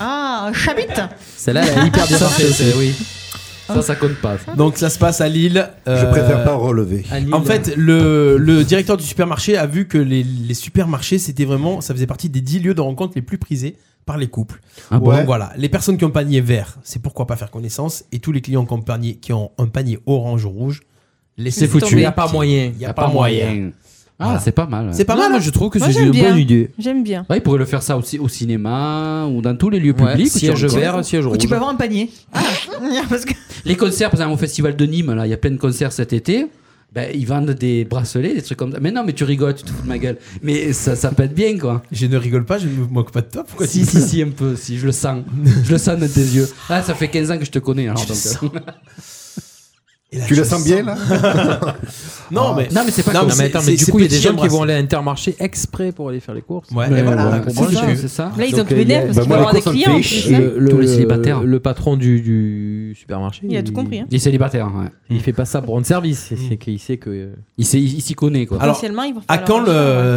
Speaker 7: Ah, chabite
Speaker 9: Celle-là, elle est hyper bien
Speaker 6: Ça,
Speaker 9: sortie
Speaker 6: c'est-
Speaker 9: aussi.
Speaker 10: Oui. Ça, ça compte pas.
Speaker 6: Donc ça se passe à Lille.
Speaker 12: Je préfère pas relever.
Speaker 10: À Lille.
Speaker 6: En fait, le, le directeur du supermarché a vu que les, les supermarchés, c'était vraiment, ça faisait partie des 10 lieux de rencontre les plus prisés par les couples.
Speaker 9: Ah bon
Speaker 6: Donc voilà, les personnes qui ont un panier vert, c'est pourquoi pas faire connaissance, et tous les clients qui ont un panier, qui ont un panier orange ou rouge, laissez
Speaker 9: C'est foutu.
Speaker 6: tomber.
Speaker 9: Y a pas moyen.
Speaker 6: Y a pas moyen.
Speaker 10: Ah,
Speaker 6: Voilà.
Speaker 10: c'est pas mal. ouais.
Speaker 6: C'est pas mal, hein.
Speaker 4: Moi, j'aime bien. J'aime bien.
Speaker 10: Ouais, ils pourraient le faire ça aussi au cinéma ou dans tous les lieux
Speaker 9: Ouais,
Speaker 10: publics.
Speaker 9: siège vert,
Speaker 10: siège
Speaker 7: Ou tu peux avoir un panier.
Speaker 9: Ah.
Speaker 7: Ah.
Speaker 10: Les concerts, par exemple, au festival de Nîmes, là, il y a plein de concerts cet été. Ben, ils vendent des bracelets, des trucs comme ça. Mais non, mais tu rigoles, tu te fous de ma gueule. Mais ça, ça peut être bien, quoi.
Speaker 6: Je ne rigole pas, je ne me moque pas de toi. Pourquoi
Speaker 10: si, si, si, un peu, si, je le sens. Je le sens de tes yeux. Ah, ça fait 15 ans que je te connais, alors.
Speaker 6: Je le
Speaker 10: donc,
Speaker 6: sens.
Speaker 10: euh,
Speaker 12: Tu la sens bien, là
Speaker 10: Ah.
Speaker 6: Non, mais-
Speaker 9: non, mais c'est pas
Speaker 6: Non, mais
Speaker 9: mais attends,
Speaker 6: c'est-
Speaker 9: mais
Speaker 6: c'est-
Speaker 9: du
Speaker 6: c'est
Speaker 9: coup, il y a des
Speaker 6: petit
Speaker 9: gens qui
Speaker 6: embrasse.
Speaker 9: vont aller à Intermarché exprès pour aller faire les courses.
Speaker 6: Ouais, et voilà,
Speaker 9: voilà,
Speaker 6: c'est
Speaker 9: comprends,
Speaker 6: ça,
Speaker 9: je-
Speaker 6: c'est ça.
Speaker 4: Là, ils ont
Speaker 9: Donc,
Speaker 4: tout
Speaker 9: euh,
Speaker 4: bénef, parce
Speaker 9: bah,
Speaker 4: qu'ils
Speaker 9: moi,
Speaker 4: vont
Speaker 9: la
Speaker 4: avoir des
Speaker 9: course, on
Speaker 4: clients,
Speaker 9: le
Speaker 4: en
Speaker 9: fait
Speaker 4: plus,
Speaker 9: chier.
Speaker 4: hein.
Speaker 9: Le-
Speaker 4: Tous les
Speaker 9: le-
Speaker 4: célibataires.
Speaker 9: Le patron du, du, du supermarché.
Speaker 4: Il a tout compris, hein.
Speaker 10: Il est célibataire. Ouais.
Speaker 9: Il fait pas ça pour rendre service. C'est qu'il sait que.
Speaker 10: Il s'y connaît quoi.
Speaker 6: Alors,
Speaker 4: Potentiellement, il va
Speaker 6: à
Speaker 4: falloir
Speaker 6: quand
Speaker 4: un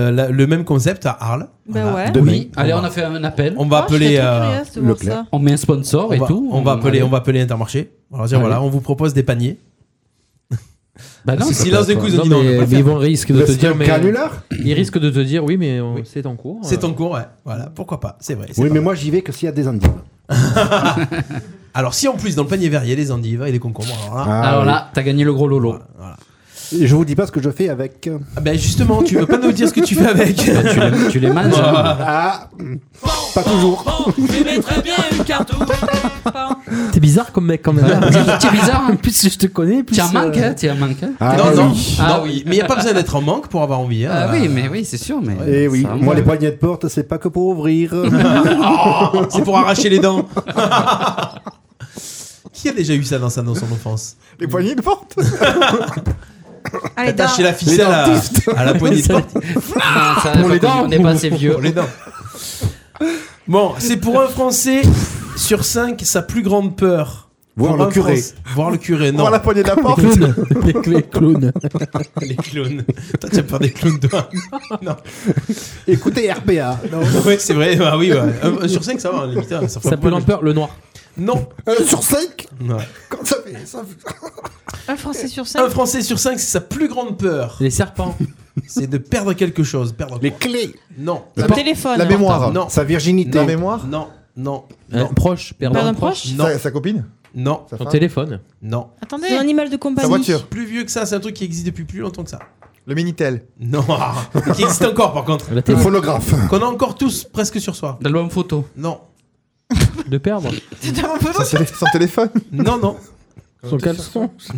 Speaker 6: le, la- le même concept à Arles
Speaker 4: Bah
Speaker 6: Voilà.
Speaker 4: ouais.
Speaker 6: Demain.
Speaker 10: Oui, allez, on a fait un appel.
Speaker 6: On va
Speaker 9: Ah,
Speaker 10: Oh, je
Speaker 6: appeler
Speaker 10: serais très
Speaker 6: euh,
Speaker 10: curieuse de voir Leclerc. ça. On met un sponsor
Speaker 6: On
Speaker 10: et
Speaker 6: va-
Speaker 10: tout.
Speaker 6: On va
Speaker 10: On-
Speaker 6: appeler,
Speaker 10: allez.
Speaker 6: on va appeler Intermarché. On va leur dire
Speaker 10: Allez.
Speaker 6: voilà, on vous propose des paniers.
Speaker 9: Bah
Speaker 6: Parce que silence des coups, ils ont dit non. on
Speaker 9: mais,
Speaker 6: peut pas le
Speaker 9: mais
Speaker 6: faire.
Speaker 9: ils vont risquer de te dire. Mais, Ils risquent de te dire oui, mais on- c'est en cours.
Speaker 6: C'est
Speaker 9: euh.
Speaker 6: en cours, ouais. Voilà, pourquoi pas, c'est vrai. c'est
Speaker 12: Oui,
Speaker 6: pas
Speaker 12: mais
Speaker 6: mal.
Speaker 12: moi j'y vais que s'il y a des endives.
Speaker 6: Alors, si en plus dans le panier vert il y a les endives et les concombres, alors là.
Speaker 12: Ah, Alors oui. là,
Speaker 10: t'as gagné le gros lolo.
Speaker 12: Et Je vous dis pas ce que je fais avec.
Speaker 6: Ah ben justement, tu veux pas nous dire ce que tu fais avec
Speaker 10: tu les- tu les manges, hein.
Speaker 12: Ah, Pas toujours.
Speaker 9: T'es bizarre comme mec quand même.
Speaker 10: T'es bizarre, en
Speaker 9: plus euh, je te connais.
Speaker 10: T'es un manque, hein, t'es un manque. hein.
Speaker 12: Ah,
Speaker 6: non, non,
Speaker 12: oui.
Speaker 6: non,
Speaker 12: Ah,
Speaker 10: oui.
Speaker 6: mais il n'y a pas besoin d'être en manque pour avoir envie. hein.
Speaker 10: Ah oui, mais oui, c'est sûr, mais.
Speaker 12: Et Eh oui,
Speaker 10: Ça,
Speaker 12: moi
Speaker 10: ouais.
Speaker 12: les poignées de porte, c'est pas que pour ouvrir.
Speaker 6: Oh, c'est pour arracher les dents. Qui a déjà eu ça dans, sa, dans son enfance
Speaker 8: Les poignées de porte Ah,
Speaker 4: Allez,
Speaker 6: Attacher
Speaker 4: dors.
Speaker 6: la ficelle à, à la poignée de porte.
Speaker 10: Ah, ça,
Speaker 6: Pour les
Speaker 10: quand
Speaker 6: dents.
Speaker 10: On n'est pas assez vieux.
Speaker 6: Pour les dents. Bon, c'est pour un Français sur 5, sa plus grande peur.
Speaker 12: Voir
Speaker 6: Pour
Speaker 12: le
Speaker 6: un
Speaker 12: curé.
Speaker 6: Français- Voir le curé, non.
Speaker 12: Voir la poignée de la
Speaker 6: Les
Speaker 12: porte.
Speaker 6: clowns.
Speaker 12: Les cl- les clowns.
Speaker 6: Les clowns. Toi, tu as peur des clowns, toi Non.
Speaker 12: Écoutez RPA. Non.
Speaker 6: Ouais, c'est vrai, bah oui, ouais. Euh, sur 5, ça va, limite. hein, Ça,
Speaker 9: Ça peut l'empereur, le noir.
Speaker 6: Non.
Speaker 12: sur 5
Speaker 6: Ouais.
Speaker 12: Quand ça fait ça fait-
Speaker 4: Un Français sur cinq.
Speaker 6: Un Français sur 5, c'est sa plus grande peur.
Speaker 9: Les serpents.
Speaker 6: C'est de perdre quelque chose. Perdre Les
Speaker 12: clés.
Speaker 6: Non.
Speaker 4: Le
Speaker 6: Por-
Speaker 4: téléphone.
Speaker 8: La mémoire.
Speaker 6: Non.
Speaker 8: Sa virginité.
Speaker 6: Non.
Speaker 8: La mémoire
Speaker 6: Non. Non.
Speaker 9: Un
Speaker 6: non.
Speaker 9: proche, perdre
Speaker 4: Perdre un
Speaker 9: un
Speaker 4: proche.
Speaker 9: proche.
Speaker 6: Non.
Speaker 8: Sa, sa copine
Speaker 6: Non.
Speaker 8: Sa
Speaker 9: Ton
Speaker 8: femme
Speaker 9: téléphone.
Speaker 6: Non.
Speaker 4: Attendez. C'est un animal de compagnie.
Speaker 6: Plus vieux que ça, c'est un truc qui existe depuis plus longtemps que ça.
Speaker 8: Le Minitel.
Speaker 6: Non. Mais qui existe encore, par contre.
Speaker 9: La télé.
Speaker 8: Le phonographe.
Speaker 6: Qu'on a encore tous presque sur soi.
Speaker 10: L'album photo.
Speaker 6: Non.
Speaker 9: De perdre.
Speaker 8: Son, télé- son téléphone
Speaker 6: Non, non.
Speaker 9: Son caleçon.
Speaker 8: Son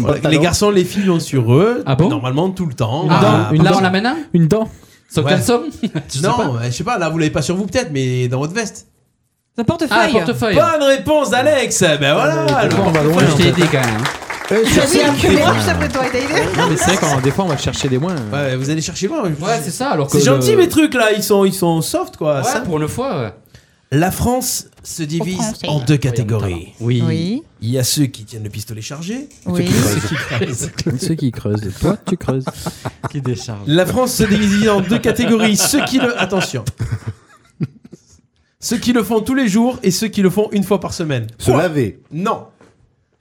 Speaker 6: Voilà,
Speaker 8: pantalon.
Speaker 6: les garçons, les filles l'ont sur eux.
Speaker 10: Ah bon
Speaker 6: Normalement, tout le temps.
Speaker 10: Une Ah, dent. une
Speaker 6: Là,
Speaker 10: dent. on l'amène un
Speaker 9: Une dent.
Speaker 10: Son
Speaker 6: Ouais.
Speaker 10: caleçon Je sais
Speaker 6: Non, euh, je sais pas, là, vous l'avez pas sur vous peut-être, mais dans votre veste.
Speaker 4: Un portefeuille.
Speaker 10: Ah, portefeuille.
Speaker 6: Bonne réponse, Alex Ben voilà le
Speaker 9: on va
Speaker 10: Moi,
Speaker 9: loin.
Speaker 10: je t'ai aidé quand même. hein.
Speaker 7: T'as vu,
Speaker 6: cinq,
Speaker 7: que
Speaker 6: des
Speaker 7: les
Speaker 6: fois.
Speaker 7: roches après toi, t'as idée
Speaker 9: Non, mais c'est vrai qu'en des fois on va chercher des moins. euh.
Speaker 6: Ouais, vous allez chercher loin.
Speaker 10: Ouais, c'est ça. Alors que
Speaker 6: C'est gentil
Speaker 10: le-
Speaker 6: mes trucs là, ils sont, ils sont soft quoi.
Speaker 10: Ouais,
Speaker 6: Ça-
Speaker 10: pour une fois. ouais.
Speaker 6: La France se divise
Speaker 10: Français.
Speaker 6: en deux catégories.
Speaker 10: Oui.
Speaker 7: Oui.
Speaker 6: Il y a ceux qui tiennent le pistolet chargé.
Speaker 7: Oui.
Speaker 6: Ceux qui creusent.
Speaker 9: Ceux qui creusent. Toi, tu creuses. qui décharge.
Speaker 6: La France se divise en deux catégories. Ceux qui le. Attention. Ceux qui le font tous les jours et ceux qui le font une fois par semaine.
Speaker 12: Se
Speaker 6: Oh,
Speaker 12: laver.
Speaker 6: Non,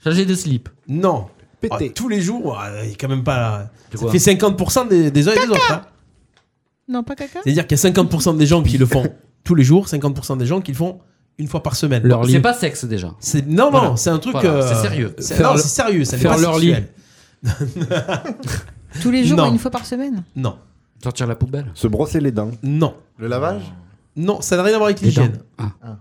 Speaker 10: Changer de slip.
Speaker 6: non.
Speaker 12: Péter.
Speaker 6: Ah, tous les jours, ah, il y a quand même pas. Ça
Speaker 10: quoi
Speaker 6: fait 50% des, des uns et des autres. hein.
Speaker 7: Non, pas caca.
Speaker 6: C'est-à-dire qu'il y a 50% des gens qui le font tous les jours, 50% des gens qui le font une fois par semaine.
Speaker 9: Leur lit.
Speaker 10: C'est pas sexe déjà.
Speaker 6: C'est non
Speaker 10: Voilà.
Speaker 6: non, c'est un truc.
Speaker 10: Voilà,
Speaker 6: euh,
Speaker 10: c'est sérieux.
Speaker 6: c'est-
Speaker 9: Faire
Speaker 6: non,
Speaker 9: le-
Speaker 6: c'est sérieux. Ça n'est
Speaker 9: faire
Speaker 6: pas
Speaker 9: leur
Speaker 6: sexuel.
Speaker 7: Tous les jours,
Speaker 6: Non.
Speaker 7: une fois par semaine.
Speaker 6: Non,
Speaker 10: Sortir la poubelle.
Speaker 12: Se brosser les dents.
Speaker 6: non,
Speaker 8: Le lavage
Speaker 6: Euh, non. Ça n'a rien à voir avec
Speaker 10: Les dents. Ah.
Speaker 6: l'hygiène.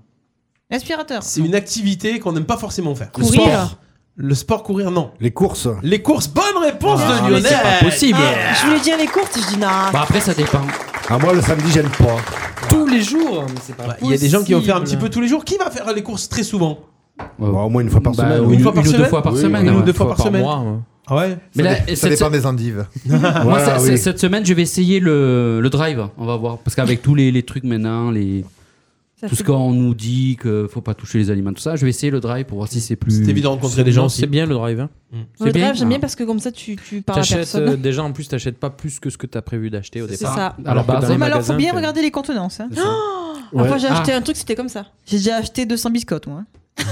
Speaker 7: L'aspirateur.
Speaker 6: C'est une activité qu'on n'aime pas forcément faire. Le
Speaker 7: Courir.
Speaker 6: sport. Le sport, courir, non.
Speaker 12: Les courses.
Speaker 6: Les courses. Bonne réponse
Speaker 10: Ah,
Speaker 6: de
Speaker 10: mais
Speaker 6: Lionel. Ah,
Speaker 10: c'est pas possible.
Speaker 4: Je voulais dire les courtes, je dis non.
Speaker 10: Bah après, ça dépend.
Speaker 12: Ah, moi le samedi, j'aime pas.
Speaker 9: Tous les jours. mais c'est pas
Speaker 6: Ouais, bah, Il y a des gens qui vont faire un petit
Speaker 9: possible.
Speaker 6: peu tous les jours. Qui va faire les courses très souvent
Speaker 12: Bah, au moins une fois par
Speaker 9: Bah,
Speaker 12: semaine.
Speaker 9: oui.
Speaker 6: Une
Speaker 9: Une-
Speaker 6: fois par
Speaker 10: une ou deux
Speaker 6: semaine
Speaker 10: fois par
Speaker 12: Oui,
Speaker 10: semaine. hein.
Speaker 6: Une ou
Speaker 10: ouais.
Speaker 6: deux fois
Speaker 9: Fois
Speaker 6: par semaine.
Speaker 9: mois, moi.
Speaker 6: Ah ouais.
Speaker 10: Mais
Speaker 8: ça,
Speaker 10: là,
Speaker 8: dé-
Speaker 10: et
Speaker 8: ça
Speaker 10: cette-
Speaker 8: dépend des endives.
Speaker 10: Moi,
Speaker 12: Voilà,
Speaker 10: c'est- c'est-
Speaker 12: oui.
Speaker 10: cette semaine, je vais essayer le, le drive. hein, On va voir. Parce qu'avec tous les, les trucs maintenant, les,
Speaker 4: Ça
Speaker 10: tout ce
Speaker 4: fait-
Speaker 10: qu'on nous dit que faut pas toucher les aliments, tout ça, je vais essayer le drive pour voir si c'est plus.
Speaker 6: C'est évident de rencontrer des gens
Speaker 9: Non,
Speaker 6: aussi.
Speaker 9: Mm.
Speaker 6: Mm.
Speaker 9: C'est bien le drive. Hein.
Speaker 10: C'est
Speaker 4: Le drive,
Speaker 10: bien.
Speaker 4: j'aime bien parce que comme ça, tu, tu parles à
Speaker 9: T'achètes
Speaker 4: personne.
Speaker 9: euh, déjà en plus t'achètes pas plus que ce que t'as prévu d'acheter au
Speaker 4: C'est
Speaker 9: départ.
Speaker 4: ça.
Speaker 9: Alors,
Speaker 10: Bah,
Speaker 9: que dans
Speaker 10: c'est-
Speaker 9: les
Speaker 7: Mais alors, faut
Speaker 9: magasins,
Speaker 7: bien
Speaker 9: t'as-
Speaker 7: regarder les contenances. hein.
Speaker 4: Une fois, j'ai
Speaker 10: Ah.
Speaker 4: acheté un truc, c'était comme ça.
Speaker 7: J'ai déjà acheté 200 biscottes, moi.
Speaker 4: Ah,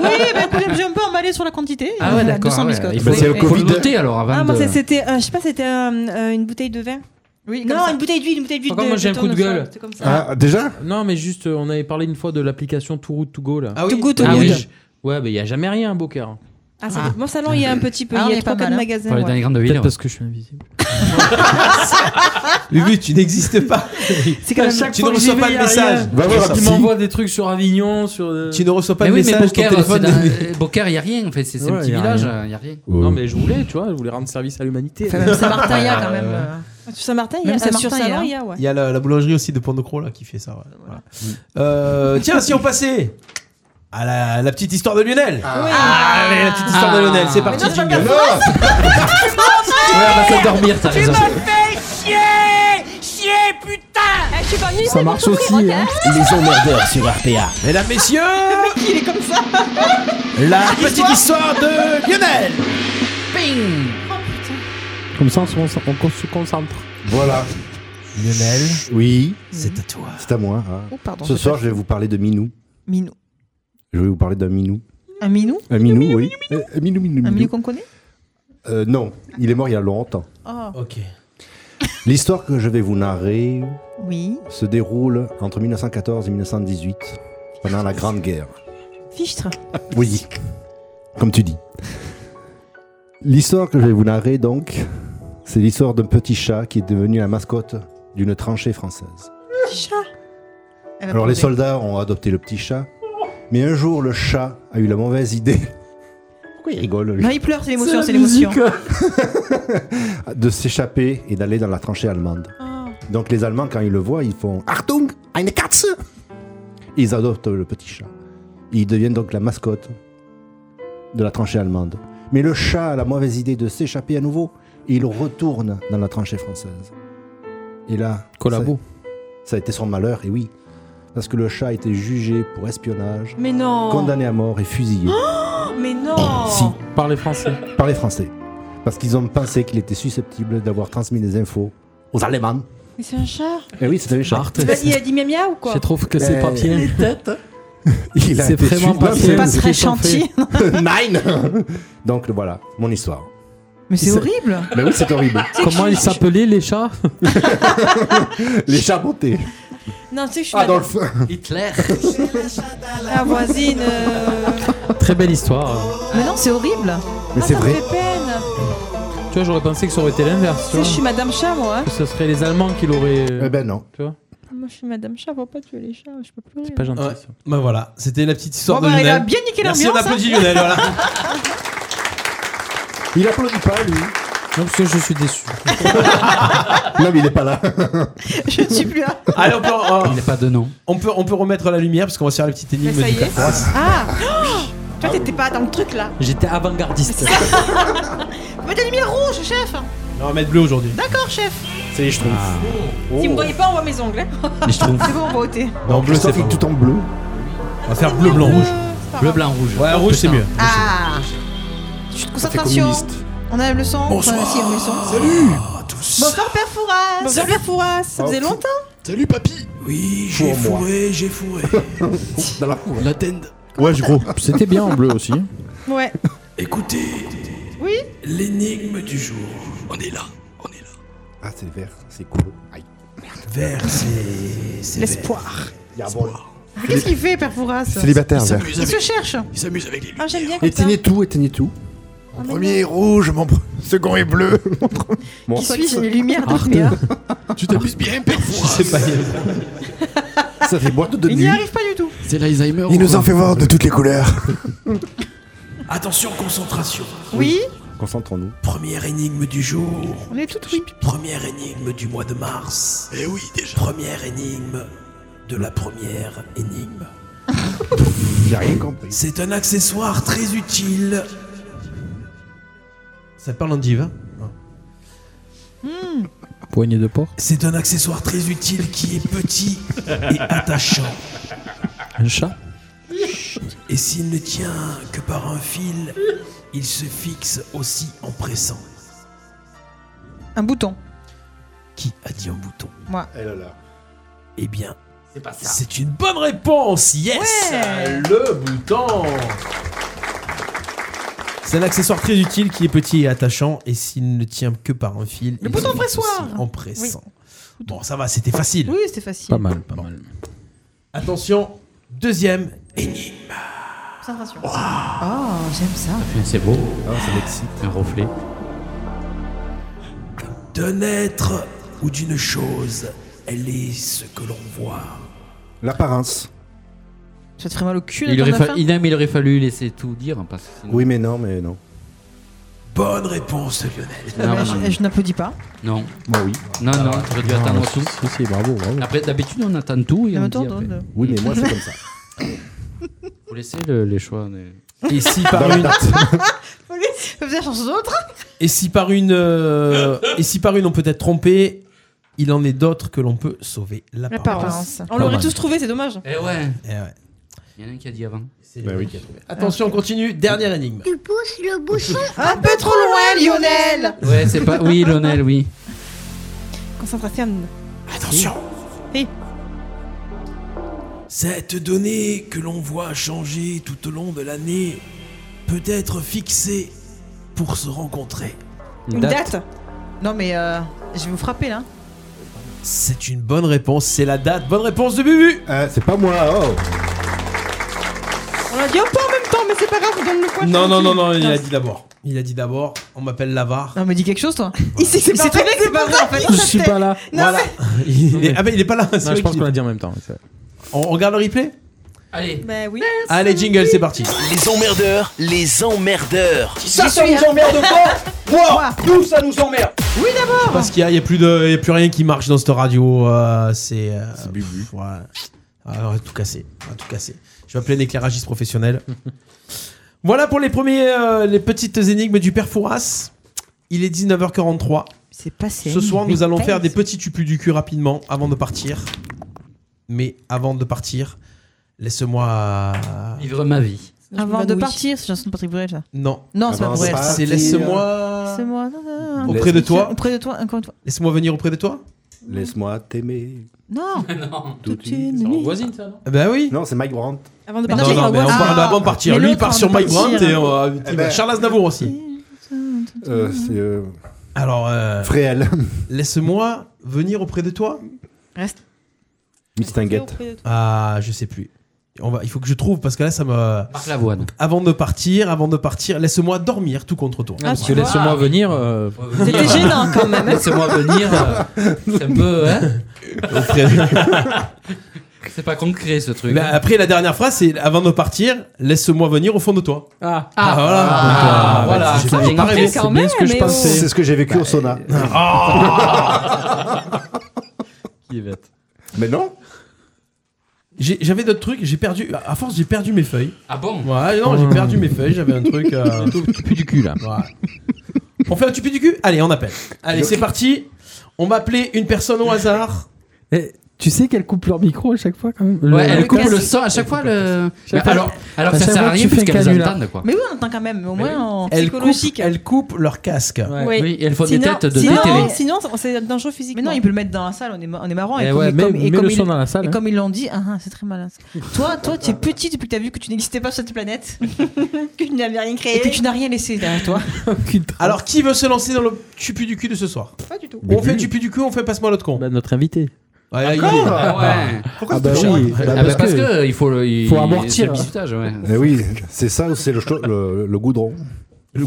Speaker 7: oui, bah écoutez, j'ai un peu emballé sur la quantité.
Speaker 10: Ah ouais,
Speaker 7: Voilà,
Speaker 10: d'accord.
Speaker 7: 200
Speaker 10: ouais.
Speaker 7: biscottes.
Speaker 10: Il faut,
Speaker 7: Oui,
Speaker 10: faut
Speaker 7: oui.
Speaker 10: le noter alors avant.
Speaker 4: Ah, moi,
Speaker 10: de-
Speaker 4: c'est- c'était, un- je sais pas, c'était un, euh, une bouteille de vin.
Speaker 7: Oui, comme
Speaker 4: Non,
Speaker 7: ça.
Speaker 4: une bouteille d'huile, une bouteille d'huile.
Speaker 9: Encore, moi, j'ai un coup de
Speaker 4: tournesol,
Speaker 9: gueule.
Speaker 4: c'était comme ça.
Speaker 12: Ah, déjà
Speaker 9: Non, mais juste, euh, on avait parlé une fois de l'application Too Good To Go là.
Speaker 6: Ah oui.
Speaker 4: Tout goût, tout
Speaker 9: Ah
Speaker 4: goût.
Speaker 9: oui. Ouais, mais il y a jamais rien, Beaucaire.
Speaker 4: Ah, ça dépend. Mon salon, il y a un petit peu.
Speaker 7: Ah,
Speaker 4: il
Speaker 7: on
Speaker 4: y a
Speaker 7: est pas
Speaker 4: trois quatre
Speaker 7: mal, hein.
Speaker 10: Faut
Speaker 4: magasins.
Speaker 10: aller
Speaker 4: ouais.
Speaker 10: dans les grandes
Speaker 9: Peut-être
Speaker 10: villes. hein.
Speaker 9: parce que je suis invisible.
Speaker 6: Ubu, tu n'existes pas.
Speaker 4: C'est quand même-
Speaker 6: tu ne reçois pas le message.
Speaker 12: Va voir,
Speaker 9: Tu
Speaker 12: si.
Speaker 9: m'envoies des trucs sur Avignon, sur. euh,
Speaker 6: Tu ne reçois pas
Speaker 10: Mais
Speaker 6: de
Speaker 10: oui, mais
Speaker 6: message. Ton
Speaker 10: Beaucaire, c'est
Speaker 6: téléphone.
Speaker 10: dans- euh, Beaucaire, il n'y a rien. En fait, c'est c'est un
Speaker 9: Ouais,
Speaker 10: petit
Speaker 9: hein, y a
Speaker 10: village,
Speaker 9: rien.
Speaker 10: il n'y a rien.
Speaker 9: Non, mais je voulais, tu vois, je voulais rendre service à l'humanité. Ah,
Speaker 7: Enfin, même Saint-Martin, il y a quand même. euh,
Speaker 4: Sur Saint-Martin, il y a
Speaker 7: Ah, Même
Speaker 4: un sur
Speaker 7: Saint-Martin,
Speaker 4: salon,
Speaker 7: hein.
Speaker 4: il y a, ouais.
Speaker 6: Il y a la, la boulangerie aussi de Pandocro là qui fait ça. ouais. Voilà. Euh, tiens, si on passait à la, la petite histoire de Lionel. Ah, allez, la petite histoire de Lionel, c'est parti. jingle. bah,
Speaker 10: Ouais, on va dormir, t'as raison.
Speaker 16: Chier Chier
Speaker 13: putain Eh, Je suis pas venue
Speaker 3: Ça marche aussi, hein. Les emmerdeurs sur RPA.
Speaker 6: Mesdames, messieurs,
Speaker 13: Il est comme ça
Speaker 6: la petite histoire de Lionel.
Speaker 13: Ping
Speaker 9: Comme ça, on se concentre- on se concentre.
Speaker 11: Voilà.
Speaker 6: Lionel.
Speaker 11: Oui.
Speaker 6: C'est à toi.
Speaker 11: C'est à moi. hein.
Speaker 7: Oh, pardon,
Speaker 11: Ce
Speaker 7: j'ai
Speaker 11: soir,
Speaker 7: pas
Speaker 11: je vais vous parler de Minou.
Speaker 7: Minou.
Speaker 11: Je vais vous parler d'un Minou.
Speaker 7: Un minou
Speaker 11: Un Minou, oui. Euh, Un Minou, Minou,
Speaker 7: Un
Speaker 11: Minou.
Speaker 7: minou qu'on connaît
Speaker 11: Euh, non, il est mort il y a longtemps.
Speaker 7: Oh.
Speaker 6: Ok.
Speaker 11: L'histoire que je vais vous narrer
Speaker 7: Oui.
Speaker 11: se déroule entre 1914 et 1918, pendant la Grande Guerre.
Speaker 7: Fichtre.
Speaker 11: Oui, comme tu dis. L'histoire que je vais vous narrer, donc, c'est l'histoire d'un petit chat qui est devenu la mascotte d'une tranchée française.
Speaker 7: Chat. Elle va
Speaker 11: Alors, les
Speaker 7: pleurer.
Speaker 11: soldats ont adopté le petit chat, mais un jour, le chat a eu la mauvaise idée. Pourquoi il rigole lui
Speaker 7: Non, il pleure, c'est l'émotion, c'est l'émotion.
Speaker 11: de s'échapper et d'aller dans la tranchée allemande.
Speaker 13: Ah.
Speaker 11: Donc les Allemands, quand ils le voient, ils font Achtung, eine Katze Ils adoptent le petit chat. Ils deviennent donc la mascotte de la tranchée allemande. Mais le chat a la mauvaise idée de s'échapper à nouveau et il retourne dans la tranchée française. Et là. Collabo. Ça, ça a été son malheur, et oui. Parce que le chat a été jugé pour espionnage,
Speaker 4: Mais non
Speaker 11: condamné à mort et fusillé.
Speaker 4: Oh, Mais non
Speaker 11: Si.
Speaker 9: Par les Français.
Speaker 11: Par les Français. Parce qu'ils ont pensé qu'il était susceptible d'avoir transmis des infos aux Allemands.
Speaker 4: Mais c'est un chat
Speaker 11: Et Eh oui, c'était Richard.
Speaker 7: Bah,
Speaker 4: Il a dit mia mia ou quoi
Speaker 9: Je trouve que c'est
Speaker 11: Euh,
Speaker 9: pas bien.
Speaker 11: les
Speaker 9: têtes.
Speaker 11: Il a
Speaker 9: C'est
Speaker 11: été
Speaker 9: vraiment
Speaker 11: super
Speaker 9: pas bien,
Speaker 11: bien.
Speaker 9: ce qu'ils ont fait.
Speaker 11: Nine Donc voilà, mon histoire.
Speaker 7: Mais c'est
Speaker 11: Il s'est-
Speaker 7: horrible.
Speaker 9: Bah
Speaker 11: Mais oui, c'est horrible.
Speaker 9: Comment ils s'appelaient les chats
Speaker 11: Les chats montés.
Speaker 4: Non, tu sais,
Speaker 6: Ah,
Speaker 4: je suis.
Speaker 11: Adolf.
Speaker 10: Hitler.
Speaker 4: La voisine. euh,
Speaker 9: Très belle histoire.
Speaker 7: Mais non, c'est horrible.
Speaker 9: Mais c'est
Speaker 4: Ah, ça
Speaker 9: vrai.
Speaker 4: me fait peine.
Speaker 9: Tu vois, j'aurais pensé que ça aurait été
Speaker 4: Tu
Speaker 9: l'inverse. tu
Speaker 4: sais,
Speaker 9: vois.
Speaker 4: je suis Madame Chat, moi. hein.
Speaker 9: Que ce serait les Allemands qui l'auraient. Eh
Speaker 11: ben non.
Speaker 9: Tu vois
Speaker 4: Moi, je suis Madame Chat, faut pas tuer les chats, je peux plus.
Speaker 9: Pas gentil.
Speaker 6: Ouais. Bah voilà, c'était la petite histoire
Speaker 4: Bon,
Speaker 6: de
Speaker 4: bah, il
Speaker 6: Lionel.
Speaker 4: a bien niqué
Speaker 6: Merci, on
Speaker 4: l'ambiance,
Speaker 6: applaudit
Speaker 4: hein.
Speaker 6: Lionel, voilà.
Speaker 11: Il applaudit pas, lui.
Speaker 9: Non, parce que je suis déçu.
Speaker 11: non, mais il est pas là.
Speaker 7: Je ne suis plus là.
Speaker 6: Allez, on peut,
Speaker 10: Il n'est pas de nom.
Speaker 6: on peut, on peut remettre la lumière parce qu'on va se faire la petite
Speaker 4: Mais
Speaker 6: énigme
Speaker 4: ça
Speaker 6: du
Speaker 4: y est.
Speaker 6: Cafras.
Speaker 4: Ah Toi, t'étais pas dans le truc là.
Speaker 9: J'étais avant-gardiste.
Speaker 4: Mais des lumières rouges, chef
Speaker 6: Non, on va mettre bleu aujourd'hui.
Speaker 4: D'accord, chef
Speaker 6: Ça y est, je trouve.
Speaker 9: Ah.
Speaker 4: Si vous me voyez pas, on voit mes ongles.
Speaker 6: Mais je trouve.
Speaker 4: C'est bon, on voit ôter.
Speaker 6: Non, bleu, c'est tout
Speaker 11: en bleu.
Speaker 6: On va faire bleu, blanc, rouge.
Speaker 4: pas
Speaker 10: Bleu, blanc, rouge.
Speaker 6: Ouais, rouge, c'est mieux.
Speaker 7: Ah Concentration. On a le son.
Speaker 6: Bonsoir.
Speaker 7: Enfin, si, on a le son.
Speaker 6: Salut
Speaker 7: à tous. Bonsoir Père Fouras.
Speaker 4: Bonsoir, Père Fouras. Ça faisait longtemps
Speaker 22: Salut papy Oui, j'ai
Speaker 4: Pour moi.
Speaker 22: fourré, j'ai fourré. Dans la fourré. La tende.
Speaker 9: Ouais, gros. C'était bien en bleu aussi. hein.
Speaker 4: Ouais.
Speaker 22: Écoutez.
Speaker 4: Oui
Speaker 22: L'énigme du jour. On est là.
Speaker 11: Ah, c'est vert, c'est cool. Aïe.
Speaker 22: Vert, c'est. c'est
Speaker 7: L'espoir.
Speaker 11: vert. L'espoir.
Speaker 7: Mais Qu'est-ce qu'il fait, Père Fouras
Speaker 8: Célibataire, vert.
Speaker 7: Il se cherche.
Speaker 22: Il s'amuse avec les
Speaker 7: Ah, j'aime bien comme ça.
Speaker 11: Éteignez tout, éteignez tout.
Speaker 8: Mon premier est rouge, mon pre- second est bleu. mon pre-
Speaker 11: Bon.
Speaker 7: Qui suis-je Les lumières de
Speaker 8: Arte.
Speaker 7: lumière.
Speaker 22: Tu t'amuses bien, père
Speaker 6: Je sais pas.
Speaker 11: Ça fait boîte de
Speaker 7: Il n'y
Speaker 11: nuit.
Speaker 7: arrive pas du tout.
Speaker 22: C'est l'Alzheimer.
Speaker 8: Il nous en fait voir de toutes les couleurs.
Speaker 22: Attention, concentration.
Speaker 7: Oui,
Speaker 11: Concentrons-nous.
Speaker 22: Première énigme du jour.
Speaker 7: on est tout oui.
Speaker 22: Première énigme du mois de mars. Eh oui, déjà. Première énigme de la première énigme.
Speaker 11: J'ai rien compris.
Speaker 22: C'est un accessoire très utile.
Speaker 6: Ça parle en div. hein
Speaker 10: Hmm.
Speaker 9: Poignée de porc.
Speaker 22: C'est un accessoire très utile qui est petit et attachant.
Speaker 9: Un chat.
Speaker 22: Et s'il ne tient que par un fil, il se fixe aussi en pressant.
Speaker 7: Un bouton.
Speaker 22: Qui a dit un bouton
Speaker 7: Moi.
Speaker 11: Elle là.
Speaker 22: Eh bien,
Speaker 10: c'est pas ça.
Speaker 6: C'est une bonne réponse, yes Le bouton C'est un accessoire très utile qui est petit et attachant et s'il ne tient que par un fil.
Speaker 7: Le
Speaker 6: il
Speaker 7: bouton
Speaker 6: se fixe
Speaker 7: pressoir.
Speaker 6: aussi En pressant. Bon, ça va, c'était facile.
Speaker 7: Oui, c'était facile.
Speaker 9: Pas mal, pas mal.
Speaker 6: Attention, deuxième énigme.
Speaker 7: Concentration.
Speaker 13: Ah,
Speaker 7: Oh, j'aime ça.
Speaker 9: C'est beau.
Speaker 11: ça m'excite.
Speaker 9: Un reflet.
Speaker 22: d'un être ou d'une chose, elle est ce que l'on voit.
Speaker 11: L'apparence.
Speaker 7: Ça te ferait mal au cul
Speaker 10: Il aurait,
Speaker 7: d'entendre la
Speaker 10: fa-
Speaker 7: fin.
Speaker 10: il a- mais il aurait fallu laisser tout dire. hein, Parce que sinon-
Speaker 11: Oui, mais non, mais non.
Speaker 22: Bonne réponse, Lionel.
Speaker 10: Non,
Speaker 7: Mais Euh, je- Je n'applaudis pas.
Speaker 10: non.
Speaker 11: Moi, oui.
Speaker 10: Non, non, j'aurais dû attendre tout.
Speaker 9: Si, si, bravo, bravo.
Speaker 10: Après, d'habitude, on attend tout et
Speaker 7: Mais
Speaker 10: on
Speaker 7: attends,
Speaker 10: dit après.
Speaker 7: attends,
Speaker 11: Oui, mais moi, c'est comme ça.
Speaker 10: Vous laissez le- les choix. mais-
Speaker 6: Et si par une,
Speaker 7: Ça faisait la chance d'autres.
Speaker 6: et si par une, euh, et si par une on peut être trompé, il en est d'autres que l'on peut sauver l'apparence.
Speaker 4: L'apparence. On
Speaker 6: Pas
Speaker 4: l'aurait
Speaker 6: mal.
Speaker 4: tous trouvé, c'est dommage.
Speaker 10: Eh ouais.
Speaker 6: Eh ouais.
Speaker 10: Il y en a un qui a dit avant.
Speaker 6: C'est lui qui a trouvé. Attention, on continue. Dernière énigme.
Speaker 13: Tu pousses le bouchon
Speaker 4: Un peu trop loin, Lionel
Speaker 10: Ouais, c'est pas. Oui, Lionel, oui.
Speaker 4: Concentration.
Speaker 22: Attention
Speaker 4: Oui.
Speaker 22: Cette donnée que l'on voit changer tout au long de l'année peut être fixée pour se rencontrer.
Speaker 7: Une date. Non, mais euh, je vais vous frapper là.
Speaker 6: C'est une bonne réponse. C'est la date. Bonne réponse de Bubu.
Speaker 9: Euh,
Speaker 11: c'est pas moi.
Speaker 9: oh.
Speaker 4: On a dit un peu en même temps, mais c'est pas grave, on donne le point.
Speaker 6: Non, non, non, non, il a dit d'abord. Il a dit d'abord, on m'appelle Lavar.
Speaker 7: Non, mais dis quelque chose toi. Il sait
Speaker 4: c'est pas
Speaker 7: très bien que c'est pas vrai en fait.
Speaker 9: Je suis pas là.
Speaker 6: voilà. Il est- Ah, ben il est pas là. c'est
Speaker 9: Non,
Speaker 6: vrai
Speaker 9: je pense
Speaker 6: qu'il-
Speaker 9: qu'on l'a dit en même temps. c'est vrai.
Speaker 6: On regarde le replay
Speaker 10: Allez.
Speaker 4: Bah oui.
Speaker 6: Allez, jingle, c'est parti.
Speaker 3: Les emmerdeurs, les emmerdeurs.
Speaker 2: Ça, ça nous emmerde pas Moi, nous, ça nous emmerde
Speaker 7: Oui, d'abord
Speaker 6: Parce qu'il y a, il y a plus de, il y a plus rien qui marche dans cette radio. euh, c'est. euh, pff, ouais. Ah, on va tout casser. On va tout casser. Je vais appeler un éclairagiste professionnel. voilà pour les premiers, euh, les petites énigmes du père Fouras. Il est 19h43.
Speaker 7: C'est passé.
Speaker 6: Ce soir, nous allons faire des petits tupus du cul rapidement avant de partir. Mais avant de partir, laisse-moi
Speaker 10: vivre ma vie.
Speaker 7: Avant de partir, c'est une chanson de Patrick Bruel ça.
Speaker 6: Non.
Speaker 7: Non, c'est pas
Speaker 6: Avant de
Speaker 7: Bruel.
Speaker 6: partir. C'est laisse-moi.
Speaker 7: C'est moi. non, non, non.
Speaker 6: Auprès de toi.
Speaker 7: Auprès de toi, encore une fois.
Speaker 6: Laisse-moi venir auprès de toi.
Speaker 11: Laisse-moi t'aimer.
Speaker 7: Non.
Speaker 11: Toute
Speaker 7: une nuit.
Speaker 10: voisine, ça,
Speaker 8: Ah
Speaker 10: non
Speaker 8: bah
Speaker 6: Ben oui.
Speaker 11: Non, c'est Mike Brandt.
Speaker 4: Avant de
Speaker 6: Non,
Speaker 4: partir,
Speaker 6: non, mais on
Speaker 4: Ah.
Speaker 6: parle avant de partir.
Speaker 4: Mais
Speaker 6: Lui, il
Speaker 4: l'autre,
Speaker 6: part
Speaker 4: avant
Speaker 6: sur
Speaker 4: de
Speaker 6: Mike
Speaker 4: partir.
Speaker 6: Brandt et on va-
Speaker 11: Eh
Speaker 6: il
Speaker 11: ben.
Speaker 6: va- Charles Aznavour aussi.
Speaker 11: Euh, c'est. euh,
Speaker 6: Alors, euh,
Speaker 11: Fréhel.
Speaker 6: laisse-moi venir auprès de toi.
Speaker 7: Reste.
Speaker 11: Miss Tinguette.
Speaker 6: Ah, je sais plus. On va, il faut que je trouve parce que là, ça me.
Speaker 10: Marc Lavoine.
Speaker 6: Donc, Avant de partir, avant de partir, laisse-moi dormir tout contre toi.
Speaker 10: Ah,
Speaker 9: parce que laisse-moi venir. euh,
Speaker 10: C'était
Speaker 7: gênant, quand même.
Speaker 10: Laissez-moi venir. euh, c'est un peu. Hein c'est pas concret ce truc. hein.
Speaker 6: Mais après, la dernière phrase, c'est avant de partir, laisse-moi venir au fond de toi.
Speaker 9: Ah,
Speaker 10: Ah,
Speaker 6: voilà.
Speaker 10: Ah, voilà.
Speaker 6: Donc, euh,
Speaker 10: Ça,
Speaker 6: j'ai
Speaker 10: j'ai
Speaker 6: pas
Speaker 10: marqué
Speaker 6: répondu.
Speaker 10: quand C'est bien même, ce que je mais pensais.
Speaker 11: C'est ce que j'ai vécu
Speaker 6: Ah,
Speaker 11: au sauna.
Speaker 10: Qui est bête.
Speaker 11: Mais non
Speaker 6: J'ai- J'avais d'autres trucs, j'ai perdu. À force, j'ai perdu mes feuilles.
Speaker 10: Ah bon
Speaker 6: Ouais, non, j'ai perdu mes feuilles, j'avais un truc. euh,
Speaker 9: plus du cul là.
Speaker 6: Ouais. On fait un tupi du cul Allez, on appelle. Allez, c'est parti. On va appeler une personne au hasard.
Speaker 9: Eh, tu sais qu'elle coupe leur micro à chaque fois quand même.
Speaker 10: Ouais, elle
Speaker 9: elle
Speaker 10: coupe le son à chaque fois. Le...
Speaker 9: Chaque
Speaker 10: Mais
Speaker 9: fois-
Speaker 10: alors, alors
Speaker 9: à
Speaker 10: ça
Speaker 9: chaque
Speaker 10: sert à
Speaker 9: fois que
Speaker 10: rien
Speaker 9: tu fais un
Speaker 10: puisqu'elles
Speaker 9: canular.
Speaker 10: entendent quoi.
Speaker 7: Mais oui, on entend quand même, mais au moins en
Speaker 6: Elle coupe,
Speaker 7: psychologique.
Speaker 6: elle coupe leur casque.
Speaker 7: Oui.
Speaker 10: Oui, et elles font des
Speaker 7: Sinon-
Speaker 10: têtes de
Speaker 7: sinon-
Speaker 10: détélé.
Speaker 7: Sinon, c'est dangereux physiquement. Mais non, il peut le mettre dans la salle, on est, ma- on est marrant.
Speaker 9: Eh
Speaker 7: comme-
Speaker 9: ouais, mets-
Speaker 7: comme-
Speaker 9: mets
Speaker 7: comme
Speaker 9: le
Speaker 7: ils-
Speaker 9: son dans la salle,
Speaker 7: Et
Speaker 9: hein.
Speaker 7: comme ils l'ont dit, ah, ah, c'est très malin. ça. toi, toi, tu es petit depuis que tu as vu que tu n'existais pas sur cette planète.
Speaker 4: que tu n'avais rien
Speaker 7: et
Speaker 4: créé.
Speaker 7: que tu n'as rien laissé derrière toi.
Speaker 6: Alors, qui veut se lancer dans le tupi du cul de ce soir
Speaker 4: Pas du tout.
Speaker 6: On fait tupi du cul, on fait passe-moi l'autre con.
Speaker 9: Bah, notre invité.
Speaker 6: Ouais, là, il
Speaker 10: Encore
Speaker 6: est-
Speaker 10: Ah ouais.
Speaker 6: Pourquoi
Speaker 11: Ah bah
Speaker 6: tu touches à-
Speaker 11: oui. Bah,
Speaker 10: Ah bah, parce
Speaker 11: parce que-
Speaker 10: que il faut le- il-
Speaker 11: Faut
Speaker 10: c'est
Speaker 11: amortir.
Speaker 10: le bizutage, ouais.
Speaker 11: Eh oui, c'est ça ou c'est le, cho- le, le goudron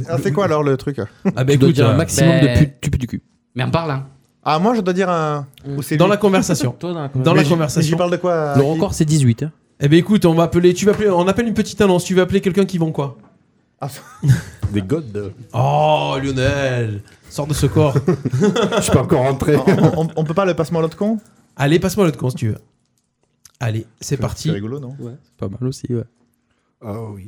Speaker 8: Ah, c'est quoi alors le truc
Speaker 6: Ah bah
Speaker 9: Tu dois
Speaker 6: écoute,
Speaker 9: dire un
Speaker 6: euh,
Speaker 9: maximum
Speaker 10: ben-
Speaker 9: de pu- tupes du cul.
Speaker 10: Mais en parlant.
Speaker 8: Ah, moi je dois dire un. Ou c'est
Speaker 6: dans
Speaker 8: lui
Speaker 6: la conversation.
Speaker 9: Toi, dans la
Speaker 6: Dans la
Speaker 8: Mais je- mais Je
Speaker 6: conversation.
Speaker 8: parle de quoi
Speaker 9: Le
Speaker 8: Guy
Speaker 9: record, c'est 18. hein.
Speaker 6: Eh ben écoute, on va appeler. Tu vas appeler. On appelle une petite annonce. Tu veux appeler quelqu'un qui vend quoi
Speaker 8: Ah.
Speaker 11: Des godes.
Speaker 6: Oh Lionel, sors de ce corps.
Speaker 11: Je peux encore rentrer.
Speaker 8: on, on- on peut pas le passe-moi l'autre con
Speaker 6: Allez, passe-moi l'autre con si tu veux. Allez, c'est parti.
Speaker 8: C'est rigolo, non
Speaker 9: C'est pas mal aussi, ouais.
Speaker 11: Ah oui.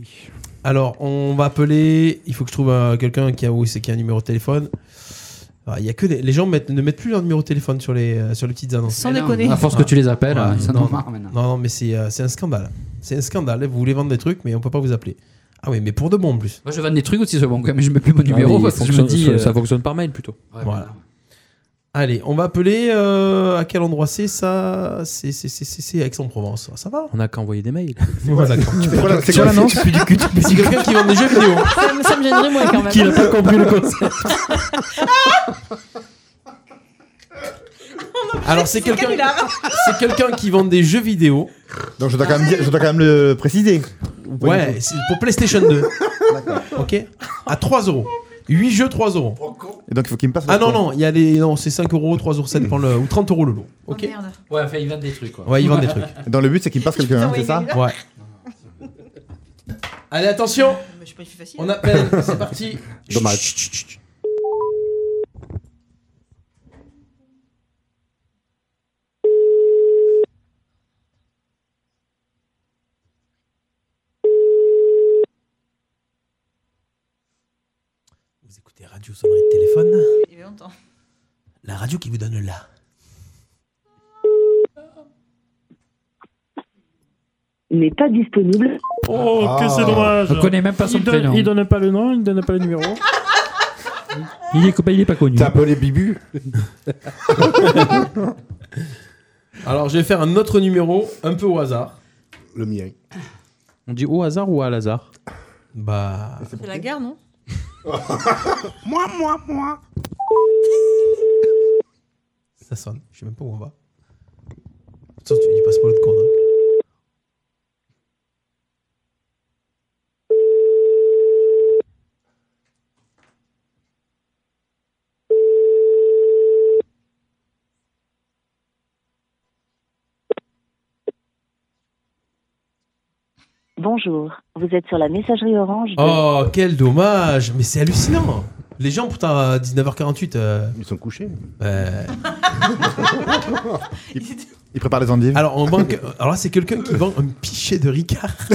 Speaker 6: Alors, on va appeler. Il faut que je trouve euh, quelqu'un qui a oui, c'est qui a un numéro de téléphone. Ah, Il y a que des- les gens mettent- ne mettent plus leur numéro de téléphone sur les euh, sur les petites annonces.
Speaker 7: Sans
Speaker 10: Mais non,
Speaker 7: déconner.
Speaker 10: À force que tu les appelles, euh,
Speaker 6: Ouais,
Speaker 10: ça
Speaker 6: non,
Speaker 10: nous
Speaker 6: non,
Speaker 10: marre maintenant.
Speaker 6: non, non, mais c'est euh, c'est un scandale. C'est un scandale. Vous voulez vendre des trucs, mais on peut pas vous appeler. Ah oui, mais pour de bon en plus.
Speaker 10: Moi, je vends des trucs aussi sur le bon coin, mais je mets plus mon numéro
Speaker 9: Ah, mais
Speaker 10: parce que je me
Speaker 9: fonctionne-
Speaker 10: dis.
Speaker 9: ça-
Speaker 10: euh,
Speaker 9: Ça fonctionne par mail plutôt.
Speaker 10: ouais,
Speaker 6: Voilà. Allez, on va appeler. euh, à quel endroit c'est ça C'est c'est- c'est- c'est- c'est Aix-en-Provence. Ça va
Speaker 9: On a qu'à envoyer des mails.
Speaker 6: Voilà, d'accord.
Speaker 8: C'est quoi la- C'est quoi l'annonce
Speaker 6: C'est quelqu'un qui vend des jeux vidéo.
Speaker 7: ça, me- ça me gênerait moins quand même.
Speaker 9: n'a pas compris le concept.
Speaker 6: Alors c'est quelqu'un c'est quelqu'un qui vend des jeux vidéo.
Speaker 8: Donc je dois quand même, dire- je dois quand même le préciser. Ou pas du
Speaker 6: Ouais, c'est pour PlayStation 2. OK À 3 euros. 8 jeux 3 euros.
Speaker 8: tout Et donc il faut qu'il me passe
Speaker 6: Ah
Speaker 8: l'autre
Speaker 6: non
Speaker 8: con.
Speaker 6: non, il y a les non, c'est 5 euros, 3 euros, ça dépend le ou 30 euros le lot.
Speaker 4: Oh,
Speaker 6: OK
Speaker 7: Merde.
Speaker 10: Ouais, enfin, ils vendent des trucs, quoi.
Speaker 6: Ouais, ils vendent des trucs.
Speaker 8: Dans le but, c'est qu'il me passe quelqu'un, hein, c'est ça
Speaker 6: Ouais. Allez, attention,
Speaker 7: Mais je suis pas une fille facile.
Speaker 6: on appelle, c'est parti.
Speaker 11: Dommage.
Speaker 6: Chut, chut, chut, chut. Vous écoutez Radio Sonnerie de Téléphone,
Speaker 7: Il y avait longtemps.
Speaker 6: la radio qui vous donne là.
Speaker 1: n'est pas disponible.
Speaker 5: Oh, que
Speaker 8: Ah.
Speaker 5: c'est dommage.
Speaker 10: Je connais même pas son
Speaker 5: il donne,
Speaker 10: prénom. Ah.
Speaker 5: Il donne pas le nom, il donne pas le numéro.
Speaker 10: Il est, il est pas connu.
Speaker 8: T'as appelé Bibu
Speaker 6: Alors, je vais faire un autre numéro, un peu au hasard.
Speaker 8: Le mien.
Speaker 9: On dit au hasard ou à hasard
Speaker 6: Bah.
Speaker 7: C'est la guerre, non
Speaker 13: Moi, moi, moi.
Speaker 6: Ça sonne, je sais même pas où on va. Attends, tu- il passe pas l'autre corner.
Speaker 1: Bonjour, vous êtes sur la messagerie orange. de-
Speaker 6: Oh, quel dommage Mais c'est hallucinant Les gens, pourtant, à 19h48...
Speaker 8: Ils sont couchés.
Speaker 6: euh,
Speaker 4: Il prépare les endives.
Speaker 6: Alors, on banque... Alors là, c'est quelqu'un qui vend un pichet de Ricard.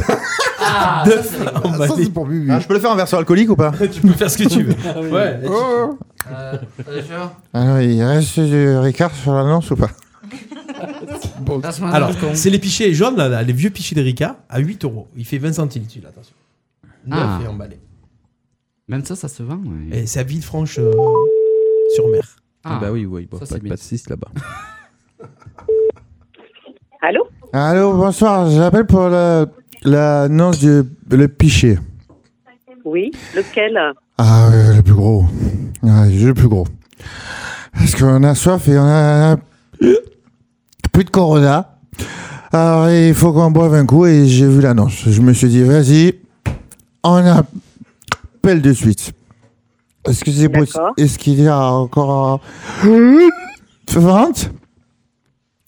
Speaker 6: de flambé.
Speaker 4: Ah, je peux le faire en version alcoolique ou pas
Speaker 6: Tu peux faire ce que tu veux. Ouais.
Speaker 5: Euh,
Speaker 8: Ah
Speaker 4: Alors, il reste du
Speaker 8: euh,
Speaker 4: Ricard sur l'annonce ou pas
Speaker 6: Alors, c'est les pichets jaunes, là, là, les vieux pichets de Ricard, à 8 euros. Il fait 20 centimes, celui-là, attention. Neuf
Speaker 10: Ah.
Speaker 6: et emballé.
Speaker 10: Même ça, ça se vend. ouais.
Speaker 6: Et c'est à Villefranche... euh, Sur mer.
Speaker 10: Ah.
Speaker 9: bah oui, ouais, ils boivent
Speaker 10: Ça,
Speaker 9: pas
Speaker 10: c'est
Speaker 9: de pastis là-bas.
Speaker 1: Allô
Speaker 4: Allô, bonsoir. J'appelle pour la- l'annonce du le pichet.
Speaker 1: Oui, lequel
Speaker 4: Ah, ouais, le plus gros. Ouais, le plus gros. Parce qu'on a soif et on a plus de Corona. Alors, il faut qu'on boive un coup et j'ai vu l'annonce. Je me suis dit, vas-y, on appelle de suite. Est-ce que c'est possible Est-ce qu'il y a encore euh, 20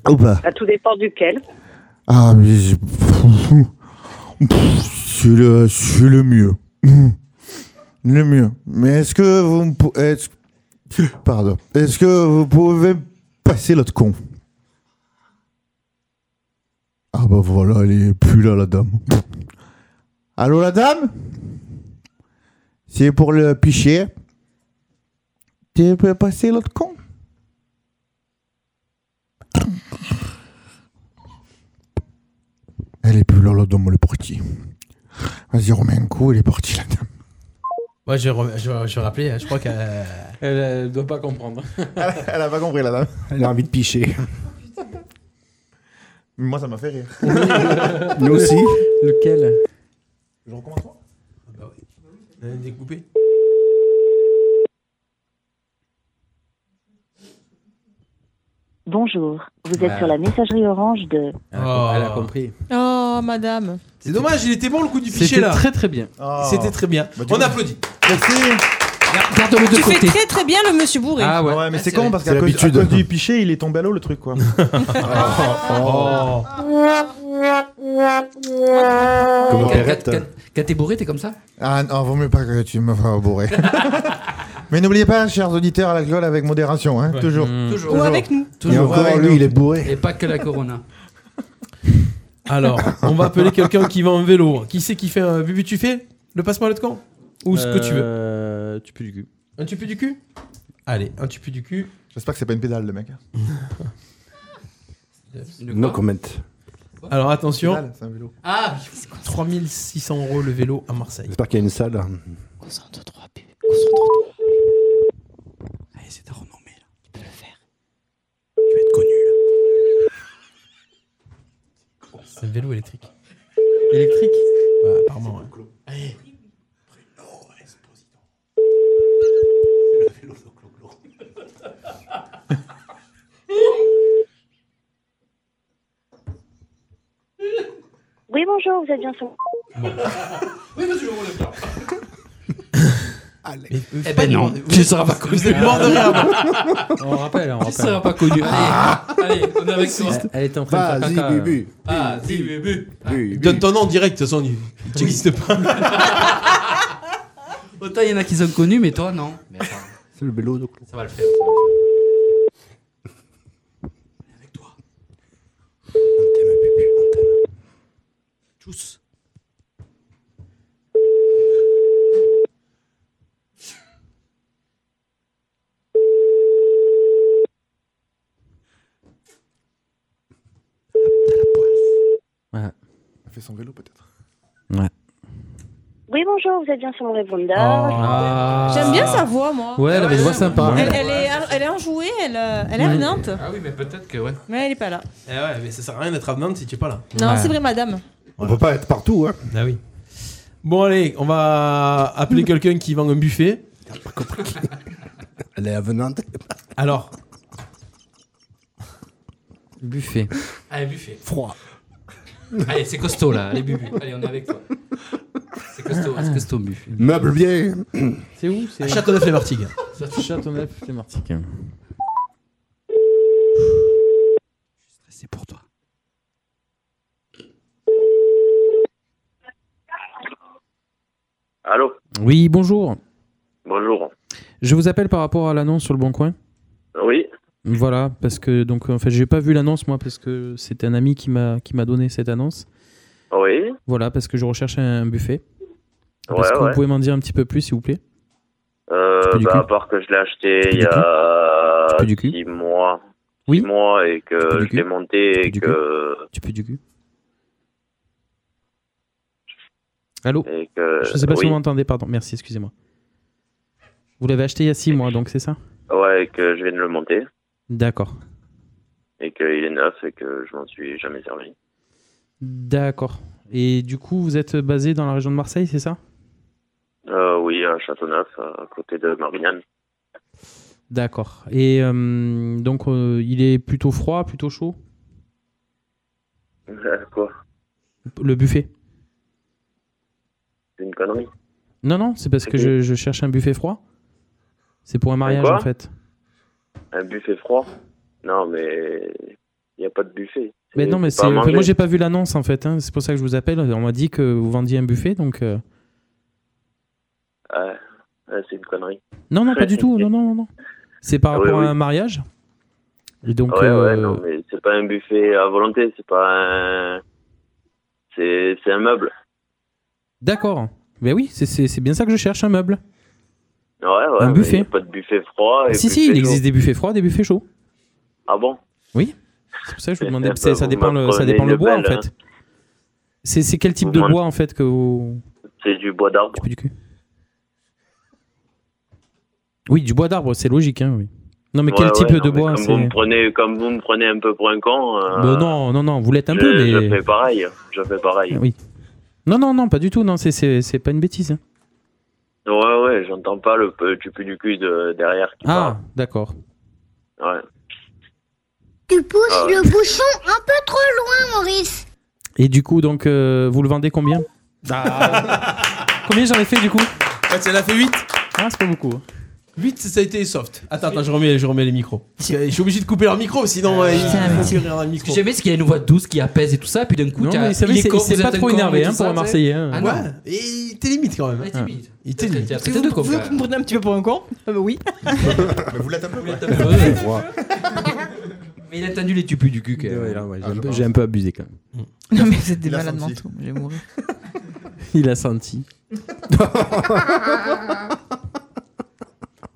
Speaker 4: ou pas
Speaker 1: Ah, Tout dépend duquel.
Speaker 4: Ah, mais je- c'est le, c'est le mieux. Le mieux. Mais est-ce que vous me pou- est-ce- Pardon. Est-ce que vous pouvez passer l'autre con Ah bah voilà, elle est plus là, la dame. Allô, la dame C'est pour le pichier. Tu peux passer l'autre con Elle est plus là, la dame, elle est partie. Vas-y, remets un coup, elle est partie, la dame.
Speaker 6: Ouais, je vais, rem- je vais- je vais rappeler, hein, je crois qu'elle...
Speaker 9: Elle, doit pas comprendre.
Speaker 6: Eh
Speaker 4: Elle a pas compris, la dame.
Speaker 8: Elle a envie de picher.
Speaker 4: Moi, ça m'a fait rire.
Speaker 8: Nous aussi.
Speaker 9: Lequel
Speaker 4: Je recommence pas
Speaker 9: Ah bah
Speaker 6: Elle est découpée.
Speaker 1: Bonjour, vous êtes
Speaker 9: Ouais.
Speaker 1: sur la messagerie orange de...
Speaker 9: Elle
Speaker 6: Ah.
Speaker 9: a- elle a compris.
Speaker 7: Oh, madame.
Speaker 6: C'est dommage, il était bon le coup du pichet
Speaker 9: C'était
Speaker 6: là.
Speaker 9: très, très bien.
Speaker 6: Oh. C'était très bien.
Speaker 9: Bah, tu
Speaker 6: On
Speaker 9: vois.
Speaker 6: applaudit.
Speaker 4: Merci.
Speaker 9: Garde-le de
Speaker 7: tu
Speaker 9: côté.
Speaker 7: fais très très bien le monsieur bourré.
Speaker 9: Ah ouais.
Speaker 4: mais
Speaker 9: Ah,
Speaker 4: c'est
Speaker 9: c'est
Speaker 4: con
Speaker 9: vrai.
Speaker 4: parce
Speaker 9: C'est
Speaker 4: qu'à cause, à
Speaker 9: l'habitude.
Speaker 4: cause du pichet, il est tombé à l'eau le truc quoi.
Speaker 6: Oh.
Speaker 4: Comment
Speaker 10: Quand-
Speaker 4: Perrette
Speaker 10: quand- quand- Quand t'es bourré, t'es comme ça
Speaker 4: Ah non, vaut mieux pas que tu me fasses bourrer. mais n'oubliez pas, chers auditeurs, l'alcool avec modération, hein,
Speaker 10: Ouais.
Speaker 4: toujours.
Speaker 8: Mmh.
Speaker 10: Mm. Toujours. Ou avec nous.
Speaker 4: Et
Speaker 10: Toujours.
Speaker 4: encore,
Speaker 10: Avec
Speaker 4: lui,
Speaker 10: nous.
Speaker 4: il est bourré.
Speaker 10: Et pas que la Corona.
Speaker 6: Alors, on va appeler quelqu'un qui vend un vélo. Qui c'est qui fait un Bubu, tu fais Le passe-moi l'autre camp Ou ce que tu
Speaker 9: Euh,
Speaker 6: veux.
Speaker 9: veux. Tu peux du cul.
Speaker 6: Un tupu du cul Allez, un tupu du cul.
Speaker 4: J'espère que c'est pas une pédale, le mec.
Speaker 8: No comment.
Speaker 6: Alors attention.
Speaker 8: Pédale,
Speaker 4: c'est un vélo.
Speaker 6: Ah 3600 euros le vélo à Marseille.
Speaker 8: J'espère qu'il y a une salle.
Speaker 6: Allez, c'est C'est un vélo électrique. Électrique Bah, apparemment. ouais. Allez.
Speaker 1: Oui, bonjour, vous êtes bien sur...
Speaker 13: Oui, monsieur, je le faire.
Speaker 6: Mais, euh,
Speaker 10: Eh ben non, tu seras pas connu.
Speaker 6: Vous êtes mort de rire.
Speaker 9: On rappelle, on
Speaker 10: Tu
Speaker 9: rappelle.
Speaker 10: seras pas connu. Allez, allez, on est avec toi.
Speaker 9: Elle est en train de faire
Speaker 10: Vas-y,
Speaker 9: caca.
Speaker 10: Bubu.
Speaker 6: Ah, dis, Ah. Donne ton nom en direct, de toute façon, il- tu n'existes pas.
Speaker 10: Autant il y en a qui sont connus, mais toi non.
Speaker 8: C'est le vélo de
Speaker 10: Ça va le faire. Tous.
Speaker 9: Ouais.
Speaker 4: Fais
Speaker 8: c'était son vélo peut-être.
Speaker 1: Oui, bonjour, vous êtes bien sur mon répondeur.
Speaker 7: Oh.
Speaker 4: J'aime bien sa voix, moi.
Speaker 9: Oh. Ouais, elle avait une voix sympa.
Speaker 4: Elle, elle est, elle est enjouée, elle, euh, elle est avenante.
Speaker 10: Ah oui, mais peut-être que ouais.
Speaker 4: Mais elle est pas là.
Speaker 6: Eh ouais, mais ça sert à rien d'être avenante si tu es pas là.
Speaker 4: Non, c'est vrai, madame.
Speaker 6: On peut pas être partout, hein. Ah oui. Bon, allez, on va appeler quelqu'un qui vend un buffet.
Speaker 11: Elle est avenante.
Speaker 6: Alors,
Speaker 9: Buffet.
Speaker 10: Allez, buffet.
Speaker 11: Froid.
Speaker 10: Ah, Allez, c'est costaud là. Allez, bubu. Allez, on est avec toi. C'est costaud, Ah, c'est costaud, buffet.
Speaker 11: Meuble bien.
Speaker 9: C'est où c'est...
Speaker 6: Châteauneuf-les-Martigues.
Speaker 10: Ah,
Speaker 9: Châteauneuf-les-Martigues.
Speaker 5: Allô
Speaker 9: Oui, bonjour.
Speaker 5: Bonjour.
Speaker 9: Je vous appelle par rapport à l'annonce sur le Bon Coin.
Speaker 5: Oui,
Speaker 9: Voilà, parce que donc en fait j'ai pas vu l'annonce moi parce que c'est un ami qui m'a qui m'a donné cette annonce.
Speaker 5: oui.
Speaker 9: Voilà, parce que je recherche un buffet. Est-ce
Speaker 5: Ouais,
Speaker 9: que
Speaker 5: ouais.
Speaker 9: vous pouvez m'en dire un petit peu plus s'il vous plaît
Speaker 5: Euh, bah, à part que je l'ai acheté il y a 6 mois.
Speaker 9: Oui.
Speaker 5: Six mois et que je l'ai monté et que.
Speaker 9: Tu peux du cul Allô
Speaker 5: Et que...
Speaker 9: Je sais pas si
Speaker 5: Euh, oui.
Speaker 9: vous m'entendez, pardon. Merci, excusez-moi. Vous l'avez acheté il y a 6 mois donc c'est ça
Speaker 5: Ouais, et que je viens de le monter
Speaker 9: D'accord.
Speaker 5: et qu'il est neuf et que je m'en suis jamais servi.
Speaker 9: D'accord. Et du coup, vous êtes basé dans la région de Marseille, c'est ça
Speaker 5: Euh, oui, à Châteauneuf, à côté de Marignane.
Speaker 9: D'accord. Et euh, donc, euh, il est plutôt froid, plutôt chaud,
Speaker 5: Quoi
Speaker 9: le buffet
Speaker 5: C'est une connerie.
Speaker 9: Non, non, c'est parce que je, je cherche un buffet froid. C'est pour un mariage,
Speaker 5: quoi
Speaker 9: en fait.
Speaker 5: Un buffet froid Non, mais. Il n'y a pas de buffet.
Speaker 9: Mais non, mais
Speaker 5: c'est
Speaker 9: c'est.
Speaker 5: pas à
Speaker 9: enfin,
Speaker 5: manger.
Speaker 9: moi, j'ai pas vu l'annonce, en fait. hein. C'est pour ça que je vous appelle. On m'a dit que vous vendiez un buffet, donc. euh,
Speaker 5: Ah, ah, c'est une connerie.
Speaker 9: Non, non, pas du tout. Non, non, non, non. C'est par
Speaker 5: Ah oui,
Speaker 9: rapport
Speaker 5: oui.
Speaker 9: à un mariage. Et donc.
Speaker 5: ouais,
Speaker 9: euh,
Speaker 5: ouais, non, mais c'est pas un buffet à volonté, c'est pas un. C'est c'est un meuble.
Speaker 9: D'accord. Mais oui, c'est- c'est c'est bien ça que je cherche, un meuble.
Speaker 5: Ouais, ouais.
Speaker 9: Un
Speaker 5: mais
Speaker 9: buffet. Ah,
Speaker 5: y a pas de buffet froid. Ah, Et
Speaker 9: si,
Speaker 5: buffet
Speaker 9: si, il
Speaker 5: chaud.
Speaker 9: existe des buffets froids, des buffets chauds.
Speaker 5: Ah bon
Speaker 9: Oui. C'est pour ça que je vous demandais.
Speaker 5: Eh ben,
Speaker 9: c'est- ça,
Speaker 5: vous
Speaker 9: dépend le, ça
Speaker 5: m'apprenez
Speaker 9: dépend le
Speaker 5: une
Speaker 9: bois, en
Speaker 5: belle, hein.
Speaker 9: fait. C'est c'est quel type
Speaker 5: Vous
Speaker 9: de
Speaker 5: m'en-
Speaker 9: bois, en fait, que vous.
Speaker 5: C'est du bois d'arbre.
Speaker 9: Oui, du bois d'arbre, c'est logique, hein, oui. Non, mais
Speaker 5: Ouais,
Speaker 9: quel
Speaker 5: ouais,
Speaker 9: type
Speaker 5: non, mais
Speaker 9: de bois
Speaker 5: comme vous,
Speaker 9: c'est
Speaker 5: me prenez, comme vous me prenez un peu pour un con. euh,
Speaker 9: Bah Non, non, non, vous l'êtes un
Speaker 5: je,
Speaker 9: peu, mais.
Speaker 5: je fais pareil. Je fais pareil.
Speaker 9: Oui. Non, non, non, pas du tout, non, c'est- c'est c'est pas une bêtise. hein.
Speaker 5: Ouais, ouais, j'entends pas le peu- tu pues du cul de, derrière.
Speaker 9: Ah, d'accord.
Speaker 5: Ouais.
Speaker 18: Tu pousses
Speaker 5: Ah ouais.
Speaker 18: le bouchon un peu trop loin, Maurice.
Speaker 9: Et du coup, donc, euh, vous le vendez combien
Speaker 5: Ah.
Speaker 9: Combien j'en ai fait, du coup
Speaker 6: Ça l'a fait 8.
Speaker 9: Ah, c'est pas
Speaker 6: hein.
Speaker 9: beaucoup.
Speaker 6: 8, ça a été soft. Attends, attends, je remets, je remets les micros. Parce que Je suis obligé de couper leur micro, sinon euh, ils vont courir dans le micro.
Speaker 10: J'aimais ce qu'il y a une voix douce qui apaise et tout ça, puis d'un coup,
Speaker 9: Non,
Speaker 10: t'as-
Speaker 6: euh,
Speaker 9: mais ça,
Speaker 10: il est
Speaker 9: c'est-
Speaker 10: con,
Speaker 9: c'est
Speaker 10: vous
Speaker 9: pas
Speaker 10: êtes
Speaker 9: trop
Speaker 10: con et
Speaker 9: énervé,
Speaker 10: tout
Speaker 9: hein,
Speaker 10: ça,
Speaker 9: pour un
Speaker 10: tu sais.
Speaker 9: Marseillais, hein.
Speaker 10: Ah
Speaker 6: ouais,
Speaker 10: non.
Speaker 6: et il t'élimite quand même. Ah.
Speaker 10: Ouais, timide.
Speaker 6: Il t'élimite.
Speaker 10: T'as
Speaker 7: Vous
Speaker 10: traité de con,
Speaker 7: vous
Speaker 10: quand
Speaker 7: me
Speaker 10: même.
Speaker 7: prenez un petit peu pour un con Euh, Oui.
Speaker 8: vous l'êtes un peu.
Speaker 10: Mais il a tendu les tupus du cul, quand même.
Speaker 9: j'ai, un peu, j'ai un peu abusé quand même.
Speaker 7: Non, mais vous êtes des
Speaker 10: Il a
Speaker 7: malades
Speaker 10: senti.
Speaker 7: mentaux. Je vais mourir.
Speaker 9: Il a senti.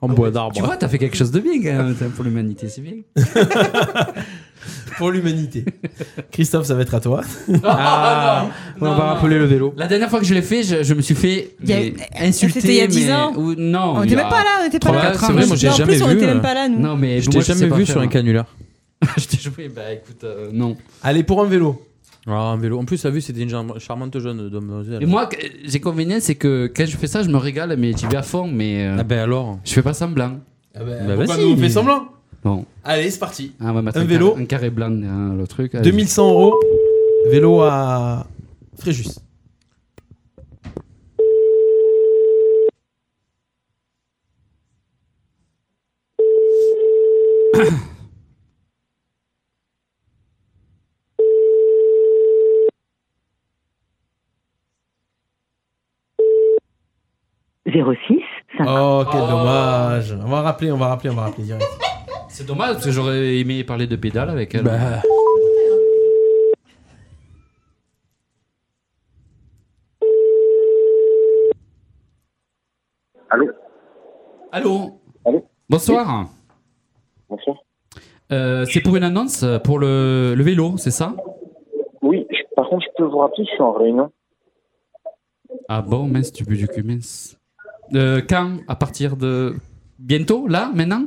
Speaker 9: en bois d'arbre.
Speaker 10: Ah Tu vois, t'as fait quelque chose de bien, quand même, pour l'humanité, c'est bien.
Speaker 6: Pour l'humanité. Christophe, ça va être à toi.
Speaker 10: Ah,
Speaker 6: on va rappeler le vélo.
Speaker 10: La dernière fois que je l'ai fait, je, je me suis fait
Speaker 6: Il y a-
Speaker 10: mais,
Speaker 6: euh,
Speaker 10: insulter.
Speaker 6: c'était il y a 10
Speaker 10: mais-
Speaker 6: ans
Speaker 10: ou- non.
Speaker 6: On
Speaker 10: il
Speaker 6: était
Speaker 10: y a
Speaker 6: même pas là, on était pas
Speaker 10: trois,
Speaker 6: là.
Speaker 10: quatre
Speaker 9: C'est
Speaker 10: ans,
Speaker 9: vrai,
Speaker 10: je-
Speaker 9: moi j'ai
Speaker 10: Non, en
Speaker 9: jamais
Speaker 10: plus, on
Speaker 9: vu.
Speaker 10: était
Speaker 9: euh,
Speaker 10: même pas là, nous. Non, mais
Speaker 9: je
Speaker 10: moi,
Speaker 9: t'ai
Speaker 10: je sais
Speaker 9: jamais
Speaker 10: pas
Speaker 9: vu
Speaker 10: faire,
Speaker 9: sur un
Speaker 10: hein.
Speaker 9: canular.
Speaker 10: je t'ai joué, bah écoute, euh, non.
Speaker 6: Allez, pour un vélo.
Speaker 9: Ah, un vélo. En plus, t'as vu, c'était une jar- charmante jeune demoiselle.
Speaker 10: Et moi, que- j'ai convenient, c'est que quand je fais ça, je me régale, mais j'y vais à fond, mais. Ah
Speaker 9: ben alors
Speaker 10: Je fais pas semblant.
Speaker 6: Ah ben,
Speaker 9: Bah,
Speaker 6: pourquoi nous on fait semblant
Speaker 10: Bon.
Speaker 6: Allez, c'est parti.
Speaker 10: Ah, on va mettre
Speaker 6: Un
Speaker 10: carré-
Speaker 6: vélo.
Speaker 10: Un carré blanc, hein, le truc. allez.
Speaker 6: 2100 euros. Vélo à Fréjus. Oh, quel dommage. On va rappeler, on va rappeler, on va rappeler direct.
Speaker 10: C'est dommage parce que j'aurais aimé parler de pédale avec elle.
Speaker 6: Bah.
Speaker 5: Allô
Speaker 10: Allô Bonsoir.
Speaker 5: Bonsoir.
Speaker 10: Euh, c'est pour une annonce pour le, le vélo, c'est ça
Speaker 5: Oui, je- par contre, je peux vous rappeler, je suis en réunion.
Speaker 10: Ah bon, mince, tu peux du cul, mince. Euh, quand À partir de. Bientôt Là Maintenant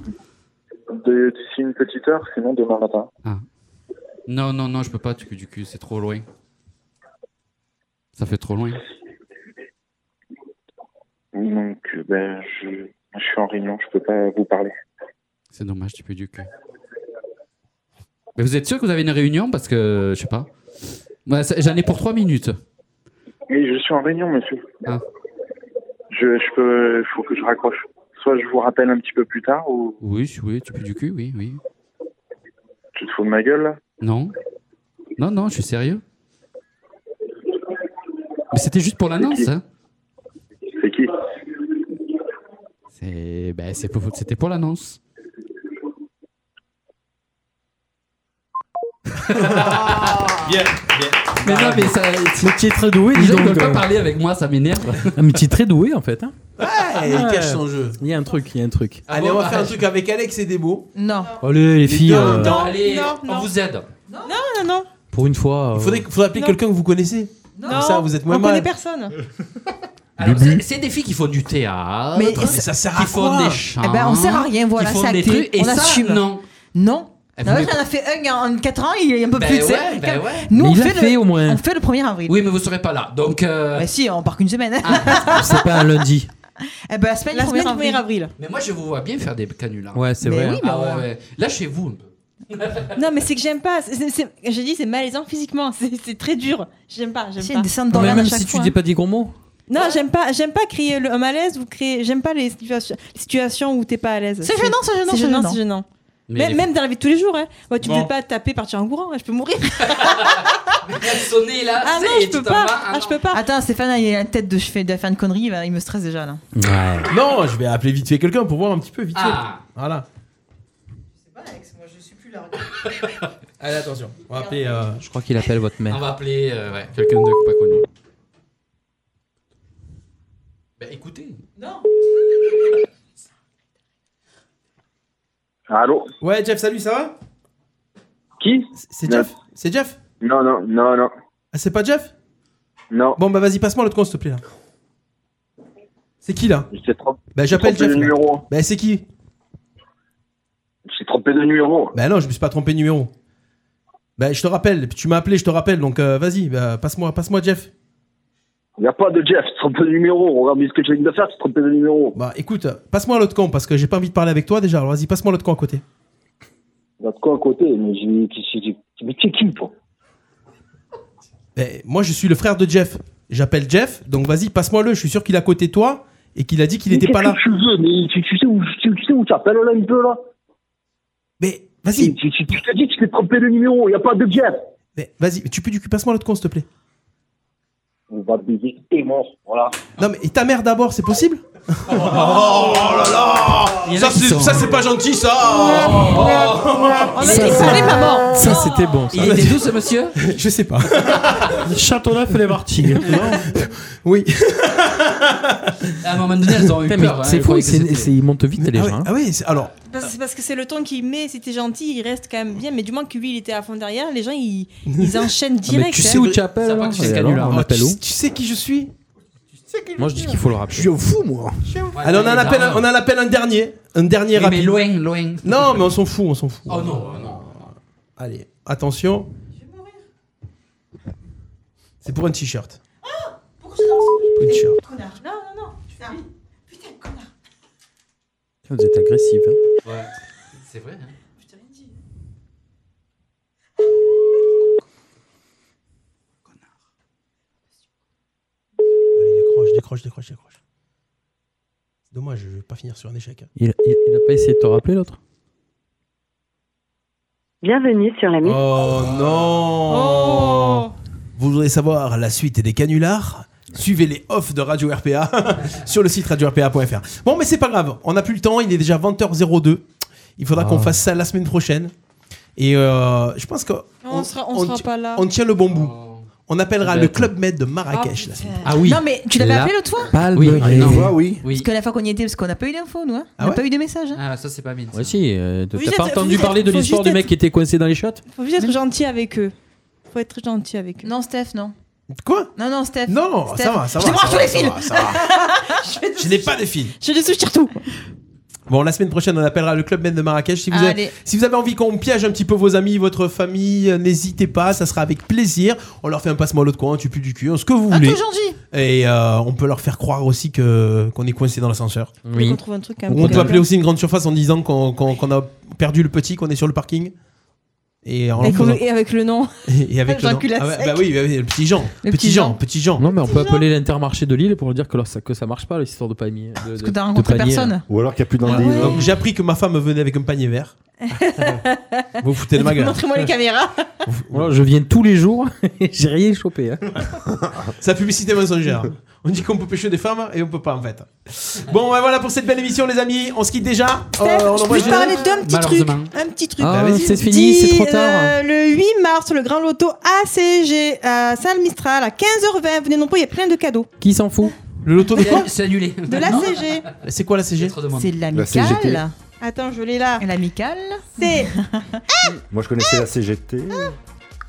Speaker 5: De- D'ici une petite heure, sinon demain matin.
Speaker 10: Non, non, non, je peux pas, tu du cul, c'est trop loin. Ça fait trop loin.
Speaker 5: Donc, euh, ben, je, je suis en réunion, je peux pas vous parler.
Speaker 10: C'est dommage, tu peux du cul. Mais vous êtes sûr que vous avez une réunion Parce que, je sais pas. Ouais, ça- J'en ai pour 3 minutes. Ah,
Speaker 5: Oui, je suis en réunion, monsieur. Je, je peux, faut que je raccroche. Soit je vous rappelle un petit peu plus tard, ou
Speaker 10: Oui, si- oui, tu peux du cul, oui, oui.
Speaker 5: tu te fous de ma gueule, là.
Speaker 10: Non. Non, non, je suis sérieux. Mais c'était juste pour l'annonce, hein
Speaker 5: C'est qui
Speaker 10: C'est- ben, c'est pour- C'était pour l'annonce.
Speaker 6: Bien,
Speaker 10: Mais non, mais ça.
Speaker 9: Mais tu es très doué,
Speaker 10: Les
Speaker 9: dis
Speaker 10: gens
Speaker 9: donc.
Speaker 10: ne veulent pas
Speaker 9: euh.
Speaker 10: parler avec moi, ça m'énerve.
Speaker 9: Ah, mais tu es très doué en fait. Hein
Speaker 6: Ouais, il
Speaker 9: Ah.
Speaker 6: cache son jeu.
Speaker 9: Il y a un truc, il y a un truc.
Speaker 6: Allez, on va faire un truc avec Alex et des mots.
Speaker 4: Non.
Speaker 9: Allez, les filles.
Speaker 6: deux
Speaker 9: euh,
Speaker 6: en même temps.
Speaker 10: Allez,
Speaker 7: Non,
Speaker 10: on vous aide.
Speaker 7: Non, non, non.
Speaker 9: Pour une fois. euh,
Speaker 6: Il faudrait, faudrait appeler
Speaker 7: Non.
Speaker 6: quelqu'un que vous connaissez.
Speaker 7: Non,
Speaker 6: Comme ça, vous êtes moins
Speaker 7: on
Speaker 6: mal.
Speaker 7: connaît personne.
Speaker 10: Eh, Alors, c'est- c'est des filles qui font du théâtre,
Speaker 6: Mais ça sert à
Speaker 10: qui font
Speaker 6: quoi
Speaker 10: des chants,
Speaker 4: Eh ben, on sert à rien, voilà,
Speaker 10: qui font
Speaker 4: c'est
Speaker 10: des
Speaker 4: acté,
Speaker 10: trucs, et
Speaker 4: on
Speaker 10: ça,
Speaker 4: assume.
Speaker 10: non.
Speaker 4: Non.
Speaker 10: Eh, vous
Speaker 4: Non,
Speaker 10: les-
Speaker 4: j'en ai fait un en en 4 ans, il est un peu
Speaker 10: Ben
Speaker 4: plus. tu sais.
Speaker 10: ouais, ben ouais.
Speaker 4: Nous,
Speaker 10: Mais
Speaker 4: on
Speaker 10: il
Speaker 4: fait,
Speaker 10: l'a fait,
Speaker 4: le,
Speaker 10: au moins.
Speaker 4: on fait le 1er avril.
Speaker 10: Oui, mais vous serez pas là, donc. euh,
Speaker 4: Bah si, on part qu'une semaine.
Speaker 7: Ah,
Speaker 9: C'est pas un lundi.
Speaker 4: Eh ben, la semaine
Speaker 7: La
Speaker 4: du 1er
Speaker 7: semaine du
Speaker 4: avril.
Speaker 7: 1er avril.
Speaker 10: Mais moi, je vous vois bien faire des canulars.
Speaker 9: Ouais, c'est Mais vrai. oui, mais
Speaker 10: Ah ouais,
Speaker 9: on-
Speaker 10: ouais. Là, chez vous, un peu.
Speaker 7: Non, mais c'est que j'aime pas. C'est- c'est- J'ai dit, c'est malaisant physiquement. C'est c'est très dur. J'aime pas. J'aime
Speaker 4: C'est
Speaker 7: pas.
Speaker 4: une descente dans
Speaker 9: Mais
Speaker 4: l'âme à
Speaker 9: même
Speaker 4: chaque
Speaker 9: si tu
Speaker 4: fois.
Speaker 10: hein.
Speaker 9: dis pas des gros mots.
Speaker 7: Non, j'aime pas. J'aime pas créer le un malaise ou créer. J'aime pas les situations, les situations où t'es pas à l'aise.
Speaker 4: C'est gênant, c'est
Speaker 7: c'est
Speaker 4: gênant, c'est
Speaker 7: gênant,
Speaker 4: gênant.
Speaker 7: c'est gênant.
Speaker 4: Mais
Speaker 7: même,
Speaker 4: les-
Speaker 7: même dans la vie de tous les jours, hein. Moi, tu
Speaker 4: Bon.
Speaker 7: peux pas taper, partir en courant, hein, je peux mourir.
Speaker 10: Sonner là,
Speaker 7: Ah non,
Speaker 10: c'est-
Speaker 7: je peux pas. Ah, je peux pas.
Speaker 4: Attends, Stéphane, il a la tête de je fais de faire une connerie, il va- il me stresse déjà là.
Speaker 6: Non, je vais appeler vite fait quelqu'un pour voir un petit peu vite fait.
Speaker 4: Ah.
Speaker 6: Voilà. Allez, attention. On va appeler. euh,
Speaker 9: Je crois qu'il appelle votre
Speaker 10: On
Speaker 9: mère.
Speaker 10: va appeler euh, ouais, quelqu'un de pas connu. Bah écoutez.
Speaker 7: Non.
Speaker 5: Allô
Speaker 6: Ouais, Jeff, salut, ça va
Speaker 5: Qui
Speaker 6: C'est Jeff C'est Jeff
Speaker 5: Non, non, non, non.
Speaker 6: Ah, c'est pas Jeff
Speaker 5: Non.
Speaker 6: Bon, bah vas-y, passe-moi l'autre con, s'il te plaît, là. C'est qui, là
Speaker 5: Je t'ai trop-
Speaker 6: Bah, j'appelle
Speaker 5: trompé
Speaker 6: Jeff.
Speaker 5: de
Speaker 6: là.
Speaker 5: numéro.
Speaker 6: Bah, c'est qui
Speaker 5: J'ai trompé de numéro.
Speaker 6: Bah, non, je me suis pas trompé de numéro. Bah, je te rappelle, tu m'as appelé, je te rappelle, donc euh, vas-y, bah, passe-moi passe Jeff.
Speaker 5: Y a pas de Jeff, tu te trompes de numéro. Regarde bien ce que tu viens de faire, tu te trompes de numéro.
Speaker 6: Bah, écoute, euh, passe-moi l'autre con, parce que j'ai pas envie de parler avec toi déjà, alors vas-y, passe-moi l'autre con à côté.
Speaker 5: Y'a de quoi à côté Mais j'ai- qui- qui- qui- mais t'es qui, toi
Speaker 6: Bah, moi, je suis le frère de Jeff. J'appelle Jeff, donc vas-y, passe-moi le, je suis sûr qu'il est à côté de toi et qu'il a dit qu'il
Speaker 5: Mais
Speaker 6: était pas
Speaker 5: qu'est-ce
Speaker 6: là.
Speaker 5: que Tu veux, mais tu, tu sais où tu, tu sais où t'appelles là un peu là
Speaker 6: Mais vas-y.
Speaker 5: Tu, tu, tu t'as dit que tu t'es trompé de numéro, y a pas de Jeff.
Speaker 6: Mais vas-y, tu peux du cul, passe-moi l'autre con, s'il te plaît.
Speaker 5: On va baiser, t'es mort, voilà.
Speaker 6: Non mais et ta mère d'abord, c'est possible Oh là là Ça c'est ça, c'est pas gentil ça
Speaker 10: Oh.
Speaker 7: On a dit parler maman.
Speaker 9: Ça, c'était bon.
Speaker 10: Il était doux ce monsieur
Speaker 6: Je sais pas.
Speaker 23: Châteauneuf et les Martigues.
Speaker 6: oui.
Speaker 10: À un moment donné, elles ont eu
Speaker 9: Putain, mais
Speaker 10: peur. hein,
Speaker 9: c'est
Speaker 10: elles
Speaker 9: fou,
Speaker 10: croyaient que
Speaker 9: c'est-
Speaker 10: c'était-
Speaker 9: c'est- ils montent vite les gens. hein.
Speaker 6: Ah oui, alors.
Speaker 7: Parce- C'est parce que c'est le ton qu'il met. Si t'es gentil, il reste quand même bien. Mais du moins que lui, il était à fond derrière, les gens, ils, ils enchaînent
Speaker 9: Ah, mais
Speaker 7: direct.
Speaker 9: tu
Speaker 7: hein.
Speaker 9: sais où tu appelles alors
Speaker 10: tu fais ce
Speaker 9: Et alors,
Speaker 10: canular.
Speaker 9: On
Speaker 10: Ah,
Speaker 9: appelle où
Speaker 6: Tu sais qui je suis
Speaker 9: Moi je dis qu'il faut le rappeler. Je suis
Speaker 6: au fou moi.
Speaker 10: Ouais,
Speaker 6: Allez, on en
Speaker 10: mais
Speaker 6: appelle
Speaker 10: non.
Speaker 6: un, on en appelle un dernier, un dernier
Speaker 10: Oui,
Speaker 6: rapide.
Speaker 10: mais loin, loin.
Speaker 6: Non, mais on s'en fout, on s'en fout.
Speaker 10: Oh non, oh non.
Speaker 6: Allez, attention. C'est pour un t-shirt. Pour un t-shirt.
Speaker 7: Connard. Non, non, non. tu fais rien. Putain, connard.
Speaker 9: Vous êtes agressif. hein.
Speaker 10: Ouais, c'est vrai. hein.
Speaker 6: Allez, décroche, décroche, décroche, décroche. C'est dommage, je vais pas finir sur un échec. hein.
Speaker 9: Il, il, il a pas essayé de te rappeler l'autre
Speaker 1: Bienvenue sur la mission.
Speaker 6: Oh
Speaker 4: Oh.
Speaker 6: non Vous voulez savoir la suite des canulars Suivez les offs de Radio RPA sur le site radio-rpa.fr. Bon, mais c'est pas grave, on n'a plus le temps, il est déjà 20h02. Il faudra
Speaker 4: Ah.
Speaker 6: qu'on fasse ça la semaine prochaine. Et euh, je pense que.
Speaker 7: On sera- on sera
Speaker 6: ti-
Speaker 7: pas là.
Speaker 6: On tient le bon bout. On appellera
Speaker 10: C'est
Speaker 6: le
Speaker 10: bête.
Speaker 6: Club Med de Marrakech la semaine prochaine.
Speaker 4: Ah, Non, mais tu l'avais appelé l'autre fois
Speaker 10: Ah Oui,
Speaker 9: Palmeraie.
Speaker 10: non.
Speaker 4: Parce que la fois qu'on y était, parce qu'on n'a pas eu d'infos, nous. hein.
Speaker 9: Ah
Speaker 4: on n'a
Speaker 9: ouais
Speaker 4: pas eu de messages. hein.
Speaker 10: Ah, ça, c'est pas mine.
Speaker 9: Ouais, si. euh,
Speaker 7: Faut
Speaker 9: T'as
Speaker 7: juste
Speaker 9: pas
Speaker 7: être-
Speaker 9: entendu
Speaker 7: faut
Speaker 9: parler de
Speaker 7: juste
Speaker 9: l'histoire du
Speaker 7: être-
Speaker 9: mec qui était coincé dans les shots
Speaker 7: Faut juste être gentil avec eux. Faut
Speaker 4: faut être gentil avec eux.
Speaker 7: Non, Steph, non.
Speaker 6: Quoi
Speaker 7: Non, non, Steph.
Speaker 6: Non, ça
Speaker 7: Steph.
Speaker 6: va, ça
Speaker 7: Je
Speaker 6: va.
Speaker 7: débranche
Speaker 6: ça
Speaker 7: tous
Speaker 6: va,
Speaker 7: les
Speaker 6: ça
Speaker 7: fils.
Speaker 6: va, ça va. Je n'ai pas de fil.
Speaker 4: Je les soutiens tout.
Speaker 6: Bon, la semaine prochaine, on appellera le Club Med de Marrakech. Si vous,
Speaker 7: Allez.
Speaker 6: avez, si vous avez envie qu'on piège un petit peu vos amis, votre famille, euh, n'hésitez pas, ça sera avec plaisir. On leur fait un passe-moi l'autre coin, tu pues du cul, hein, ce que vous voulez. Et euh, on peut leur faire croire aussi que qu'on est coincé dans l'ascenseur.
Speaker 4: Oui. qu'on trouve un truc, un
Speaker 6: Ou on peut
Speaker 4: problème.
Speaker 6: appeler aussi une grande surface en disant qu'on qu'on- qu'on a perdu le petit, qu'on est sur le parking. Et, en leur
Speaker 4: Avec
Speaker 6: faisant-
Speaker 4: le- et avec le nom.
Speaker 6: Oh, et avec le
Speaker 4: Jean
Speaker 6: nom-
Speaker 4: Cul à
Speaker 6: Ah ouais,
Speaker 4: sec.
Speaker 6: bah oui, bah oui, le petit Jean.
Speaker 4: Le
Speaker 6: petit
Speaker 4: petit
Speaker 6: Jean,
Speaker 4: Jean.
Speaker 6: petit Jean.
Speaker 9: Non, mais on peut appeler l'intermarché de Lille pour dire que, leur- ça, que ça marche pas, l'histoire de panier. Parce
Speaker 6: que t'as rencontré personne. Ah
Speaker 11: Ou alors qu'il n'y a plus d'Andy.
Speaker 6: Donc j'ai appris que ma femme venait avec un panier vert. vous vous foutez de ma gueule.
Speaker 4: Montrez-moi les caméras.
Speaker 9: je viens tous les jours et j'ai rien chopé. hein.
Speaker 6: Sa publicité mensongère. On dit qu'on peut pêcher des femmes et on peut pas en fait. Bon, ben voilà pour cette belle émission, les amis. On se quitte déjà.
Speaker 4: Steph,
Speaker 6: Euh, on
Speaker 4: je
Speaker 6: envoie
Speaker 4: peux te parler
Speaker 6: Gérard.
Speaker 4: d'un petit truc. Un petit truc.
Speaker 6: Ah, vas-y.
Speaker 9: c'est fini, c'est trop tard.
Speaker 4: euh, le 8 mars, le grand loto ACG à Salle Mistral à 15h20. Venez nombreux, il y a plein de cadeaux.
Speaker 9: Qui s'en fout
Speaker 6: Le loto de quoi
Speaker 10: C'est annulé.
Speaker 4: De l'ACG.
Speaker 6: C'est quoi la CG
Speaker 7: C'est l'amicale.
Speaker 4: Attends, je l'ai là.
Speaker 7: L'amicale.
Speaker 4: C'est.
Speaker 11: Moi, je connaissais la CGT.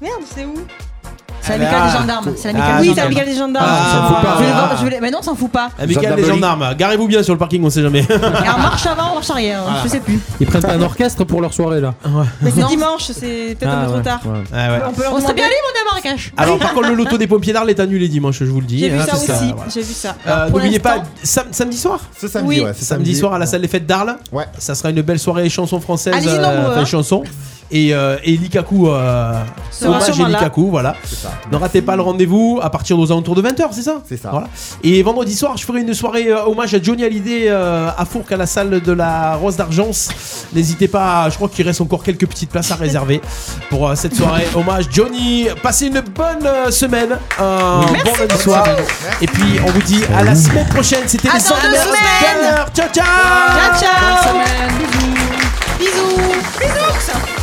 Speaker 4: Merde, c'est où
Speaker 7: Ah, C'est l'amicale des gendarmes. C'est l'amicale
Speaker 6: Ah,
Speaker 7: des
Speaker 6: oui,
Speaker 7: gendarmes.
Speaker 6: c'est l'amicale
Speaker 4: des
Speaker 6: gendarmes. Ah,
Speaker 7: Je
Speaker 6: on s'en fout pas.
Speaker 7: voulais voir- je voulais- Mais non, on s'en fout pas.
Speaker 6: Amical des gendarmes. Garez-vous bien sur le parking, on sait jamais.
Speaker 7: Et en marche avant, en marche arrière. hein,
Speaker 6: Voilà.
Speaker 7: Je sais plus.
Speaker 9: Ils prennent pas un orchestre pour leur soirée là.
Speaker 4: Mais c'est dimanche, c'est peut-être un peu trop tard.
Speaker 6: Ah ouais.
Speaker 4: On, peut leur
Speaker 7: On serait bien
Speaker 4: demander.
Speaker 7: allé, mon à Marrakech.
Speaker 6: Alors par contre le loto des pompiers d'art est annulé dimanche, je vous le dis.
Speaker 4: J'ai vu
Speaker 6: hein,
Speaker 4: ça
Speaker 6: parce que,
Speaker 4: aussi.
Speaker 6: voilà.
Speaker 4: J'ai vu ça.
Speaker 6: Euh,
Speaker 4: Alors, pour
Speaker 6: N'oubliez
Speaker 4: l'instant-
Speaker 6: pas sam- samedi soir.
Speaker 8: Ce
Speaker 4: samedi, Oui. ouais,
Speaker 6: samedi,
Speaker 4: c'est samedi.
Speaker 6: soir à la salle des fêtes d'Arles. Ouais. Ça sera une belle soirée chansons françaises,
Speaker 4: Allez-y nombreux,
Speaker 6: enfin,
Speaker 4: hein.
Speaker 6: chansons. Et, euh, et Likaku, euh,
Speaker 4: Sera
Speaker 6: hommage à
Speaker 4: sûrement là.
Speaker 6: Likaku, voilà. Ne ratez pas le rendez-vous à partir aux alentours de 20h, c'est ça C'est ça. Voilà. Et vendredi soir, je ferai une soirée euh, hommage à Johnny Hallyday euh, à Fourques à la salle de la Rose d'Argence. N'hésitez pas, je crois qu'il reste encore quelques petites places à réserver pour euh, cette soirée hommage Johnny. Passez une bonne euh, semaine, un
Speaker 13: Merci
Speaker 6: bon lundi
Speaker 13: beaucoup.
Speaker 6: soir. Et puis on vous dit à la semaine prochaine. C'était
Speaker 13: À
Speaker 6: les
Speaker 13: dans deux
Speaker 6: Ordinaires
Speaker 13: semaines.
Speaker 6: Ciao ciao.
Speaker 13: Ciao, ciao.
Speaker 6: Bonne semaine.
Speaker 7: Bisous. Bisous. Bisous.